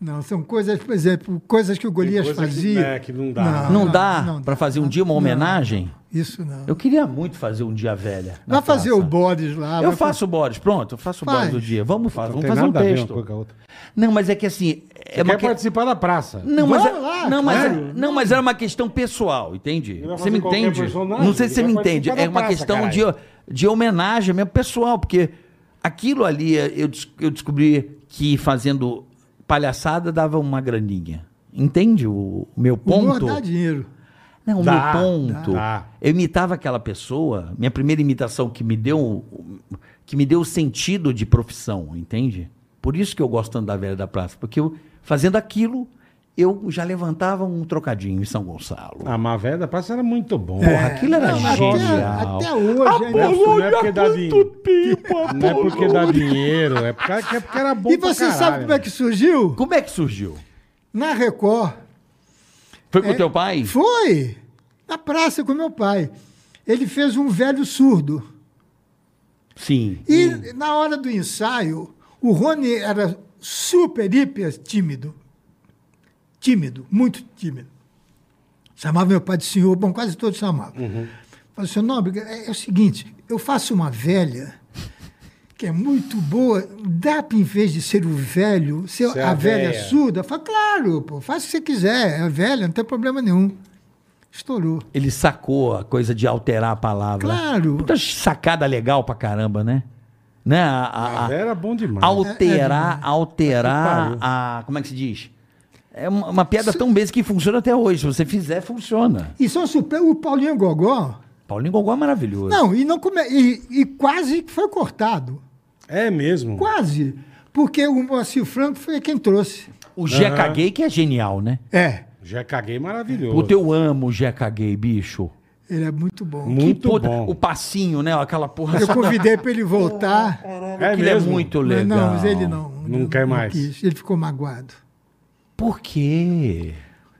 D: Não, são coisas, por exemplo, coisas que o Golias
C: coisa que,
D: fazia.
C: né, que não dá.
B: Não, dá
D: não
B: pra fazer um dia uma homenagem?
D: Isso não.
B: Eu queria muito fazer um dia velha. na
D: Vai fazer
B: praça.
D: o Boris lá.
B: Eu
D: vai
B: faço o Boris, pronto, eu faço o
D: Faz.
B: Boris do dia. Vamos, fa-
C: Não
B: vamos
C: tem
B: fazer um
C: nada a ver uma coisa
B: texto.
C: com a outra.
B: Não, mas é que assim. É
C: Você
B: uma
C: quer
B: que-
C: participar da praça.
B: Não, mas,
D: Vamos
B: é-
D: lá,
B: não, mas, é-
D: claro.
B: não, mas era uma questão pessoal, entende?
C: vai
B: Você
C: fazer
B: me
C: qualquer
B: entende?
C: personagem,
B: Não sei se você
C: ele
B: me
C: vai
B: entende.
C: participar
B: É
C: da
B: uma
C: praça,
B: questão de,
C: caralho.
B: de homenagem mesmo pessoal, porque aquilo ali eh, eu, des- eu descobri que fazendo palhaçada dava uma graninha. Entende o, o meu
D: pro-
B: ponto?
D: Não dá dinheiro.
B: Não, o
C: Dá,
B: meu ponto.
C: dá.
B: Eu imitava aquela pessoa, minha primeira imitação que me deu que me deu o sentido de profissão, entende? Por isso que eu gosto tanto da velha da praça, porque eu fazendo aquilo, eu já levantava um trocadinho em São Gonçalo.
C: A Mavé da Praça era muito bom.
B: Porra, aquilo era
D: Não, até,
B: genial.
D: até hoje ainda.
C: Não, não é porque dá dinheiro.
F: Tempo,
C: Não é porque dá dinheiro, é porque é porque era bom
D: E
C: pra
D: você
C: caralho.
D: sabe como é que surgiu?
B: Como é que surgiu?
D: Na Record.
B: Foi com teu pai?
D: Foi! Na praça com meu pai. Ele fez um velho surdo.
B: Sim.
D: E
C: Hum.
D: na hora do ensaio, o Rony era super, hiper tímido. Tímido, muito tímido. Chamava meu pai de senhor, bom, quase todos chamavam.
C: Uhum.
D: Falei, senhor Nóbrega, é, é o seguinte, eu faço uma velha que é muito boa, dá para, em vez de ser o velho, ser
C: Ser
D: a,
C: a
D: velha,
C: velha.
D: surda? Fala, claro, pô, faz o que você quiser, é velha, não tem problema nenhum. Estourou.
B: Ele sacou a coisa de alterar a palavra.
D: Claro.
B: Puta sacada legal pra caramba, né? Né? A- a-
C: A
B: a-
C: Mavé é? era bom demais.
B: alterar, alterar
C: Que pariu.
B: a. Como é que se diz? É uma, uma piada tão basic que funciona até hoje. Se você fizer, funciona.
D: E só super, o Paulinho Gogó,
B: Paulinho Gogó é maravilhoso.
D: não, e, não come, e, e quase que foi cortado.
C: É mesmo.
D: Quase. Porque o Moacir Franco foi quem trouxe.
B: O Jeca Gay, que é genial, né?
D: É.
C: Já caguei maravilhoso.
B: Puta, eu amo o Jeca Gay, bicho.
D: Ele é muito bom.
C: Muito
B: puta-
C: bom.
B: O passinho, né? Aquela porra.
D: Eu convidei para ele voltar.
C: É
B: Aquilo é,
C: mesmo?
B: muito
D: mas
B: legal.
D: não, mas ele não.
C: Não quer mais.
D: Ele ficou magoado.
B: Por quê?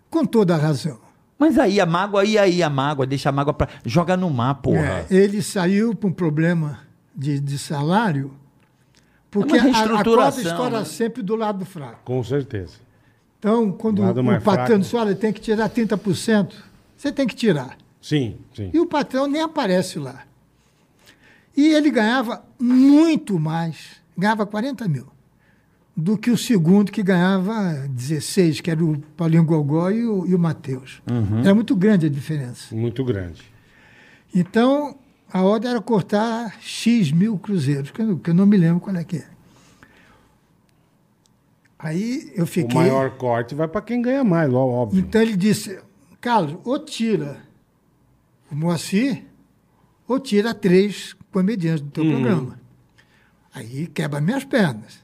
D: Com toda a razão.
B: Mas aí a mágoa, e aí a mágoa, deixa a mágoa pra. Joga no mar, porra.
D: É, ele saiu com um problema de, de salário, porque
B: É uma
D: a, a corda
B: reestruturação,
D: estoura
B: né?
D: sempre do lado fraco.
C: Com certeza.
D: Então, quando
C: Lado
D: o
C: mais
D: patrão
C: fraco.
D: disse, olha, tem que tirar 30%, você tem que tirar.
C: Sim, sim.
D: E o patrão nem aparece lá. E ele ganhava muito mais, ganhava 40 mil, do que o segundo que ganhava 16, que era o Paulinho Gogó e o, e o Matheus.
C: Uhum.
D: Era muito grande a diferença.
C: Muito grande.
D: Então, a ordem era cortar X mil cruzeiros, que eu, que eu não me lembro qual é que é. Aí eu
C: O
D: fiquei...
C: maior corte vai pra quem ganha mais, ó, óbvio.
D: Então ele disse, Carlos, ou tira o Moacir, ou tira três comediantes do
B: Uhum.
D: teu programa. Aí quebra minhas pernas.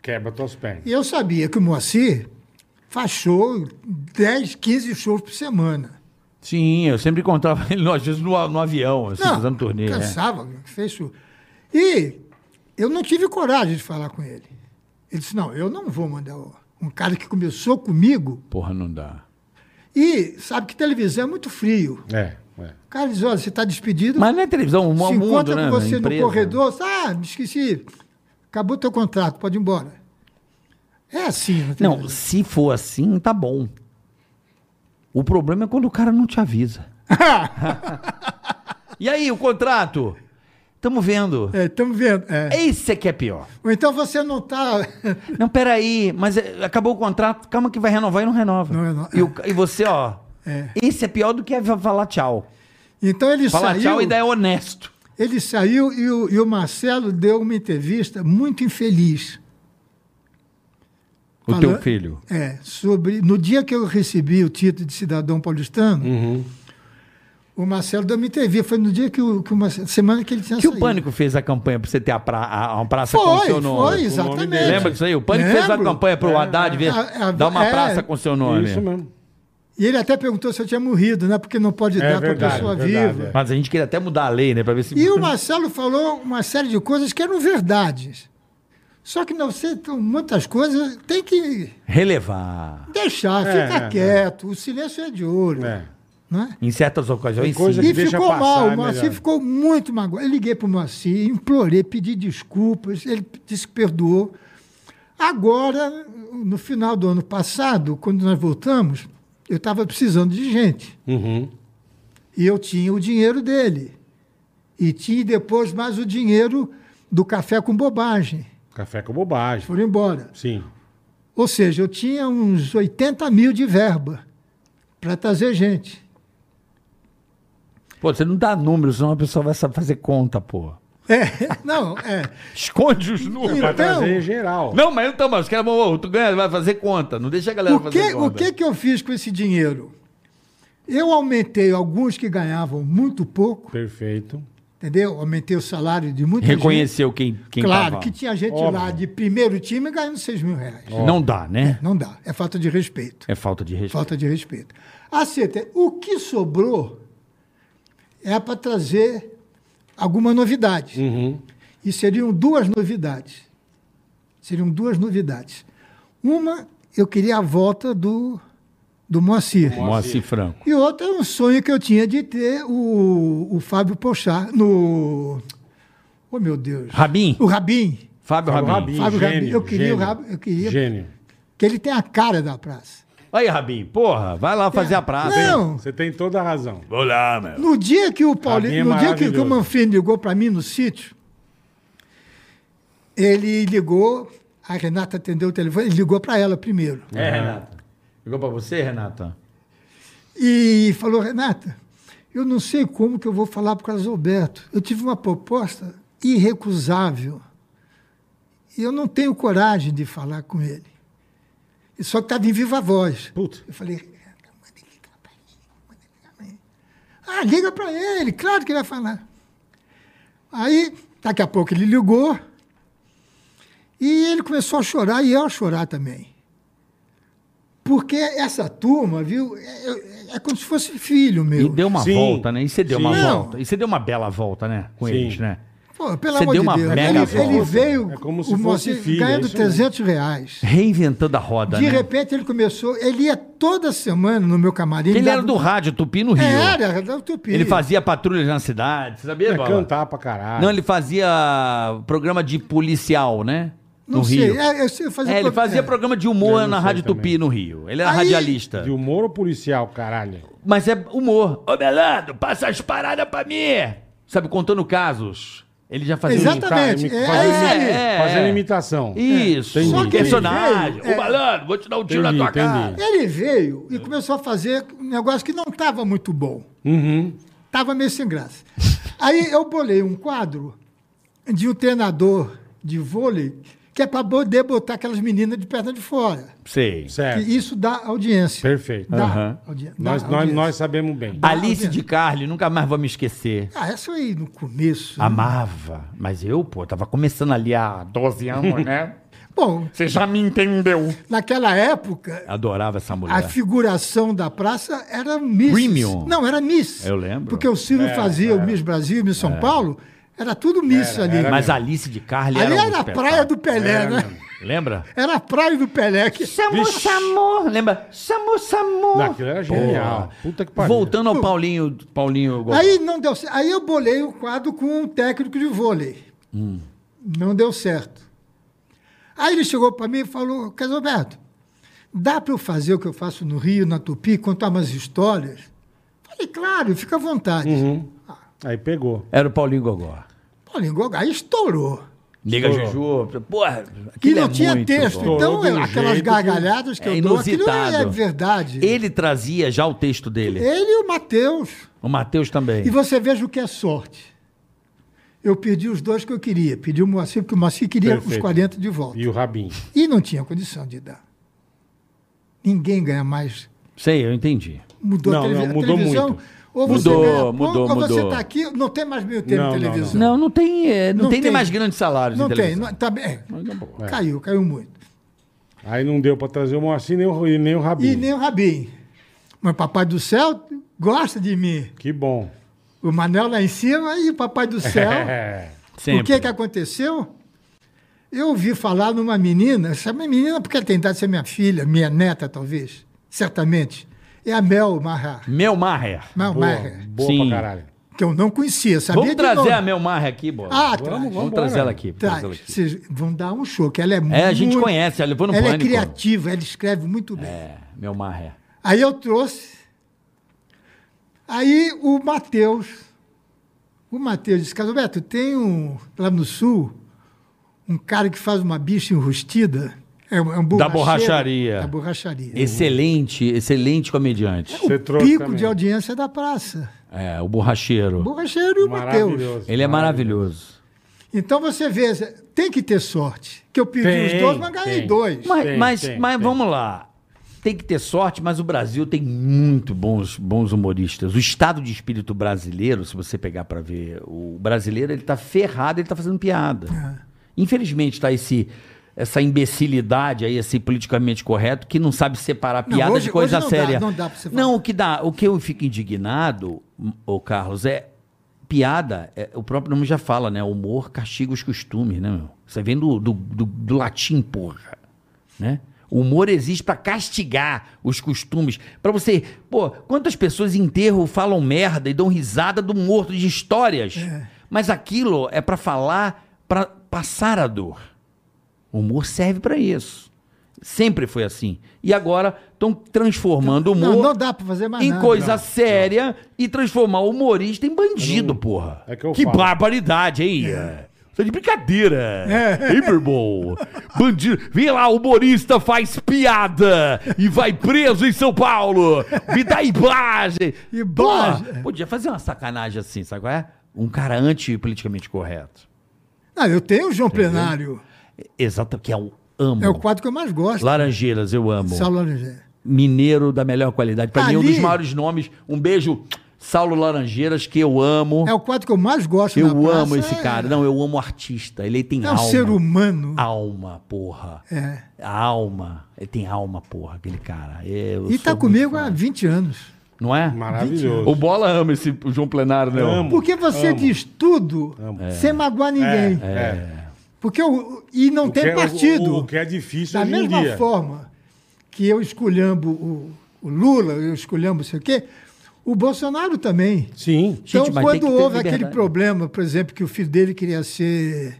C: Quebra tuas pernas.
D: E eu sabia que o Moacir faz show 10, 15 shows por semana.
B: Sim, eu sempre encontrava ele, às vezes, no, no avião, assim, fazendo turnê. é.
D: cansava, fez show. E eu não tive coragem de falar com ele. Ele disse, não, eu não vou mandar o- um cara que começou comigo.
B: Porra, não dá.
D: E sabe que televisão é muito frio.
C: É, é.
D: O cara diz, olha, você está despedido,
B: Mas não é televisão, um
D: se
B: mundo,
D: encontra
B: né?
D: com você
B: Empresa.
D: no corredor, ah, me esqueci, acabou teu contrato, pode ir embora. É assim, não tem
B: Não,
D: jeito.
B: se for assim, tá bom. O problema é quando o cara não te avisa. e aí, o contrato? Tamo vendo.
D: É, Estamos vendo. é.
B: Esse é que é pior.
D: Ou então você não está.
B: Não, peraí, mas é, acabou o contrato, calma que vai renovar e não renova.
D: Não renova.
B: E, o ca- e você, ó,
D: É.
B: esse é pior do que va- falar tchau.
D: Então ele
B: Falar
D: saiu.
B: tchau ainda é honesto.
D: Ele saiu e o, e o Marcelo deu uma entrevista muito infeliz.
B: O
D: Falando-
B: teu filho.
D: É, sobre. No dia que eu recebi o título de cidadão paulistano,
B: Uhum.
D: o Marcelo deu uma entrevista. Foi no dia que o, que o Marcelo. Semana que ele tinha
B: Que o
D: saído.
B: Pânico fez a campanha pra você ter a, pra, a- uma praça com o
D: Foi,
B: seu nome.
D: foi,
C: dele.
D: exatamente.
B: Lembra disso aí? O Pânico fez a
D: Lembro.
B: campanha pro Haddad ver,
D: A- a-
B: dar uma
D: é.
B: praça com o seu nome.
C: Isso mesmo.
D: E ele até perguntou se eu tinha morrido, né? Porque não pode dar para
C: É verdade,
D: pessoa
C: verdade,
D: viva.
C: é.
B: Mas a gente queria até mudar a lei, né? Pra ver se.
D: E o Marcelo falou uma série de coisas que eram verdades. Só que não sei, então, muitas coisas tem que
B: Relevar.
D: deixar,
C: É,
D: ficar
C: é,
D: quieto. O silêncio é de ouro,
C: É.
D: né?
B: Em certas
C: Tem
B: ocasiões,
C: coisa
B: sim.
D: E
C: que deixa
D: ficou
C: passar,
D: mal,
C: é
D: o Moacir
C: melhor.
D: ficou muito magoado. Eu liguei para o Moacir, implorei, pedi desculpas, ele disse que perdoou. Agora, no final do ano passado, quando nós voltamos, eu estava precisando de gente.
C: Uhum.
D: E eu tinha o dinheiro dele. E tinha depois mais o dinheiro do café com bobagem.
C: Café com bobagem.
D: Foram embora.
C: Sim.
D: Ou seja, eu tinha uns 80 mil de verba para trazer gente.
B: Pô, você não dá números, senão a pessoa vai sa- fazer conta, pô.
D: É, não, é.
B: Esconde os números.
C: Pra
D: Então,
C: trazer em geral.
B: Não, mas então, mas os caras vão, "Ô, tu ganha, vai fazer conta. Não deixa a galera
D: O que,
B: fazer
D: o
B: conta.
D: que que eu fiz com esse dinheiro? Eu aumentei alguns que ganhavam muito pouco,
C: Perfeito.
D: entendeu? Aumentei o salário de muita
B: Reconheceu quem, quem
D: gente. Claro,
B: tava.
D: que tinha gente lá
C: Óbvio.
D: de primeiro time ganhando 6 mil reais.
B: Não dá, né?
D: Não dá, é falta de respeito.
B: É falta de respeito.
D: Falta de respeito. Aceita. O que sobrou é para trazer alguma novidade.
B: Hum.
C: Uhum.
D: E seriam duas novidades. Seriam duas novidades. Uma, eu queria a volta do, do Moacir.
B: Moacir Franco.
D: E outra, um sonho que eu tinha de ter o, o Fábio Pochá no. Oh, meu Deus.
B: Rabin.
D: O Rabin.
B: Fábio
C: Fábio
B: Rabin.
C: Rabin,
D: Fábio Rabin.
C: gênio,
D: Eu queria o
C: gênio.
D: Rabin, eu queria-
C: Gênio.
D: Que ele tem a cara da praça.
B: Aí, Rabin, porra, vai lá fazer a
C: Ah,
B: praça.
D: É. Não,
C: Você tem toda a razão.
F: Vou lá, meu.
D: No dia que o
C: Rabin é
D: Paulinho, no dia que, que o
C: maravilhoso.
D: Manfrim ligou para mim no sítio, ele ligou, a Renata atendeu o telefone, ele ligou para ela primeiro.
B: É, Renata. Ligou pra você, Renata?
D: E falou, Renata, eu não sei como que eu vou falar para o Carlos Alberto. Eu tive uma proposta irrecusável. E eu não tenho coragem de falar com ele. E só que estava em viva voz.
C: Putz.
D: Eu falei, Renata, manda ele ligar para ele. Manda ele ligar pra ele. Ah, liga para ele, claro que ele vai falar. Aí, daqui a pouco ele ligou. E ele começou a chorar e eu a chorar também. Porque essa turma, viu, é, é- é como se fosse filho
B: E
D: meu.
B: deu uma
C: Sim.
B: volta, né? E você deu uma
D: Sim.
B: volta. E você deu uma bela volta, né? Com
C: Sim.
B: eles, né?
D: Pô, pelo
B: Você
D: amor
B: deu
D: de
B: uma
D: Deus.
B: mega
D: Ele, ele
B: volta.
D: veio
C: É como se
D: o
C: fosse
D: Moacir
C: filho, é
D: ganhando
C: isso mesmo.
D: 300 reais.
B: Reinventando a roda,
D: De
B: né?
D: repente ele começou, ele ia toda semana no meu camarim.
B: Ele era
D: dava-
B: do rádio Tupi no Rio.
D: É, era, era da Tupi.
B: Ele fazia patrulhas na cidade, você sabia,
C: É
B: Bola?
C: cantar pra caralho.
B: Não, ele fazia programa de policial, né?
D: Não
B: No
D: sei.
B: Rio.
D: É, eu sei fazer
B: É, ele
D: pro-
B: fazia
D: é.
B: programa de humor
C: Eu não
B: na
C: sei
B: Rádio
C: também.
B: Tupi no Rio. Ele era
D: Aí-
B: radialista.
C: De humor ou policial, caralho?
B: Mas é humor. Ô, Melando, passa as paradas pra mim! Sabe, contando casos. Ele já fazia
D: Exatamente.
C: Imitar-
D: é- é
C: fazendo-
D: isso aí.
B: É,
C: Fazendo
B: é.
C: imitação.
B: Isso,
C: Entendi, entendi.
B: personagem.
D: É.
B: Ô, malandro, vou te dar um tiro
C: Entendi,
B: na tua cara.
C: entendi.
D: Ele veio e começou a fazer um negócio que não estava muito bom.
C: Uhum,
D: Estava meio sem graça. Aí eu bolei um quadro de um treinador de vôlei que é para poder botar aquelas meninas de perna de fora.
B: Sei.
D: Que
C: Certo.
D: isso dá audiência.
C: Perfeito.
D: Dá
B: Aham.
D: audi- dá
C: Nós, nós,
D: audiência.
C: nós sabemos bem.
B: Alice de Carli, nunca mais vou me esquecer.
D: Ah, essa aí no começo.
B: Amava. Mas eu, pô, tava começando ali a...
G: 12 anos, né?
D: Bom,
G: Você já me entendeu.
D: naquela época,
B: Adorava essa mulher.
D: a figuração da praça era
B: Tipo,
D: Miss.
B: né? Premium.
D: Não, era Miss.
B: Eu lembro. É.
D: Porque o Ciro fazia o Miss Brasil, o Miss São Paulo, era tudo Miss ali.
B: Mas a Alice de Carli era
D: Ali
B: um
D: era a praia do
B: espetáculo.
D: Pelé, né?
B: Lembra?
D: Era a praia do Pelé. Que...
B: Samu, Samu. Lembra? Samu, Samu.
C: Naquilo era genial. Puta
B: é
C: que pariu.
B: Voltando ao Paulinho, Paulinho Gogó.
D: Aí não deu certo. Aí eu bolei o quadro com um técnico de vôlei.
B: Hum.
D: Não deu certo. Aí ele chegou para mim e falou, Carlos Alberto, dá para eu fazer o que eu faço no Rio, na Tupi, contar umas histórias? Falei, claro, fica à vontade.
C: Aí pegou.
B: Era o Paulinho Gogó.
D: Paulinho Gogá estourou.
B: Nega
C: Estourou.
B: Juju. Porra,
D: Que
B: aquilo
D: não
B: é
D: tinha
B: muito
D: texto.
B: bom.
D: Então,
C: Estourou de um
D: aquelas
C: jeito que
D: gargalhadas que
B: é
D: eu dou, aquilo é
B: inusitado.
D: verdade.
B: Ele trazia já o texto dele.
D: Ele e o Matheus.
B: O Matheus também.
D: E você veja o que é sorte. Eu pedi os dois que eu queria. Pedi o Moacir, porque o Moacir queria os
C: Perfeito.
D: 40 de volta.
C: E o Rabin.
D: E não tinha condição de dar. Ninguém ganha mais.
B: Sei, eu entendi.
D: Mudou
C: Não,
D: a, televi-
C: não,
D: a
C: mudou
D: televisão.
C: muito.
D: Ou você
B: Mudou,
D: ganha pouco,
B: mudou,
D: ou você
B: mudou.
D: está aqui, não tem mais meio tempo
C: Não,
D: de
C: não,
D: televisão.
B: Não, não tem, é, não
D: Não
B: tem, nem
D: tem.
B: mais grandes salários
D: Não
B: em
D: tem.
B: televisão.
D: Não, tá bem.
C: É.
D: Caiu, caiu muito.
C: Aí não deu pra trazer o Moacir nem o, e nem o Rabin.
D: E nem o Rabin. Mas Papai do Céu gosta de mim.
C: Que bom.
D: O Manel lá em cima e o Papai do Céu.
C: É.
B: Sempre.
D: O que que aconteceu? Eu ouvi falar numa menina, essa é menina porque ela tem idade de ser minha filha, minha neta talvez, certamente. É a Mel Marra,
B: Mel Maher.
D: Mel
C: Boa,
D: Marra,
C: boa
B: Sim.
C: pra caralho.
D: que eu não conhecia, sabia
B: Vamos
D: de
B: trazer
D: nome.
B: a Mel Maher aqui, bora.
D: Ah,
C: Vamos,
D: traz,
B: Vamos
C: vamos
B: trazer
C: embora.
B: ela aqui.
D: traz.
B: trazê-la aqui.
D: Vocês vão dar um show, que ela é, muito...
B: É, a gente conhece, ela levou no
D: Ela é
B: Pânico.
D: criativa, ela escreve muito bem.
B: É, Mel Maher.
D: Aí eu trouxe. Aí o Matheus. O Matheus disse, Casalberto, tem um. Lá no sul, um cara que faz uma bicha enrustida. É um, é um borracheiro-
B: borracharia.
D: Da borracharia.
B: Excelente, excelente comediante.
C: Você
D: o
C: trouxe
D: pico
C: também.
D: de audiência da praça.
B: É, o borracheiro.
D: Borracheiro e o Matheus.
C: Maravilhoso.
B: Ele é maravilhoso.
D: Então você vê, tem que ter sorte. Que eu pedi
C: Tem,
D: os dois, mas ganhei
C: tem.
D: dois.
B: Mas,
C: Tem,
B: mas,
C: tem,
B: mas
C: tem.
B: vamos lá. Tem que ter sorte, mas o Brasil tem muito bons, bons humoristas. O estado de espírito brasileiro, se você pegar pra ver, o brasileiro ele tá ferrado, ele tá fazendo piada. Infelizmente tá esse essa imbecilidade aí, esse politicamente correto, que não sabe separar
D: Não,
B: piada
D: hoje-
B: de coisa
D: hoje não dá,
B: séria.
D: não dá pra você falar.
B: Não, o que dá, o que eu fico indignado, o Carlos, é piada, é, o próprio nome já fala, né? Humor castiga os costumes, né, meu? Isso aí vem do, do, do- do latim, porra, né? O humor existe pra castigar os costumes, Pra você, pô, quantas pessoas em enterro falam merda e dão risada do morto de histórias,
D: É.
B: mas aquilo é pra falar, pra passar a dor. O humor serve pra isso. Sempre foi assim. E agora estão transformando o humor
D: não, não dá pra fazer mais
B: em
D: nada.
B: coisa séria e transformar o humorista em bandido, porra.
C: é que eu falo.
B: barbaridade, hein? Isso é de brincadeira.
D: É.
B: Hein, meu irmão? Bandido. Vem lá, humorista faz piada e vai preso em São Paulo. Me dá imagem.
D: Imagem.
B: Porra, Podia fazer uma sacanagem assim, sabe qual é? Um cara anti-politicamente correto.
D: Não, eu tenho o João Plenário.
B: Exato, que é o amo.
D: É o quadro que eu mais gosto.
B: Laranjeiras, eu amo.
D: Saulo Laranjeira.
B: Mineiro da melhor qualidade. Pra mim, é um
D: Ali-
B: dos maiores nomes. Um beijo, Saulo Laranjeiras, que eu amo.
D: É o quadro que eu mais gosto
B: eu
D: na praça,
B: amo esse
D: é-
B: cara. Não, Ah, eu amo o artista. Ele tem
D: É um
B: alma.
D: ser humano.
B: Alma, porra.
D: É.
B: Alma. Ele tem alma, porra, aquele cara. É, Eu
D: E tá
B: sou
D: comigo
B: muito fã.
D: há 20 anos.
B: Não é?
C: Maravilhoso.
B: O Bola ama esse o João Plenário, né?
C: Amo.
D: Porque você diz tudo
B: É.
D: sem magoar ninguém.
C: É.
D: Porque o, e um. não
C: O
D: tem
C: que é- o-
D: partido.
C: O, que é difícil
D: da
C: hoje em
D: mesma
C: dia.
D: forma que eu esculhambo o, o Lula, eu esculhambo não sei o quê, o Bolsonaro também.
C: Sim.
B: Gente,
D: então,
B: mas tem
D: quando
B: que ter
D: houve
B: liberdade.
D: aquele problema, por exemplo, que o filho dele queria ser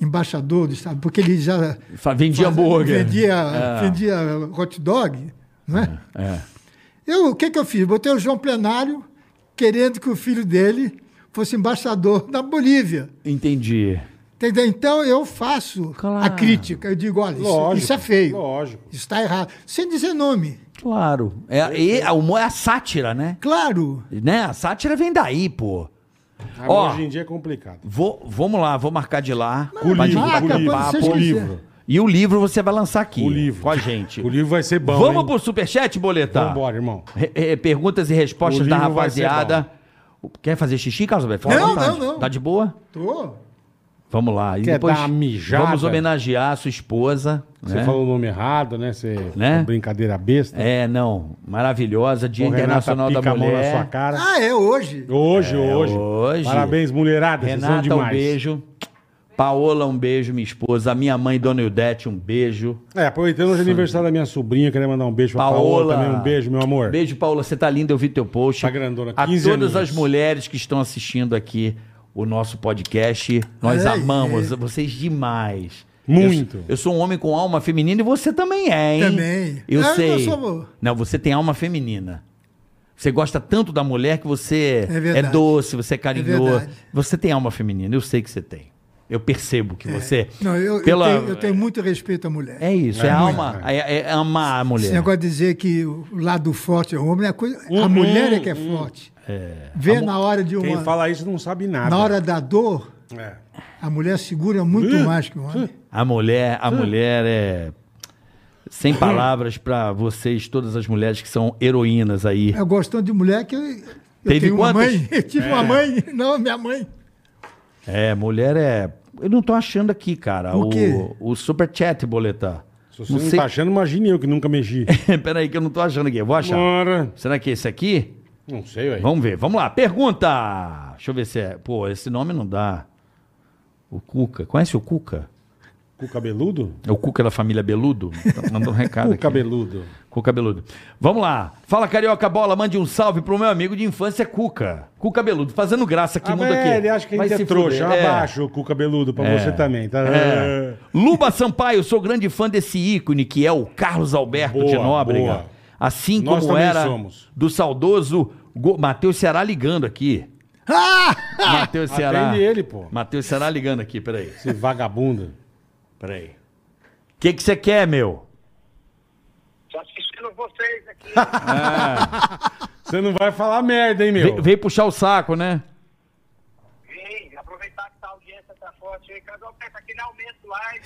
D: embaixador do Estado, porque ele já
B: Fa- vendia
D: faz-
B: hambúrguer.
D: vendia,
B: É.
D: vendia hot dog, né? Eu, o que, que eu fiz? Botei o João Plenário querendo que o filho dele fosse embaixador na Bolívia.
B: Entendi.
D: Entendeu? Então eu faço a
B: Claro.
D: crítica. Eu digo, olha, isso-
C: Lógico,
D: isso é feio.
C: lógico.
D: Isso está errado. Sem dizer nome.
B: Claro. É, e, a humor é a sátira, né?
D: Claro.
B: Né? A sátira vem daí, pô.
C: Agora,
B: Ó.
C: hoje em dia é complicado.
B: Vou, vamos lá, vou marcar de lá.
C: Com o
B: Pra gente
C: livro, com o
D: marca,
B: bater
C: livro,
D: quando vocês
C: com o
D: quiserem.
C: livro.
B: E o livro você vai lançar aqui.
C: O livro.
B: Com a gente.
C: O livro vai ser bom,
B: Vamos
C: hein?
B: pro superchat, boleta?
C: Vambora, irmão.
B: Re- re- perguntas e respostas
C: O
B: da
C: livro vai ser
B: rapaziada. Quer fazer xixi, Carlos Alberto? Fica à
D: Não,
B: vontade.
D: não, não.
B: Tá de boa?
D: Tô.
B: Vamos lá. E
C: Quer dar uma mijada?
B: Vamos homenagear a sua esposa.
C: Você
B: né?
C: falou o nome errado, né? Você
B: Né?
C: uma brincadeira besta.
B: É, não. Maravilhosa. Dia
C: O Renata
B: Internacional
C: pica
B: da
C: a mão na sua
B: Mulher. É,
C: cara.
D: Ah, é hoje.
C: Hoje, hoje,
B: hoje.
C: Parabéns, mulherada. vocês são
B: Renata, um
C: demais.
B: beijo. Paola, um beijo, minha esposa. A minha mãe, Dona Ildete, um beijo.
C: É, aproveitando hoje é aniversário da minha sobrinha, queria mandar um beijo pra Paola,
B: Paola.
C: também. Um beijo, meu amor.
B: Beijo, Paola. Você tá linda, eu vi teu post.
C: Tá grandona,
B: A
C: 15
B: todas as
C: aninhos.
B: mulheres que estão assistindo aqui o nosso podcast, nós
D: É,
B: amamos vocês demais.
C: Muito.
B: Eu, eu sou um homem com alma feminina e você também é, hein?
D: Também.
B: Eu
D: Ah, eu
B: sei.
D: sou-
B: Não, você tem alma feminina. Você gosta tanto da mulher que você
D: É
B: é,
D: verdade.
B: doce, você é carinhoso.
D: verdade.
B: você tem alma feminina, eu sei que você tem. Eu percebo que você.
D: É. Não, eu, eu
B: pela-
D: tenho, eu tenho muito respeito à mulher.
B: É isso, é,
C: É,
B: alma,
C: muito,
B: é, é amar a mulher.
D: Esse negócio de dizer que o lado forte é o homem, a, coisa, a
C: Uhum,
D: mulher é que é forte. Vê na hora de
C: hum. Quem
D: uma.
C: fala isso não sabe nada.
D: Na hora da dor,
C: É.
D: a mulher segura muito
C: Ih,
D: mais que o homem.
B: A mulher,
C: Hum.
B: a mulher é sem palavras pra vocês, todas as mulheres que são heroínas aí.
D: Eu gosto tanto de mulher que eu, eu
B: Teve
D: tenho uma
B: quantas?
D: mãe. Eu tive uma mãe. Não, minha mãe.
B: É, mulher é. Eu não tô achando aqui, cara.
D: O
B: O,
D: quê?
B: o super chat boleta.
C: Se você não, tá achando, imagine eu que nunca mexi.
B: Peraí que eu não tô achando aqui. Eu vou achar.
C: Bora.
B: Será que é esse aqui?
C: Não sei, velho.
B: Vamos ver. Vamos lá. Pergunta. Deixa eu ver se é. Pô, esse nome não dá. O Cuca. Conhece o Cuca?
C: Com o cabeludo?
B: É o Cuca da família Beludo? Tá mandando um recado
C: Com o
B: aqui.
C: cabeludo.
B: Cuca Beludo. Vamos lá. Fala, Carioca Bola, mande um salve pro meu amigo de infância, Cuca. Cuca Beludo, fazendo graça aqui,
C: Ah,
B: mundo
C: mas
B: aqui.
C: é, ele acha que a
B: Vai
C: gente
B: se
C: é trouxa.
B: fuder. É.
C: Abaixa o cu cabeludo pra você também, tá?
B: É. Luba Sampaio, sou grande fã desse ícone que é o Carlos Alberto
C: Boa,
B: de Nóbrega.
C: boa.
B: Assim
C: Nós
B: como
C: também
B: era
C: somos.
B: do saudoso Go... Matheus Ceará ligando aqui. Matheus Ceará.
C: Ah! Atende ele, pô.
B: Matheus Ceará ligando aqui, peraí.
C: Esse vagabundo.
B: Peraí. O que que você quer, meu?
C: Você não vai falar merda, hein, meu?
B: Ve- veio puxar o saco, né?
H: Vem, aproveitar que tá a audiência tá forte aí. Cada um pensa aqui não aumento lá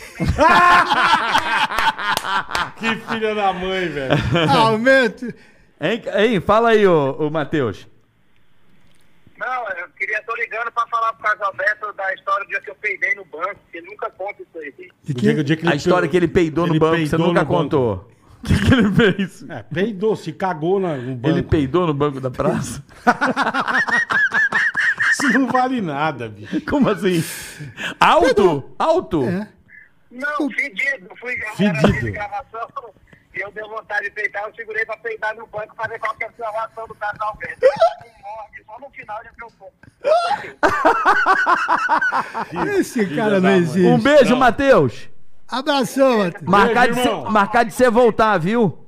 C: Que
H: e
C: filha da mãe, velho.
D: Ah, Aumento.
B: Hein, hein? fala aí, ô, ô Matheus.
H: Não, eu queria, tô ligando pra falar pro Carlos Alberto da história do dia que eu peidei no banco, que nunca conta isso aí.
C: O dia que- o dia que
B: A história que ele peidou no
C: ele
B: banco, você
C: peidou
B: nunca
C: no banco.
B: contou. O que, que ele fez?
C: É, peidou, se cagou na- no banco.
B: Ele peidou no banco da praça?
C: Isso não vale nada, bicho.
B: Como assim? Alto? Alto?
D: É.
H: Não, fedido, eu fui gravar
C: Fedido.
H: era dia de gravação e eu dei vontade de peidar, eu segurei pra peidar no banco pra ver qual que é a gravação do Carlos Alberto. Não morre, só no final já deu pouco.
D: Esse cara não existe.
B: Um beijo, Matheus.
D: Abração, Matheus.
B: Marcar,
C: Beijo,
B: de cê-
C: irmão.
B: marcar de você voltar, viu?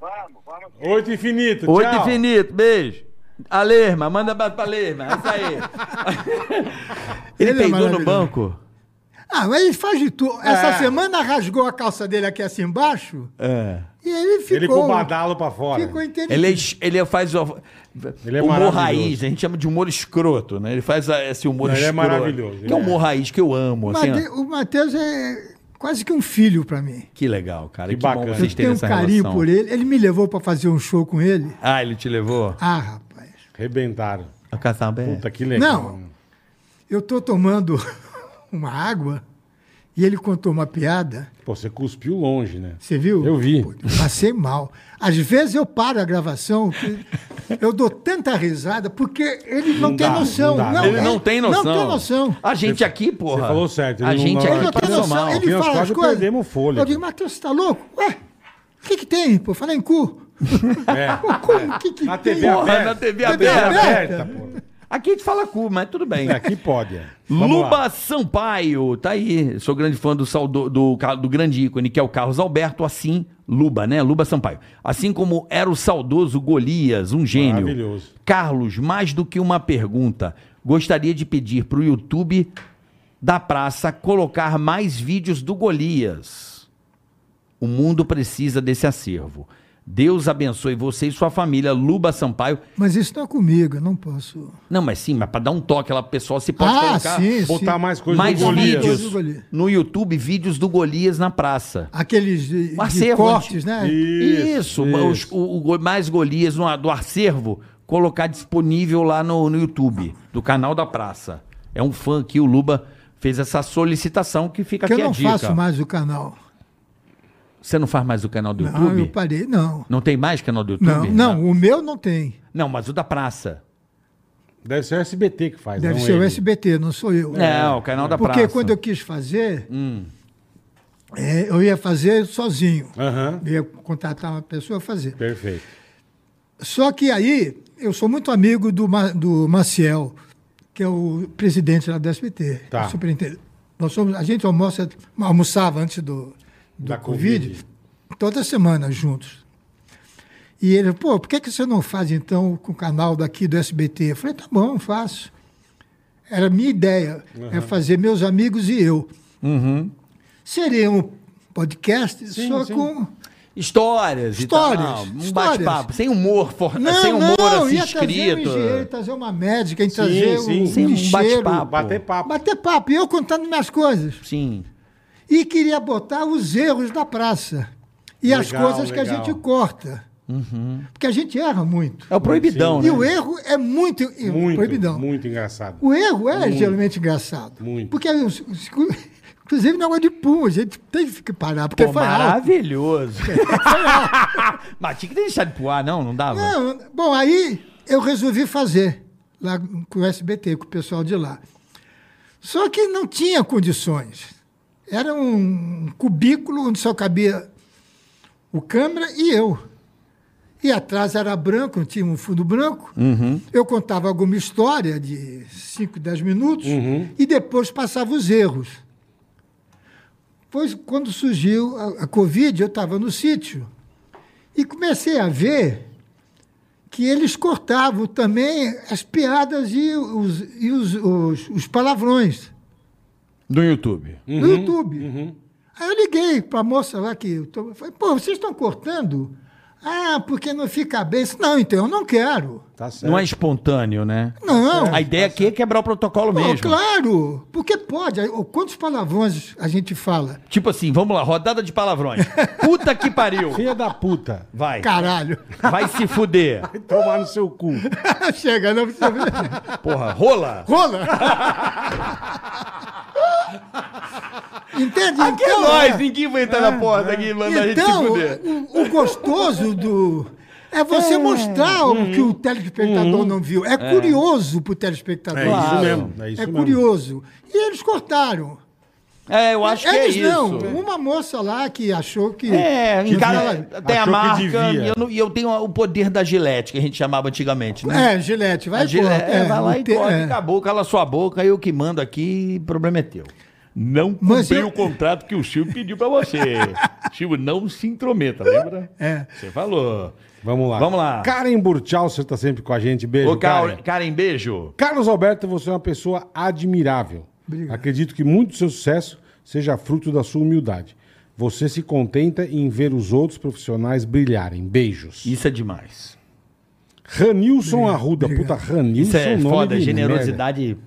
H: Vamos, vamos.
C: Oito infinito, tchau.
B: Oito infinito, beijo. A Lerma, manda pra pra Lerma, é isso aí. ele,
D: Ele é
B: peidou no
D: maravilhoso.
B: banco?
D: Ah, mas ele faz de tudo. Essa
C: É.
D: semana rasgou a calça dele aqui assim embaixo
B: É.
D: e ele ficou.
C: Ele com o badalo pra fora.
D: Ficou inteligente.
B: Ele, é es- ele faz o,
C: Ele é
B: humor
C: maravilhoso.
B: raiz, a gente chama de humor escroto, né? Ele faz a- esse humor
C: Não, ele é
B: escroto.
C: maravilhoso,
B: Que é o
C: ele
B: humor raiz que eu amo, assim. ó.
D: Mate- O Matheus é quase que um filho pra mim.
B: Que legal, cara.
C: Que
B: Que,
C: bacana.
B: bom vocês terem
C: Eu
D: Tenho um
B: essa
D: carinho
B: relação.
D: por ele. Ele me levou pra fazer um show com ele.
B: Ah, ele te levou?
D: Ah, rapaz.
C: Arrebentaram.
B: A caçar
C: Puta, que legal.
D: Não. Eu tô tomando uma água e ele contou uma piada.
C: Pô, você cuspiu longe, né?
D: Você viu?
C: Eu vi.
D: Pô, eu passei mal. Às vezes eu paro a gravação, que eu dou tanta risada, porque ele não,
C: Não
D: tem
C: dá,
D: noção.
C: não dá, não
B: Ele não tem noção.
D: Não tem noção.
B: A gente aqui, porra.
C: você falou certo, ele
B: A
C: não-
B: gente
C: não-
D: Ele não
B: aqui
D: tem
B: passou
D: noção.
B: mal.
D: Ele
C: Nós
D: fala as
C: quase
D: coisas.
C: perdemos o fôlego.
D: Eu digo, Matheus, você tá louco? Ué, o que que tem, pô? Fala em cu.
C: É.
D: Pô, como? O que que
C: Na
D: tem?
C: TV aberta.
D: é
B: na TV
C: TV
B: aberta.
C: aberta, pô.
B: Aqui a gente fala cu, mas tudo bem.
C: É, aqui pode. é. Vamos
B: Luba
C: lá.
B: Sampaio, tá aí. Sou grande fã do, saudo- do, ca- do grande ícone, que é o Carlos Alberto, assim, Luba, né? Luba Sampaio. Assim como era o saudoso Golias, um gênio.
C: Maravilhoso.
B: Carlos, mais do que uma pergunta, gostaria de pedir pro YouTube da praça colocar mais vídeos do Golias. O mundo precisa desse acervo. Deus abençoe você e sua família, Luba Sampaio.
D: Mas isso não é comigo, eu não posso.
B: Não, mas sim, mas pra dar um toque, ela pessoal se pode
D: ah,
B: colocar
D: sim,
C: Botar
D: sim.
C: mais coisas
B: mais
C: do Golias.
D: Coisa do
B: vídeos
D: Golias.
B: no YouTube, vídeos do Golias na praça.
D: Aqueles de,
B: O
D: de
B: acervo antigo.
D: cortes, né?
B: Isso, os- o, o go- mais Golias no a- do acervo, colocar disponível lá no, no YouTube, do canal da praça. É um fã aqui, o Luba fez essa solicitação que fica
D: Que eu
B: aqui a
D: não
B: dica.
D: faço mais o canal.
B: Você não faz mais o canal do
D: Não,
B: YouTube?
D: eu parei, não.
B: Não tem mais canal do
D: Não,
B: YouTube? tá.
D: não, o meu não tem.
B: Não, mas o da praça.
C: Deve ser o SBT que
B: é
C: faz.
D: Deve
C: não
D: ser o
C: ele.
D: SBT, não sou eu.
B: Não, um É, o canal da
D: Porque
B: praça. Hum.
D: quando eu quis fazer, é, eu ia fazer sozinho.
C: Aham,
D: Eu ia contratar uma pessoa e fazer.
C: perfeito.
D: Só que aí, eu sou muito amigo do, Ma- do Maciel, que é o presidente lá do SBT,
C: Tá.
D: o superintendente. Nós somos, a gente almoça, almoçava antes do, do
C: Da
D: COVID,
C: Covid.
D: toda semana juntos. E ele, pô, por que, que você não faz então com o canal daqui do SBT? Eu falei, tá bom, faço. Era a minha ideia, é fazer meus amigos e eu.
C: Uhum.
D: Seria um podcast só com
B: Histórias,
D: Histórias,
B: e tal. Um
D: histórias.
B: bastante sem humor, for... sem humor assim
D: ia trazer um
B: escrito.
D: engenheiro, trazer uma médica, ia
C: Sim,
D: trazer
C: sim.
D: um,
C: Sim,
B: um
D: lixeiro.
B: bate-papo.
C: Bater papo.
D: Bater papo, e eu contando minhas coisas.
B: Sim.
D: E queria botar os erros da praça. E as
C: Legal,
D: coisas que a
C: legal.
D: gente corta.
B: Uhum.
D: Porque a gente erra muito.
B: É o proibidão,
D: E
B: né?
D: o erro é muito, e-
C: Muito,
D: proibidão.
C: muito engraçado.
D: O erro é geralmente engraçado.
C: Muito.
D: Porque, os- os- inclusive, negócio de pum, a gente tem que parar, porque
B: Pô,
D: foi alto.
B: maravilhoso. Mas tinha que deixar de pular, não? Não dava?
D: Não, bom, aí eu resolvi fazer lá com o SBT, com o pessoal de lá. Só que não tinha condições. Era um cubículo onde só cabia o câmera e eu. E atrás era branco, tinha um fundo branco. Eu contava alguma história de 5, 10 minutos e depois passava os erros. Pois quando surgiu a, a Covid, eu estava no sítio e comecei a ver que eles cortavam também as piadas e os, e os, os- os palavrões
B: Do YouTube.
D: no YouTube.
B: uhum.
D: Aí eu liguei para a moça lá que eu tô, falei, pô, vocês estão cortando? Ah, porque não fica bem. Eu disse, não, então eu não quero.
C: Tá certo.
B: Não é espontâneo, né?
D: Não.
B: A ideia aqui é quebrar o protocolo
D: Pô,
B: mesmo.
D: claro, porque pode. Aí, ô, Quantos palavrões a gente fala?
B: Tipo assim, vamos lá, rodada de palavrões. Puta que pariu.
C: Filha da puta.
B: Vai.
D: Caralho.
B: Vai se fuder.
C: Tomar no seu cu.
D: Chega, não precisa...
B: Porra, rola.
D: Rola! Entende?
B: Aqui é nós, ninguém vai entrar na porta aqui e manda a gente se
D: É, Então,
B: fuder.
D: o, o gostoso do. É você mostrar o que o
B: Uhum.
D: telespectador não viu. É, curioso pro telespectador.
C: É
B: Claro.
C: isso mesmo. É, isso
D: É
C: mesmo.
D: curioso. E eles cortaram.
B: É, eu acho que é
D: eles
B: isso.
D: não. Uma moça lá que achou que.
B: É, em
D: que
B: cara,
D: ela-
B: tem a
C: Achou que
B: marca
C: devia.
B: e eu, não- e eu tenho o poder da Gillette, que a gente chamava antigamente, né?
D: É, Gilete, vai
B: A Gillette,
D: corta.
B: é, vai
D: o
B: lá e
D: te-
B: corta,
D: é.
B: acabou, cala sua boca, eu que mando aqui, problema é teu.
F: Não
D: Mas
F: cumpriu
D: eu-
F: o contrato que o Silvio pediu pra você. Silvio, não se intrometa, lembra?
D: É.
F: Você falou.
C: Vamos lá.
B: Vamos lá.
C: Karen Burchal, você tá sempre com a gente. Beijo,
B: Ô, Karen,
C: Karen.
B: Karen, beijo.
C: Carlos Alberto, você é uma pessoa admirável.
D: Obrigado.
C: Acredito que muito do seu sucesso seja fruto da sua humildade. Você se contenta em ver os outros profissionais brilharem. Beijos.
B: Isso é demais.
C: Ranilson Arruda. Puta, Ranilson
B: Isso é
C: um nome
B: foda,
C: de
B: generosidade.
C: merda.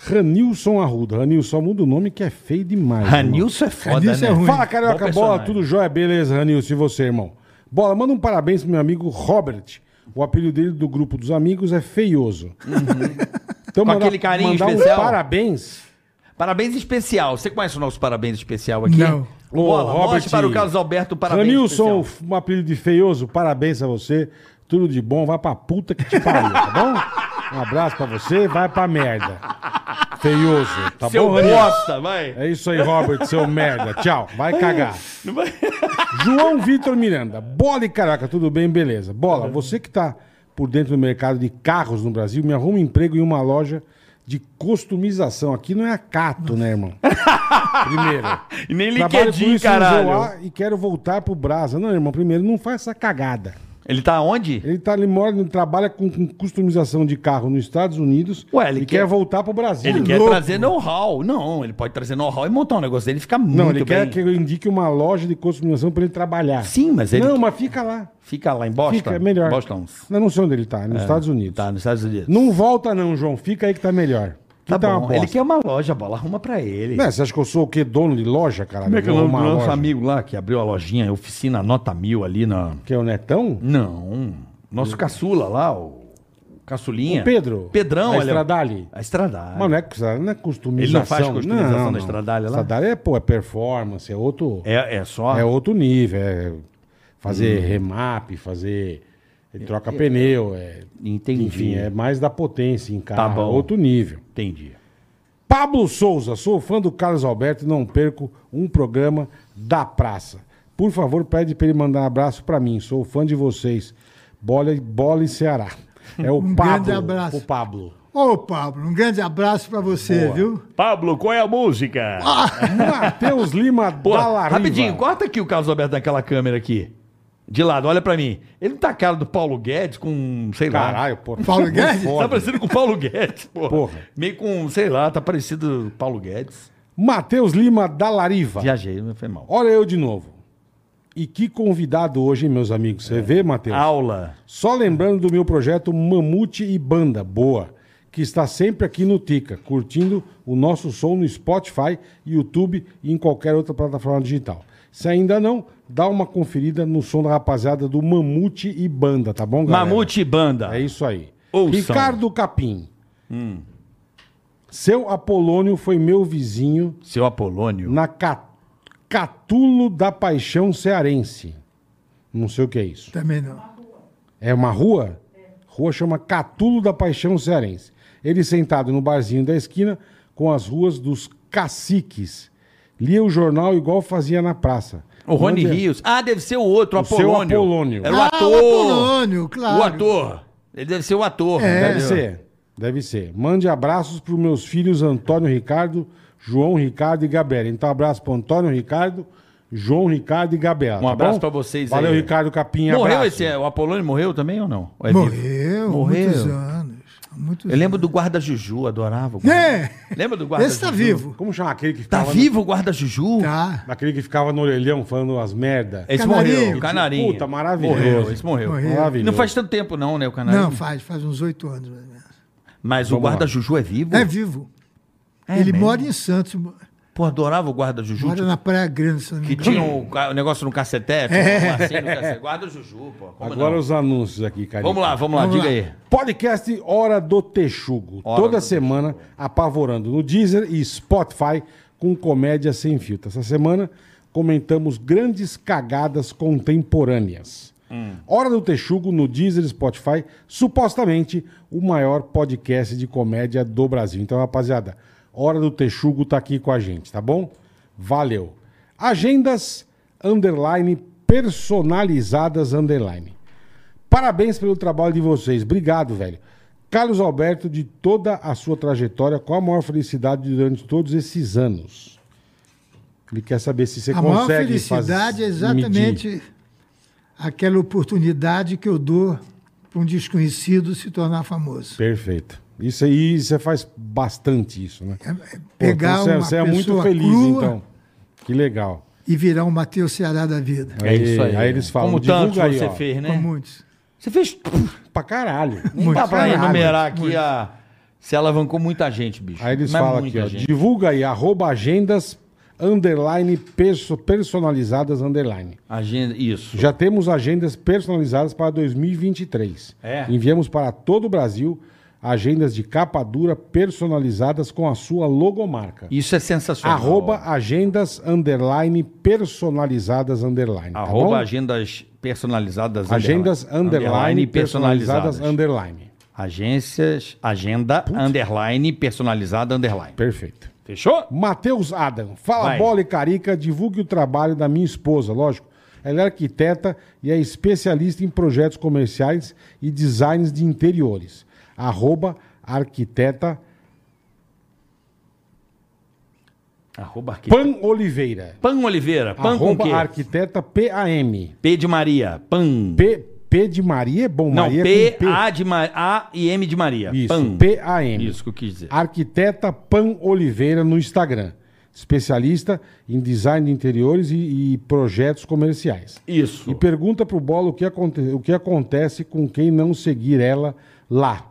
C: Ranilson Arruda. Ranilson, muda o nome que é feio demais. irmão.
B: Ranilson é foda,
D: Ranilson
B: né?
D: é ruim.
C: Fala,
B: Bom
C: Carioca
B: personagem.
C: Bola, tudo jóia? Beleza, Ranilson, e você, irmão? Bola, manda um parabéns pro meu amigo Robert. O apelido dele do grupo dos amigos é Feioso.
B: Uhum.
C: Então,
B: Com aquele carinho
C: mandar
B: especial?
C: Um parabéns.
B: Parabéns especial. Você conhece o nosso parabéns especial aqui?
D: Não.
B: Ô, Bola,
C: Robert-
B: mostre para o Carlos Alberto o parabéns
C: Ranilson,
B: especial.
C: um apelido de Feioso, parabéns a você. Tudo de bom, vai pra puta que te pariu, tá bom? Um abraço pra você, vai pra merda. Feioso, tá
B: Seu
C: bom, Ranilson?
B: bosta, vai.
C: É isso aí, Robert, seu merda. Tchau, vai cagar. João Vitor Miranda. Bola e caraca, tudo bem? Beleza. Bola, você que tá por dentro do mercado de carros no Brasil, me arruma um emprego em uma loja de customização. Aqui não é acato, né, irmão? Primeiro.
G: E nem
C: Trabalho com
G: LinkedIn,
C: isso no
G: caralho.
C: Zoar e quero voltar pro Brasa. Não, irmão, primeiro, não faz essa cagada.
B: Ele tá onde?
C: Ele, tá, ele mora, ele trabalha com, com customização de carro nos Estados Unidos
B: Ué, ele
C: e
B: quer-
C: quer, voltar pro Brasil.
B: Ele
C: É
B: quer
C: louco.
B: trazer know-how. Não, ele pode trazer know-how e montar um negócio dele e ficar muito
C: Não, ele quer
B: bem.
C: que eu indique uma loja de customização pra ele trabalhar.
B: Sim, mas ele
C: Não, mas fica lá.
B: fica lá em Boston.
C: Fica, é melhor.
B: Boston.
C: Não, não sei onde ele tá, nos Estados Unidos.
B: Tá, nos Estados Unidos.
C: Não volta não, João. Fica aí que tá melhor. Que
B: Tá
C: uma
B: bom.
C: bosta.
B: Ele quer uma loja, bola. Arruma pra ele.
C: Né, você acha que eu sou o quê? Dono de loja, cara?
B: Como é que é o nome do
C: Uma
B: nosso
C: loja.
B: amigo lá que abriu a lojinha, oficina nota mil ali na.
C: Que é o Netão?
B: Não. Nosso caçula lá, o Caçulinha.
C: O Pedro.
B: Pedrão,
C: A
B: olha.
C: Estradale.
B: A Estradale.
C: Mas não é, custo- não é customização.
B: Ele não faz customização da Stradale lá?
C: Stradale é, pô, é performance, é outro, é,
B: é, Hum. é só.
C: outro nível. É fazer remap, fazer... Ele troca pneu, é...
B: Entendi.
C: Enfim, é mais da potência em carro.
B: Tá bom.
C: é Outro nível.
B: Entendi.
C: Pablo Souza, sou fã do Carlos Alberto e não perco um programa da praça. Por favor, pede pra ele mandar um abraço pra mim. Sou fã de vocês. Bola, e- bola e Ceará. É o
D: Um
C: Pablo.
D: grande abraço.
C: O Pablo.
D: Ô, Pablo, um grande abraço para você, viu?
F: Pablo, qual é a música?
B: Ah,
C: Matheus Lima
B: Pô,
C: da Lariva.
B: rapidinho, corta aqui o Carlos Alberto naquela câmera aqui. De lado, olha pra mim. Ele não tá a cara do Paulo Guedes com, sei lá.
C: Caralho, porra.
D: Paulo Guedes?
C: Foda.
B: Tá parecido com o Paulo Guedes, porra.
C: Porra.
B: Meio com, sei lá, tá parecido Paulo Guedes.
C: Matheus Lima da Lariva.
B: Viajei, não foi mal.
C: Olha eu de novo. E que convidado hoje, hein, meus amigos. Você vê, Matheus?
B: Aula.
C: Só lembrando do meu projeto Mamute e Banda Boa, que está sempre aqui no Tica, curtindo o nosso som no Spotify, YouTube e em qualquer outra plataforma digital. Se ainda não, dá uma conferida no som da rapaziada do Mamute e Banda, tá bom, galera?
B: Mamute e Banda.
C: É isso aí.
B: Ouçam. Hum.
C: Ricardo Capim. Seu Apolônio foi meu vizinho
B: Seu Apolônio.
C: na Ca- Catulo da Paixão Cearense. Não sei o que é isso.
D: Também não.
C: É uma rua? Rua chama Catulo da Paixão Cearense. Ele sentado no barzinho da esquina com as ruas dos caciques. Lia o jornal igual fazia na praça.
B: O Rony
C: Onde-
B: Rios. Ah, deve ser o outro,
C: O seu
B: Apolônio.
C: Apolônio.
B: Era o
D: Ah,
B: ator.
D: o Apolônio, claro.
B: O ator. Ele deve ser o ator.
D: É.
B: entendeu?
C: Deve ser. Deve ser. Mande abraços para os meus filhos Antônio Ricardo, João Ricardo e Gabriela. Então, abraço para Antônio Ricardo, João Ricardo e Gabriela.
B: Um
C: tá
B: abraço
C: bom?
B: pra vocês aí.
C: Valeu, Ricardo Capinha.
B: Morreu
C: abraço.
B: esse. é- O Apolônio morreu também ou não? Ou é vivo?
D: Morreu,
B: Morreu.
D: muitos anos. Muitos
B: Eu lembro do Guarda Juju, adorava o Guarda
D: É.
B: Lembra do Guarda
D: Esse tá
B: Juju?
D: vivo.
C: Como chama aquele que
B: Tá
C: ficava.
B: vivo o Guarda Juju?
D: Tá.
C: No... Aquele que ficava no orelhão falando as merdas.
B: Esse
D: Canarinho.
B: morreu. o Canarinho.
C: Puta, maravilhoso.
B: Morreu, esse morreu.
D: Morreu.
C: Maravilhoso.
B: Não faz tanto tempo não, né, o Canarinho?
D: Não, faz, faz uns oito anos. mais ou menos.
B: Mas o
C: Vamos
B: Guarda
C: lá.
B: Juju é vivo?
D: É vivo.
B: É
D: Ele
B: mesmo?
D: mora em Santos, mora
B: Pô, adorava o Guarda Juju. tipo,
D: na Praia Grande, se não me
B: Que
D: engano.
B: tinha o, ca- o negócio no cacetete.
D: É.
B: o lacinho no cacete. Guarda Juju, pô. Como
C: Agora
B: não?
C: os anúncios aqui, cara.
B: Vamos lá, vamos lá,
D: Vamos
B: diga
D: lá.
B: aí.
C: Podcast Hora do Texugo.
B: Hora
C: Toda
B: do
C: semana apavorando no Deezer e Spotify com comédia sem filtro. Essa semana comentamos grandes cagadas contemporâneas.
B: Hum.
C: Hora do Texugo no Deezer e Spotify, supostamente o maior podcast de comédia do Brasil. Então, rapaziada, Hora do Texugo tá aqui com a gente, tá bom? Valeu. Agendas underline personalizadas underline. Parabéns pelo trabalho de vocês. Obrigado, velho. Carlos Alberto, de toda a sua trajetória, qual a maior felicidade durante todos esses anos? Ele quer saber se você
D: A
C: consegue
D: maior felicidade
C: fazer-
D: é exatamente
C: medir.
D: aquela oportunidade que eu dou para um desconhecido se tornar famoso.
C: Perfeito. Isso aí, você faz bastante isso, né?
D: É- é
C: Pô,
D: pegar
C: então você,
D: uma
C: você é
D: pessoa
C: muito feliz,
D: crua
C: então. Que legal.
D: e virar um Matheus Ceará da vida.
B: É isso aí.
C: Aí eles falam,
B: Como tanto
C: divulga aí,
B: você
C: ó.
B: fez, né?
D: Com muitos.
B: Você fez...
C: Pra caralho.
B: Não dá pra
C: Caralho.
B: enumerar aqui a... Você alavancou muita gente, bicho.
C: Aí eles
B: Mas
C: falam aqui,
B: muita
C: ó,
B: gente.
C: divulga aí, arroba agendas, underline, perso- personalizadas, underline.
B: Agenda... Isso.
C: Já temos agendas personalizadas para 2023.
B: É.
C: Enviamos para todo o Brasil agendas de capa dura personalizadas com a sua logomarca.
B: Isso é sensacional.
C: Arroba agendas underline personalizadas underline. tá
B: Arroba
C: bom?
B: agendas personalizadas.
C: agendas
B: underline.
C: underline personalizadas
B: personalizadas.
C: underline.
B: Agências, agenda, underline, personalizada, underline.
C: Perfeito.
B: Fechou?
C: Matheus Adam, fala
B: Vai.
C: bola e carica, divulgue o trabalho da minha esposa, lógico. Ela é arquiteta e é especialista em projetos comerciais e designs de interiores. Arroba arquiteta
B: Arroba arqui-
C: Pan Oliveira.
B: Pan Oliveira. Pan com quê?
C: Arroba arquiteta PAM.
B: P de Maria. Pan.
C: P, P de Maria é bom,
B: Não,
C: Maria
B: P,
C: com P.
B: A de Ma- A e M de Maria.
C: Isso,
B: Pan.
C: PAM.
B: Isso que eu quis dizer.
C: Arquiteta Pan Oliveira no Instagram. Especialista em design de interiores e, e projetos comerciais.
B: Isso.
C: E pergunta pro Bola o que, aconte- o que acontece com quem não seguir ela lá.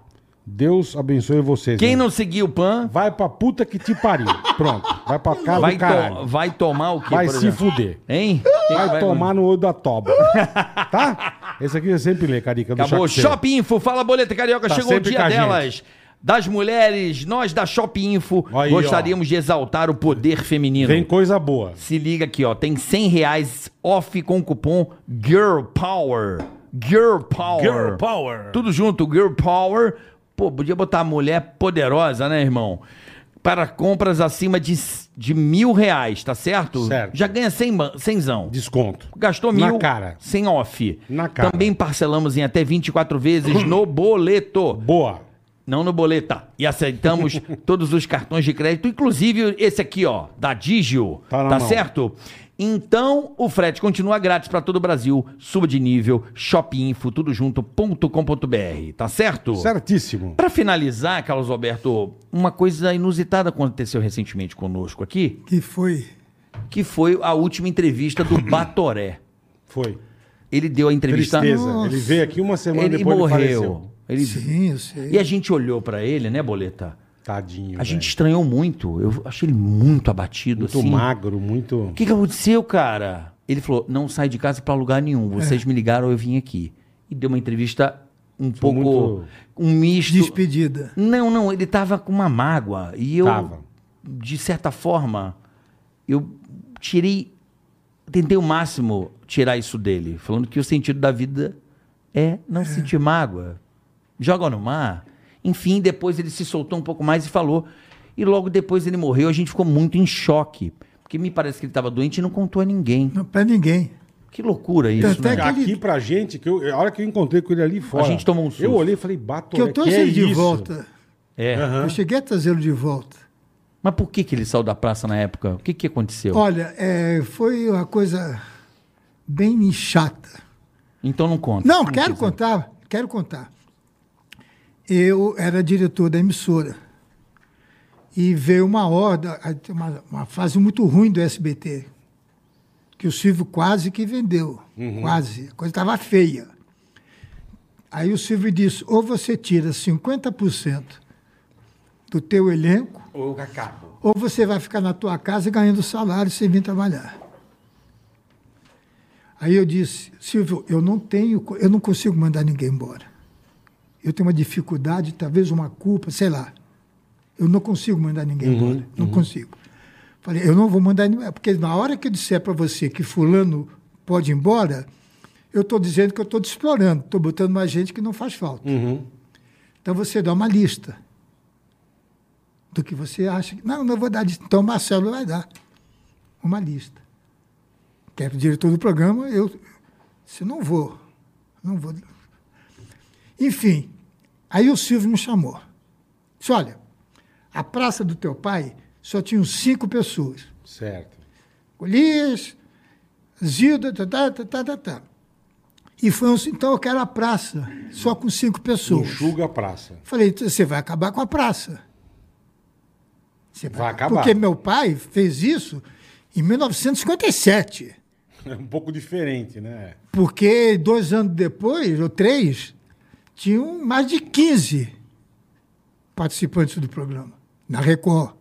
C: Deus abençoe vocês.
B: Quem
C: né?
B: não seguiu o Pan
C: Vai pra puta que te pariu. Pronto. Vai pra casa
B: vai,
C: do caralho.
B: to- vai tomar o quê,
C: Vai
B: por
C: se
B: exemplo?
C: fuder.
B: Hein? Quem
C: Vai tomar no olho da toba. tá? Esse aqui eu sempre lê, Carica. do
B: Acabou.
C: Chacoteiro.
B: Shop Info, fala boleta carioca.
C: Tá
B: Chegou o
C: sempre com
B: dia
C: a gente.
B: delas. Das mulheres, nós da Shop Info
C: Aí,
B: gostaríamos de exaltar o poder feminino.
C: Vem coisa boa.
B: Se liga aqui, ó. Tem 100 reais off com o cupom Girl Power. Girl Power.
F: Girl Power.
B: Tudo junto, Girl Power. Pô, podia botar mulher poderosa, né, irmão? Para compras acima de, de mil reais, tá certo?
C: Certo.
B: Já ganha 100, ma- 100zão.
C: Desconto.
B: Gastou
C: Na
B: mil.
C: cara.
B: Sem off.
C: Na cara.
B: Também parcelamos em até 24 vezes no boleto.
C: Boa.
B: Não no boleta. E aceitamos todos os cartões de crédito, inclusive esse aqui, ó, da Digio.
C: Tá na
B: Tá,
C: mão.
B: certo? Então, o frete continua grátis para todo o Brasil. Suba de nível, shopinfo, tudo junto.com.br. Tá certo?
C: Certíssimo.
B: Para finalizar, Carlos Alberto, uma coisa inusitada aconteceu recentemente conosco aqui,
D: Que foi.
B: que foi a última entrevista do Batoré.
C: Foi.
B: Ele deu a entrevista.
C: Tristeza. Ele veio aqui uma semana
B: Ele
C: depois ele
B: morreu.
C: faleceu.
B: Ele-
D: Sim, eu sei.
B: E a gente olhou pra ele, né, Boleta?
C: Tadinho.
B: A
C: velho.
B: gente estranhou muito. Eu achei ele muito abatido,
C: Muito
B: assim.
C: magro, muito.
B: O que, que aconteceu, cara? Ele falou: não sai de casa pra lugar
C: É.
B: nenhum. Vocês me ligaram, eu vim aqui. E deu uma entrevista um pouco.
C: muito-
B: Um misto.
D: Despedida.
B: Não, não, ele tava com uma mágoa. E eu,
C: Tava.
B: de certa forma, eu tirei. Tentei o máximo tirar isso dele, falando que o sentido da vida é não sentir mágoa. Joga no mar. Enfim, depois ele se soltou um pouco mais e falou. E logo depois ele morreu, a gente ficou muito em choque. Porque me parece que ele estava doente e não contou a ninguém.
D: Não, pra ninguém.
B: Que loucura isso,
D: Até
B: né?
D: que-
C: Aqui
D: Aquele-
C: pra gente, que eu- a hora que eu encontrei com ele ali fora.
B: gente tomou um susto.
C: Eu olhei e falei, bato
D: Que eu trouxe
C: é
D: ele de
C: isso?
D: volta.
B: É.
D: Eu cheguei a trazê-lo de volta.
B: Mas por que, que ele saiu da praça na época? O que, que aconteceu?
D: Olha, é, foi uma coisa bem chata.
B: Então não conta.
D: Não, quero contar, quero contar. Eu era diretor da emissora. E veio uma ordem, uma, uma fase muito ruim do SBT, que o Silvio quase que vendeu. Quase. A coisa estava feia. Aí o Silvio disse, ou você tira 50% do teu elenco, ou você vai ficar na tua casa ganhando salário sem vir trabalhar. Aí eu disse, Silvio, eu não tenho, co- eu não consigo mandar ninguém embora. Eu tenho uma dificuldade, talvez uma culpa, sei lá. Eu não consigo mandar ninguém embora, não consigo. Falei, eu não vou mandar ninguém, porque na hora que eu disser para você que fulano pode ir embora, eu estou dizendo que eu estou te explorando, estou botando mais gente que não faz falta.
C: Uhum,
D: Então você dá uma lista do que você acha. que- Não, não vou dar. lista. Então o Marcelo vai dar uma lista que era o diretor do programa, eu disse, não vou, não vou. Enfim, aí o Silvio me chamou. Disse, olha, a praça do teu pai só tinha cinco pessoas.
C: Certo.
D: Golias, Zilda, tá, tá, tá, tá, tá, tá. E foi um, então eu quero a praça, só com cinco pessoas.
C: Enxuga a praça.
D: Falei, "Então você vai acabar com a praça. Você
C: Vai acabar.
D: Porque meu pai fez isso em 1957.
C: É um pouco diferente, né?
D: Porque dois anos depois, ou três, tinham mais de 15 participantes do programa, na Record.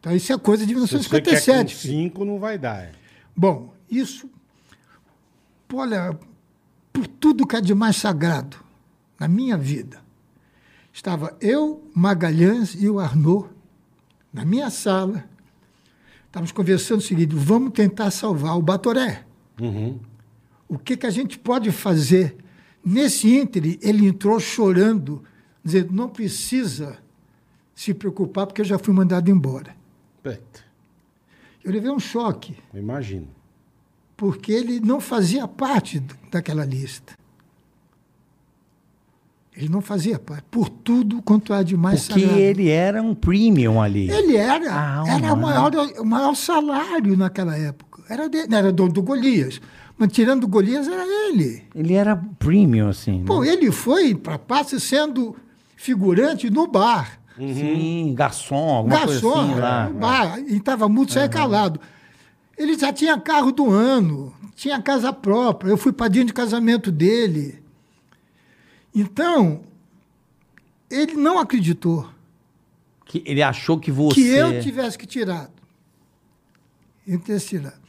D: Então isso é coisa de
C: Se você quer com
D: 1957.
C: cinco, não vai dar. é.
D: Bom, isso, olha, por tudo que é de mais sagrado na minha vida, estava eu, Magalhães e o Arnaud na minha sala. Estávamos conversando o seguinte: vamos tentar salvar o Batoré. O que, que a gente pode fazer? Nesse íntere, ele entrou chorando, dizendo: não precisa se preocupar, porque eu já fui mandado embora.
C: Pet,
D: Eu levei um choque
C: Imagino.
D: porque ele não fazia parte d- daquela lista. Ele não fazia parte, por tudo quanto há de mais
B: Porque
D: sagrado.
B: ele era um premium ali.
D: Ele era,
B: Ah,
D: era o,
B: mano.
D: maior, o maior salário naquela época. Era, de, não, era do, do Golias. Mas tirando o Golias, era ele.
B: Ele era premium, assim. né?
D: Pô, ele foi para passe sendo figurante no bar.
C: Uhum.
B: Sim, garçom, alguma
D: garçom é,
B: coisa assim lá.
D: no bar. E estava muito saia calado. Ele já tinha carro do ano, tinha casa própria. Eu fui padrinho de casamento dele. Então, ele não acreditou
B: Que ele achou que você...
D: que eu tivesse que tirado. Eu tivesse tirado.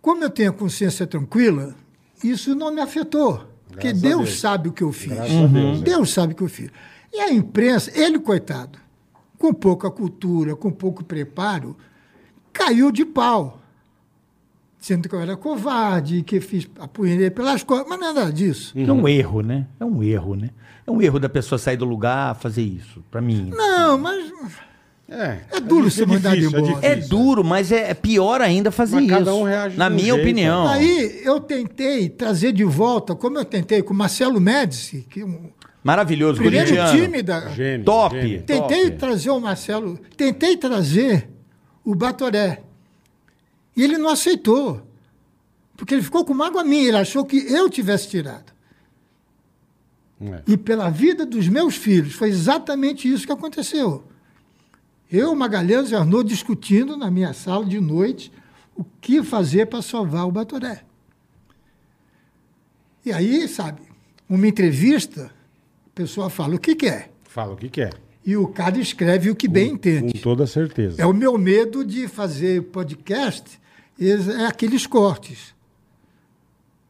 D: Como eu tenho a consciência tranquila, isso não me afetou. Porque
C: Graças a
D: Deus
C: Deus.
D: sabe o que eu fiz. Uhum.
C: Graças a Deus, é.
D: Deus sabe o que eu fiz. E a imprensa, ele, coitado, com pouca cultura, com pouco preparo, caiu de pau. Dizendo que eu era covarde, que fiz apunhei pelas costas, mas nada disso.
C: Hum.
B: É um erro, né? É um erro, né? É um erro da pessoa sair do lugar, fazer isso, pra mim.
D: Não, mas
C: É,
D: É duro ser mandado
C: difícil,
D: embora.
B: É
C: difícil.
B: duro, mas é é pior ainda fazer
C: Mas
B: isso.
C: cada um reage
B: Na
C: de um
B: minha
C: jeito.
B: opinião.
D: né? Aí eu tentei trazer de volta, como eu tentei com Marcelo Médici, que é um
B: Maravilhoso,
D: primeiro
B: corintiano.
D: time da.
C: Gênio,
B: Top.
C: gênio.
D: Tentei
B: top.
D: trazer o Marcelo, tentei trazer o Batoré. E ele não aceitou. Porque ele ficou com mágoa minha, ele achou que eu tivesse tirado.
C: É.
D: E pela vida dos meus filhos, foi exatamente isso que aconteceu. Eu, Magalhães e Arnaud discutindo na minha sala de noite o que fazer para salvar o Batoré. E aí, sabe, uma entrevista, a pessoa fala o que quer.
C: Fala o que que é.
D: E o cara escreve o que bem
C: Com
D: entende.
C: toda certeza.
D: É o meu medo de fazer podcast, es- é aqueles cortes.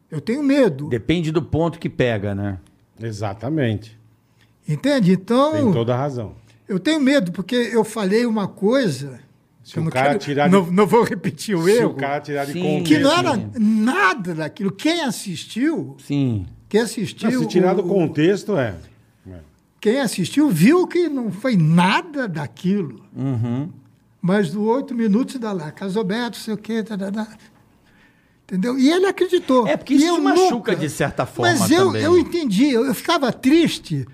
D: Eu tenho medo,
B: Depende do ponto que pega, né?
C: Exatamente.
D: entende?
C: Tem
D: Então,
C: toda a razão.
D: eu tenho medo, porque eu falei uma coisa.
C: Se
D: que eu
C: o
D: não
C: cara tirar de-
D: não, não vou repetir o
C: Se
D: erro.
C: o cara tirar de
B: Sim.
C: contexto...
D: Que não era
B: Sim.
D: nada daquilo. Quem assistiu,
B: Sim.
D: quem
C: Não,
D: assistiu.
C: se tirar do
D: o-
C: contexto, é.
D: Quem assistiu viu que não foi nada daquilo.
B: Uhum.
D: Mas do oito minutos dá lá, Casoberto, sei o quê, tarará. entendeu? E ele acreditou.
B: É, porque
D: E
B: isso
D: eu
B: te machuca, de certa forma,
D: Mas eu,
B: também.
D: eu entendi, eu, eu ficava triste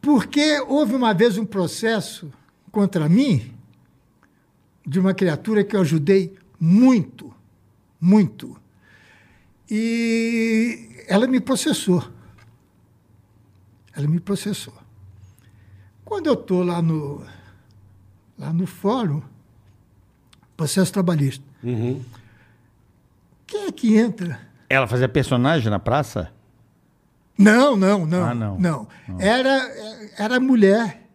D: porque houve uma vez um processo contra mim de uma criatura que eu ajudei muito, muito. E ela me processou. Ela me processou. Quando eu estou lá no, lá no fórum, processo trabalhista,
C: Uhum.
D: quem é que entra?
B: Ela fazia personagem na praça?
D: Não, não, não.
B: Ah, não.
D: Era, era mulher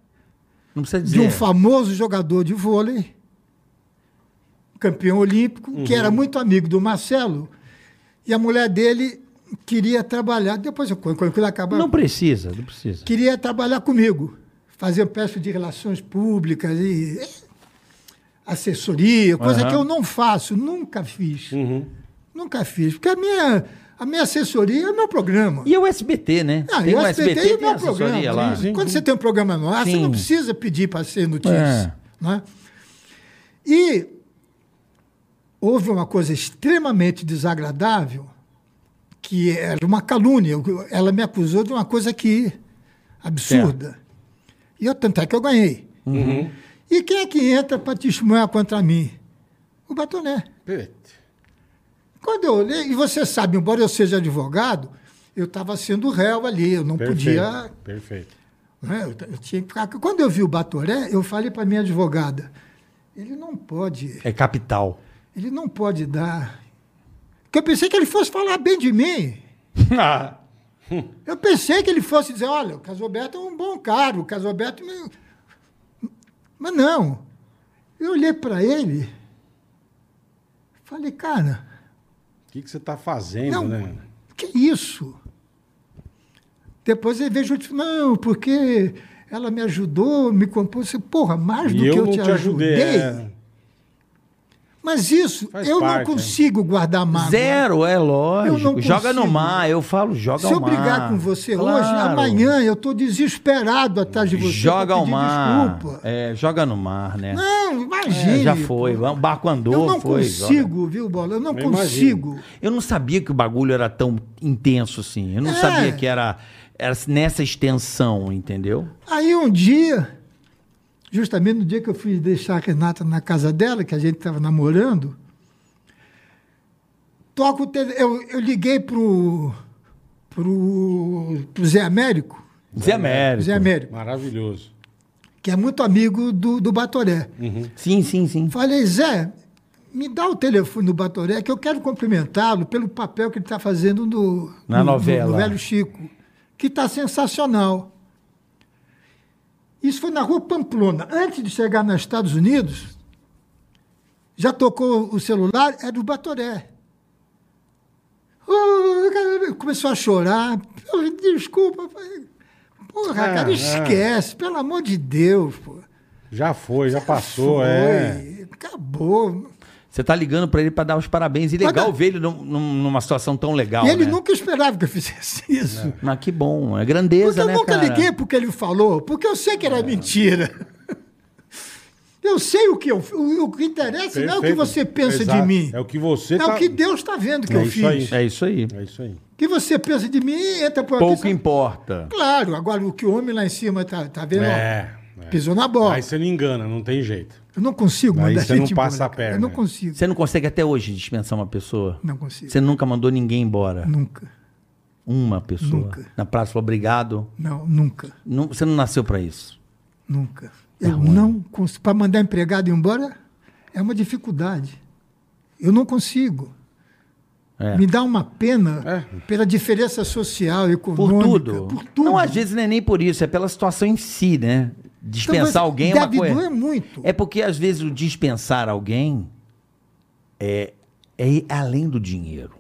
B: Não precisa dizer.
D: de um famoso jogador de vôlei, campeão olímpico, que era
B: Uhum.
D: muito amigo do Marcelo. E a mulher dele queria trabalhar. Depois, eu- quando quando ele acabar,
B: Não precisa, não precisa.
D: queria trabalhar comigo, fazer peça de relações públicas e eh, assessoria, coisa
B: Aham.
D: que eu não faço, nunca fiz. Nunca fiz, porque a minha, a minha assessoria é meu programa.
B: E é o SBT, né?
D: Ah,
B: tem
D: eu
B: o
D: respeitei
B: SBT e tem
D: o
B: a
D: meu
B: assessoria
D: programa.
B: lá.
D: né? Quando você tem um programa nosso, você
B: Sim.
D: não precisa pedir para ser
B: É.
D: notícia. Né? E houve uma coisa extremamente desagradável, que era uma calúnia. Eu- Ela me acusou de uma coisa que absurda. E eu, tanto é que eu ganhei.
B: Uhum.
D: E quem é que entra para testemunhar contra mim? O Batoné. Quando eu olhei, e você sabe, embora eu seja advogado, eu estava sendo réu ali, eu não
C: Perfeito.
D: podia.
C: Perfeito.
D: né, eu, t- eu tinha que ficar. Quando eu vi o Batoré, eu falei para minha advogada: ele não pode,
B: É capital.
D: ele não pode dar. Porque eu pensei que ele fosse falar bem de mim. Ah, Eu pensei que ele fosse dizer: olha, o Casoberto é um bom cara, o Casoberto. Me... Mas não. Eu olhei para ele, falei: cara.
C: O que, que você tá fazendo,
D: Não.
C: né?
D: Que isso? Depois ele veio junto e disse, não, porque ela me ajudou, me compôs. Eu disse, Porra, mais do
C: E
D: que
C: eu
D: eu
C: não
D: te
C: te
D: ajudei.
C: ajudei. é.
D: Mas isso,
C: Faz
D: eu
C: parte,
D: não consigo guardar mágoa.
B: Zero, é
D: Ah, Eu não
B: lógico. Joga no
D: consigo.
B: mar, eu falo, joga
D: Se eu
B: ao mar.
D: brigar com você
B: Claro.
D: hoje, amanhã eu estou desesperado atrás de você.
B: Joga
D: vou
B: ao
D: pedir
B: mar.
D: Desculpa.
B: É, joga no mar, né?
D: Não, imagine.
B: É, já foi, o barco andou,
D: Eu não
B: foi. joga.
D: consigo, viu, Bola? Eu não consigo.
B: Eu não sabia que o bagulho era tão intenso assim. Eu não
D: É.
B: sabia que era, era nessa extensão, entendeu?
D: Aí um dia, justamente no dia que eu fui deixar a Renata na casa dela, que a gente estava namorando, toco o tele... eu, eu liguei pro, pro, pro Zé Américo,
B: Zé Américo.
D: É, Zé Américo,
C: Maravilhoso.
D: que é muito amigo do, do Batoré.
B: Sim, sim, sim.
D: Falei, Zé, me dá o telefone do Batoré, que eu quero cumprimentá-lo pelo papel que ele está fazendo no,
B: Na
D: no- no-
B: novela.
D: no Velho Chico, que está sensacional. Isso foi na rua Pamplona. Antes de chegar nos Estados Unidos, já tocou o celular, era do Batoré. Oh, Começou a chorar. "Pô, Desculpa. falei, Porra,
C: Ah,
D: cara,
C: ah.
D: esquece, pelo amor de Deus. Pô.
C: Já foi, já passou,
D: Foi,
C: é.
D: Acabou.
B: Você tá ligando pra ele pra dar os parabéns. E legal
D: Mas dá-
B: ver ele num- num- numa situação tão legal.
D: e ele
B: né?
D: nunca esperava que eu fizesse
C: É.
D: isso.
B: Mas que bom, é
D: Porque
B: grandeza,
D: eu
B: né,
D: nunca
B: cara?
D: liguei porque ele falou, porque eu sei que
C: É.
D: era mentira. Eu sei o que eu o, o que interessa não é o que
C: Perfeito.
D: você pensa
C: Exato.
D: de mim.
C: É o que você
D: É
C: tá...
D: o que Deus está vendo que
C: É
D: eu
C: isso
D: fiz.
C: aí.
B: É isso aí.
C: É isso aí.
D: O que você pensa de mim entra por aqui.
B: Pouco
D: sabe?
B: importa.
D: Claro, agora o que o homem lá em cima está tá vendo, ó,
C: É. é.
D: pisou na bola.
C: Aí você não engana, não tem jeito.
D: Eu não consigo
C: Aí
D: mandar
C: você não
D: gente embora,
C: passa a
D: cara.
C: perna.
D: Eu não consigo.
B: Você não consegue até hoje dispensar uma pessoa?
D: Não consigo.
B: Você nunca mandou ninguém embora?
D: Nunca.
B: Uma pessoa.
D: Nunca.
B: Na praça, falou, obrigado.
D: Não, nunca.
B: Não- você não nasceu pra isso.
D: Nunca.
B: É
D: Eu não consigo. Para mandar empregado embora é uma dificuldade. Eu não consigo.
B: É.
D: Me dá uma pena pela diferença social,
B: Por
D: econômica.
B: tudo.
D: Por tudo.
B: Não, às vezes não é nem por isso, é pela situação em si, né?
D: Então,
B: Dispensar
D: mas
B: alguém é uma
D: deve
B: coisa.
D: doer muito.
B: É porque às vezes o dispensar alguém é, é ir além do dinheiro.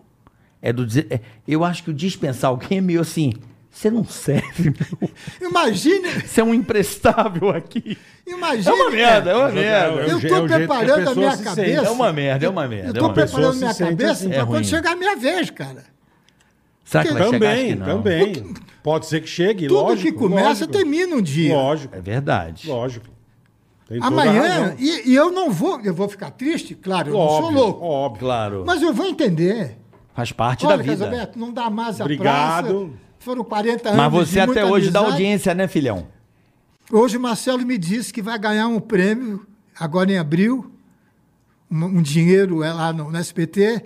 B: É do dizer, é- eu acho que o dispensar alguém é meio assim, você não serve, meu.
D: Imagine,
B: Você é um imprestável aqui. É
D: imagine.
B: uma merda, é uma
C: Mas é-
B: merda.
C: é o
D: Eu
C: je-
D: tô
C: é o jeito que a
D: preparando a
C: pessoa
D: minha
C: se
D: cabeça.
C: sente.
B: É uma merda, é uma
D: Eu
B: merda. é
D: estou
B: uma merda.
C: pessoa
D: preparando
C: se
D: minha
C: sente
D: cabeça
C: assim.
B: É
D: para
B: ruim.
D: quando chegar a minha vez, cara.
B: Será que vai chegar? Acho que
C: Também,
B: não.
C: também. Pode ser que chegue,
D: Tudo
C: lógico.
D: que começa
C: lógico.
D: termina um dia.
C: Lógico,
B: É verdade.
C: lógico. Tem toda a
D: Amanhã,
C: razão.
D: e, e eu não vou, eu vou ficar triste, claro, eu não
C: Óbvio,
D: sou louco.
C: óbvio.
B: Claro.
D: Mas eu vou entender.
B: Faz parte da
D: Olha,
B: vida.
D: Casalberto, não dá mais a
C: Obrigado.
D: praça. Foram 40 anos.
B: Mas você
D: de muita
B: até hoje dá
D: amizade.
B: audiência, né, filhão?
D: Hoje o Marcelo me disse que vai ganhar um prêmio, agora em abril, um, um dinheiro é lá no, no SPT,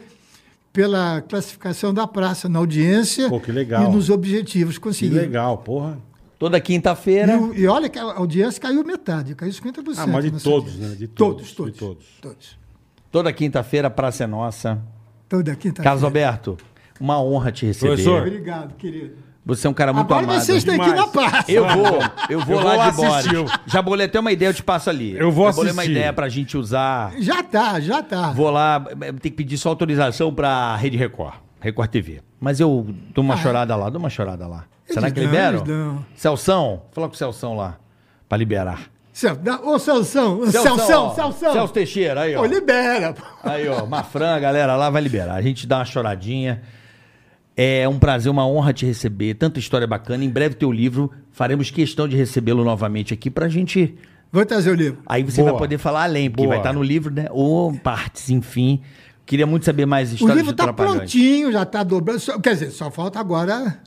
D: pela classificação da praça na audiência
C: Pô, que legal.
D: e nos objetivos
C: Que
D: conseguidos.
C: legal, porra.
B: Toda
D: E,
B: quinta-feira.
D: o- e olha que a audiência caiu metade, caiu 50%.
C: Ah, mas de
D: nessa
C: todos,
D: audiência.
C: né? De todos,
D: todos,
C: de
D: todos,
C: todos.
D: todos. Então,
B: Toda quinta-feira, a Praça é Nossa.
D: Toda quinta
B: Carlos Alberto, uma honra te receber.
C: Professor.
D: tá Obrigado, querido.
B: Você é um
C: Tá
B: cara muito
D: Agora
B: amado.
D: vocês têm que ir na
C: Demais.
D: praça.
B: Eu vou, eu vou
C: Eu
B: lá
C: vou
B: de
C: assistir.
B: Boris. Já bolei até uma ideia, eu te passo ali.
C: Eu vou
B: Já bolei uma
C: assistir.
B: ideia pra gente usar.
D: Já tá, já tá.
B: Vou lá, eh, tem que pedir só autorização pra Rede Record, Record TV. Mas eu dou uma chorada lá, dou uma chorada lá. Será que
D: dão,
B: liberam?
D: Ah. eles dão.
B: Celção, fala com o Celção lá, pra liberar.
D: Celso, dá- Ô, Celção, Celção,
B: ó,
D: Celção.
B: Celso Teixeira, aí ó.
D: Pô, libera. pô.
B: Aí, ó, Mafran, a galera lá vai liberar. A gente dá uma choradinha. É um prazer, uma honra te receber. Tanta história bacana. Em breve teu livro, faremos questão de recebê-lo novamente aqui pra gente.
D: Vou trazer o livro.
B: Aí você
C: Boa.
B: vai poder falar além, porque
C: Boa.
B: vai estar no livro, né? Ou partes, enfim. Queria muito saber mais
D: O
B: histórias
D: livro tá
B: do
D: está
B: Trapalhões.
D: prontinho, já está dobrando. só- quer dizer, só falta agora.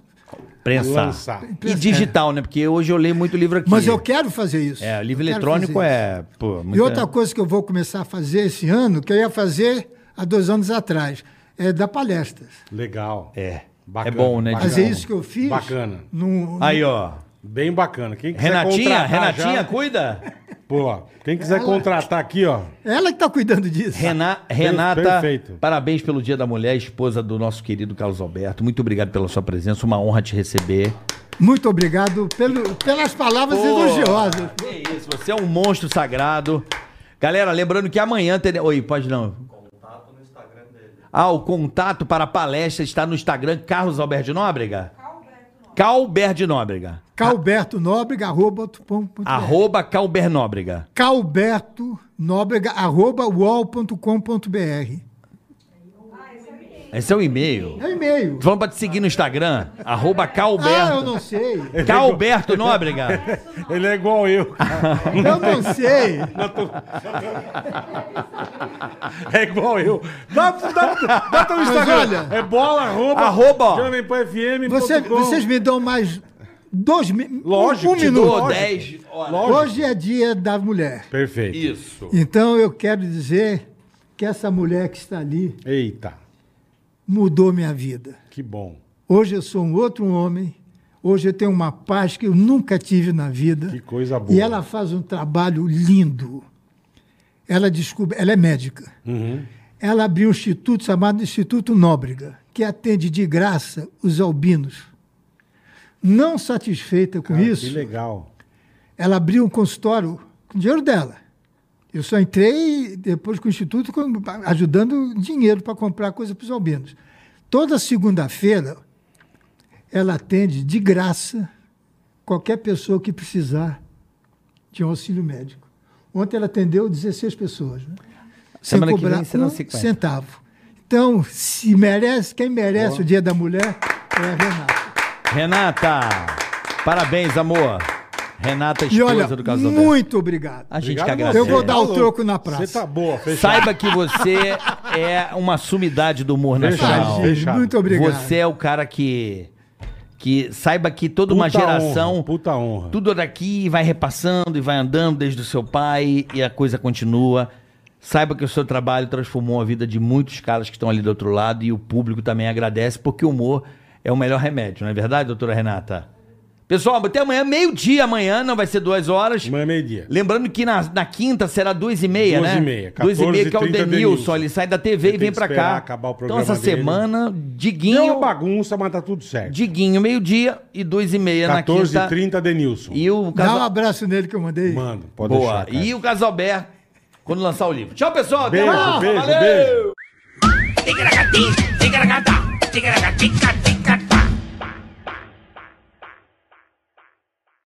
B: Prensar.
C: Lançar.
B: E digital, né? Porque hoje eu leio muito livro aqui.
D: Mas eu quero fazer isso.
B: É, o livro
D: Eu quero
B: eletrônico
D: fazer
B: é. Pô,
D: isso.
B: muita-
D: E outra coisa que eu vou começar a fazer esse ano, que eu ia fazer há dois anos atrás, é dar palestras.
C: Legal.
B: É.
C: Bacana,
B: é bom, né?
C: bacana.
D: Fazer
B: digital.
D: isso que eu fiz.
C: Bacana.
D: num-
B: Aí, ó.
C: Bem bacana. Quem quiser
B: Renatinha,
C: contratar
B: Renatinha,
C: já-
B: cuida.
C: Pô, quem quiser contratar aqui, ó.
D: Ela que está cuidando disso.
B: Rena- Renata,
C: perfeito.
B: parabéns pelo Dia da Mulher, esposa do nosso querido Carlos Alberto. Muito obrigado pela sua presença, uma honra te receber.
D: Muito obrigado pelo- pelas palavras elogiosas.
B: Que isso, você é um monstro sagrado. Galera, lembrando que amanhã tem. Oi, pode não. Ah, o contato para a palestra está no Instagram Carlos Alberto de Nóbrega? Calber de Nóbrega.
D: Calberto Nóbrega, arroba, pom, ponto br.
B: Arroba Calber Nóbrega.
D: Calberto Nóbrega, arroba, uol.com.br.
B: Esse é o e-mail.
D: É o e-mail.
B: Vamos pra te seguir no Instagram. Arroba Calberto.
D: Ah, eu não sei.
B: Calberto Nóbrega.
C: Ele é igual eu. cara.
D: Eu não sei.
C: É igual eu. Dá, dá, dá teu
D: Mas
C: Instagram.
D: olha-
C: é bola, arroba.
B: Arroba, ó.
C: Jovem Pan FM.
D: Você-
C: ponto com.
D: vocês me dão mais dois minutos.
C: Lógico,
D: um
C: te
D: minuto.
C: dou
B: Pô, 10 horas.
C: Lógico.
D: Hoje é dia da mulher.
C: Perfeito.
B: Isso.
D: Então eu quero dizer que essa mulher que está ali
C: Eita,
D: mudou minha vida.
C: que bom.
D: Hoje eu sou um outro homem. Hoje eu tenho uma paz que eu nunca tive na vida.
C: Que coisa boa.
D: E ela faz um trabalho lindo. Ela descobre, ela é médica.
C: Uhum.
D: Ela abriu um instituto chamado Instituto Nóbrega, que atende de graça os albinos. Não satisfeita com
C: Cara,
D: isso,
C: Que legal.
D: ela abriu um consultório com dinheiro dela. Eu só entrei depois com o Instituto com- ajudando dinheiro para comprar coisa para os albinos. Toda segunda-feira, ela atende de graça qualquer pessoa que precisar de um auxílio médico. Ontem ela atendeu 16 pessoas, né? sem
B: Semana que
D: cobrar
B: vem serão
D: um
B: 50.
D: centavo. Então, se merece, quem merece o Dia da Mulher é a Renata.
B: Renata. Parabéns, amor. Renata,
D: E
B: esposa
D: olha,
B: do Carlos Alberto.
D: muito obrigado.
B: A gente
C: Obrigado,
B: que agradece.
D: Eu vou dar o
C: Falou.
D: troco na praça.
C: Você tá boa, fechado.
B: Saiba que você é uma sumidade do humor nacional.
C: Fechado. Fechado.
D: Muito obrigado.
B: Você é o cara que. Que saiba que toda uma
C: Puta
B: geração.
C: honra, puta honra.
B: Tudo é daqui vai repassando e vai andando desde o seu pai e a coisa continua. Saiba que o seu trabalho transformou a vida de muitos caras que estão ali do outro lado e o público também agradece porque o humor é o melhor remédio, não é verdade, doutora Renata? Pessoal, até amanhã, meio-dia amanhã, não vai ser duas horas.
C: Amanhã é meio-dia.
B: Lembrando que na, na quinta será duas e meia,
C: Duas
B: né?
C: e meia,
B: Duas e meia, que é o
C: 14h30
B: Denilson.
C: Denilson.
B: Ele sai da TV
C: Ele
B: e
C: tem
B: vem
C: que
B: pra cá.
C: esperar acabar o
B: então, essa
C: programa dele.
B: semana,
C: Deu
B: Diguinho,
C: uma bagunça, mas tá tudo certo.
B: Diguinho, meio-dia e duas e meia na quinta.
C: 14h30, Denilson.
B: E o
D: Dá um
B: Casal...
D: abraço nele que eu mandei.
C: Mano, pode
B: Boa.
C: deixar. cara.
B: E o Casalber, quando lançar o livro. Tchau, pessoal. até
D: Ah,
C: Beijo,
B: mais.
C: beijo,
B: Valeu!
C: beijo.
H: Ticaracatim, ticaracatá, ticaracatica,